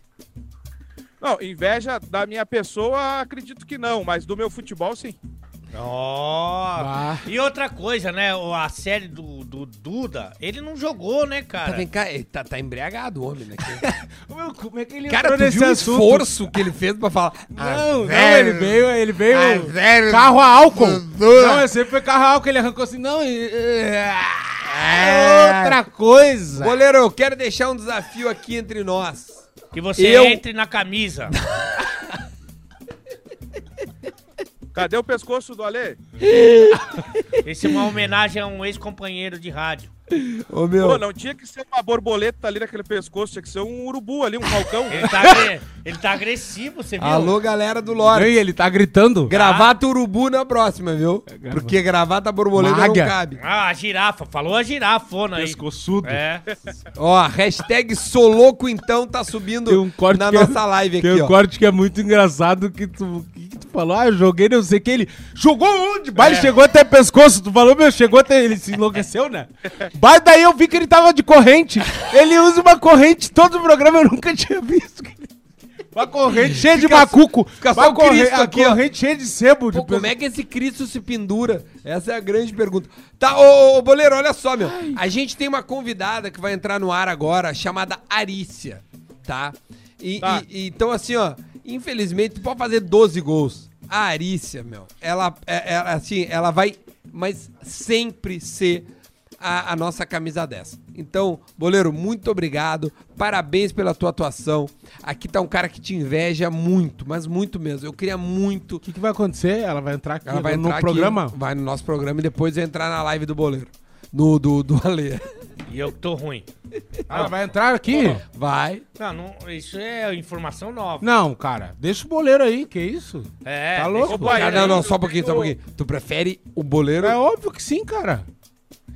[SPEAKER 2] Não, inveja da minha pessoa, acredito que não, mas do meu futebol, sim.
[SPEAKER 3] Ó.
[SPEAKER 4] Ah.
[SPEAKER 3] E outra coisa, né? o- A série do, do Duda, ele não jogou, né,
[SPEAKER 1] Tá,
[SPEAKER 3] cara?
[SPEAKER 1] vem cá, ele tá, tá embriagado o homem, né?
[SPEAKER 4] Meu, como é que ele
[SPEAKER 1] Cara,
[SPEAKER 4] entrou
[SPEAKER 1] tu
[SPEAKER 4] nesse
[SPEAKER 1] viu o
[SPEAKER 4] assunto?
[SPEAKER 1] esforço que ele fez pra falar. Ah,
[SPEAKER 4] Não, não, ele veio, ele veio.
[SPEAKER 3] Ah,
[SPEAKER 4] um
[SPEAKER 3] é.
[SPEAKER 1] velho.
[SPEAKER 4] Carro a álcool. Não, é sempre foi carro a álcool, ele arrancou assim, não, e- é outra coisa.
[SPEAKER 1] Goleiro, eu quero deixar um desafio aqui entre nós.
[SPEAKER 3] Que você
[SPEAKER 1] Eu-
[SPEAKER 3] entre na camisa.
[SPEAKER 2] Cadê o pescoço do Ale?
[SPEAKER 3] Esse é uma homenagem a um ex-companheiro de rádio.
[SPEAKER 1] Ô, meu.
[SPEAKER 2] Pô, não tinha que ser uma borboleta ali naquele pescoço, tinha que ser um urubu ali, um falcão.
[SPEAKER 3] Ele tá, agre- ele tá agressivo, você viu?
[SPEAKER 1] Alô, galera do
[SPEAKER 4] E
[SPEAKER 1] Lore.
[SPEAKER 4] aí, ele tá gritando?
[SPEAKER 1] Gravata urubu na próxima, viu? Porque gravata borboleta
[SPEAKER 4] Maga.
[SPEAKER 1] não cabe.
[SPEAKER 3] Ah, a girafa. Falou a girafona aí.
[SPEAKER 4] Pescoçudo.
[SPEAKER 3] É.
[SPEAKER 1] Ó, hashtag Soloco então tá subindo
[SPEAKER 4] Tem um corte
[SPEAKER 1] na
[SPEAKER 4] que é-
[SPEAKER 1] nossa live
[SPEAKER 4] Tem
[SPEAKER 1] aqui,
[SPEAKER 4] um
[SPEAKER 1] ó.
[SPEAKER 4] corte que é muito engraçado que tu, que que tu falou, ah, eu joguei, não sei o que, ele jogou onde? Baile
[SPEAKER 1] É.
[SPEAKER 4] chegou até pescoço, tu falou, meu, chegou até, ele se enlouqueceu, né? Mas daí eu vi que ele tava de corrente, ele usa uma corrente todo o programa, eu nunca tinha visto. que ele- Uma corrente cheia de macuco,
[SPEAKER 1] fica só
[SPEAKER 4] uma
[SPEAKER 1] o
[SPEAKER 4] corre-
[SPEAKER 1] Cristo
[SPEAKER 4] a
[SPEAKER 1] aqui, ó.
[SPEAKER 4] corrente cheia de sebo.
[SPEAKER 1] Pô,
[SPEAKER 4] de
[SPEAKER 1] como é que esse Cristo se pendura? Essa é a grande pergunta. Tá, ô, ô, ô Boleiro, olha só, meu. A gente tem uma convidada que vai entrar no ar agora, chamada Arícia, tá? E,
[SPEAKER 2] Tá.
[SPEAKER 1] e- e- então, assim, ó, infelizmente, tu pode fazer 12 gols. A Arícia, meu, ela, é- ela, assim, ela vai, mas sempre ser a, a nossa camisa 10. Então, Boleiro, muito obrigado. Parabéns pela tua atuação. Aqui tá um cara que te inveja muito, mas muito mesmo. Eu queria muito
[SPEAKER 4] O que, que vai acontecer? Ela vai entrar aqui
[SPEAKER 1] ela vai
[SPEAKER 4] no
[SPEAKER 1] entrar aqui,
[SPEAKER 4] programa?
[SPEAKER 1] vai no nosso programa e depois entrar na live do boleiro. No, do, do Ale.
[SPEAKER 3] E eu que tô ruim.
[SPEAKER 4] Ela vai entrar aqui?
[SPEAKER 1] Vai.
[SPEAKER 3] Não, não, isso é informação nova.
[SPEAKER 4] Não, cara, deixa o boleiro aí, que isso?
[SPEAKER 3] É,
[SPEAKER 4] Tá
[SPEAKER 3] deixa
[SPEAKER 4] louco?
[SPEAKER 3] eu
[SPEAKER 2] Opa,
[SPEAKER 3] botar-
[SPEAKER 1] Ah, não, não, só um pouquinho, só um pouquinho. Tu prefere o boleiro?
[SPEAKER 4] É óbvio que sim, cara.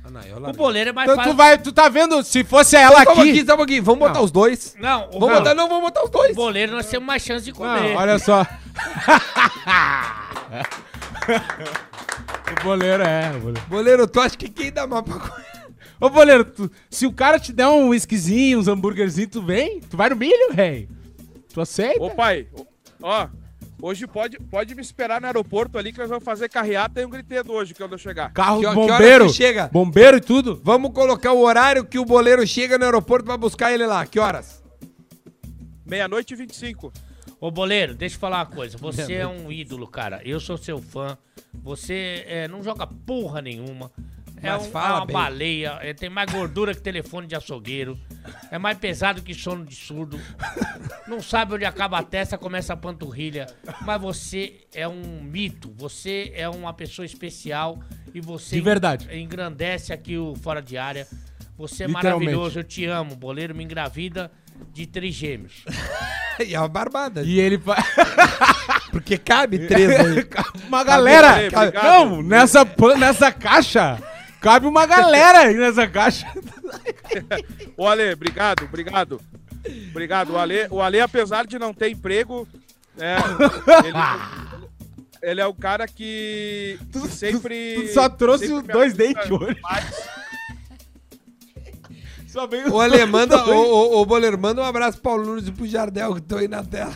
[SPEAKER 1] Ah, não, eu
[SPEAKER 3] O
[SPEAKER 1] largo.
[SPEAKER 3] boleiro é mais
[SPEAKER 4] Então
[SPEAKER 3] fácil.
[SPEAKER 4] tu vai, tu tá vendo, se fosse ela
[SPEAKER 1] Só um
[SPEAKER 4] aqui...
[SPEAKER 1] pouquinho, só um pouquinho. Vamos botar
[SPEAKER 4] Não.
[SPEAKER 1] os dois.
[SPEAKER 3] Não, o,
[SPEAKER 1] Vamos
[SPEAKER 3] não,
[SPEAKER 1] botar, não, vamos botar os
[SPEAKER 3] o
[SPEAKER 1] dois.
[SPEAKER 3] boleiro nós temos mais chance de comer.
[SPEAKER 4] Não, Ah, olha só. o boleiro é, o boleiro.
[SPEAKER 1] Boleiro, tu acha que quem dá mapa
[SPEAKER 4] Ô, boleiro, tu- se o cara te der um whiskyzinho, uns hambúrguerzinhos, tu vem? Tu vai no milho, rei? Tu aceita?
[SPEAKER 2] Ô pai, ó, hoje pode, pode me esperar no aeroporto ali que nós vamos fazer carreata e um gritedo hoje quando eu chegar.
[SPEAKER 4] Carro
[SPEAKER 1] que ho- que
[SPEAKER 4] bombeiro.
[SPEAKER 1] horas que chega?
[SPEAKER 4] Bombeiro e tudo.
[SPEAKER 1] Vamos colocar o horário que o boleiro chega no aeroporto pra buscar ele lá. Que horas?
[SPEAKER 2] Meia-noite e 25.
[SPEAKER 3] Ô, Boleiro, deixa eu falar uma coisa. Você é um ídolo, cara. Eu sou seu fã. Você é, não joga porra nenhuma. É,
[SPEAKER 1] Mas
[SPEAKER 3] um-
[SPEAKER 1] fala
[SPEAKER 3] é uma
[SPEAKER 1] bem.
[SPEAKER 3] baleia. É, tem mais gordura que telefone de açougueiro. É mais pesado que sono de surdo. Não sabe onde acaba a testa, começa a panturrilha. Mas você é um mito. Você é uma pessoa especial. E você
[SPEAKER 4] De verdade.
[SPEAKER 3] engrandece aqui o Fora de Área. Você é
[SPEAKER 4] Literalmente.
[SPEAKER 3] maravilhoso. Eu te amo. Boleiro me engravida de trigêmeos.
[SPEAKER 1] E é uma barbada.
[SPEAKER 4] E ele faz.
[SPEAKER 1] Porque cabe três aí.
[SPEAKER 4] uma galera.
[SPEAKER 2] boleiro,
[SPEAKER 4] Cabe-
[SPEAKER 2] obrigado.
[SPEAKER 4] Não, nessa, pan- nessa caixa. Cabe uma galera aí nessa caixa.
[SPEAKER 2] Ô Ale, obrigado, obrigado. Obrigado, o Ale. O Ale, apesar de não ter emprego, é, ele, ele é o cara que, que sempre.
[SPEAKER 4] Tu só trouxe
[SPEAKER 2] sempre
[SPEAKER 4] os
[SPEAKER 2] me
[SPEAKER 4] dois
[SPEAKER 2] ajuda
[SPEAKER 4] dentes hoje.
[SPEAKER 2] mais.
[SPEAKER 4] Só veio
[SPEAKER 1] O tá-
[SPEAKER 4] os
[SPEAKER 1] Ale,
[SPEAKER 4] dois-
[SPEAKER 1] manda, ô, ô, ô, boleiro, manda um abraço pro Paulo Nunes e pro Jardel que estão aí na tela.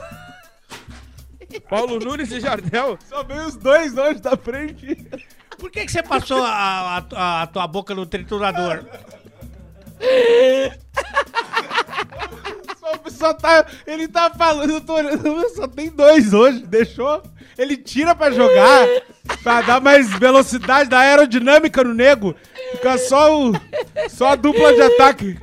[SPEAKER 2] Paulo Nunes e Jardel.
[SPEAKER 4] Só veio os dois hoje da frente.
[SPEAKER 3] Por que, que você passou a, a- a tua boca no triturador?
[SPEAKER 4] Só, só tá, ele tá falando, eu tô olhando, só tem dois hoje, deixou. Ele tira pra jogar, pra dar mais velocidade da aerodinâmica no nego. Fica só o. Só a dupla de ataque.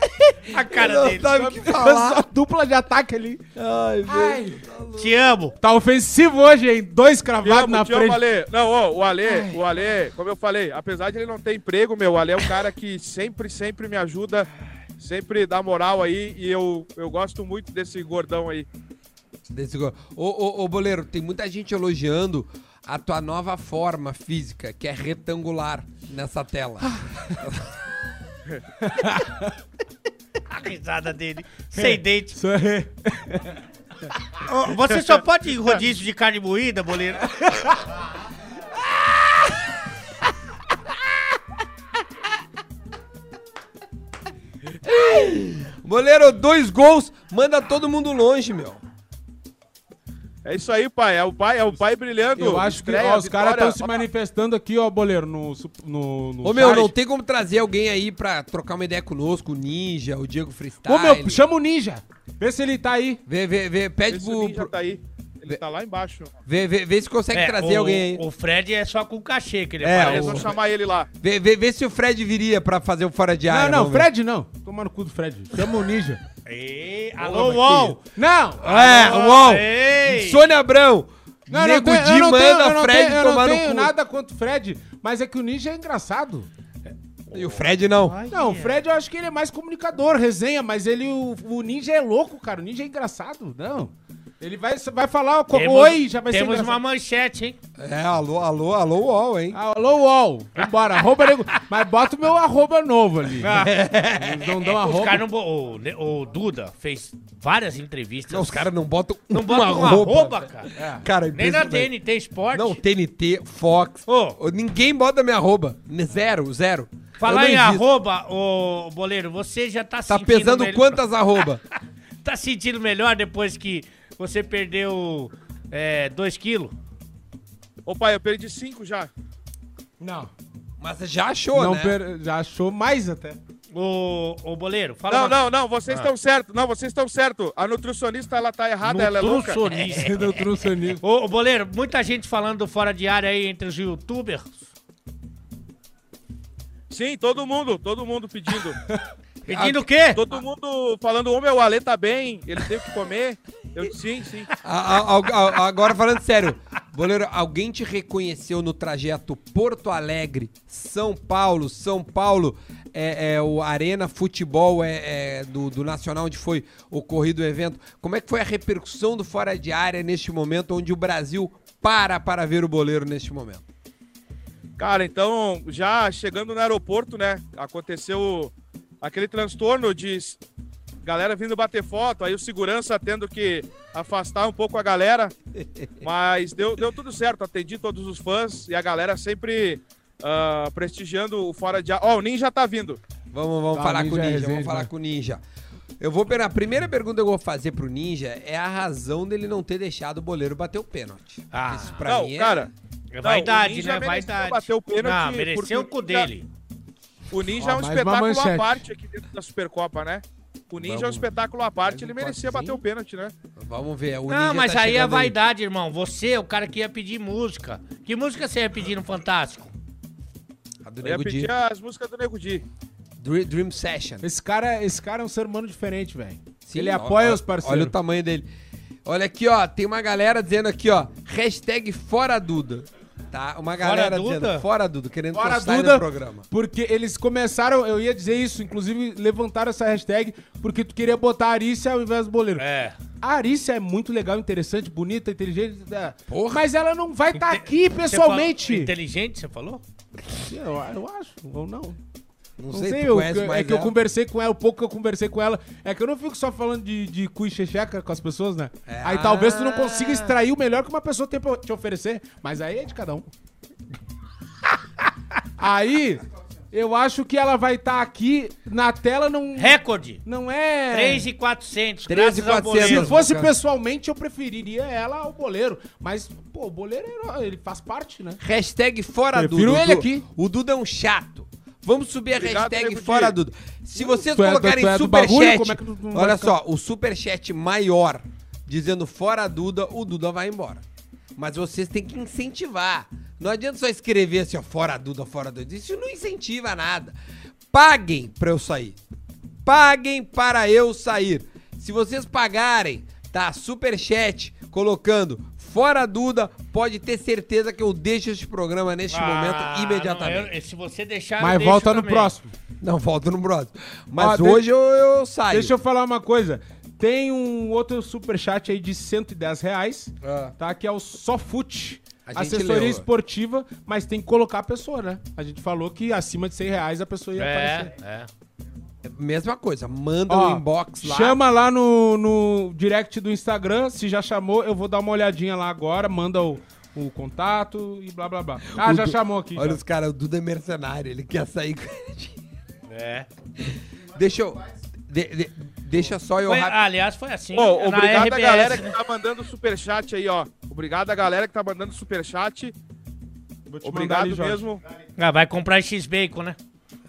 [SPEAKER 3] A cara dele.
[SPEAKER 1] sabe o que
[SPEAKER 4] Só a
[SPEAKER 1] falar.
[SPEAKER 4] dupla de ataque ali.
[SPEAKER 1] Ai, velho.
[SPEAKER 3] Te amo.
[SPEAKER 4] Tá ofensivo hoje, hein? Dois
[SPEAKER 2] Te
[SPEAKER 4] cravados
[SPEAKER 2] amo,
[SPEAKER 4] na
[SPEAKER 2] te amo,
[SPEAKER 4] frente.
[SPEAKER 2] Ale. Não, ó, o Ale, o Ale, como eu falei, apesar de ele não ter emprego, meu, o Ale é um cara que sempre, sempre me ajuda, sempre dá moral aí, e eu, eu gosto muito desse gordão aí.
[SPEAKER 1] Desse gol. Ô, ô, ô, Boleiro, tem muita gente elogiando a tua nova forma física, que é retangular nessa tela.
[SPEAKER 4] Ah.
[SPEAKER 3] A risada dele. Sem dente.
[SPEAKER 4] Isso aí.
[SPEAKER 3] Ó, Você só pode ir em rodízio de carne moída, boleiro.
[SPEAKER 1] Boleiro, dois gols, manda todo mundo longe, meu.
[SPEAKER 2] É isso aí, pai. É o pai, é o pai brilhando.
[SPEAKER 4] Eu acho que
[SPEAKER 2] Estreia,
[SPEAKER 4] ó, os caras
[SPEAKER 2] vitória.
[SPEAKER 4] estão se manifestando aqui, ó, boleiro, no. su- no, no
[SPEAKER 1] Ô, meu,
[SPEAKER 4] chat.
[SPEAKER 1] não tem como trazer alguém aí pra trocar uma ideia conosco, o Ninja, o Diego Freestyle.
[SPEAKER 4] Ô, meu, chama o ninja. Vê se ele tá aí.
[SPEAKER 1] Vê, vê, vê, pede
[SPEAKER 2] Esse
[SPEAKER 1] pro...
[SPEAKER 2] ninja
[SPEAKER 1] pro-
[SPEAKER 2] tá aí. Ele tá lá embaixo.
[SPEAKER 1] Vê, vê, vê se consegue
[SPEAKER 4] É,
[SPEAKER 1] trazer
[SPEAKER 3] o,
[SPEAKER 1] alguém aí.
[SPEAKER 3] O Fred é só com cachê que ele
[SPEAKER 1] É,
[SPEAKER 2] Eles
[SPEAKER 3] aparece.
[SPEAKER 2] vão
[SPEAKER 1] o-
[SPEAKER 2] chamar ele lá.
[SPEAKER 1] Vê, vê, vê se o Fred viria pra fazer o fora de área.
[SPEAKER 4] não, não,
[SPEAKER 1] vamos ver.
[SPEAKER 4] Fred não. Toma no cu do Fred. Chama o ninja.
[SPEAKER 3] Ei, alô, UOL!
[SPEAKER 4] Não!
[SPEAKER 1] É,
[SPEAKER 4] Ah,
[SPEAKER 1] uau.
[SPEAKER 3] Ei!
[SPEAKER 1] Sônia Abrão. Nego
[SPEAKER 4] tenho-
[SPEAKER 1] Di
[SPEAKER 4] eu
[SPEAKER 1] manda
[SPEAKER 4] não
[SPEAKER 1] Fred
[SPEAKER 4] tenho- eu
[SPEAKER 1] tomar
[SPEAKER 4] não
[SPEAKER 1] no
[SPEAKER 4] tenho
[SPEAKER 1] cu.
[SPEAKER 4] nada contra o Fred, mas é que o Ninja é engraçado.
[SPEAKER 1] E o Fred não.
[SPEAKER 4] Não, o Fred eu acho que ele é mais comunicador, resenha, mas ele, o, o Ninja é louco, cara. O Ninja é engraçado, não. Ele vai, vai falar, co-
[SPEAKER 3] Temos-
[SPEAKER 4] oi, já vai ser
[SPEAKER 3] Temos
[SPEAKER 4] engraçado. Ah,
[SPEAKER 3] uma manchete, hein?
[SPEAKER 1] É, alô, alô, alô, UOL, hein?
[SPEAKER 4] Alô, UOL. Vambora, arroba nego. Mas bota o meu arroba novo ali. Eles Ah, não dão
[SPEAKER 3] É, Os
[SPEAKER 4] arroba.
[SPEAKER 3] caras não. bo- O, Le- o Duda fez várias entrevistas.
[SPEAKER 1] Não, os caras não botam
[SPEAKER 3] não
[SPEAKER 1] uma
[SPEAKER 3] botam uma
[SPEAKER 1] roupa. É.
[SPEAKER 3] roupa, cara.
[SPEAKER 1] Cara,
[SPEAKER 3] Nem na
[SPEAKER 1] impressionante.
[SPEAKER 3] TNT Esporte.
[SPEAKER 1] Não, TNT, Fox.
[SPEAKER 3] Ô.
[SPEAKER 1] Ninguém bota minha arroba. Zero, zero. Eu
[SPEAKER 3] Falar
[SPEAKER 1] não
[SPEAKER 3] em
[SPEAKER 1] existo.
[SPEAKER 3] arroba, ô boleiro, você já tá,
[SPEAKER 1] Tá pesando
[SPEAKER 3] melhor-
[SPEAKER 1] quantas arroba?
[SPEAKER 3] Tá sentindo melhor depois que você perdeu 2 quilos?
[SPEAKER 2] Ô, pai, eu perdi cinco já.
[SPEAKER 4] Não,
[SPEAKER 1] Mas você já achou,
[SPEAKER 4] não
[SPEAKER 1] né?
[SPEAKER 4] per- já achou mais até.
[SPEAKER 3] Ô, ô boleiro, fala.
[SPEAKER 2] Não,
[SPEAKER 3] uma-
[SPEAKER 2] não, não,
[SPEAKER 4] Ah.
[SPEAKER 2] vocês estão certos. Não, vocês estão certos. A nutricionista, ela tá errada, ela é louca.
[SPEAKER 3] Nutricionista.
[SPEAKER 4] Sendo nutricionista.
[SPEAKER 3] Ô, ô, boleiro, muita gente falando do fora de área aí entre os youtubers.
[SPEAKER 2] Sim, todo mundo, todo mundo pedindo. Ah,
[SPEAKER 3] Pedindo o quê?
[SPEAKER 2] Todo mundo falando, ô meu, o Ale tá bem, ele teve que comer. Eu, sim, sim.
[SPEAKER 1] A- a- a- a- agora falando sério. Boleiro, alguém te reconheceu no trajeto Porto Alegre, São Paulo, São Paulo, é, é, o Arena Futebol é, é, do, do Nacional, onde foi ocorrido o evento. Como é que foi a repercussão do Fora de Área neste momento, onde o Brasil para para ver o Boleiro neste momento?
[SPEAKER 2] Cara, então, já chegando no aeroporto, né? Aconteceu aquele transtorno de s- galera vindo bater foto, aí o segurança tendo que afastar um pouco a galera. Mas deu, deu tudo certo, atendi todos os fãs e a galera sempre ah, prestigiando o fora de. a- Ó, o Ninja tá vindo.
[SPEAKER 1] Vamos, vamos
[SPEAKER 4] Tá,
[SPEAKER 1] falar
[SPEAKER 4] Ninja
[SPEAKER 1] com o Ninja,
[SPEAKER 4] resenha
[SPEAKER 1] vamos falar
[SPEAKER 4] demais.
[SPEAKER 1] com o Ninja. Eu vou pegar a primeira pergunta que eu vou fazer pro Ninja é a razão dele não ter deixado o Boleiro bater o pênalti.
[SPEAKER 3] Ah.
[SPEAKER 1] Isso pra
[SPEAKER 2] Não,
[SPEAKER 1] mim é-
[SPEAKER 2] cara.
[SPEAKER 3] É
[SPEAKER 2] Não, o
[SPEAKER 3] vaidade,
[SPEAKER 2] Ninja
[SPEAKER 3] né?
[SPEAKER 2] mereceu
[SPEAKER 3] Vaidade.
[SPEAKER 2] bater o pênalti
[SPEAKER 3] Não, mereceu o
[SPEAKER 2] porque
[SPEAKER 3] cu
[SPEAKER 2] o Ninja-
[SPEAKER 3] dele.
[SPEAKER 2] O Ninja
[SPEAKER 4] Ó,
[SPEAKER 2] é um
[SPEAKER 4] mais uma
[SPEAKER 2] espetáculo à
[SPEAKER 4] manchete.
[SPEAKER 2] parte aqui dentro da Supercopa, né? O Ninja é um espetáculo à parte, ele merecia bater o pênalti, né?
[SPEAKER 1] Vamos ver. O
[SPEAKER 3] Não,
[SPEAKER 1] Ninja
[SPEAKER 3] mas
[SPEAKER 1] tá
[SPEAKER 3] aí é
[SPEAKER 1] chegando
[SPEAKER 3] vaidade, irmão. Você é o cara que ia pedir música. Que música você ia pedir no Fantástico?
[SPEAKER 1] A do
[SPEAKER 2] Eu ia
[SPEAKER 1] Nego Di.
[SPEAKER 2] pedir as músicas do Nego Di.
[SPEAKER 1] Dre- Dream Session.
[SPEAKER 4] Esse cara, esse cara é um ser humano diferente, velho.
[SPEAKER 1] Sim,
[SPEAKER 4] Ele
[SPEAKER 1] ó-
[SPEAKER 4] apoia
[SPEAKER 1] ó-
[SPEAKER 4] os parceiros.
[SPEAKER 1] Olha o tamanho dele. Olha aqui, ó. Tem uma galera dizendo aqui, ó. Hashtag Fora Duda. Tá? Uma galera
[SPEAKER 3] Duda?
[SPEAKER 1] dizendo Fora Duda, querendo
[SPEAKER 4] Fora
[SPEAKER 1] postar aí
[SPEAKER 4] Duda.
[SPEAKER 1] no programa.
[SPEAKER 4] Porque eles começaram, eu ia dizer isso, inclusive levantaram essa hashtag porque tu queria botar a Arícia ao invés do boleiro.
[SPEAKER 3] É.
[SPEAKER 4] A Arícia é muito legal, interessante, bonita, inteligente, é,
[SPEAKER 1] Porra.
[SPEAKER 4] mas ela não vai estar
[SPEAKER 3] Você
[SPEAKER 4] aqui
[SPEAKER 3] falou-
[SPEAKER 4] pessoalmente.
[SPEAKER 3] inteligente, você falou?
[SPEAKER 4] Eu, eu acho, ou não.
[SPEAKER 1] Não,
[SPEAKER 4] Não
[SPEAKER 1] sei,
[SPEAKER 4] sei,
[SPEAKER 1] tu
[SPEAKER 4] eu,
[SPEAKER 1] conhece mais
[SPEAKER 4] é que eu
[SPEAKER 1] ela?
[SPEAKER 4] conversei com ela, o pouco que eu conversei com ela, é que eu não fico só falando de, de cu e checheca com as pessoas, né?
[SPEAKER 1] É.
[SPEAKER 4] Aí talvez tu não consiga extrair o melhor que uma pessoa tem pra te oferecer, mas aí é de cada um. aí, eu acho que ela vai estar aqui na tela, não,
[SPEAKER 3] Recorde.
[SPEAKER 4] não é...
[SPEAKER 1] 3.400.
[SPEAKER 3] 3,400.
[SPEAKER 4] Se
[SPEAKER 3] graças ao
[SPEAKER 4] fosse
[SPEAKER 1] cara.
[SPEAKER 4] pessoalmente, eu preferiria ela ao boleiro, mas, pô, o boleiro, é ele faz parte, né?
[SPEAKER 1] Hashtag Fora
[SPEAKER 4] Prefiro
[SPEAKER 1] Duda. O
[SPEAKER 4] ele
[SPEAKER 1] Du-
[SPEAKER 4] aqui.
[SPEAKER 1] O Duda é um chato. Vamos subir a
[SPEAKER 2] Obrigado,
[SPEAKER 1] hashtag
[SPEAKER 2] Nego Di.
[SPEAKER 1] Fora Duda. Se vocês
[SPEAKER 4] Tu é do-
[SPEAKER 1] colocarem
[SPEAKER 4] tu é do bagulho,
[SPEAKER 1] superchat,
[SPEAKER 4] como é que tu não vai
[SPEAKER 1] olha
[SPEAKER 4] ficar?
[SPEAKER 1] só, o superchat maior dizendo Fora Duda, o Duda vai embora. Mas vocês têm que incentivar. Não adianta só escrever assim, ó, fora a Duda, fora a Duda. Isso não incentiva nada. Paguem pra eu sair. Paguem para eu sair. Se vocês pagarem, tá? Superchat colocando fora a Duda, pode ter certeza que eu deixo este programa neste momento imediatamente.
[SPEAKER 3] Ah, não, eu- se você deixar. eu
[SPEAKER 4] Mas
[SPEAKER 3] deixo
[SPEAKER 4] volta no
[SPEAKER 3] também.
[SPEAKER 4] próximo.
[SPEAKER 1] Não, volto no próximo. Mas
[SPEAKER 4] Ó, de-
[SPEAKER 1] hoje eu, eu saio.
[SPEAKER 4] Deixa eu falar uma coisa. Tem um outro superchat aí de 110 reais,
[SPEAKER 1] Ah.
[SPEAKER 4] tá? Que é o Sofute.
[SPEAKER 1] A gente
[SPEAKER 4] Assessoria
[SPEAKER 1] leu.
[SPEAKER 4] esportiva, mas tem que colocar a pessoa, né? A gente falou que acima de 100 reais a pessoa ia aparecer.
[SPEAKER 3] É, é.
[SPEAKER 1] Mesma coisa, manda
[SPEAKER 4] Ó,
[SPEAKER 1] um inbox lá.
[SPEAKER 4] Chama lá no, no direct do Instagram, se já chamou, eu vou dar uma olhadinha lá agora, manda o, o contato e blá blá blá. Ah,
[SPEAKER 1] O
[SPEAKER 4] já
[SPEAKER 1] Du-
[SPEAKER 4] chamou aqui.
[SPEAKER 1] Olha
[SPEAKER 4] já.
[SPEAKER 1] os caras, o Duda é mercenário, ele quer sair com ele.
[SPEAKER 3] é.
[SPEAKER 1] Deixa eu. de- de- deixa só eu
[SPEAKER 3] Foi-
[SPEAKER 1] rápido.
[SPEAKER 3] aliás, foi assim.
[SPEAKER 2] Ó,
[SPEAKER 3] na
[SPEAKER 2] obrigado a
[SPEAKER 3] RBS,
[SPEAKER 2] galera que
[SPEAKER 3] né?
[SPEAKER 2] tá mandando superchat aí, ó. Obrigado a galera que tá mandando superchat.
[SPEAKER 4] Vou te mandar
[SPEAKER 2] Obrigado
[SPEAKER 4] ali, Jorge.
[SPEAKER 2] mesmo.
[SPEAKER 3] Ah, vai comprar X-Bacon, né?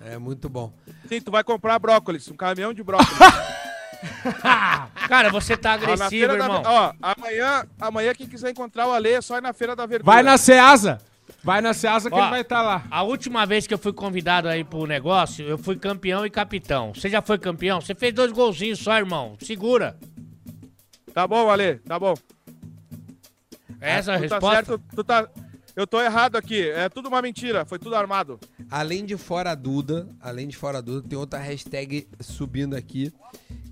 [SPEAKER 1] É muito bom.
[SPEAKER 2] Sim, tu vai comprar brócolis, um caminhão de brócolis.
[SPEAKER 3] Cara, você tá
[SPEAKER 2] Ó, na
[SPEAKER 3] agressivo,
[SPEAKER 2] feira da,
[SPEAKER 3] irmão.
[SPEAKER 2] ó, amanhã, amanhã quem quiser encontrar o Ale é só ir na feira da verdura.
[SPEAKER 4] Vai na Ceasa. Vai na Ceasa que
[SPEAKER 3] Ó.
[SPEAKER 4] ele vai estar lá.
[SPEAKER 3] A última vez que eu fui convidado aí pro negócio, eu fui campeão e capitão. Você já foi campeão? Você fez dois golzinhos só, irmão. Segura.
[SPEAKER 2] Tá bom, Ale, tá bom.
[SPEAKER 4] Ah,
[SPEAKER 3] É Essa a
[SPEAKER 2] tu
[SPEAKER 3] resposta.
[SPEAKER 2] tá certo, tu tá Eu tô errado aqui. É tudo uma mentira, foi tudo armado.
[SPEAKER 1] Além de fora Duda, além de fora Duda, tem outra hashtag subindo aqui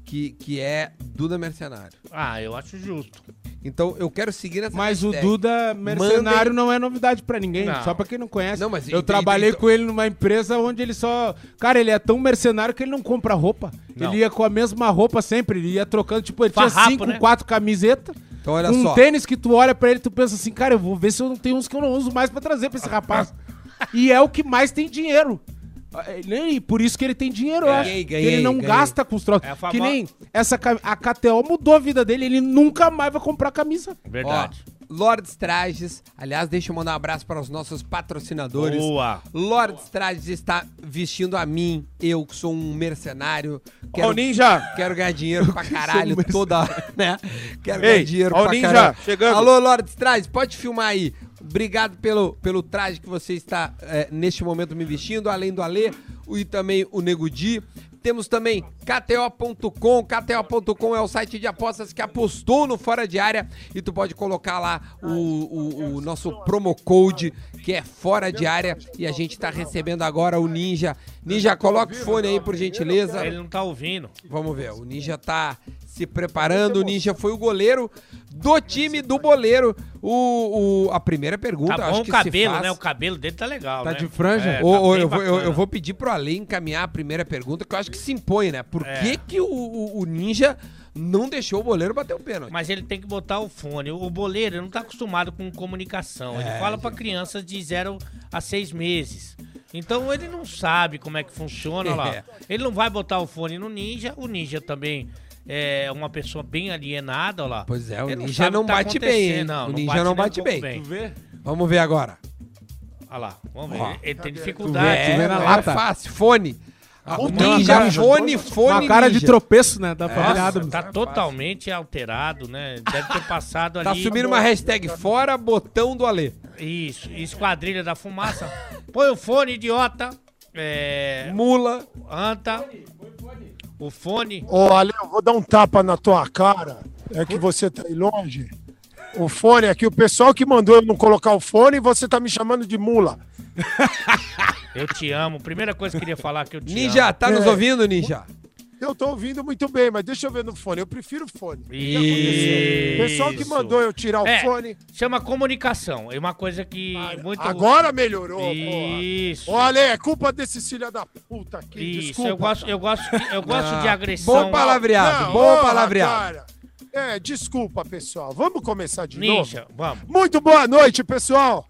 [SPEAKER 1] que, que é Duda Mercenário.
[SPEAKER 3] Ah, eu acho justo.
[SPEAKER 1] Então eu quero seguir essa
[SPEAKER 4] Mas o
[SPEAKER 1] hashtag.
[SPEAKER 4] Duda mercenário
[SPEAKER 1] Mandem-
[SPEAKER 4] não é novidade pra ninguém,
[SPEAKER 3] Não.
[SPEAKER 4] só pra quem não conhece.
[SPEAKER 1] Não, mas
[SPEAKER 4] eu
[SPEAKER 1] e-
[SPEAKER 4] trabalhei
[SPEAKER 1] e-
[SPEAKER 4] com ele numa empresa onde ele só, cara, ele é tão mercenário que ele não compra roupa.
[SPEAKER 3] Não.
[SPEAKER 4] Ele ia com a mesma roupa sempre, ele ia trocando, tipo, ele tinha
[SPEAKER 3] Farrapo,
[SPEAKER 4] cinco,
[SPEAKER 3] né?
[SPEAKER 4] quatro camisetas.
[SPEAKER 1] Então olha
[SPEAKER 4] um
[SPEAKER 1] só.
[SPEAKER 4] tênis que tu olha pra ele, tu pensa assim, cara, eu vou ver se eu não tenho uns que eu não uso mais pra trazer pra esse rapaz. e é o que mais tem dinheiro. Ah, E por isso que ele tem dinheiro, eu acho.
[SPEAKER 1] Ganhei,
[SPEAKER 4] Que
[SPEAKER 1] ganhei,
[SPEAKER 4] ele não
[SPEAKER 1] ganhei.
[SPEAKER 4] gasta com os troços.
[SPEAKER 3] É a famo-
[SPEAKER 4] Que nem essa cam- a KTO mudou a vida dele, ele nunca mais vai comprar camisa.
[SPEAKER 3] Verdade.
[SPEAKER 1] Ó, Lords Trajes, aliás, deixa eu mandar um abraço para os nossos patrocinadores.
[SPEAKER 3] Boa.
[SPEAKER 1] Lords Trajes está vestindo a mim, eu que sou um mercenário.
[SPEAKER 2] Ó o ninja.
[SPEAKER 1] Quero ganhar dinheiro pra caralho toda hora, né? Quero
[SPEAKER 2] Ei,
[SPEAKER 1] ganhar dinheiro
[SPEAKER 2] ó o
[SPEAKER 1] pra
[SPEAKER 2] ninja,
[SPEAKER 1] caralho.
[SPEAKER 2] chegando.
[SPEAKER 1] Alô, Lordes Trajes, pode filmar aí. Obrigado pelo, pelo traje que você está é, neste momento me vestindo, além do Alê o- e também o Nego Di. Temos também KTO.com. KTO.com é o site de apostas que apostou no Fora de Área e tu pode colocar lá o, o- o nosso promo code que é Fora de Área e a gente tá recebendo agora o Ninja. Ninja, coloca o fone aí por gentileza.
[SPEAKER 3] Ele não tá ouvindo.
[SPEAKER 1] Vamos ver, o Ninja tá se preparando. O Ninja foi o goleiro do time do boleiro. O, o- a primeira pergunta,
[SPEAKER 3] Tá
[SPEAKER 1] acho
[SPEAKER 3] bom o
[SPEAKER 1] que
[SPEAKER 3] cabelo,
[SPEAKER 1] se faz...
[SPEAKER 3] né? O cabelo dele tá legal,
[SPEAKER 4] Tá
[SPEAKER 3] né?
[SPEAKER 4] de franja?
[SPEAKER 3] É,
[SPEAKER 1] Ô,
[SPEAKER 3] tá
[SPEAKER 1] ô,
[SPEAKER 3] bem
[SPEAKER 1] eu, vou, eu,
[SPEAKER 3] bacana.
[SPEAKER 1] eu vou pedir pro Ale encaminhar a primeira pergunta, que eu acho que se impõe, né? Por
[SPEAKER 3] É.
[SPEAKER 1] que, que o, o- o Ninja não deixou o goleiro bater o pênalti?
[SPEAKER 3] Mas ele tem que botar o fone. O boleiro não tá acostumado com comunicação.
[SPEAKER 1] É,
[SPEAKER 3] Ele fala pra crianças de 0 a 6 meses. Então ele não sabe como é que funciona olha lá.
[SPEAKER 1] É.
[SPEAKER 3] Ele não vai botar o fone no ninja. O ninja também é uma pessoa bem alienada, olha lá.
[SPEAKER 1] Pois é, o
[SPEAKER 3] Ele
[SPEAKER 1] Ninja
[SPEAKER 3] sabe o
[SPEAKER 1] não
[SPEAKER 3] que tá
[SPEAKER 1] bate bem, hein?
[SPEAKER 3] acontecendo. Não,
[SPEAKER 1] o Ninja não
[SPEAKER 3] nem um
[SPEAKER 1] bate
[SPEAKER 3] pouco Tá,
[SPEAKER 1] bem.
[SPEAKER 4] vê?
[SPEAKER 1] Vamos ver agora.
[SPEAKER 3] Olha lá, vamos ver.
[SPEAKER 1] Ó.
[SPEAKER 3] ele ele tem dificuldade.
[SPEAKER 1] é,
[SPEAKER 4] vê na
[SPEAKER 1] não é
[SPEAKER 4] lata.
[SPEAKER 1] fácil. Fone.
[SPEAKER 3] Tá.
[SPEAKER 1] o
[SPEAKER 4] tem uma
[SPEAKER 1] Ninja,
[SPEAKER 4] cara-
[SPEAKER 1] fone, fone,
[SPEAKER 4] é Uma cara de
[SPEAKER 1] Ninja.
[SPEAKER 4] tropeço, né? Da
[SPEAKER 3] Nossa,
[SPEAKER 4] família Adams.
[SPEAKER 3] tá totalmente alterado, né? Deve ter passado
[SPEAKER 1] Tá
[SPEAKER 3] ali.
[SPEAKER 1] subindo uma hashtag fora botão do Ale.
[SPEAKER 3] Isso, esquadrilha da fumaça. Põe o fone, idiota. É,
[SPEAKER 1] Mula.
[SPEAKER 3] anta. O fone.
[SPEAKER 6] Ô, Ale, eu vou dar um tapa na tua cara. É que você tá aí longe. O fone aqui, o pessoal que mandou eu não colocar o fone, você tá me chamando de mula.
[SPEAKER 3] Eu te amo. Primeira coisa que eu queria falar é que eu te
[SPEAKER 1] Ninja,
[SPEAKER 3] amo.
[SPEAKER 1] tá nos
[SPEAKER 6] É.
[SPEAKER 1] ouvindo, Ninja?
[SPEAKER 6] Eu tô ouvindo muito bem, mas deixa eu ver no fone. Eu prefiro fone.
[SPEAKER 3] Isso.
[SPEAKER 6] O tá pessoal que mandou eu tirar o
[SPEAKER 3] É,
[SPEAKER 6] fone.
[SPEAKER 3] chama comunicação. É uma coisa que muito.
[SPEAKER 6] Agora melhorou, porra.
[SPEAKER 3] Isso.
[SPEAKER 6] Ô, Ale, é culpa desse filho da puta aqui.
[SPEAKER 3] Isso,
[SPEAKER 6] Desculpa.
[SPEAKER 3] eu gosto, eu gosto, eu gosto de agressão.
[SPEAKER 1] Bom palavreado,
[SPEAKER 6] Não,
[SPEAKER 1] bom
[SPEAKER 6] porra,
[SPEAKER 1] palavreado.
[SPEAKER 6] cara. É, desculpa, pessoal. Vamos começar de novo.
[SPEAKER 3] Ninja, vamos.
[SPEAKER 6] Muito boa noite, pessoal.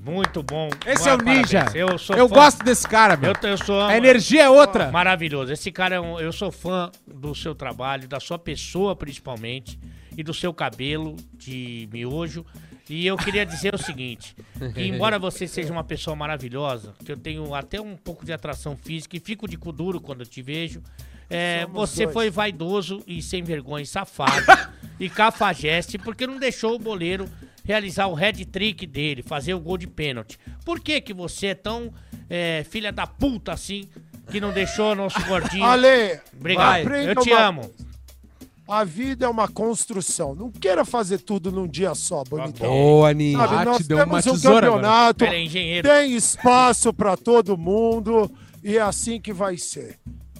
[SPEAKER 3] Muito bom.
[SPEAKER 4] Esse
[SPEAKER 3] Boa,
[SPEAKER 4] é o Ninja.
[SPEAKER 3] parabéns.
[SPEAKER 4] Eu,
[SPEAKER 3] Eu sou fã-
[SPEAKER 4] gosto desse cara, meu.
[SPEAKER 3] Eu, eu sou
[SPEAKER 4] A energia é outra.
[SPEAKER 3] maravilhoso. Esse cara é um, eu sou fã do seu trabalho, da sua pessoa principalmente e do seu cabelo de miojo. E eu queria dizer o seguinte, que embora você seja uma pessoa maravilhosa, que eu tenho até um pouco de atração física e fico de cu duro quando eu te vejo, é, você foi vaidoso e sem vergonha, e safado e cafajeste, porque não deixou o boleiro realizar o head trick dele, fazer o gol de pênalti. Por que que você é tão é, filha da puta assim, que não deixou nosso gordinho...
[SPEAKER 7] Ale,
[SPEAKER 3] Obrigado,
[SPEAKER 7] aprenda
[SPEAKER 3] eu te
[SPEAKER 7] uma-
[SPEAKER 3] amo.
[SPEAKER 7] a vida é uma construção. Não queira fazer tudo num dia só, bonitão.
[SPEAKER 1] Boa, Ninho.
[SPEAKER 7] Sabe,
[SPEAKER 4] Ah,
[SPEAKER 7] nós
[SPEAKER 4] te É. deu uma
[SPEAKER 7] temos um
[SPEAKER 4] tesoura agora.
[SPEAKER 7] campeonato,
[SPEAKER 3] Ele é engenheiro.
[SPEAKER 7] tem espaço para todo mundo e é assim que vai ser.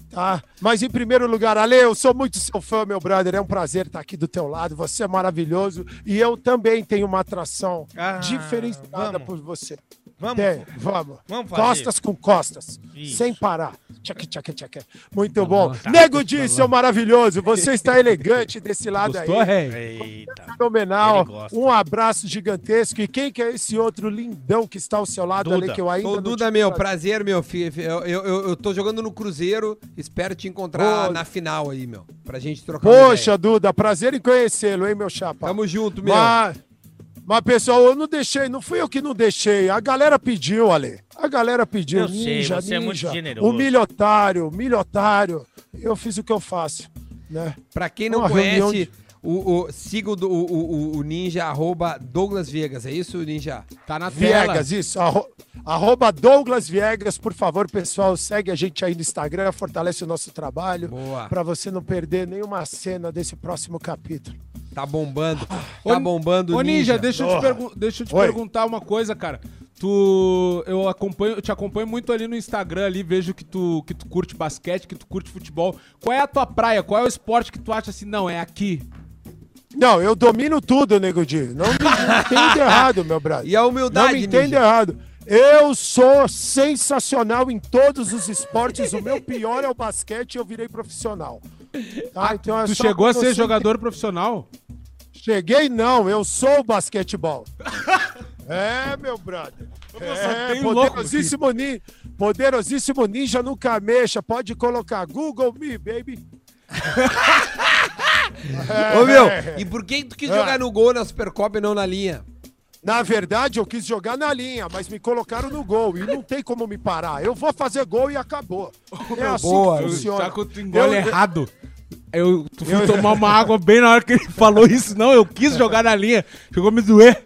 [SPEAKER 7] Tá? Mas em primeiro lugar, Ale, eu sou muito seu fã, meu brother. É um prazer estar aqui do teu lado. Você é maravilhoso e eu também tenho uma atração
[SPEAKER 3] Ah,
[SPEAKER 7] diferenciada
[SPEAKER 3] vamos.
[SPEAKER 7] por você.
[SPEAKER 3] Vamos.
[SPEAKER 7] Tem, vamos.
[SPEAKER 3] Vamos fazer.
[SPEAKER 7] costas com costas,
[SPEAKER 3] Isso.
[SPEAKER 7] sem parar. Tchac, tchac, tchac. Muito bom. Nego Di, seu maravilhoso. Você está elegante desse lado aí.
[SPEAKER 3] Eita. Ele
[SPEAKER 7] Fenomenal.
[SPEAKER 3] gosta.
[SPEAKER 7] Um abraço gigantesco. E quem que é esse outro lindão que está ao seu lado
[SPEAKER 3] Duda.
[SPEAKER 7] ali que eu ainda
[SPEAKER 1] Ô,
[SPEAKER 7] não
[SPEAKER 1] Duda,
[SPEAKER 7] tive
[SPEAKER 1] meu,
[SPEAKER 7] prazer?
[SPEAKER 1] prazer, meu filho. Eu, eu, eu- eu tô jogando no Cruzeiro. Espero te encontrar
[SPEAKER 7] Ô.
[SPEAKER 1] na final aí, meu. Pra gente trocar uma
[SPEAKER 7] Poxa, Duda, prazer em conhecê-lo, hein, meu chapa?
[SPEAKER 1] ideia. Tamo junto, meu.
[SPEAKER 7] mas, mas, pessoal, eu não deixei, não fui eu que não deixei. A galera pediu, Ale. A galera pediu.
[SPEAKER 3] Eu sei,
[SPEAKER 7] ninja,
[SPEAKER 3] você é muito
[SPEAKER 7] ninja.
[SPEAKER 3] generoso.
[SPEAKER 7] O milhotário, milhotário. Eu fiz o que eu faço, né?
[SPEAKER 1] Pra quem não
[SPEAKER 7] Uma reunião
[SPEAKER 1] conhece, o, o, siga o, do- o, o, o Ninja, arroba Douglas Vegas. É isso, Ninja?
[SPEAKER 4] Tá na tela.
[SPEAKER 7] Viegas, isso. Arro... Arroba Douglas Viegas, por favor, pessoal, segue a gente aí no Instagram, fortalece o nosso trabalho.
[SPEAKER 1] Boa.
[SPEAKER 7] Pra você não perder nenhuma cena desse próximo capítulo.
[SPEAKER 1] Tá bombando.
[SPEAKER 7] Ah,
[SPEAKER 1] Tá bombando
[SPEAKER 4] Ô,
[SPEAKER 1] o
[SPEAKER 4] Ninja,
[SPEAKER 1] Ninja.
[SPEAKER 4] deixa eu te, pergu- deixa eu te
[SPEAKER 7] Oi.
[SPEAKER 4] perguntar uma coisa, cara. Tu. Eu acompanho, eu te acompanho muito ali no Instagram ali, vejo que tu, que tu curte basquete, que tu curte futebol. Qual é a tua praia? Qual é o esporte que tu acha assim, não, é aqui?
[SPEAKER 7] Não, eu domino tudo, nego Di. Não me entenda errado, meu brother.
[SPEAKER 1] E a humildade,
[SPEAKER 7] Não me entenda
[SPEAKER 1] Ninja.
[SPEAKER 7] errado. Eu sou sensacional em todos os esportes. O meu pior é o basquete e eu virei profissional. Tá? Então é
[SPEAKER 4] Ah, Tu
[SPEAKER 7] só
[SPEAKER 4] chegou a
[SPEAKER 7] pra você
[SPEAKER 4] ser jogador profissional?
[SPEAKER 7] Cheguei não, eu sou o basquetebol. é, meu brother. É,
[SPEAKER 4] tem um louco
[SPEAKER 7] poderosíssimo, nin, poderosíssimo ninja nunca mexa. Pode colocar Google Me, baby.
[SPEAKER 1] Ô, meu, e por que tu quis
[SPEAKER 7] É.
[SPEAKER 1] jogar no gol na Supercopa e não na linha?
[SPEAKER 7] Na verdade, eu quis jogar na linha, mas me colocaram no gol e não tem como me parar. Eu vou fazer gol e acabou. É assim
[SPEAKER 1] boa,
[SPEAKER 7] que funciona.
[SPEAKER 4] Tá com tu engole
[SPEAKER 7] Eu-
[SPEAKER 4] errado. Eu, tu fui tomar uma água bem na hora que ele falou isso, não. Eu quis jogar na linha. Chegou a me doer.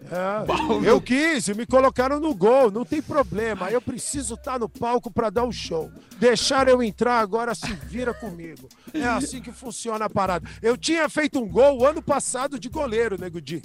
[SPEAKER 7] Eu quis, e me colocaram no gol, não tem problema. Eu preciso estar no palco para dar o show. Deixaram eu entrar, agora se vira comigo. É assim que funciona a parada. Eu tinha feito um gol ano passado de goleiro, nego Di.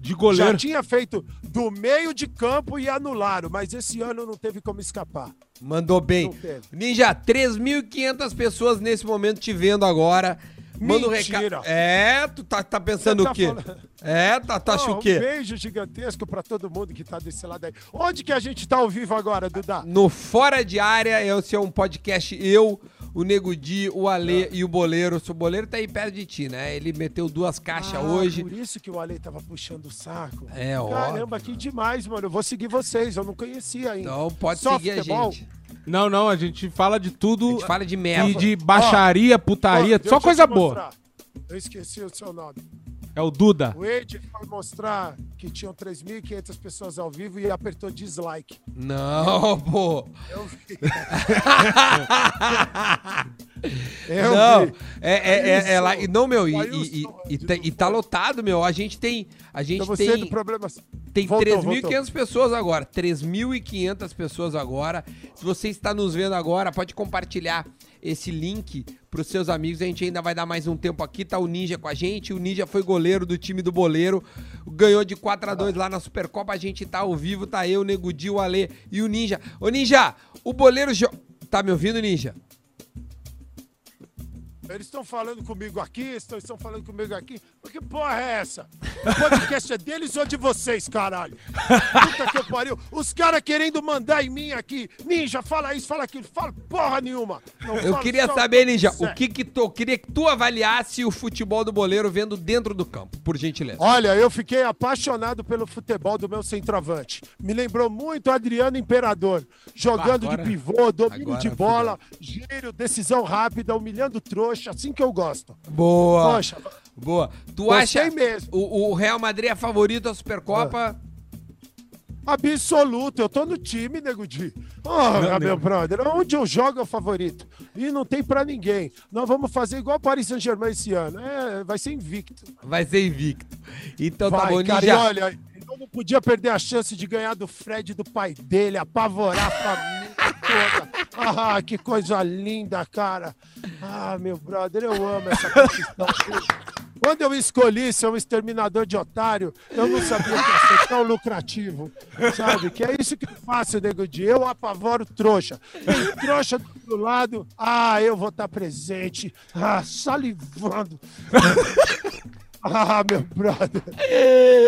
[SPEAKER 4] De
[SPEAKER 7] Já
[SPEAKER 4] goleiro.
[SPEAKER 7] tinha feito do meio de campo e anularam, mas esse ano não teve como escapar.
[SPEAKER 1] Mandou bem.
[SPEAKER 7] Não teve.
[SPEAKER 1] Ninja, 3.500 pessoas nesse momento te vendo agora. Manda um
[SPEAKER 7] Mentira.
[SPEAKER 1] recado. É, tu tá, tá pensando
[SPEAKER 7] Você tá
[SPEAKER 1] o quê?
[SPEAKER 7] falando-
[SPEAKER 1] É, tá, tá acha
[SPEAKER 7] Ó,
[SPEAKER 1] o
[SPEAKER 7] um
[SPEAKER 1] quê?
[SPEAKER 7] beijo gigantesco para todo mundo que tá desse lado aí. Onde que a gente tá ao vivo agora, Duda?
[SPEAKER 1] No Fora de Área, esse é um podcast eu, o Nego Di, o
[SPEAKER 7] Ah.
[SPEAKER 1] Ale e o Boleiro. O Boleiro tá aí perto de ti, né? Ele meteu duas caixas
[SPEAKER 7] Ah,
[SPEAKER 1] hoje.
[SPEAKER 7] Por isso que o Ale tava puxando o saco.
[SPEAKER 1] É,
[SPEAKER 7] Caramba,
[SPEAKER 1] óbvio.
[SPEAKER 7] que demais, mano. Eu vou seguir vocês, eu não conhecia ainda.
[SPEAKER 1] Então pode
[SPEAKER 7] Só
[SPEAKER 1] seguir
[SPEAKER 7] futebol?
[SPEAKER 1] a gente.
[SPEAKER 4] Não, não, a gente fala de
[SPEAKER 1] A
[SPEAKER 4] tudo.
[SPEAKER 1] gente fala de
[SPEAKER 4] E
[SPEAKER 1] merda.
[SPEAKER 4] de baixaria, putaria,
[SPEAKER 7] Ó, deixa
[SPEAKER 4] só
[SPEAKER 7] eu te
[SPEAKER 4] coisa boa.
[SPEAKER 7] mostrar. Eu esqueci o seu nome.
[SPEAKER 4] É o Duda.
[SPEAKER 7] O Ed foi mostrar que tinham 3.500 pessoas ao vivo e apertou dislike.
[SPEAKER 1] Não, pô.
[SPEAKER 7] Eu vi.
[SPEAKER 1] não,
[SPEAKER 7] vi.
[SPEAKER 1] é, é, é, é lá. e Não, meu, e,
[SPEAKER 7] Aí o
[SPEAKER 1] e, e,
[SPEAKER 7] som,
[SPEAKER 1] e
[SPEAKER 7] Ed,
[SPEAKER 1] tá,
[SPEAKER 7] não
[SPEAKER 1] e tá
[SPEAKER 7] foi.
[SPEAKER 1] lotado, meu. A gente tem. A gente
[SPEAKER 7] Então você
[SPEAKER 1] tem.
[SPEAKER 7] tem problemas.
[SPEAKER 1] Tem
[SPEAKER 7] Voltou,
[SPEAKER 1] 3.500 pessoas agora. 3.500 pessoas agora. Se você está nos vendo agora, pode compartilhar esse link para os seus amigos. A gente ainda vai dar mais um tempo aqui. Tá o Ninja com a gente. O Ninja foi goleiro do time do Boleiro. Ganhou de 4 a 2 lá na Supercopa. A gente tá ao vivo. Tá eu, o Nego Di, o Ale e o Ninja. Ô, Ninja, o Boleiro... jo- Tá me ouvindo, Ninja?
[SPEAKER 7] Eles estão falando comigo aqui, estão, estão falando comigo aqui. Mas que porra é essa? O podcast é deles ou de vocês, caralho? Puta que pariu. Os caras querendo mandar em mim aqui. Ninja, fala isso, fala aquilo. Fala porra nenhuma. Não
[SPEAKER 1] Eu
[SPEAKER 7] falo
[SPEAKER 1] queria
[SPEAKER 7] só
[SPEAKER 1] saber, Ninja, o
[SPEAKER 7] quiser.
[SPEAKER 1] que que tu... Eu queria que tu avaliasse o futebol do Boleiro vendo dentro do campo, por gentileza.
[SPEAKER 7] Olha, eu fiquei apaixonado pelo futebol do meu centroavante. Me lembrou muito Adriano Imperador, jogando
[SPEAKER 4] Agora-
[SPEAKER 7] de pivô, domínio
[SPEAKER 1] agora
[SPEAKER 7] de bola, giro, decisão rápida, humilhando trouxa, assim que eu gosto.
[SPEAKER 1] Boa.
[SPEAKER 7] Poxa,
[SPEAKER 1] Boa. Tu
[SPEAKER 7] Gostei
[SPEAKER 1] acha
[SPEAKER 7] mesmo. Ah.
[SPEAKER 1] O, o Real Madrid é favorito à Supercopa?
[SPEAKER 7] Absoluto, eu tô no time, nego Di. Oh, meu brother, onde eu jogo é o favorito. E não tem pra ninguém. Nós vamos fazer igual o Paris Saint-Germain esse ano. É, vai ser invicto.
[SPEAKER 1] Vai ser invicto. Então tá
[SPEAKER 7] vai,
[SPEAKER 1] bom,
[SPEAKER 7] cara,
[SPEAKER 1] Ninja.
[SPEAKER 7] e olha, não não podia perder a chance de ganhar do Fred e do pai dele, apavorar a família toda. Ah, que coisa linda, cara. Ah, meu brother, eu amo essa conquistão. Quando eu escolhi ser um exterminador de otário, eu não sabia que ia ser tão lucrativo. Sabe? Que é isso que eu faço, nego de eu apavoro trouxa. Tem trouxa do outro lado, ah, eu vou estar presente. Ah, salivando. Ah, meu brother.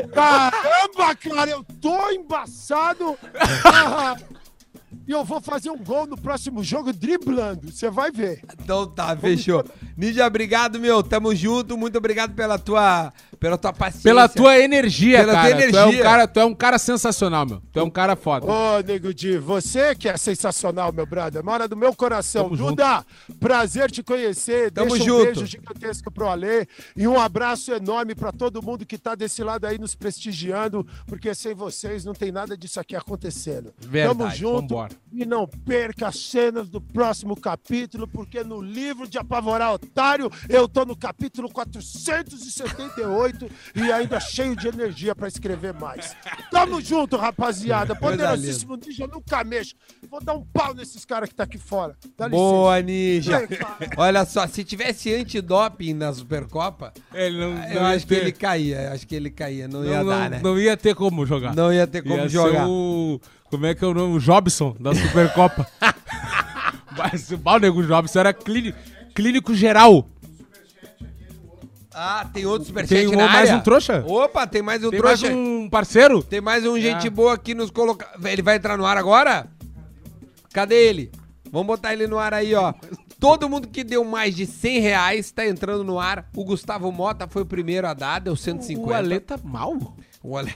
[SPEAKER 7] Caramba, cara, eu tô embaçado. Ah, e eu vou fazer um gol no próximo jogo driblando. Você vai ver.
[SPEAKER 1] Então tá, fechou. Ninja, obrigado, meu. Tamo junto. Muito obrigado pela tua, pela tua paciência.
[SPEAKER 4] Pela tua energia,
[SPEAKER 1] Pela tua
[SPEAKER 4] cara. Tu, é
[SPEAKER 1] energia.
[SPEAKER 4] um cara. tu é um cara sensacional, meu. Tu é um cara foda.
[SPEAKER 7] Ô, Nego Di, você que é sensacional, meu brother. Mora do meu coração.
[SPEAKER 4] Tamo
[SPEAKER 7] Duda, prazer te conhecer.
[SPEAKER 1] Tamo
[SPEAKER 7] Deixa um
[SPEAKER 1] junto.
[SPEAKER 7] beijo gigantesco pro Alê e um abraço enorme pra todo mundo que tá desse lado aí nos prestigiando, porque sem vocês não tem nada disso aqui acontecendo.
[SPEAKER 4] Verdade,
[SPEAKER 7] Tamo junto
[SPEAKER 4] vambora.
[SPEAKER 7] e não perca as cenas do próximo capítulo, porque no livro de Apavorar Otário eu tô no capítulo 478 e ainda cheio de energia pra escrever mais. Tamo junto, rapaziada. Poderosíssimo ninja, nunca mexo. Vou dar um pau nesses caras que tá aqui fora. Dá licença.
[SPEAKER 1] Boa, Ninja. Olha só, se tivesse antidoping na Supercopa,
[SPEAKER 4] Ele não,
[SPEAKER 1] eu acho que ele caía. Acho que ele caía. Não, ia dar, né?
[SPEAKER 4] não ia ter como jogar.
[SPEAKER 1] Não ia ter como
[SPEAKER 4] Ia ser
[SPEAKER 1] jogar.
[SPEAKER 4] o- como é que é o nome? O Jobson, da Supercopa. Mas o mal, nego Jobson era clínico, clínico geral.
[SPEAKER 1] Ah, tem outro superchat
[SPEAKER 4] Tem um-
[SPEAKER 1] na
[SPEAKER 4] mais
[SPEAKER 1] área?
[SPEAKER 4] um trouxa?
[SPEAKER 1] Opa, tem mais um
[SPEAKER 4] Tem mais
[SPEAKER 1] trouxa.
[SPEAKER 4] um parceiro?
[SPEAKER 1] Tem mais um gente
[SPEAKER 4] Ah.
[SPEAKER 1] boa aqui nos colocar. Ele vai entrar no ar agora? Cadê ele? Vamos botar ele no ar aí, ó. Todo mundo que deu mais de 100 reais tá entrando no ar. O Gustavo Mota foi o primeiro a dar, deu 150.
[SPEAKER 4] O Ale tá mal?
[SPEAKER 1] O Ale.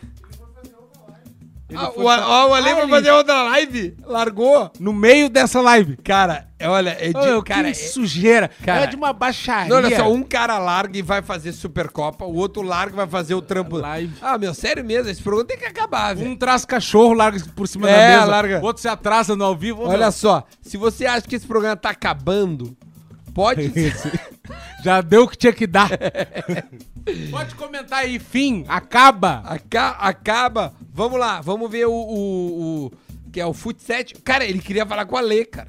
[SPEAKER 1] Ah, o, Ale- ó, o Ale vai fazer outra live? Largou?
[SPEAKER 4] No meio dessa live.
[SPEAKER 1] Cara, é- olha, é de.
[SPEAKER 4] Ô,
[SPEAKER 1] cara, é-
[SPEAKER 4] que sujeira.
[SPEAKER 1] cara,
[SPEAKER 4] é de uma baixaria.
[SPEAKER 1] Não, olha só, um cara larga e vai fazer Supercopa, o outro larga e vai fazer o trampo.
[SPEAKER 4] Live.
[SPEAKER 1] Ah, meu, sério mesmo, esse programa tem que acabar, velho.
[SPEAKER 4] Um traz cachorro, larga por cima
[SPEAKER 1] É,
[SPEAKER 4] da mesa.
[SPEAKER 1] larga.
[SPEAKER 4] O outro se atrasa no ao vivo. Ô,
[SPEAKER 1] Olha
[SPEAKER 4] meu,
[SPEAKER 1] só, se você acha que esse programa tá acabando, pode.
[SPEAKER 4] Já deu o que tinha que dar. Pode comentar aí, fim, acaba.
[SPEAKER 1] Aca- acaba. Vamos lá, vamos ver o, o- o- Que é o Futset. Cara, ele queria falar com a Lê, cara.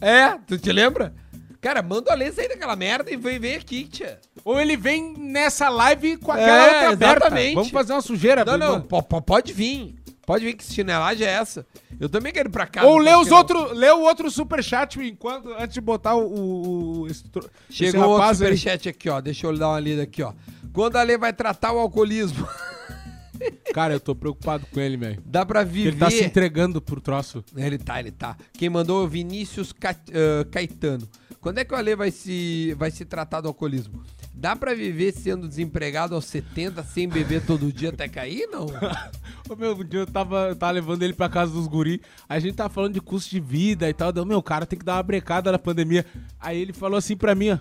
[SPEAKER 1] É, tu te lembra? Cara, manda o Alê sair daquela merda e vem ver aqui, tia.
[SPEAKER 4] Ou ele vem nessa live com aquela
[SPEAKER 1] É,
[SPEAKER 4] outra aberta.
[SPEAKER 1] exatamente.
[SPEAKER 4] Vamos fazer uma sujeira.
[SPEAKER 1] Não, não,
[SPEAKER 4] Tá mano.
[SPEAKER 1] po- po- pode vir. Pode vir que chinelagem é essa. Eu também quero ir pra casa.
[SPEAKER 4] Ou lê
[SPEAKER 1] porque
[SPEAKER 4] os
[SPEAKER 1] não-
[SPEAKER 4] outro, lê o outro superchat enquanto, antes de botar o... o, o esse tro- esse
[SPEAKER 1] Chegou outro
[SPEAKER 4] rapaz aí.
[SPEAKER 1] superchat aqui, ó. Deixa eu dar uma lida aqui, ó. Quando a Lê vai tratar o alcoolismo,
[SPEAKER 4] Cara, eu tô preocupado com ele, velho.
[SPEAKER 1] dá pra viver...
[SPEAKER 4] Ele tá se entregando pro troço.
[SPEAKER 1] Ele tá, ele tá. Quem mandou é o Vinícius Ca- ah, Caetano. Quando é que o Ale vai se, vai se tratar do alcoolismo? Dá pra viver sendo desempregado aos 70 sem beber todo dia até cair? Não.
[SPEAKER 4] Ô, meu, um dia eu tava, eu tava levando ele pra casa dos guri, a gente tava falando de custo de vida e tal, deu, meu, o cara tem que dar uma brecada na pandemia. Aí ele falou assim pra mim, ó.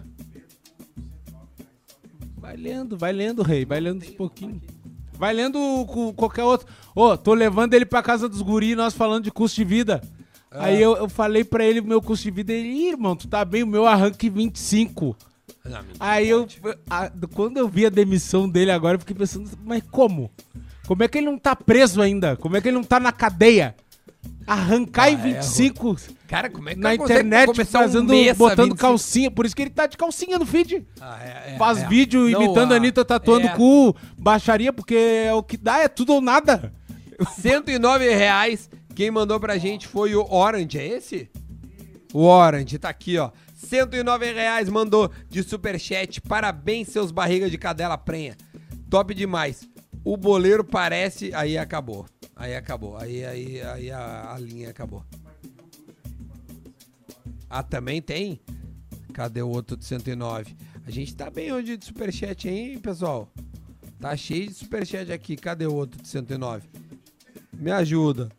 [SPEAKER 4] Vai lendo, vai lendo, rei, vai lendo um pouquinho. Vai lendo com qualquer outro. Ô, tô levando ele pra casa dos guri, nós falando de custo de vida. Aí eu, eu falei pra ele o meu custo de vida, ele, "Ih, irmão, tu tá bem, o meu arranque 25. Aí eu, a- quando eu vi a demissão dele agora, eu fiquei pensando, mas como? Como é que ele não tá preso ainda? Como é que ele não tá na cadeia? Arrancar em 25
[SPEAKER 1] Cara, como Ah, é que
[SPEAKER 4] na
[SPEAKER 1] eu consigo
[SPEAKER 4] internet,
[SPEAKER 1] começar um
[SPEAKER 4] fazendo,
[SPEAKER 1] mês a
[SPEAKER 4] botando
[SPEAKER 1] 25?
[SPEAKER 4] calcinha. Por isso que ele tá de calcinha no feed.
[SPEAKER 1] Ah, é, é,
[SPEAKER 4] Faz
[SPEAKER 1] é.
[SPEAKER 4] vídeo
[SPEAKER 1] Não,
[SPEAKER 4] imitando
[SPEAKER 1] ah,
[SPEAKER 4] a Anitta tatuando
[SPEAKER 1] é.
[SPEAKER 4] o cu, baixaria, porque é o que dá, é tudo ou nada.
[SPEAKER 1] 109 reais. Quem mandou pra gente foi o Orange, é esse? O Orange, tá aqui, ó. 109 reais mandou de superchat. Parabéns, seus barriga de cadela prenha. Top demais. O boleiro parece... Aí acabou. Aí acabou. Aí, aí, aí a, a linha acabou. Ah, também tem? Cadê o outro de 109? A gente tá bem hoje de superchat, hein, pessoal? Tá cheio de superchat aqui. Cadê o outro de 109? Me ajuda.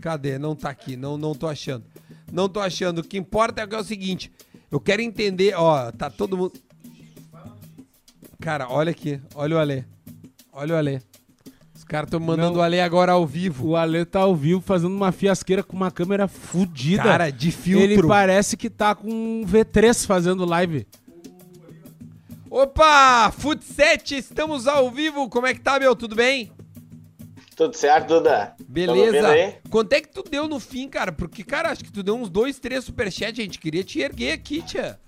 [SPEAKER 1] Cadê? Não tá aqui. Não, não tô achando. Não tô achando. O que importa é, que é o seguinte. Eu quero entender. Ó, tá todo mundo. Cara, olha aqui. Olha o Ale. Olha o Ale. Os caras estão mandando
[SPEAKER 4] Não.
[SPEAKER 1] o Ale agora ao vivo.
[SPEAKER 4] O Ale tá ao vivo fazendo uma fiasqueira com uma câmera fudida.
[SPEAKER 1] Cara, de
[SPEAKER 4] Ele
[SPEAKER 1] filtro.
[SPEAKER 4] parece que tá com um V3 fazendo live.
[SPEAKER 1] Opa! Futset, estamos ao vivo. Como é que tá, meu? Tudo bem?
[SPEAKER 8] Tudo certo, Duda?
[SPEAKER 1] Beleza.
[SPEAKER 8] Tá me ouvindo aí?
[SPEAKER 1] Quanto é que tu deu no fim, cara? Porque, cara, acho que tu deu uns dois, três superchats, a gente queria te erguer aqui, tia.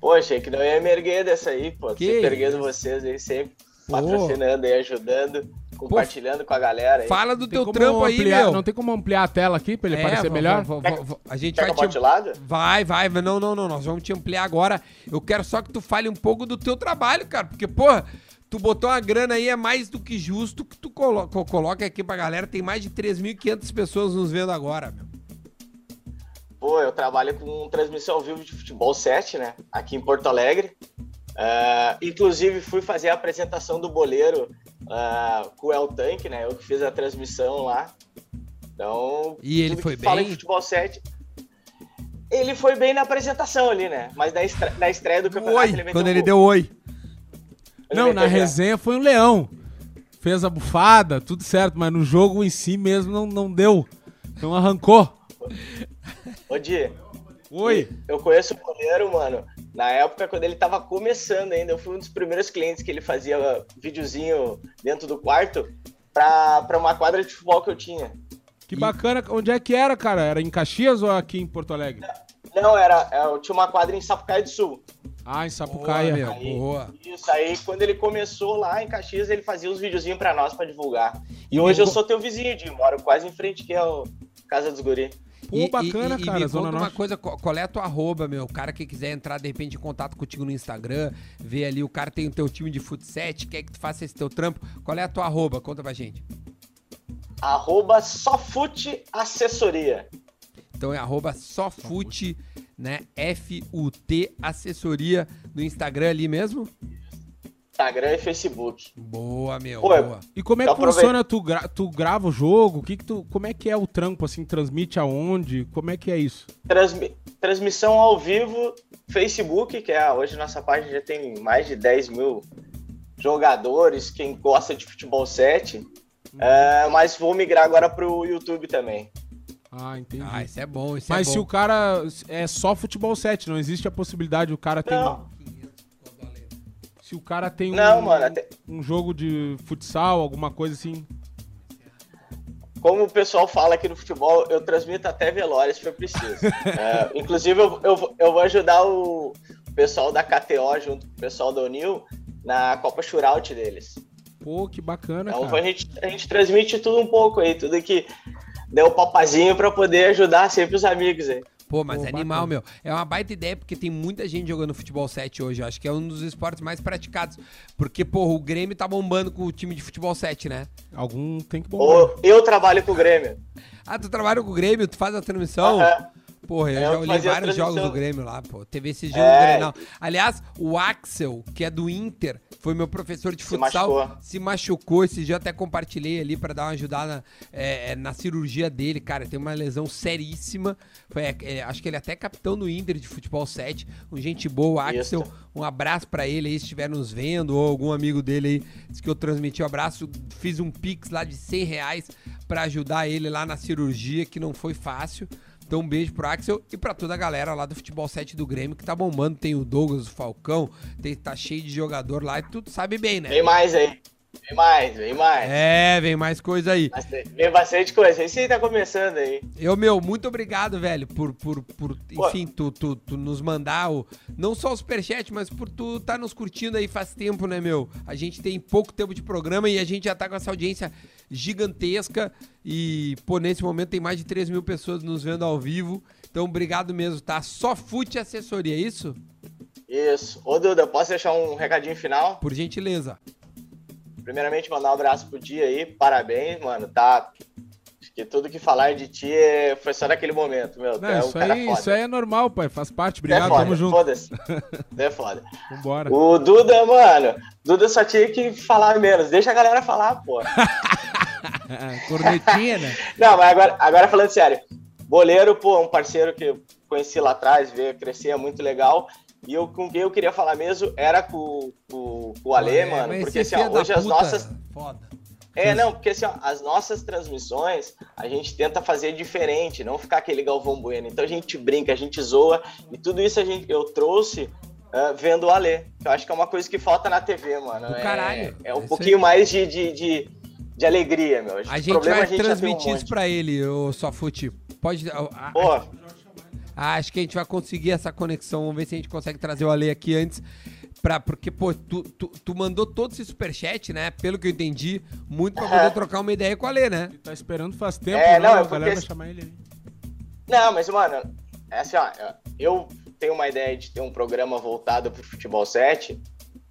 [SPEAKER 8] Pô, achei é que não ia me erguer dessa aí, pô.
[SPEAKER 1] Que
[SPEAKER 8] sempre erguendo vocês aí, sempre
[SPEAKER 1] Pô.
[SPEAKER 8] patrocinando aí, ajudando, compartilhando com a galera aí.
[SPEAKER 1] Fala do
[SPEAKER 4] Tem
[SPEAKER 1] teu
[SPEAKER 4] como
[SPEAKER 1] trampo aí,
[SPEAKER 4] ampliar-
[SPEAKER 1] meu.
[SPEAKER 4] Não tem como ampliar a tela aqui pra ele
[SPEAKER 1] É,
[SPEAKER 4] parecer
[SPEAKER 1] vamos-
[SPEAKER 4] melhor?
[SPEAKER 1] vamos- vamos- vamos- a gente
[SPEAKER 8] Quer
[SPEAKER 1] vai
[SPEAKER 8] que eu bote
[SPEAKER 1] te...
[SPEAKER 8] de lado?
[SPEAKER 1] Vai, vai, mas não, não, não, nós vamos te ampliar agora. Eu quero só que tu fale um pouco do teu trabalho, cara, porque, porra, tu botou uma grana aí, é mais do que justo que tu colo co- coloca aqui pra galera, tem mais de 3.500 pessoas nos vendo agora, meu.
[SPEAKER 8] Pô, eu trabalho com transmissão ao vivo de futebol 7, né? Aqui em Porto Alegre. Ah, inclusive, fui fazer a apresentação do boleiro ah, com o El Tanque, né? Eu que fiz a transmissão lá. Então,
[SPEAKER 1] E ele
[SPEAKER 8] tudo
[SPEAKER 1] foi
[SPEAKER 8] que Fala em
[SPEAKER 1] bem?
[SPEAKER 8] futebol 7. Ele foi bem na apresentação ali, né? Mas na, estre- na estreia do campeonato
[SPEAKER 1] Oi,
[SPEAKER 8] ele meteu
[SPEAKER 1] quando
[SPEAKER 8] um
[SPEAKER 1] ele
[SPEAKER 8] gol.
[SPEAKER 1] deu oi.
[SPEAKER 8] Ele
[SPEAKER 4] Não,
[SPEAKER 8] meteu
[SPEAKER 4] na
[SPEAKER 8] já.
[SPEAKER 4] resenha foi um leão. Fez a bufada, tudo certo, mas no jogo em si mesmo não, não deu. Então arrancou.
[SPEAKER 8] Ô, Di,
[SPEAKER 4] Oi.
[SPEAKER 8] Eu conheço o goleiro, mano. Na época, quando ele tava começando ainda, eu fui um dos primeiros clientes que ele fazia videozinho dentro do quarto pra, pra uma quadra de futebol que eu tinha.
[SPEAKER 4] Que bacana. Onde é que era, cara? Era em Caxias ou aqui em Porto Alegre?
[SPEAKER 8] Não, era. é, Eu tinha uma quadra em Sapucaí do Sul.
[SPEAKER 4] Ah,
[SPEAKER 1] Boa,
[SPEAKER 4] em Sapucaia.
[SPEAKER 1] meu,
[SPEAKER 8] Aí.
[SPEAKER 1] boa.
[SPEAKER 8] Isso aí, quando ele começou lá em Caxias, ele fazia uns videozinhos pra nós pra divulgar. E hoje eu sou teu vizinho, Dinho. Moro quase em frente, que é o Casa dos Guri.
[SPEAKER 4] Pô, bacana, cara.
[SPEAKER 1] E me
[SPEAKER 4] Zona
[SPEAKER 1] conta uma
[SPEAKER 4] Norte.
[SPEAKER 1] coisa, co- qual é a tua arroba, meu? O cara que quiser entrar, de repente, em contato contigo no Instagram, ver ali, o cara tem o teu time de futset, quer que tu faça esse teu trampo. Qual é a tua arroba? Conta pra gente.
[SPEAKER 8] Arroba Sofute Assessoria.
[SPEAKER 1] Então é arroba sofute, né? F-U-T assessoria no Instagram ali mesmo?
[SPEAKER 8] Instagram e Facebook.
[SPEAKER 1] Boa, meu,
[SPEAKER 8] Pô, é-
[SPEAKER 1] boa.
[SPEAKER 4] E como é que
[SPEAKER 8] Então aproveita.
[SPEAKER 4] funciona? Tu, gra- tu grava o jogo? O que que tu... Como é que é o trampo, assim? Transmite aonde? Como é que é isso?
[SPEAKER 8] Transmi- transmissão ao vivo, Facebook, que é hoje nossa página já tem mais de 10 mil jogadores, quem gosta de futebol 7.
[SPEAKER 4] Uhum.
[SPEAKER 8] É, mas vou migrar agora pro YouTube também.
[SPEAKER 4] Ah, entendi.
[SPEAKER 1] Ah, isso é bom, isso
[SPEAKER 4] Mas
[SPEAKER 1] é
[SPEAKER 4] se
[SPEAKER 1] bom.
[SPEAKER 4] o cara é só futebol 7, não existe a possibilidade o cara tem
[SPEAKER 8] Não,
[SPEAKER 4] se o cara tem
[SPEAKER 8] não,
[SPEAKER 4] um,
[SPEAKER 8] mano. até-
[SPEAKER 4] um jogo de futsal, alguma coisa assim.
[SPEAKER 8] como o pessoal fala aqui no futebol, eu transmito até velório se for preciso. É, inclusive, eu, eu vou- eu vou ajudar o pessoal da KTO junto com o pessoal da Unil na Copa Shootout deles.
[SPEAKER 4] Pô, que bacana,
[SPEAKER 8] Então a
[SPEAKER 4] cara.
[SPEAKER 8] gente, a gente transmite tudo um pouco aí, tudo que deu o papazinho pra poder ajudar sempre os amigos aí.
[SPEAKER 1] Pô, mas
[SPEAKER 4] Pô,
[SPEAKER 1] é animal, meu. É uma baita ideia, porque tem muita gente jogando futebol 7 hoje. Eu acho que é um dos esportes mais praticados. Porque, porra, o Grêmio tá bombando com o time de futebol 7, né?
[SPEAKER 4] Algum tem que bombar.
[SPEAKER 8] Ou eu trabalho com o Grêmio.
[SPEAKER 1] Ah, tu trabalha com o Grêmio, tu faz a
[SPEAKER 4] Então,
[SPEAKER 1] transmissão?
[SPEAKER 8] Aham.
[SPEAKER 1] Porra, eu
[SPEAKER 8] É, eu
[SPEAKER 1] já olhei
[SPEAKER 8] fazia a
[SPEAKER 1] vários jogos do
[SPEAKER 8] transmissão.
[SPEAKER 1] Grêmio lá, pô. Teve esse jogo do
[SPEAKER 8] É.
[SPEAKER 1] Grenal. Aliás, o Axel, que é do Inter, foi meu professor de futsal,
[SPEAKER 8] machucou.
[SPEAKER 1] se machucou. Esse dia eu até compartilhei ali pra dar uma ajudada é, é, na cirurgia dele, cara. Tem uma lesão seríssima. Foi, é, é, acho que ele é até capitão do Inter de futebol 7. Um gente boa, o Axel. Um abraço pra ele aí, se estiver nos vendo, ou algum amigo dele aí, disse que eu transmiti o abraço. Fiz um pix lá de 100 reais pra ajudar ele lá na cirurgia, que não foi fácil. Então, um beijo pro Axel e pra toda a galera lá do Futebol 7 do Grêmio, que tá bombando. Tem o Douglas, o Falcão, tem, tá cheio de jogador lá, e tu sabe bem,
[SPEAKER 4] é.
[SPEAKER 1] né?
[SPEAKER 8] Vem mais aí. Vem mais, vem mais.
[SPEAKER 1] É, vem mais coisa aí.
[SPEAKER 8] Bastante- Vem bastante coisa. Esse aí tá começando aí.
[SPEAKER 1] Eu, meu, muito obrigado, velho, por, por, por enfim, tu, tu, tu nos mandar o, não só o superchat, mas por tu tá nos curtindo aí faz tempo, né, meu? A gente tem pouco tempo de programa e a gente já tá com essa audiência gigantesca e, pô, nesse momento tem mais de 3 mil pessoas nos vendo ao vivo. Então, obrigado mesmo, tá? Só fute assessoria, é isso?
[SPEAKER 8] Isso. Ô Duda, posso deixar um recadinho final?
[SPEAKER 1] Por gentileza.
[SPEAKER 8] Primeiramente, mandar um abraço pro dia aí. Parabéns, mano. Tá. Acho que tudo que falar de ti é- foi só naquele momento, meu. Tu
[SPEAKER 4] Não,
[SPEAKER 8] é um
[SPEAKER 4] isso,
[SPEAKER 8] cara
[SPEAKER 4] aí,
[SPEAKER 8] foda.
[SPEAKER 4] isso aí é normal, pai. Faz parte.
[SPEAKER 8] Tu é
[SPEAKER 4] Obrigado,
[SPEAKER 8] foda.
[SPEAKER 4] tamo junto.
[SPEAKER 8] Foda-se. Tu é foda.
[SPEAKER 4] Vambora.
[SPEAKER 8] O Duda, mano, Duda só tinha que falar menos. Deixa a galera falar, pô.
[SPEAKER 3] Cornetinha, né?
[SPEAKER 8] Não, mas agora, agora falando sério. Boleiro, pô, um parceiro que eu conheci lá atrás, veio crescer, é muito legal. E eu, com quem eu queria falar mesmo era com, com, com o Ale,
[SPEAKER 1] Olha,
[SPEAKER 8] mano.
[SPEAKER 1] mas
[SPEAKER 8] Porque
[SPEAKER 1] esse
[SPEAKER 8] assim, ó,
[SPEAKER 1] filho da
[SPEAKER 8] hoje as
[SPEAKER 1] puta,
[SPEAKER 8] nossas.
[SPEAKER 1] Foda.
[SPEAKER 8] É, não, porque assim, ó, as nossas transmissões a gente tenta fazer diferente, não ficar aquele Galvão Bueno. Então a gente brinca, a gente zoa, e tudo isso a gente, eu trouxe ah, vendo o Alê, que eu acho que é uma coisa que falta na TV, mano.
[SPEAKER 1] Do
[SPEAKER 8] é,
[SPEAKER 1] caralho,
[SPEAKER 8] É
[SPEAKER 1] é
[SPEAKER 8] um
[SPEAKER 1] isso
[SPEAKER 8] pouquinho mais de, de, de, de alegria, meu.
[SPEAKER 1] A gente
[SPEAKER 8] problema
[SPEAKER 1] vai
[SPEAKER 8] a gente já tem um
[SPEAKER 1] transmitir isso
[SPEAKER 8] monte.
[SPEAKER 1] pra ele, o Sofute. Pode. a- a-
[SPEAKER 8] Pô,
[SPEAKER 1] Ah, acho que a gente vai conseguir essa conexão. Vamos ver se a gente consegue trazer o Ale aqui antes. Pra, porque, pô, tu, tu, tu mandou todo esse superchat, né? Pelo que eu entendi, muito pra poder trocar uma ideia com o Ale, né?
[SPEAKER 4] Tá esperando faz tempo,
[SPEAKER 8] É,
[SPEAKER 4] né?
[SPEAKER 8] não,
[SPEAKER 4] a
[SPEAKER 8] é porque
[SPEAKER 4] galera vai
[SPEAKER 8] esse-
[SPEAKER 4] chamar ele aí.
[SPEAKER 8] Não, mas, mano, é assim, ó, eu tenho uma ideia de ter um programa voltado pro Futebol 7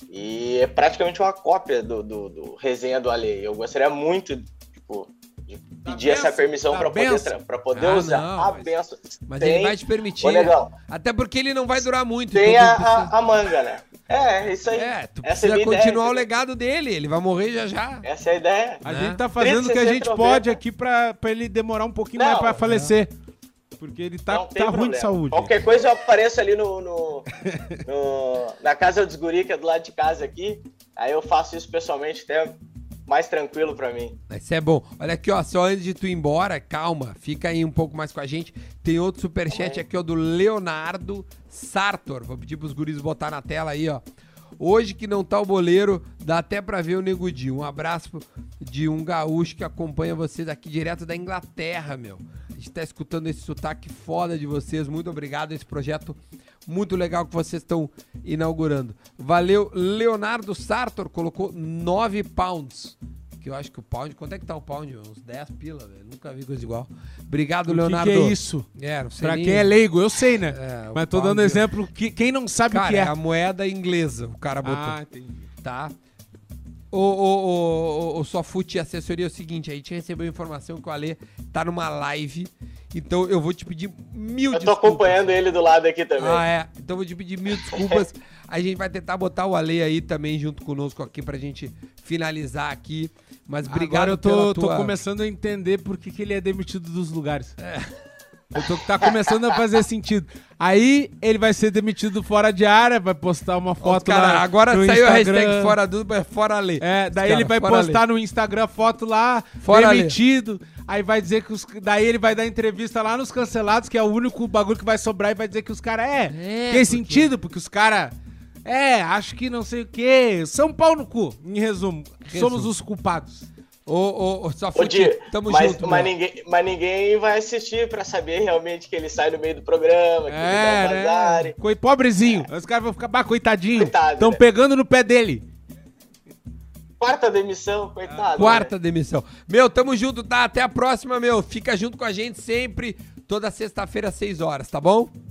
[SPEAKER 8] e é praticamente uma cópia do, do, do resenha do Ale. Eu gostaria muito, tipo, de pedir essa
[SPEAKER 1] benção,
[SPEAKER 8] permissão
[SPEAKER 1] da
[SPEAKER 8] pra poder,
[SPEAKER 1] benção.
[SPEAKER 8] tra- pra poder
[SPEAKER 1] Ah,
[SPEAKER 8] usar
[SPEAKER 1] não,
[SPEAKER 8] a
[SPEAKER 1] mas-
[SPEAKER 8] benção.
[SPEAKER 1] Mas
[SPEAKER 8] Tem-
[SPEAKER 1] ele vai te permitir.
[SPEAKER 8] Ô, negão,
[SPEAKER 1] Até porque ele não vai durar muito.
[SPEAKER 8] tem
[SPEAKER 1] então tu
[SPEAKER 8] a,
[SPEAKER 1] precisa-
[SPEAKER 8] a, a manga, né? É, é isso aí.
[SPEAKER 1] É, tu
[SPEAKER 8] Essa é a
[SPEAKER 1] precisa
[SPEAKER 8] minha ideia,
[SPEAKER 1] continuar o
[SPEAKER 8] entendeu?
[SPEAKER 1] legado dele. Ele vai morrer já já.
[SPEAKER 8] Essa é a ideia.
[SPEAKER 4] A
[SPEAKER 1] Né?
[SPEAKER 4] gente tá fazendo o que a
[SPEAKER 8] 30,
[SPEAKER 4] gente
[SPEAKER 8] 60,
[SPEAKER 4] pode
[SPEAKER 8] 90.
[SPEAKER 4] aqui pra, pra ele demorar um pouquinho
[SPEAKER 8] Não,
[SPEAKER 4] mais pra
[SPEAKER 8] não.
[SPEAKER 4] falecer. Porque ele tá,
[SPEAKER 8] Não tem
[SPEAKER 4] tá ruim
[SPEAKER 8] problema.
[SPEAKER 4] de saúde.
[SPEAKER 8] Qualquer coisa eu apareço ali no, no- no- na casa dos guri, que é do lado de casa aqui. Aí eu faço isso pessoalmente, até mais tranquilo pra mim.
[SPEAKER 1] Mas Isso é bom. Olha aqui, ó, só antes de tu ir embora, calma, fica aí um pouco mais com a gente. Tem outro superchat aqui, ó, do Leonardo Sartor. Vou pedir pros guris botar na tela aí, ó. Hoje que não tá o boleiro, dá até pra ver o Nego Di. Um abraço de um gaúcho que acompanha vocês aqui direto da Inglaterra, meu. A gente tá escutando esse sotaque foda de vocês. Muito obrigado. Esse projeto muito legal que vocês estão inaugurando. Valeu, Leonardo Sartor. Colocou 9 pounds. Que eu acho que o pound. Quanto é que tá o pound? Uns 10 pila, velho. Nunca vi coisa igual. Obrigado,
[SPEAKER 4] O que
[SPEAKER 1] Leonardo.
[SPEAKER 4] que é isso?
[SPEAKER 1] É, não sei
[SPEAKER 4] Pra
[SPEAKER 1] nem-
[SPEAKER 4] quem é leigo, eu sei, né?
[SPEAKER 1] É, o
[SPEAKER 4] Mas tô
[SPEAKER 1] pau
[SPEAKER 4] dando
[SPEAKER 1] deu.
[SPEAKER 4] exemplo que quem não sabe o
[SPEAKER 1] Cara,
[SPEAKER 4] que
[SPEAKER 1] é
[SPEAKER 4] é.
[SPEAKER 1] a moeda inglesa, o cara botou.
[SPEAKER 4] Ah, entendi.
[SPEAKER 1] Tá? O, o, o, o, o Sofute Assessoria é o seguinte: a gente recebeu informação que o Ale tá numa live. Então eu vou te pedir mil
[SPEAKER 8] Eu tô acompanhando ele do lado aqui também.
[SPEAKER 1] Ah, é. Então eu vou te pedir mil desculpas. A gente vai tentar botar o Ale aí também junto conosco aqui pra gente finalizar aqui. Mas obrigado
[SPEAKER 4] Agora eu tô,
[SPEAKER 1] pela
[SPEAKER 4] tô
[SPEAKER 1] tua-
[SPEAKER 4] começando a entender por que, que ele é demitido dos lugares. É. Eu tô, tá começando a fazer sentido. Aí ele vai ser demitido fora de área, vai postar uma
[SPEAKER 1] Ó,
[SPEAKER 4] foto
[SPEAKER 1] cara,
[SPEAKER 4] lá
[SPEAKER 1] agora
[SPEAKER 4] no
[SPEAKER 1] saiu a
[SPEAKER 4] Instagram.
[SPEAKER 1] hashtag fora do é fora lei.
[SPEAKER 4] É, daí ele vai postar no Instagram foto lá,
[SPEAKER 1] Fora, Ale.
[SPEAKER 4] demitido. Aí vai dizer que os. Daí ele vai dar entrevista lá nos cancelados, que é o único bagulho que vai sobrar e vai dizer que os caras. É,
[SPEAKER 1] É,
[SPEAKER 4] tem
[SPEAKER 1] porque-
[SPEAKER 4] sentido, porque os caras. É, acho que não sei o quê. São pau no cu, em resumo. Somos
[SPEAKER 1] Resumo.
[SPEAKER 4] os culpados.
[SPEAKER 1] Ô, ô, ô, só Então,
[SPEAKER 8] Ô,
[SPEAKER 1] fute,
[SPEAKER 8] Di,
[SPEAKER 1] tamo
[SPEAKER 8] mas,
[SPEAKER 1] junto.
[SPEAKER 8] mas
[SPEAKER 4] né?
[SPEAKER 1] meu.
[SPEAKER 8] ninguém, mas ninguém vai assistir pra saber realmente que ele sai no meio do programa, que ele dá um
[SPEAKER 4] É,
[SPEAKER 8] bazar.
[SPEAKER 4] né? Coi- Pobrezinho. Os caras vão ficar, bah, coitadinho.
[SPEAKER 8] Coitado,
[SPEAKER 4] Estão
[SPEAKER 8] né?
[SPEAKER 4] pegando no pé dele.
[SPEAKER 8] Quarta demissão, coitado. né?
[SPEAKER 1] Quarta demissão. Meu, tamo junto, tá? Até a próxima, meu. Fica junto com a gente sempre, toda sexta-feira às 6 horas, tá bom?
[SPEAKER 8] né?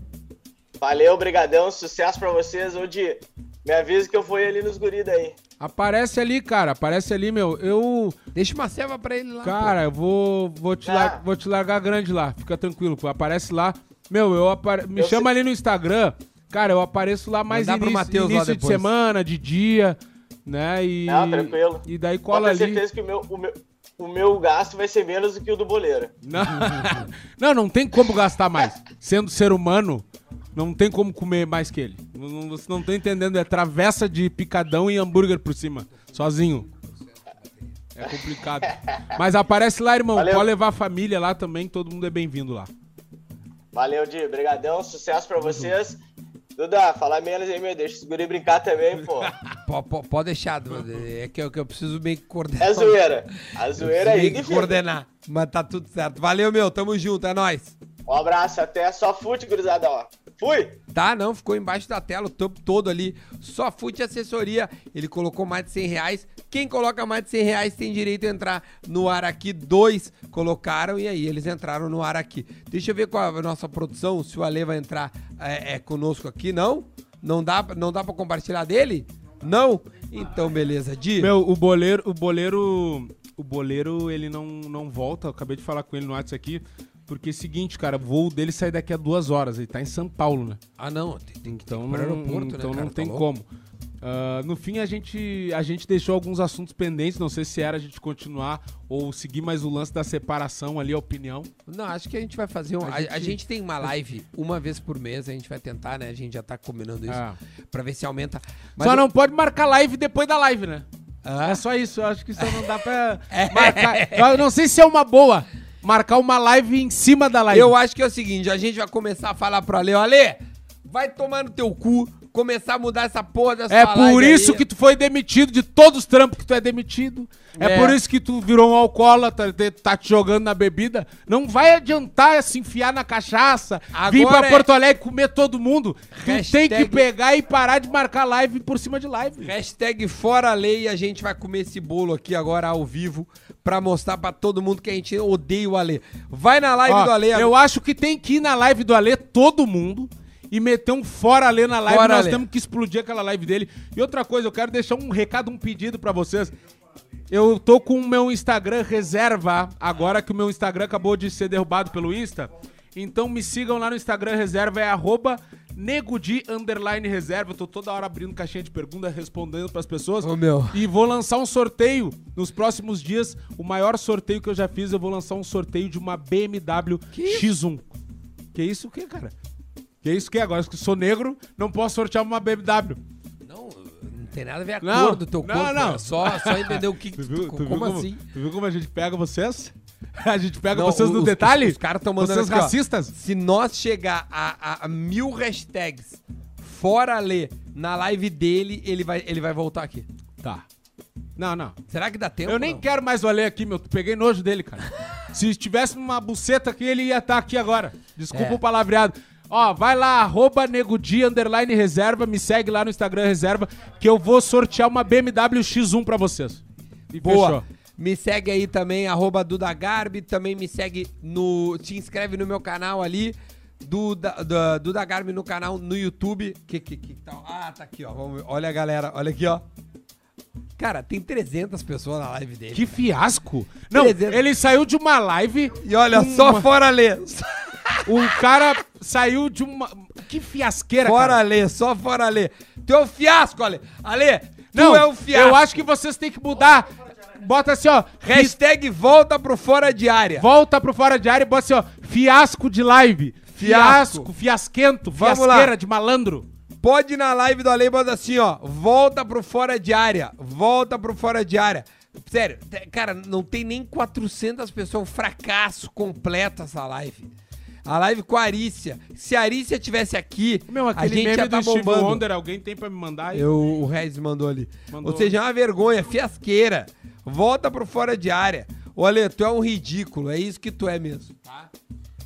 [SPEAKER 8] Valeu, brigadão, sucesso pra vocês. Ô, Di, me avisa que eu fui ali nos guri daí.
[SPEAKER 4] Aparece ali, cara. Aparece ali, meu. Eu.
[SPEAKER 1] Deixa uma ceva pra ele lá.
[SPEAKER 4] Cara, eu vou, vou, te lar-
[SPEAKER 8] Ah.
[SPEAKER 4] vou te largar grande lá. Fica tranquilo, pô. Aparece lá. Meu, eu apare... me
[SPEAKER 8] Eu
[SPEAKER 4] chama ali no Instagram. Cara, eu apareço lá mais
[SPEAKER 1] Mandar pro
[SPEAKER 4] início,
[SPEAKER 1] Matheus lá
[SPEAKER 4] início de
[SPEAKER 1] depois.
[SPEAKER 4] semana, de dia, né? E,
[SPEAKER 8] Não, Ah, tranquilo.
[SPEAKER 4] E daí cola
[SPEAKER 8] Pode ter
[SPEAKER 4] ali.
[SPEAKER 8] certeza que o meu, o, meu, o meu gasto vai ser menos do que o do boleiro.
[SPEAKER 4] Não. não, não tem como gastar mais. Sendo ser humano, não tem como comer mais que ele. Não- não- Você não tá entendendo. É travessa de picadão e hambúrguer por cima. Sozinho. É complicado. Mas aparece lá, irmão.
[SPEAKER 8] Valeu.
[SPEAKER 4] Pode levar a família lá também, todo mundo é bem-vindo lá.
[SPEAKER 8] Valeu, Di. Brigadão, sucesso pra vocês. Duda, fala menos aí, meu. Deixa os guri brincar também, pô.
[SPEAKER 1] Pô, pô, pode deixar, é que eu, que eu preciso bem coordenar.
[SPEAKER 8] É zoeira. A zoeira é aí.
[SPEAKER 1] Bem
[SPEAKER 8] de vida.
[SPEAKER 1] coordenar. Mas tá tudo certo. Valeu, meu. Tamo junto, é nóis.
[SPEAKER 8] Um abraço, até só fute, gurizada, ó. Fui!
[SPEAKER 1] Tá, não, ficou embaixo da tela o topo todo ali. Só fute assessoria. Ele colocou mais de 100 reais. Quem coloca mais de 100 reais tem direito a entrar no ar aqui. Dois colocaram e aí eles entraram no ar aqui. Deixa eu ver com a nossa produção se o Ale vai entrar é, é, conosco aqui, não? Não dá, não dá pra compartilhar dele? Não? Então, beleza. Di,
[SPEAKER 4] Meu, o boleiro, o boleiro, o boleiro, ele não, não volta. Eu acabei de falar com ele no WhatsApp aqui. Porque é o seguinte, cara, o voo dele sai daqui a duas horas. Ele tá em São Paulo, né?
[SPEAKER 1] Ah, não. Tem, tem que
[SPEAKER 4] Então
[SPEAKER 1] ir pro
[SPEAKER 4] não,
[SPEAKER 1] aeroporto, né,
[SPEAKER 4] então
[SPEAKER 1] cara?
[SPEAKER 4] não
[SPEAKER 1] Tá
[SPEAKER 4] tem
[SPEAKER 1] louco?
[SPEAKER 4] como. Ah, no fim, a gente, a gente deixou alguns assuntos pendentes. Não sei se era a gente continuar ou seguir mais o lance da separação ali, a opinião.
[SPEAKER 1] Não, acho que a gente vai fazer um. A,
[SPEAKER 4] A
[SPEAKER 1] a gente...
[SPEAKER 4] gente-
[SPEAKER 1] tem uma live uma vez por mês, a gente vai tentar, né? A gente já tá combinando isso
[SPEAKER 4] Ah.
[SPEAKER 1] pra ver se aumenta.
[SPEAKER 4] só não pode marcar live depois da live, né?
[SPEAKER 1] Ah. É.
[SPEAKER 4] É só isso. Eu acho que só não dá pra marcar. Eu não sei se é uma boa marcar uma live em cima da live.
[SPEAKER 1] Eu acho que é o seguinte, a gente vai começar a falar pro Ale, ó, Ale, vai tomar no teu cu, começar a mudar essa porra dessa
[SPEAKER 4] É por isso que tu foi demitido de todos os trampos que tu é demitido. É,
[SPEAKER 1] É.
[SPEAKER 4] por isso que tu virou um alcoólatra, te- tá te jogando na bebida. Não vai adiantar se enfiar na cachaça, vir
[SPEAKER 1] Agora
[SPEAKER 4] pra
[SPEAKER 1] é-
[SPEAKER 4] Porto Alegre comer todo mundo. Tu tem
[SPEAKER 1] Hashtag-
[SPEAKER 4] que pegar e parar de marcar live por cima de live.
[SPEAKER 1] Hashtag fora a lei, a gente vai comer esse bolo aqui agora ao vivo pra mostrar pra todo mundo que a gente odeia o Ale. Vai na live
[SPEAKER 4] Ó,
[SPEAKER 1] do Ale
[SPEAKER 4] eu acho que tem que ir na live do Ale todo mundo e meter um fora Ale na live.
[SPEAKER 1] Fora
[SPEAKER 4] Nós
[SPEAKER 1] Ale.
[SPEAKER 4] temos que explodir aquela live dele. E outra coisa, eu quero deixar um recado, um pedido pra vocês. Eu tô com o meu Instagram reserva, agora que o meu Instagram acabou de ser derrubado pelo Insta. Então me sigam lá no Instagram reserva, é arroba negodi underline reserva. Eu tô toda hora abrindo caixinha de perguntas, respondendo pras pessoas.
[SPEAKER 1] Ô, meu.
[SPEAKER 4] E vou lançar um sorteio nos próximos dias. O maior sorteio que eu já fiz, eu vou lançar um sorteio de uma BMW X1. Que isso o que, cara? Que isso que é? Agora que eu sou negro, não posso sortear uma BMW.
[SPEAKER 1] Não, não tem nada a ver a
[SPEAKER 4] Não,
[SPEAKER 1] cor do teu
[SPEAKER 4] não,
[SPEAKER 1] corpo.
[SPEAKER 4] não.
[SPEAKER 1] é Só, só entender o que. que
[SPEAKER 4] Tu
[SPEAKER 1] tu-
[SPEAKER 4] viu, tu viu
[SPEAKER 1] como assim?
[SPEAKER 4] Tu viu como a gente pega vocês? A gente pega
[SPEAKER 1] Não,
[SPEAKER 4] vocês
[SPEAKER 1] os-
[SPEAKER 4] no
[SPEAKER 1] os-
[SPEAKER 4] detalhe?
[SPEAKER 1] Os, caras estão mandando.
[SPEAKER 4] Vocês
[SPEAKER 1] aqui, ó.
[SPEAKER 4] racistas?
[SPEAKER 1] se nós chegar a, a- a mil hashtags fora ler na live dele, ele vai, ele vai voltar aqui.
[SPEAKER 4] Tá. Não, não.
[SPEAKER 1] Será que dá tempo?
[SPEAKER 4] Eu nem
[SPEAKER 1] não?
[SPEAKER 4] quero mais o Ale aqui, meu. Tu peguei nojo dele, cara. Se estivesse numa buceta aqui, ele ia estar aqui agora. Desculpa
[SPEAKER 1] É.
[SPEAKER 4] o palavreado. Ó, vai lá, arroba negudi, underline reserva, me segue lá no Instagram reserva, que eu vou sortear uma BMW X1 pra vocês. E
[SPEAKER 1] Boa. Me segue aí também, arroba Duda Garbi. Também me segue no. Te inscreve no meu canal ali. Duda, da- Duda Garbi no canal no YouTube. Que, que, que tal? Ah, tá aqui, ó. Vamos ver. Olha a galera, olha aqui, ó. Cara, tem 300 pessoas na live dele.
[SPEAKER 4] Que fiasco. Não,
[SPEAKER 1] Trezentos.
[SPEAKER 4] ele saiu de uma live,
[SPEAKER 1] E olha, só fora ler.
[SPEAKER 4] o cara saiu de uma... Que fiasqueira,
[SPEAKER 1] Fora
[SPEAKER 4] cara.
[SPEAKER 1] ler, só fora ler. Tu é um fiasco, Ale. Ale, tu
[SPEAKER 4] Não,
[SPEAKER 1] é um fiasco.
[SPEAKER 4] eu acho que vocês têm que mudar. Bota assim, ó,
[SPEAKER 1] Hashtag volta pro fora de área.
[SPEAKER 4] Volta pro fora de área e bota assim, ó. Fiasco de live.
[SPEAKER 1] Fiasco.
[SPEAKER 4] Fiasco, fiasquento,
[SPEAKER 1] Vamos
[SPEAKER 4] fiasqueira
[SPEAKER 1] lá.
[SPEAKER 4] de malandro.
[SPEAKER 1] Pode ir na live do Ale e manda assim, ó. Volta pro fora de área. Volta pro fora de área. Sério, te- cara, não tem nem 400 pessoas. Um fracasso completo essa live. A live com a Arícia. Se a Arícia tivesse aqui, a gente ia tá bombando.
[SPEAKER 4] alguém tem pra me mandar?
[SPEAKER 1] Eu, o Regis mandou ali.
[SPEAKER 4] Mandou.
[SPEAKER 1] Ou seja, é uma vergonha, fiasqueira. Volta pro fora de área. Olha, tu é um ridículo, é isso que tu é mesmo.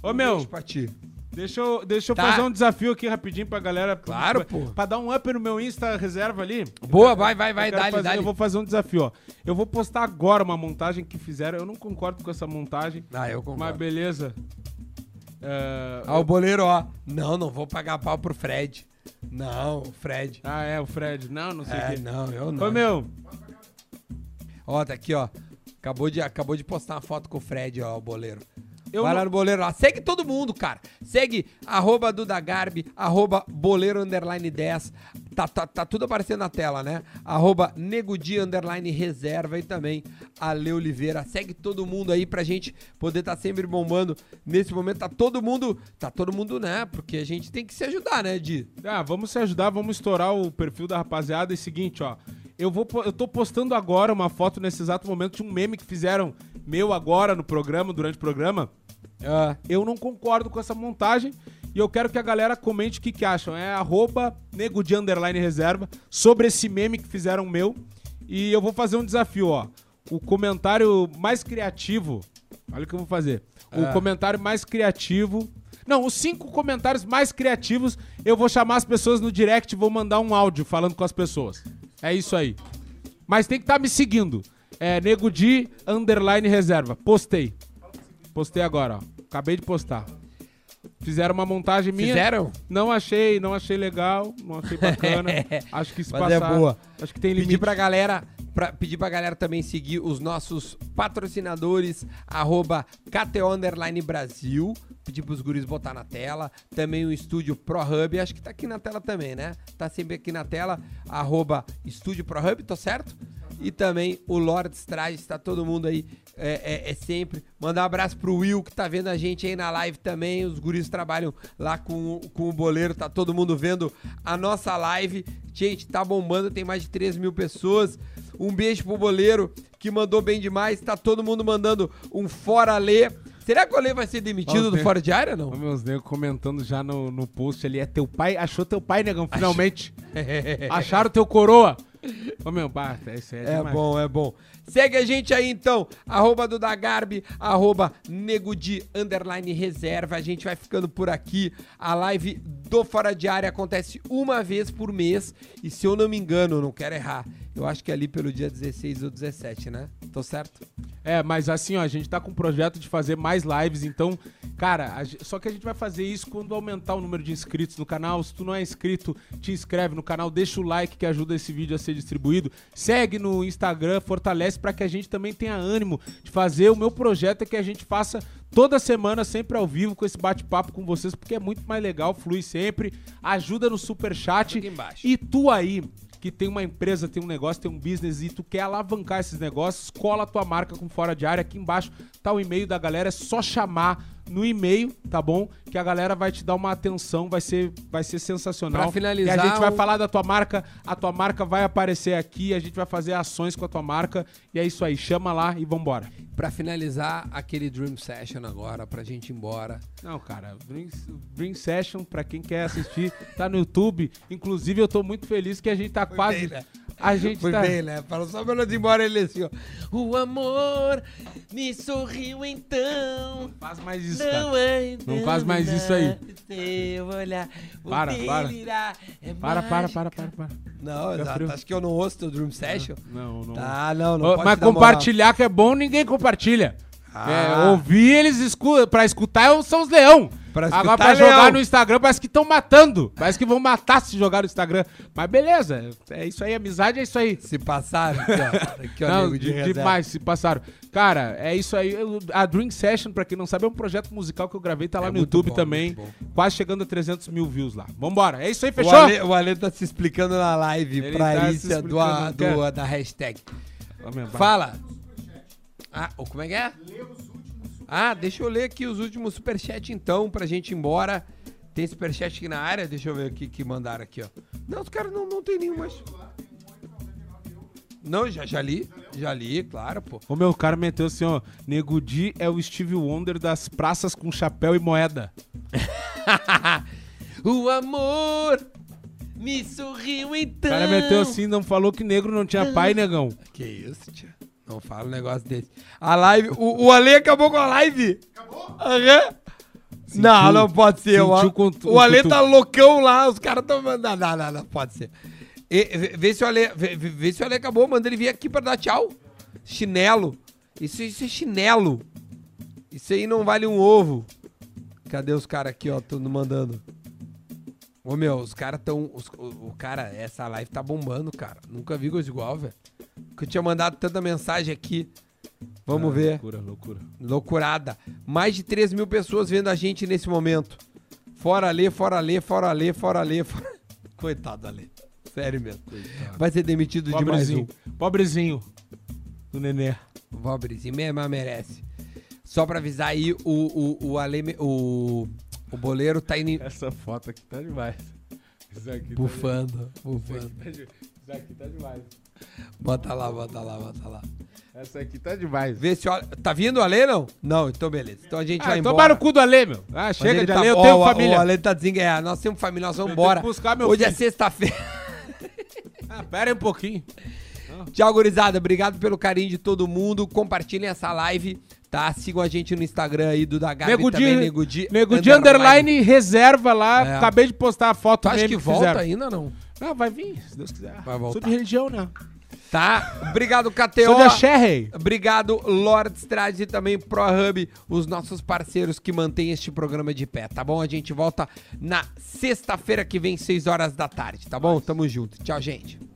[SPEAKER 4] Ô,
[SPEAKER 1] Um
[SPEAKER 4] meu,
[SPEAKER 1] beijo pra ti.
[SPEAKER 4] deixa eu, deixa eu
[SPEAKER 1] Tá.
[SPEAKER 4] fazer um desafio aqui rapidinho pra galera.
[SPEAKER 1] Claro,
[SPEAKER 4] pra,
[SPEAKER 1] pô.
[SPEAKER 4] Pra dar um up no meu Insta reserva ali.
[SPEAKER 1] Boa, vai, vai, vai,
[SPEAKER 4] Eu quero
[SPEAKER 1] dá-lhe,
[SPEAKER 4] fazer-
[SPEAKER 1] dá-lhe.
[SPEAKER 4] Eu vou fazer um desafio, ó. Eu vou postar agora uma montagem que fizeram. Eu não concordo com essa montagem.
[SPEAKER 1] Ah, eu
[SPEAKER 4] Mas
[SPEAKER 1] concordo.
[SPEAKER 4] beleza. É,
[SPEAKER 1] Ah, o boleiro, ó. Não, não vou pagar pau pro Fred. Não, o Fred.
[SPEAKER 4] Ah, é, o Fred. Não, não sei o
[SPEAKER 1] É,
[SPEAKER 4] quê.
[SPEAKER 1] não, eu não.
[SPEAKER 4] Ô, meu,
[SPEAKER 1] Ó, tá aqui, ó. Acabou de, acabou de postar uma foto com o Fred, ó, o boleiro.
[SPEAKER 4] eu
[SPEAKER 1] Vai
[SPEAKER 4] não-
[SPEAKER 1] lá no Boleiro lá. Segue todo mundo, cara. Segue arroba Duda Garbi, arroba Boleiro Underline 10. Tá, tá, tá tudo aparecendo na tela, né? Arroba Negudi Underline Reserva e também Ale Oliveira. Segue todo mundo aí pra gente poder tá sempre bombando. Nesse momento tá todo mundo, tá todo mundo, né? Porque a gente tem que se ajudar, né, Di?
[SPEAKER 4] Ah, vamos se ajudar, vamos estourar o perfil da rapaziada. É o seguinte, ó. Eu, vou, po- eu tô postando agora uma foto nesse exato momento de um meme que fizeram meu agora no programa, durante o programa. Ah, eu não concordo com essa montagem e eu quero que a galera comente o que, que acham. É arroba nego de underline reserva sobre esse meme que fizeram meu. E eu vou fazer um desafio, ó. O comentário mais criativo. Olha o que eu vou fazer. O
[SPEAKER 1] Ah.
[SPEAKER 4] comentário mais criativo. Não, os cinco comentários mais criativos. Eu vou chamar as pessoas no direct e vou mandar um áudio falando com as pessoas. É isso aí. Mas tem que estar me seguindo. É nego de underline reserva. Postei. Postei agora, ó. Acabei de postar. Fizeram uma montagem minha.
[SPEAKER 1] Fizeram?
[SPEAKER 4] Não achei, não achei legal, não achei bacana. acho que se
[SPEAKER 1] Mas
[SPEAKER 4] passar,
[SPEAKER 1] é boa.
[SPEAKER 4] acho que tem limite.
[SPEAKER 1] Pedir pra galera, pra, pedir pra galera também seguir os nossos patrocinadores, arroba KTO Underline Brasil. Pedir pros guris botar na tela. Também o estúdio ProHub, acho que tá aqui na tela também, né? Tá sempre aqui na tela, arroba estúdio ProHub, tô certo? E também o Lord Strages, tá todo mundo aí, é, é- é sempre. Mandar um abraço pro Will, que tá vendo a gente aí na live também. Os guris trabalham lá com, o- com o boleiro, tá todo mundo vendo a nossa live. Gente, tá bombando, tem mais de 3 mil pessoas. Um beijo pro boleiro, que mandou bem demais. Tá todo mundo mandando um fora lê. Será que o Ale vai ser demitido
[SPEAKER 4] Ó,
[SPEAKER 1] do
[SPEAKER 4] tem-
[SPEAKER 1] Fora de Área,
[SPEAKER 4] Ô,
[SPEAKER 1] não?
[SPEAKER 4] meus negros comentando já no, no post ali, é teu pai, achou teu pai, negão, finalmente. Acharam teu coroa. Ô, meu, bata, isso aí é,
[SPEAKER 1] É
[SPEAKER 4] demais.
[SPEAKER 1] bom, é bom. Segue a gente aí então, arroba Dudagarbi, arroba Negudi, underline reserva. A gente vai ficando por aqui. A live do Fora de Área acontece uma vez por mês. E se eu não me engano, não quero errar, eu acho que é ali pelo dia 16 ou 17, né? Tô certo?
[SPEAKER 4] É, mas assim, ó, a gente tá com um projeto de fazer mais lives, então, cara, a ge- só que a gente vai fazer isso quando aumentar o número de inscritos no canal. Se tu não é inscrito, te inscreve no canal, deixa o like que ajuda esse vídeo a ser distribuído. Segue no Instagram, fortalece pra que a gente também tenha ânimo de fazer. O meu projeto é que a gente faça toda semana, sempre ao vivo, com esse bate-papo com vocês, porque é muito mais legal, flui sempre. Ajuda no superchat.
[SPEAKER 1] Aqui embaixo.
[SPEAKER 4] E tu aí, que tem uma empresa, tem um negócio, tem um business e tu quer alavancar esses negócios, cola a tua marca com fora de área. Aqui embaixo tá o e-mail da galera, é só chamar no e-mail, tá bom? Que a galera vai te dar uma atenção, vai ser, vai ser sensacional.
[SPEAKER 1] Pra finalizar,
[SPEAKER 4] E a gente vai
[SPEAKER 1] o-
[SPEAKER 4] falar da tua marca, a tua marca vai aparecer aqui, a gente vai fazer ações com a tua marca e é isso aí, chama lá e vambora.
[SPEAKER 1] Pra finalizar aquele Dream Session agora, pra gente ir embora.
[SPEAKER 4] Não, cara, Dream, Dream Session, pra quem quer assistir, tá no YouTube. Inclusive, eu tô muito feliz que a gente tá
[SPEAKER 1] bem,
[SPEAKER 4] quase.
[SPEAKER 1] né?
[SPEAKER 4] A gente
[SPEAKER 1] Foi
[SPEAKER 4] tá.
[SPEAKER 1] bem, né? Falou só pra nós ir embora ele assim, ó. O amor me sorriu então.
[SPEAKER 4] Faz mais isso,
[SPEAKER 1] Não,
[SPEAKER 4] cara.
[SPEAKER 1] é
[SPEAKER 4] Não faz mais isso aí.
[SPEAKER 1] Seu olhar, o
[SPEAKER 4] Para, para.
[SPEAKER 1] delirar é
[SPEAKER 4] Para, para,
[SPEAKER 1] mágico.
[SPEAKER 4] para, para, para.
[SPEAKER 1] Não,
[SPEAKER 4] Fica
[SPEAKER 1] exato.
[SPEAKER 4] frio.
[SPEAKER 1] Acho que eu não ouço teu Dream Session.
[SPEAKER 4] Não, não.
[SPEAKER 1] Tá, não, não.
[SPEAKER 4] Ô,
[SPEAKER 1] pode
[SPEAKER 4] Mas
[SPEAKER 1] te dar
[SPEAKER 4] compartilhar que é bom, ninguém compartilha.
[SPEAKER 1] Ah.
[SPEAKER 4] É, ouvir eles escutam, pra escutar é são os leão.
[SPEAKER 1] Pra escutar
[SPEAKER 4] Agora pra
[SPEAKER 1] é
[SPEAKER 4] jogar
[SPEAKER 1] leão.
[SPEAKER 4] no Instagram parece que estão matando. Parece que vão matar se jogar no Instagram. Mas beleza, é isso aí, amizade é isso aí.
[SPEAKER 1] moral. Se passaram, aqui, ó. Aqui, ó,
[SPEAKER 4] Não,
[SPEAKER 1] nego de
[SPEAKER 4] um de-
[SPEAKER 1] reserva.
[SPEAKER 4] demais, se passaram. Cara, é isso aí. Eu- A Dream Session, pra quem não sabe, é um projeto musical que eu gravei, tá lá
[SPEAKER 1] É
[SPEAKER 4] no
[SPEAKER 1] muito
[SPEAKER 4] YouTube
[SPEAKER 1] bom,
[SPEAKER 4] também.
[SPEAKER 1] muito bom.
[SPEAKER 4] Quase chegando a 300 mil views lá. Vambora, é isso aí,
[SPEAKER 1] O
[SPEAKER 4] fechou?
[SPEAKER 1] Ale, o Ale tá se explicando na live
[SPEAKER 4] Ele
[SPEAKER 1] pra
[SPEAKER 4] tá se
[SPEAKER 1] Arícia do, a-
[SPEAKER 4] explicando,
[SPEAKER 1] do-
[SPEAKER 4] cara.
[SPEAKER 1] da hashtag.
[SPEAKER 4] Ó, meu, vai.
[SPEAKER 1] Fala. Ah, ô, como é que é? Ah, deixa eu ler aqui os últimos superchats então, pra gente ir embora. Tem superchat aqui na área, deixa eu ver o que, que mandaram aqui, ó. Não, os caras não, não tem nenhum mais. Não, já, já li, já li, claro, pô.
[SPEAKER 4] Ô meu, o cara meteu assim, ó. Nego Di é o Steve Wonder das praças com chapéu e moeda.
[SPEAKER 1] o amor me sorriu
[SPEAKER 4] O
[SPEAKER 1] então.
[SPEAKER 4] cara meteu assim, não falou que negro não tinha pai, negão.
[SPEAKER 1] Que isso, tia. Não fala um negócio desse. A live. O, o Ale acabou com a live? Acabou? Aham. Não, não pode ser. O,
[SPEAKER 4] sentiu com-
[SPEAKER 1] o Ale
[SPEAKER 4] com-
[SPEAKER 1] tá loucão lá, os caras estão mandando. Não, não, não pode ser. E- vê, vê se o Ale, vê, vê- vê se o Ale acabou, manda ele vir aqui pra dar tchau. Chinelo. Isso, isso é chinelo. Isso aí não vale um ovo. Cadê os caras aqui, ó? Tudo mandando. Ô meu, os caras tão. os- o, o cara, essa live tá bombando, cara. Nunca vi coisa igual, velho. Que eu tinha mandado tanta mensagem aqui. Vamos
[SPEAKER 4] Ah,
[SPEAKER 1] ver.
[SPEAKER 4] Loucura, loucura.
[SPEAKER 1] Loucurada. Mais de 3 mil pessoas vendo a gente nesse momento. Fora Lê, fora Lê, fora Lê, fora Lê. Fora... Coitado, Ale. Sério mesmo. Vai ser demitido de mais um.
[SPEAKER 4] Pobrezinho. Pobrezinho. Do nenê.
[SPEAKER 1] Pobrezinho mesmo, mas merece. Só pra avisar aí, o, o, o Ale... O, o Boleiro tá indo...
[SPEAKER 4] Essa foto aqui tá demais. Isso aqui
[SPEAKER 1] Bufando, bufando.
[SPEAKER 4] tá demais. Isso aqui tá demais.
[SPEAKER 1] Bota lá, bota lá, bota lá.
[SPEAKER 4] Essa aqui tá demais.
[SPEAKER 1] Vê se o Ale... Tá vindo o Ale, não? Não, então beleza. Então a gente vai
[SPEAKER 4] Ah,
[SPEAKER 1] embora.
[SPEAKER 4] tomara o cu do Alê, meu. Ah,
[SPEAKER 1] Mas
[SPEAKER 4] chega
[SPEAKER 1] ele
[SPEAKER 4] de
[SPEAKER 1] tá-
[SPEAKER 4] Alê, eu
[SPEAKER 1] ó,
[SPEAKER 4] tenho
[SPEAKER 1] o- O
[SPEAKER 4] família.
[SPEAKER 1] Ale tá desenganhado. Nós temos família, nós vamos
[SPEAKER 4] Eu tenho que
[SPEAKER 1] embora.
[SPEAKER 4] buscar meu
[SPEAKER 1] Hoje é
[SPEAKER 4] filho.
[SPEAKER 1] sexta-feira.
[SPEAKER 4] Ah, pera aí um pouquinho.
[SPEAKER 1] Tchau, gurizada. Obrigado pelo carinho de todo mundo. Compartilhem essa live, tá? Sigam a gente no Instagram aí do da Gabi
[SPEAKER 4] Nego
[SPEAKER 1] também,
[SPEAKER 4] de,
[SPEAKER 1] Nego Di.
[SPEAKER 4] Nego de underline, reserva lá.
[SPEAKER 1] É.
[SPEAKER 4] Acabei de postar a foto
[SPEAKER 1] Tu acha
[SPEAKER 4] meme
[SPEAKER 1] que volta
[SPEAKER 4] fizeram.
[SPEAKER 1] ainda, não?
[SPEAKER 4] Ah, vai vir, se Deus quiser.
[SPEAKER 1] Vai voltar.
[SPEAKER 4] Sou de religião, né?
[SPEAKER 1] Tá? Obrigado,
[SPEAKER 4] Sou da
[SPEAKER 1] KTO.
[SPEAKER 4] Sherry.
[SPEAKER 1] Obrigado, Lord Strade e também ProHub, os nossos parceiros que mantêm este programa de pé, tá bom? A gente volta na sexta-feira que vem, seis horas da tarde, tá bom? Tamo junto. Tchau, gente.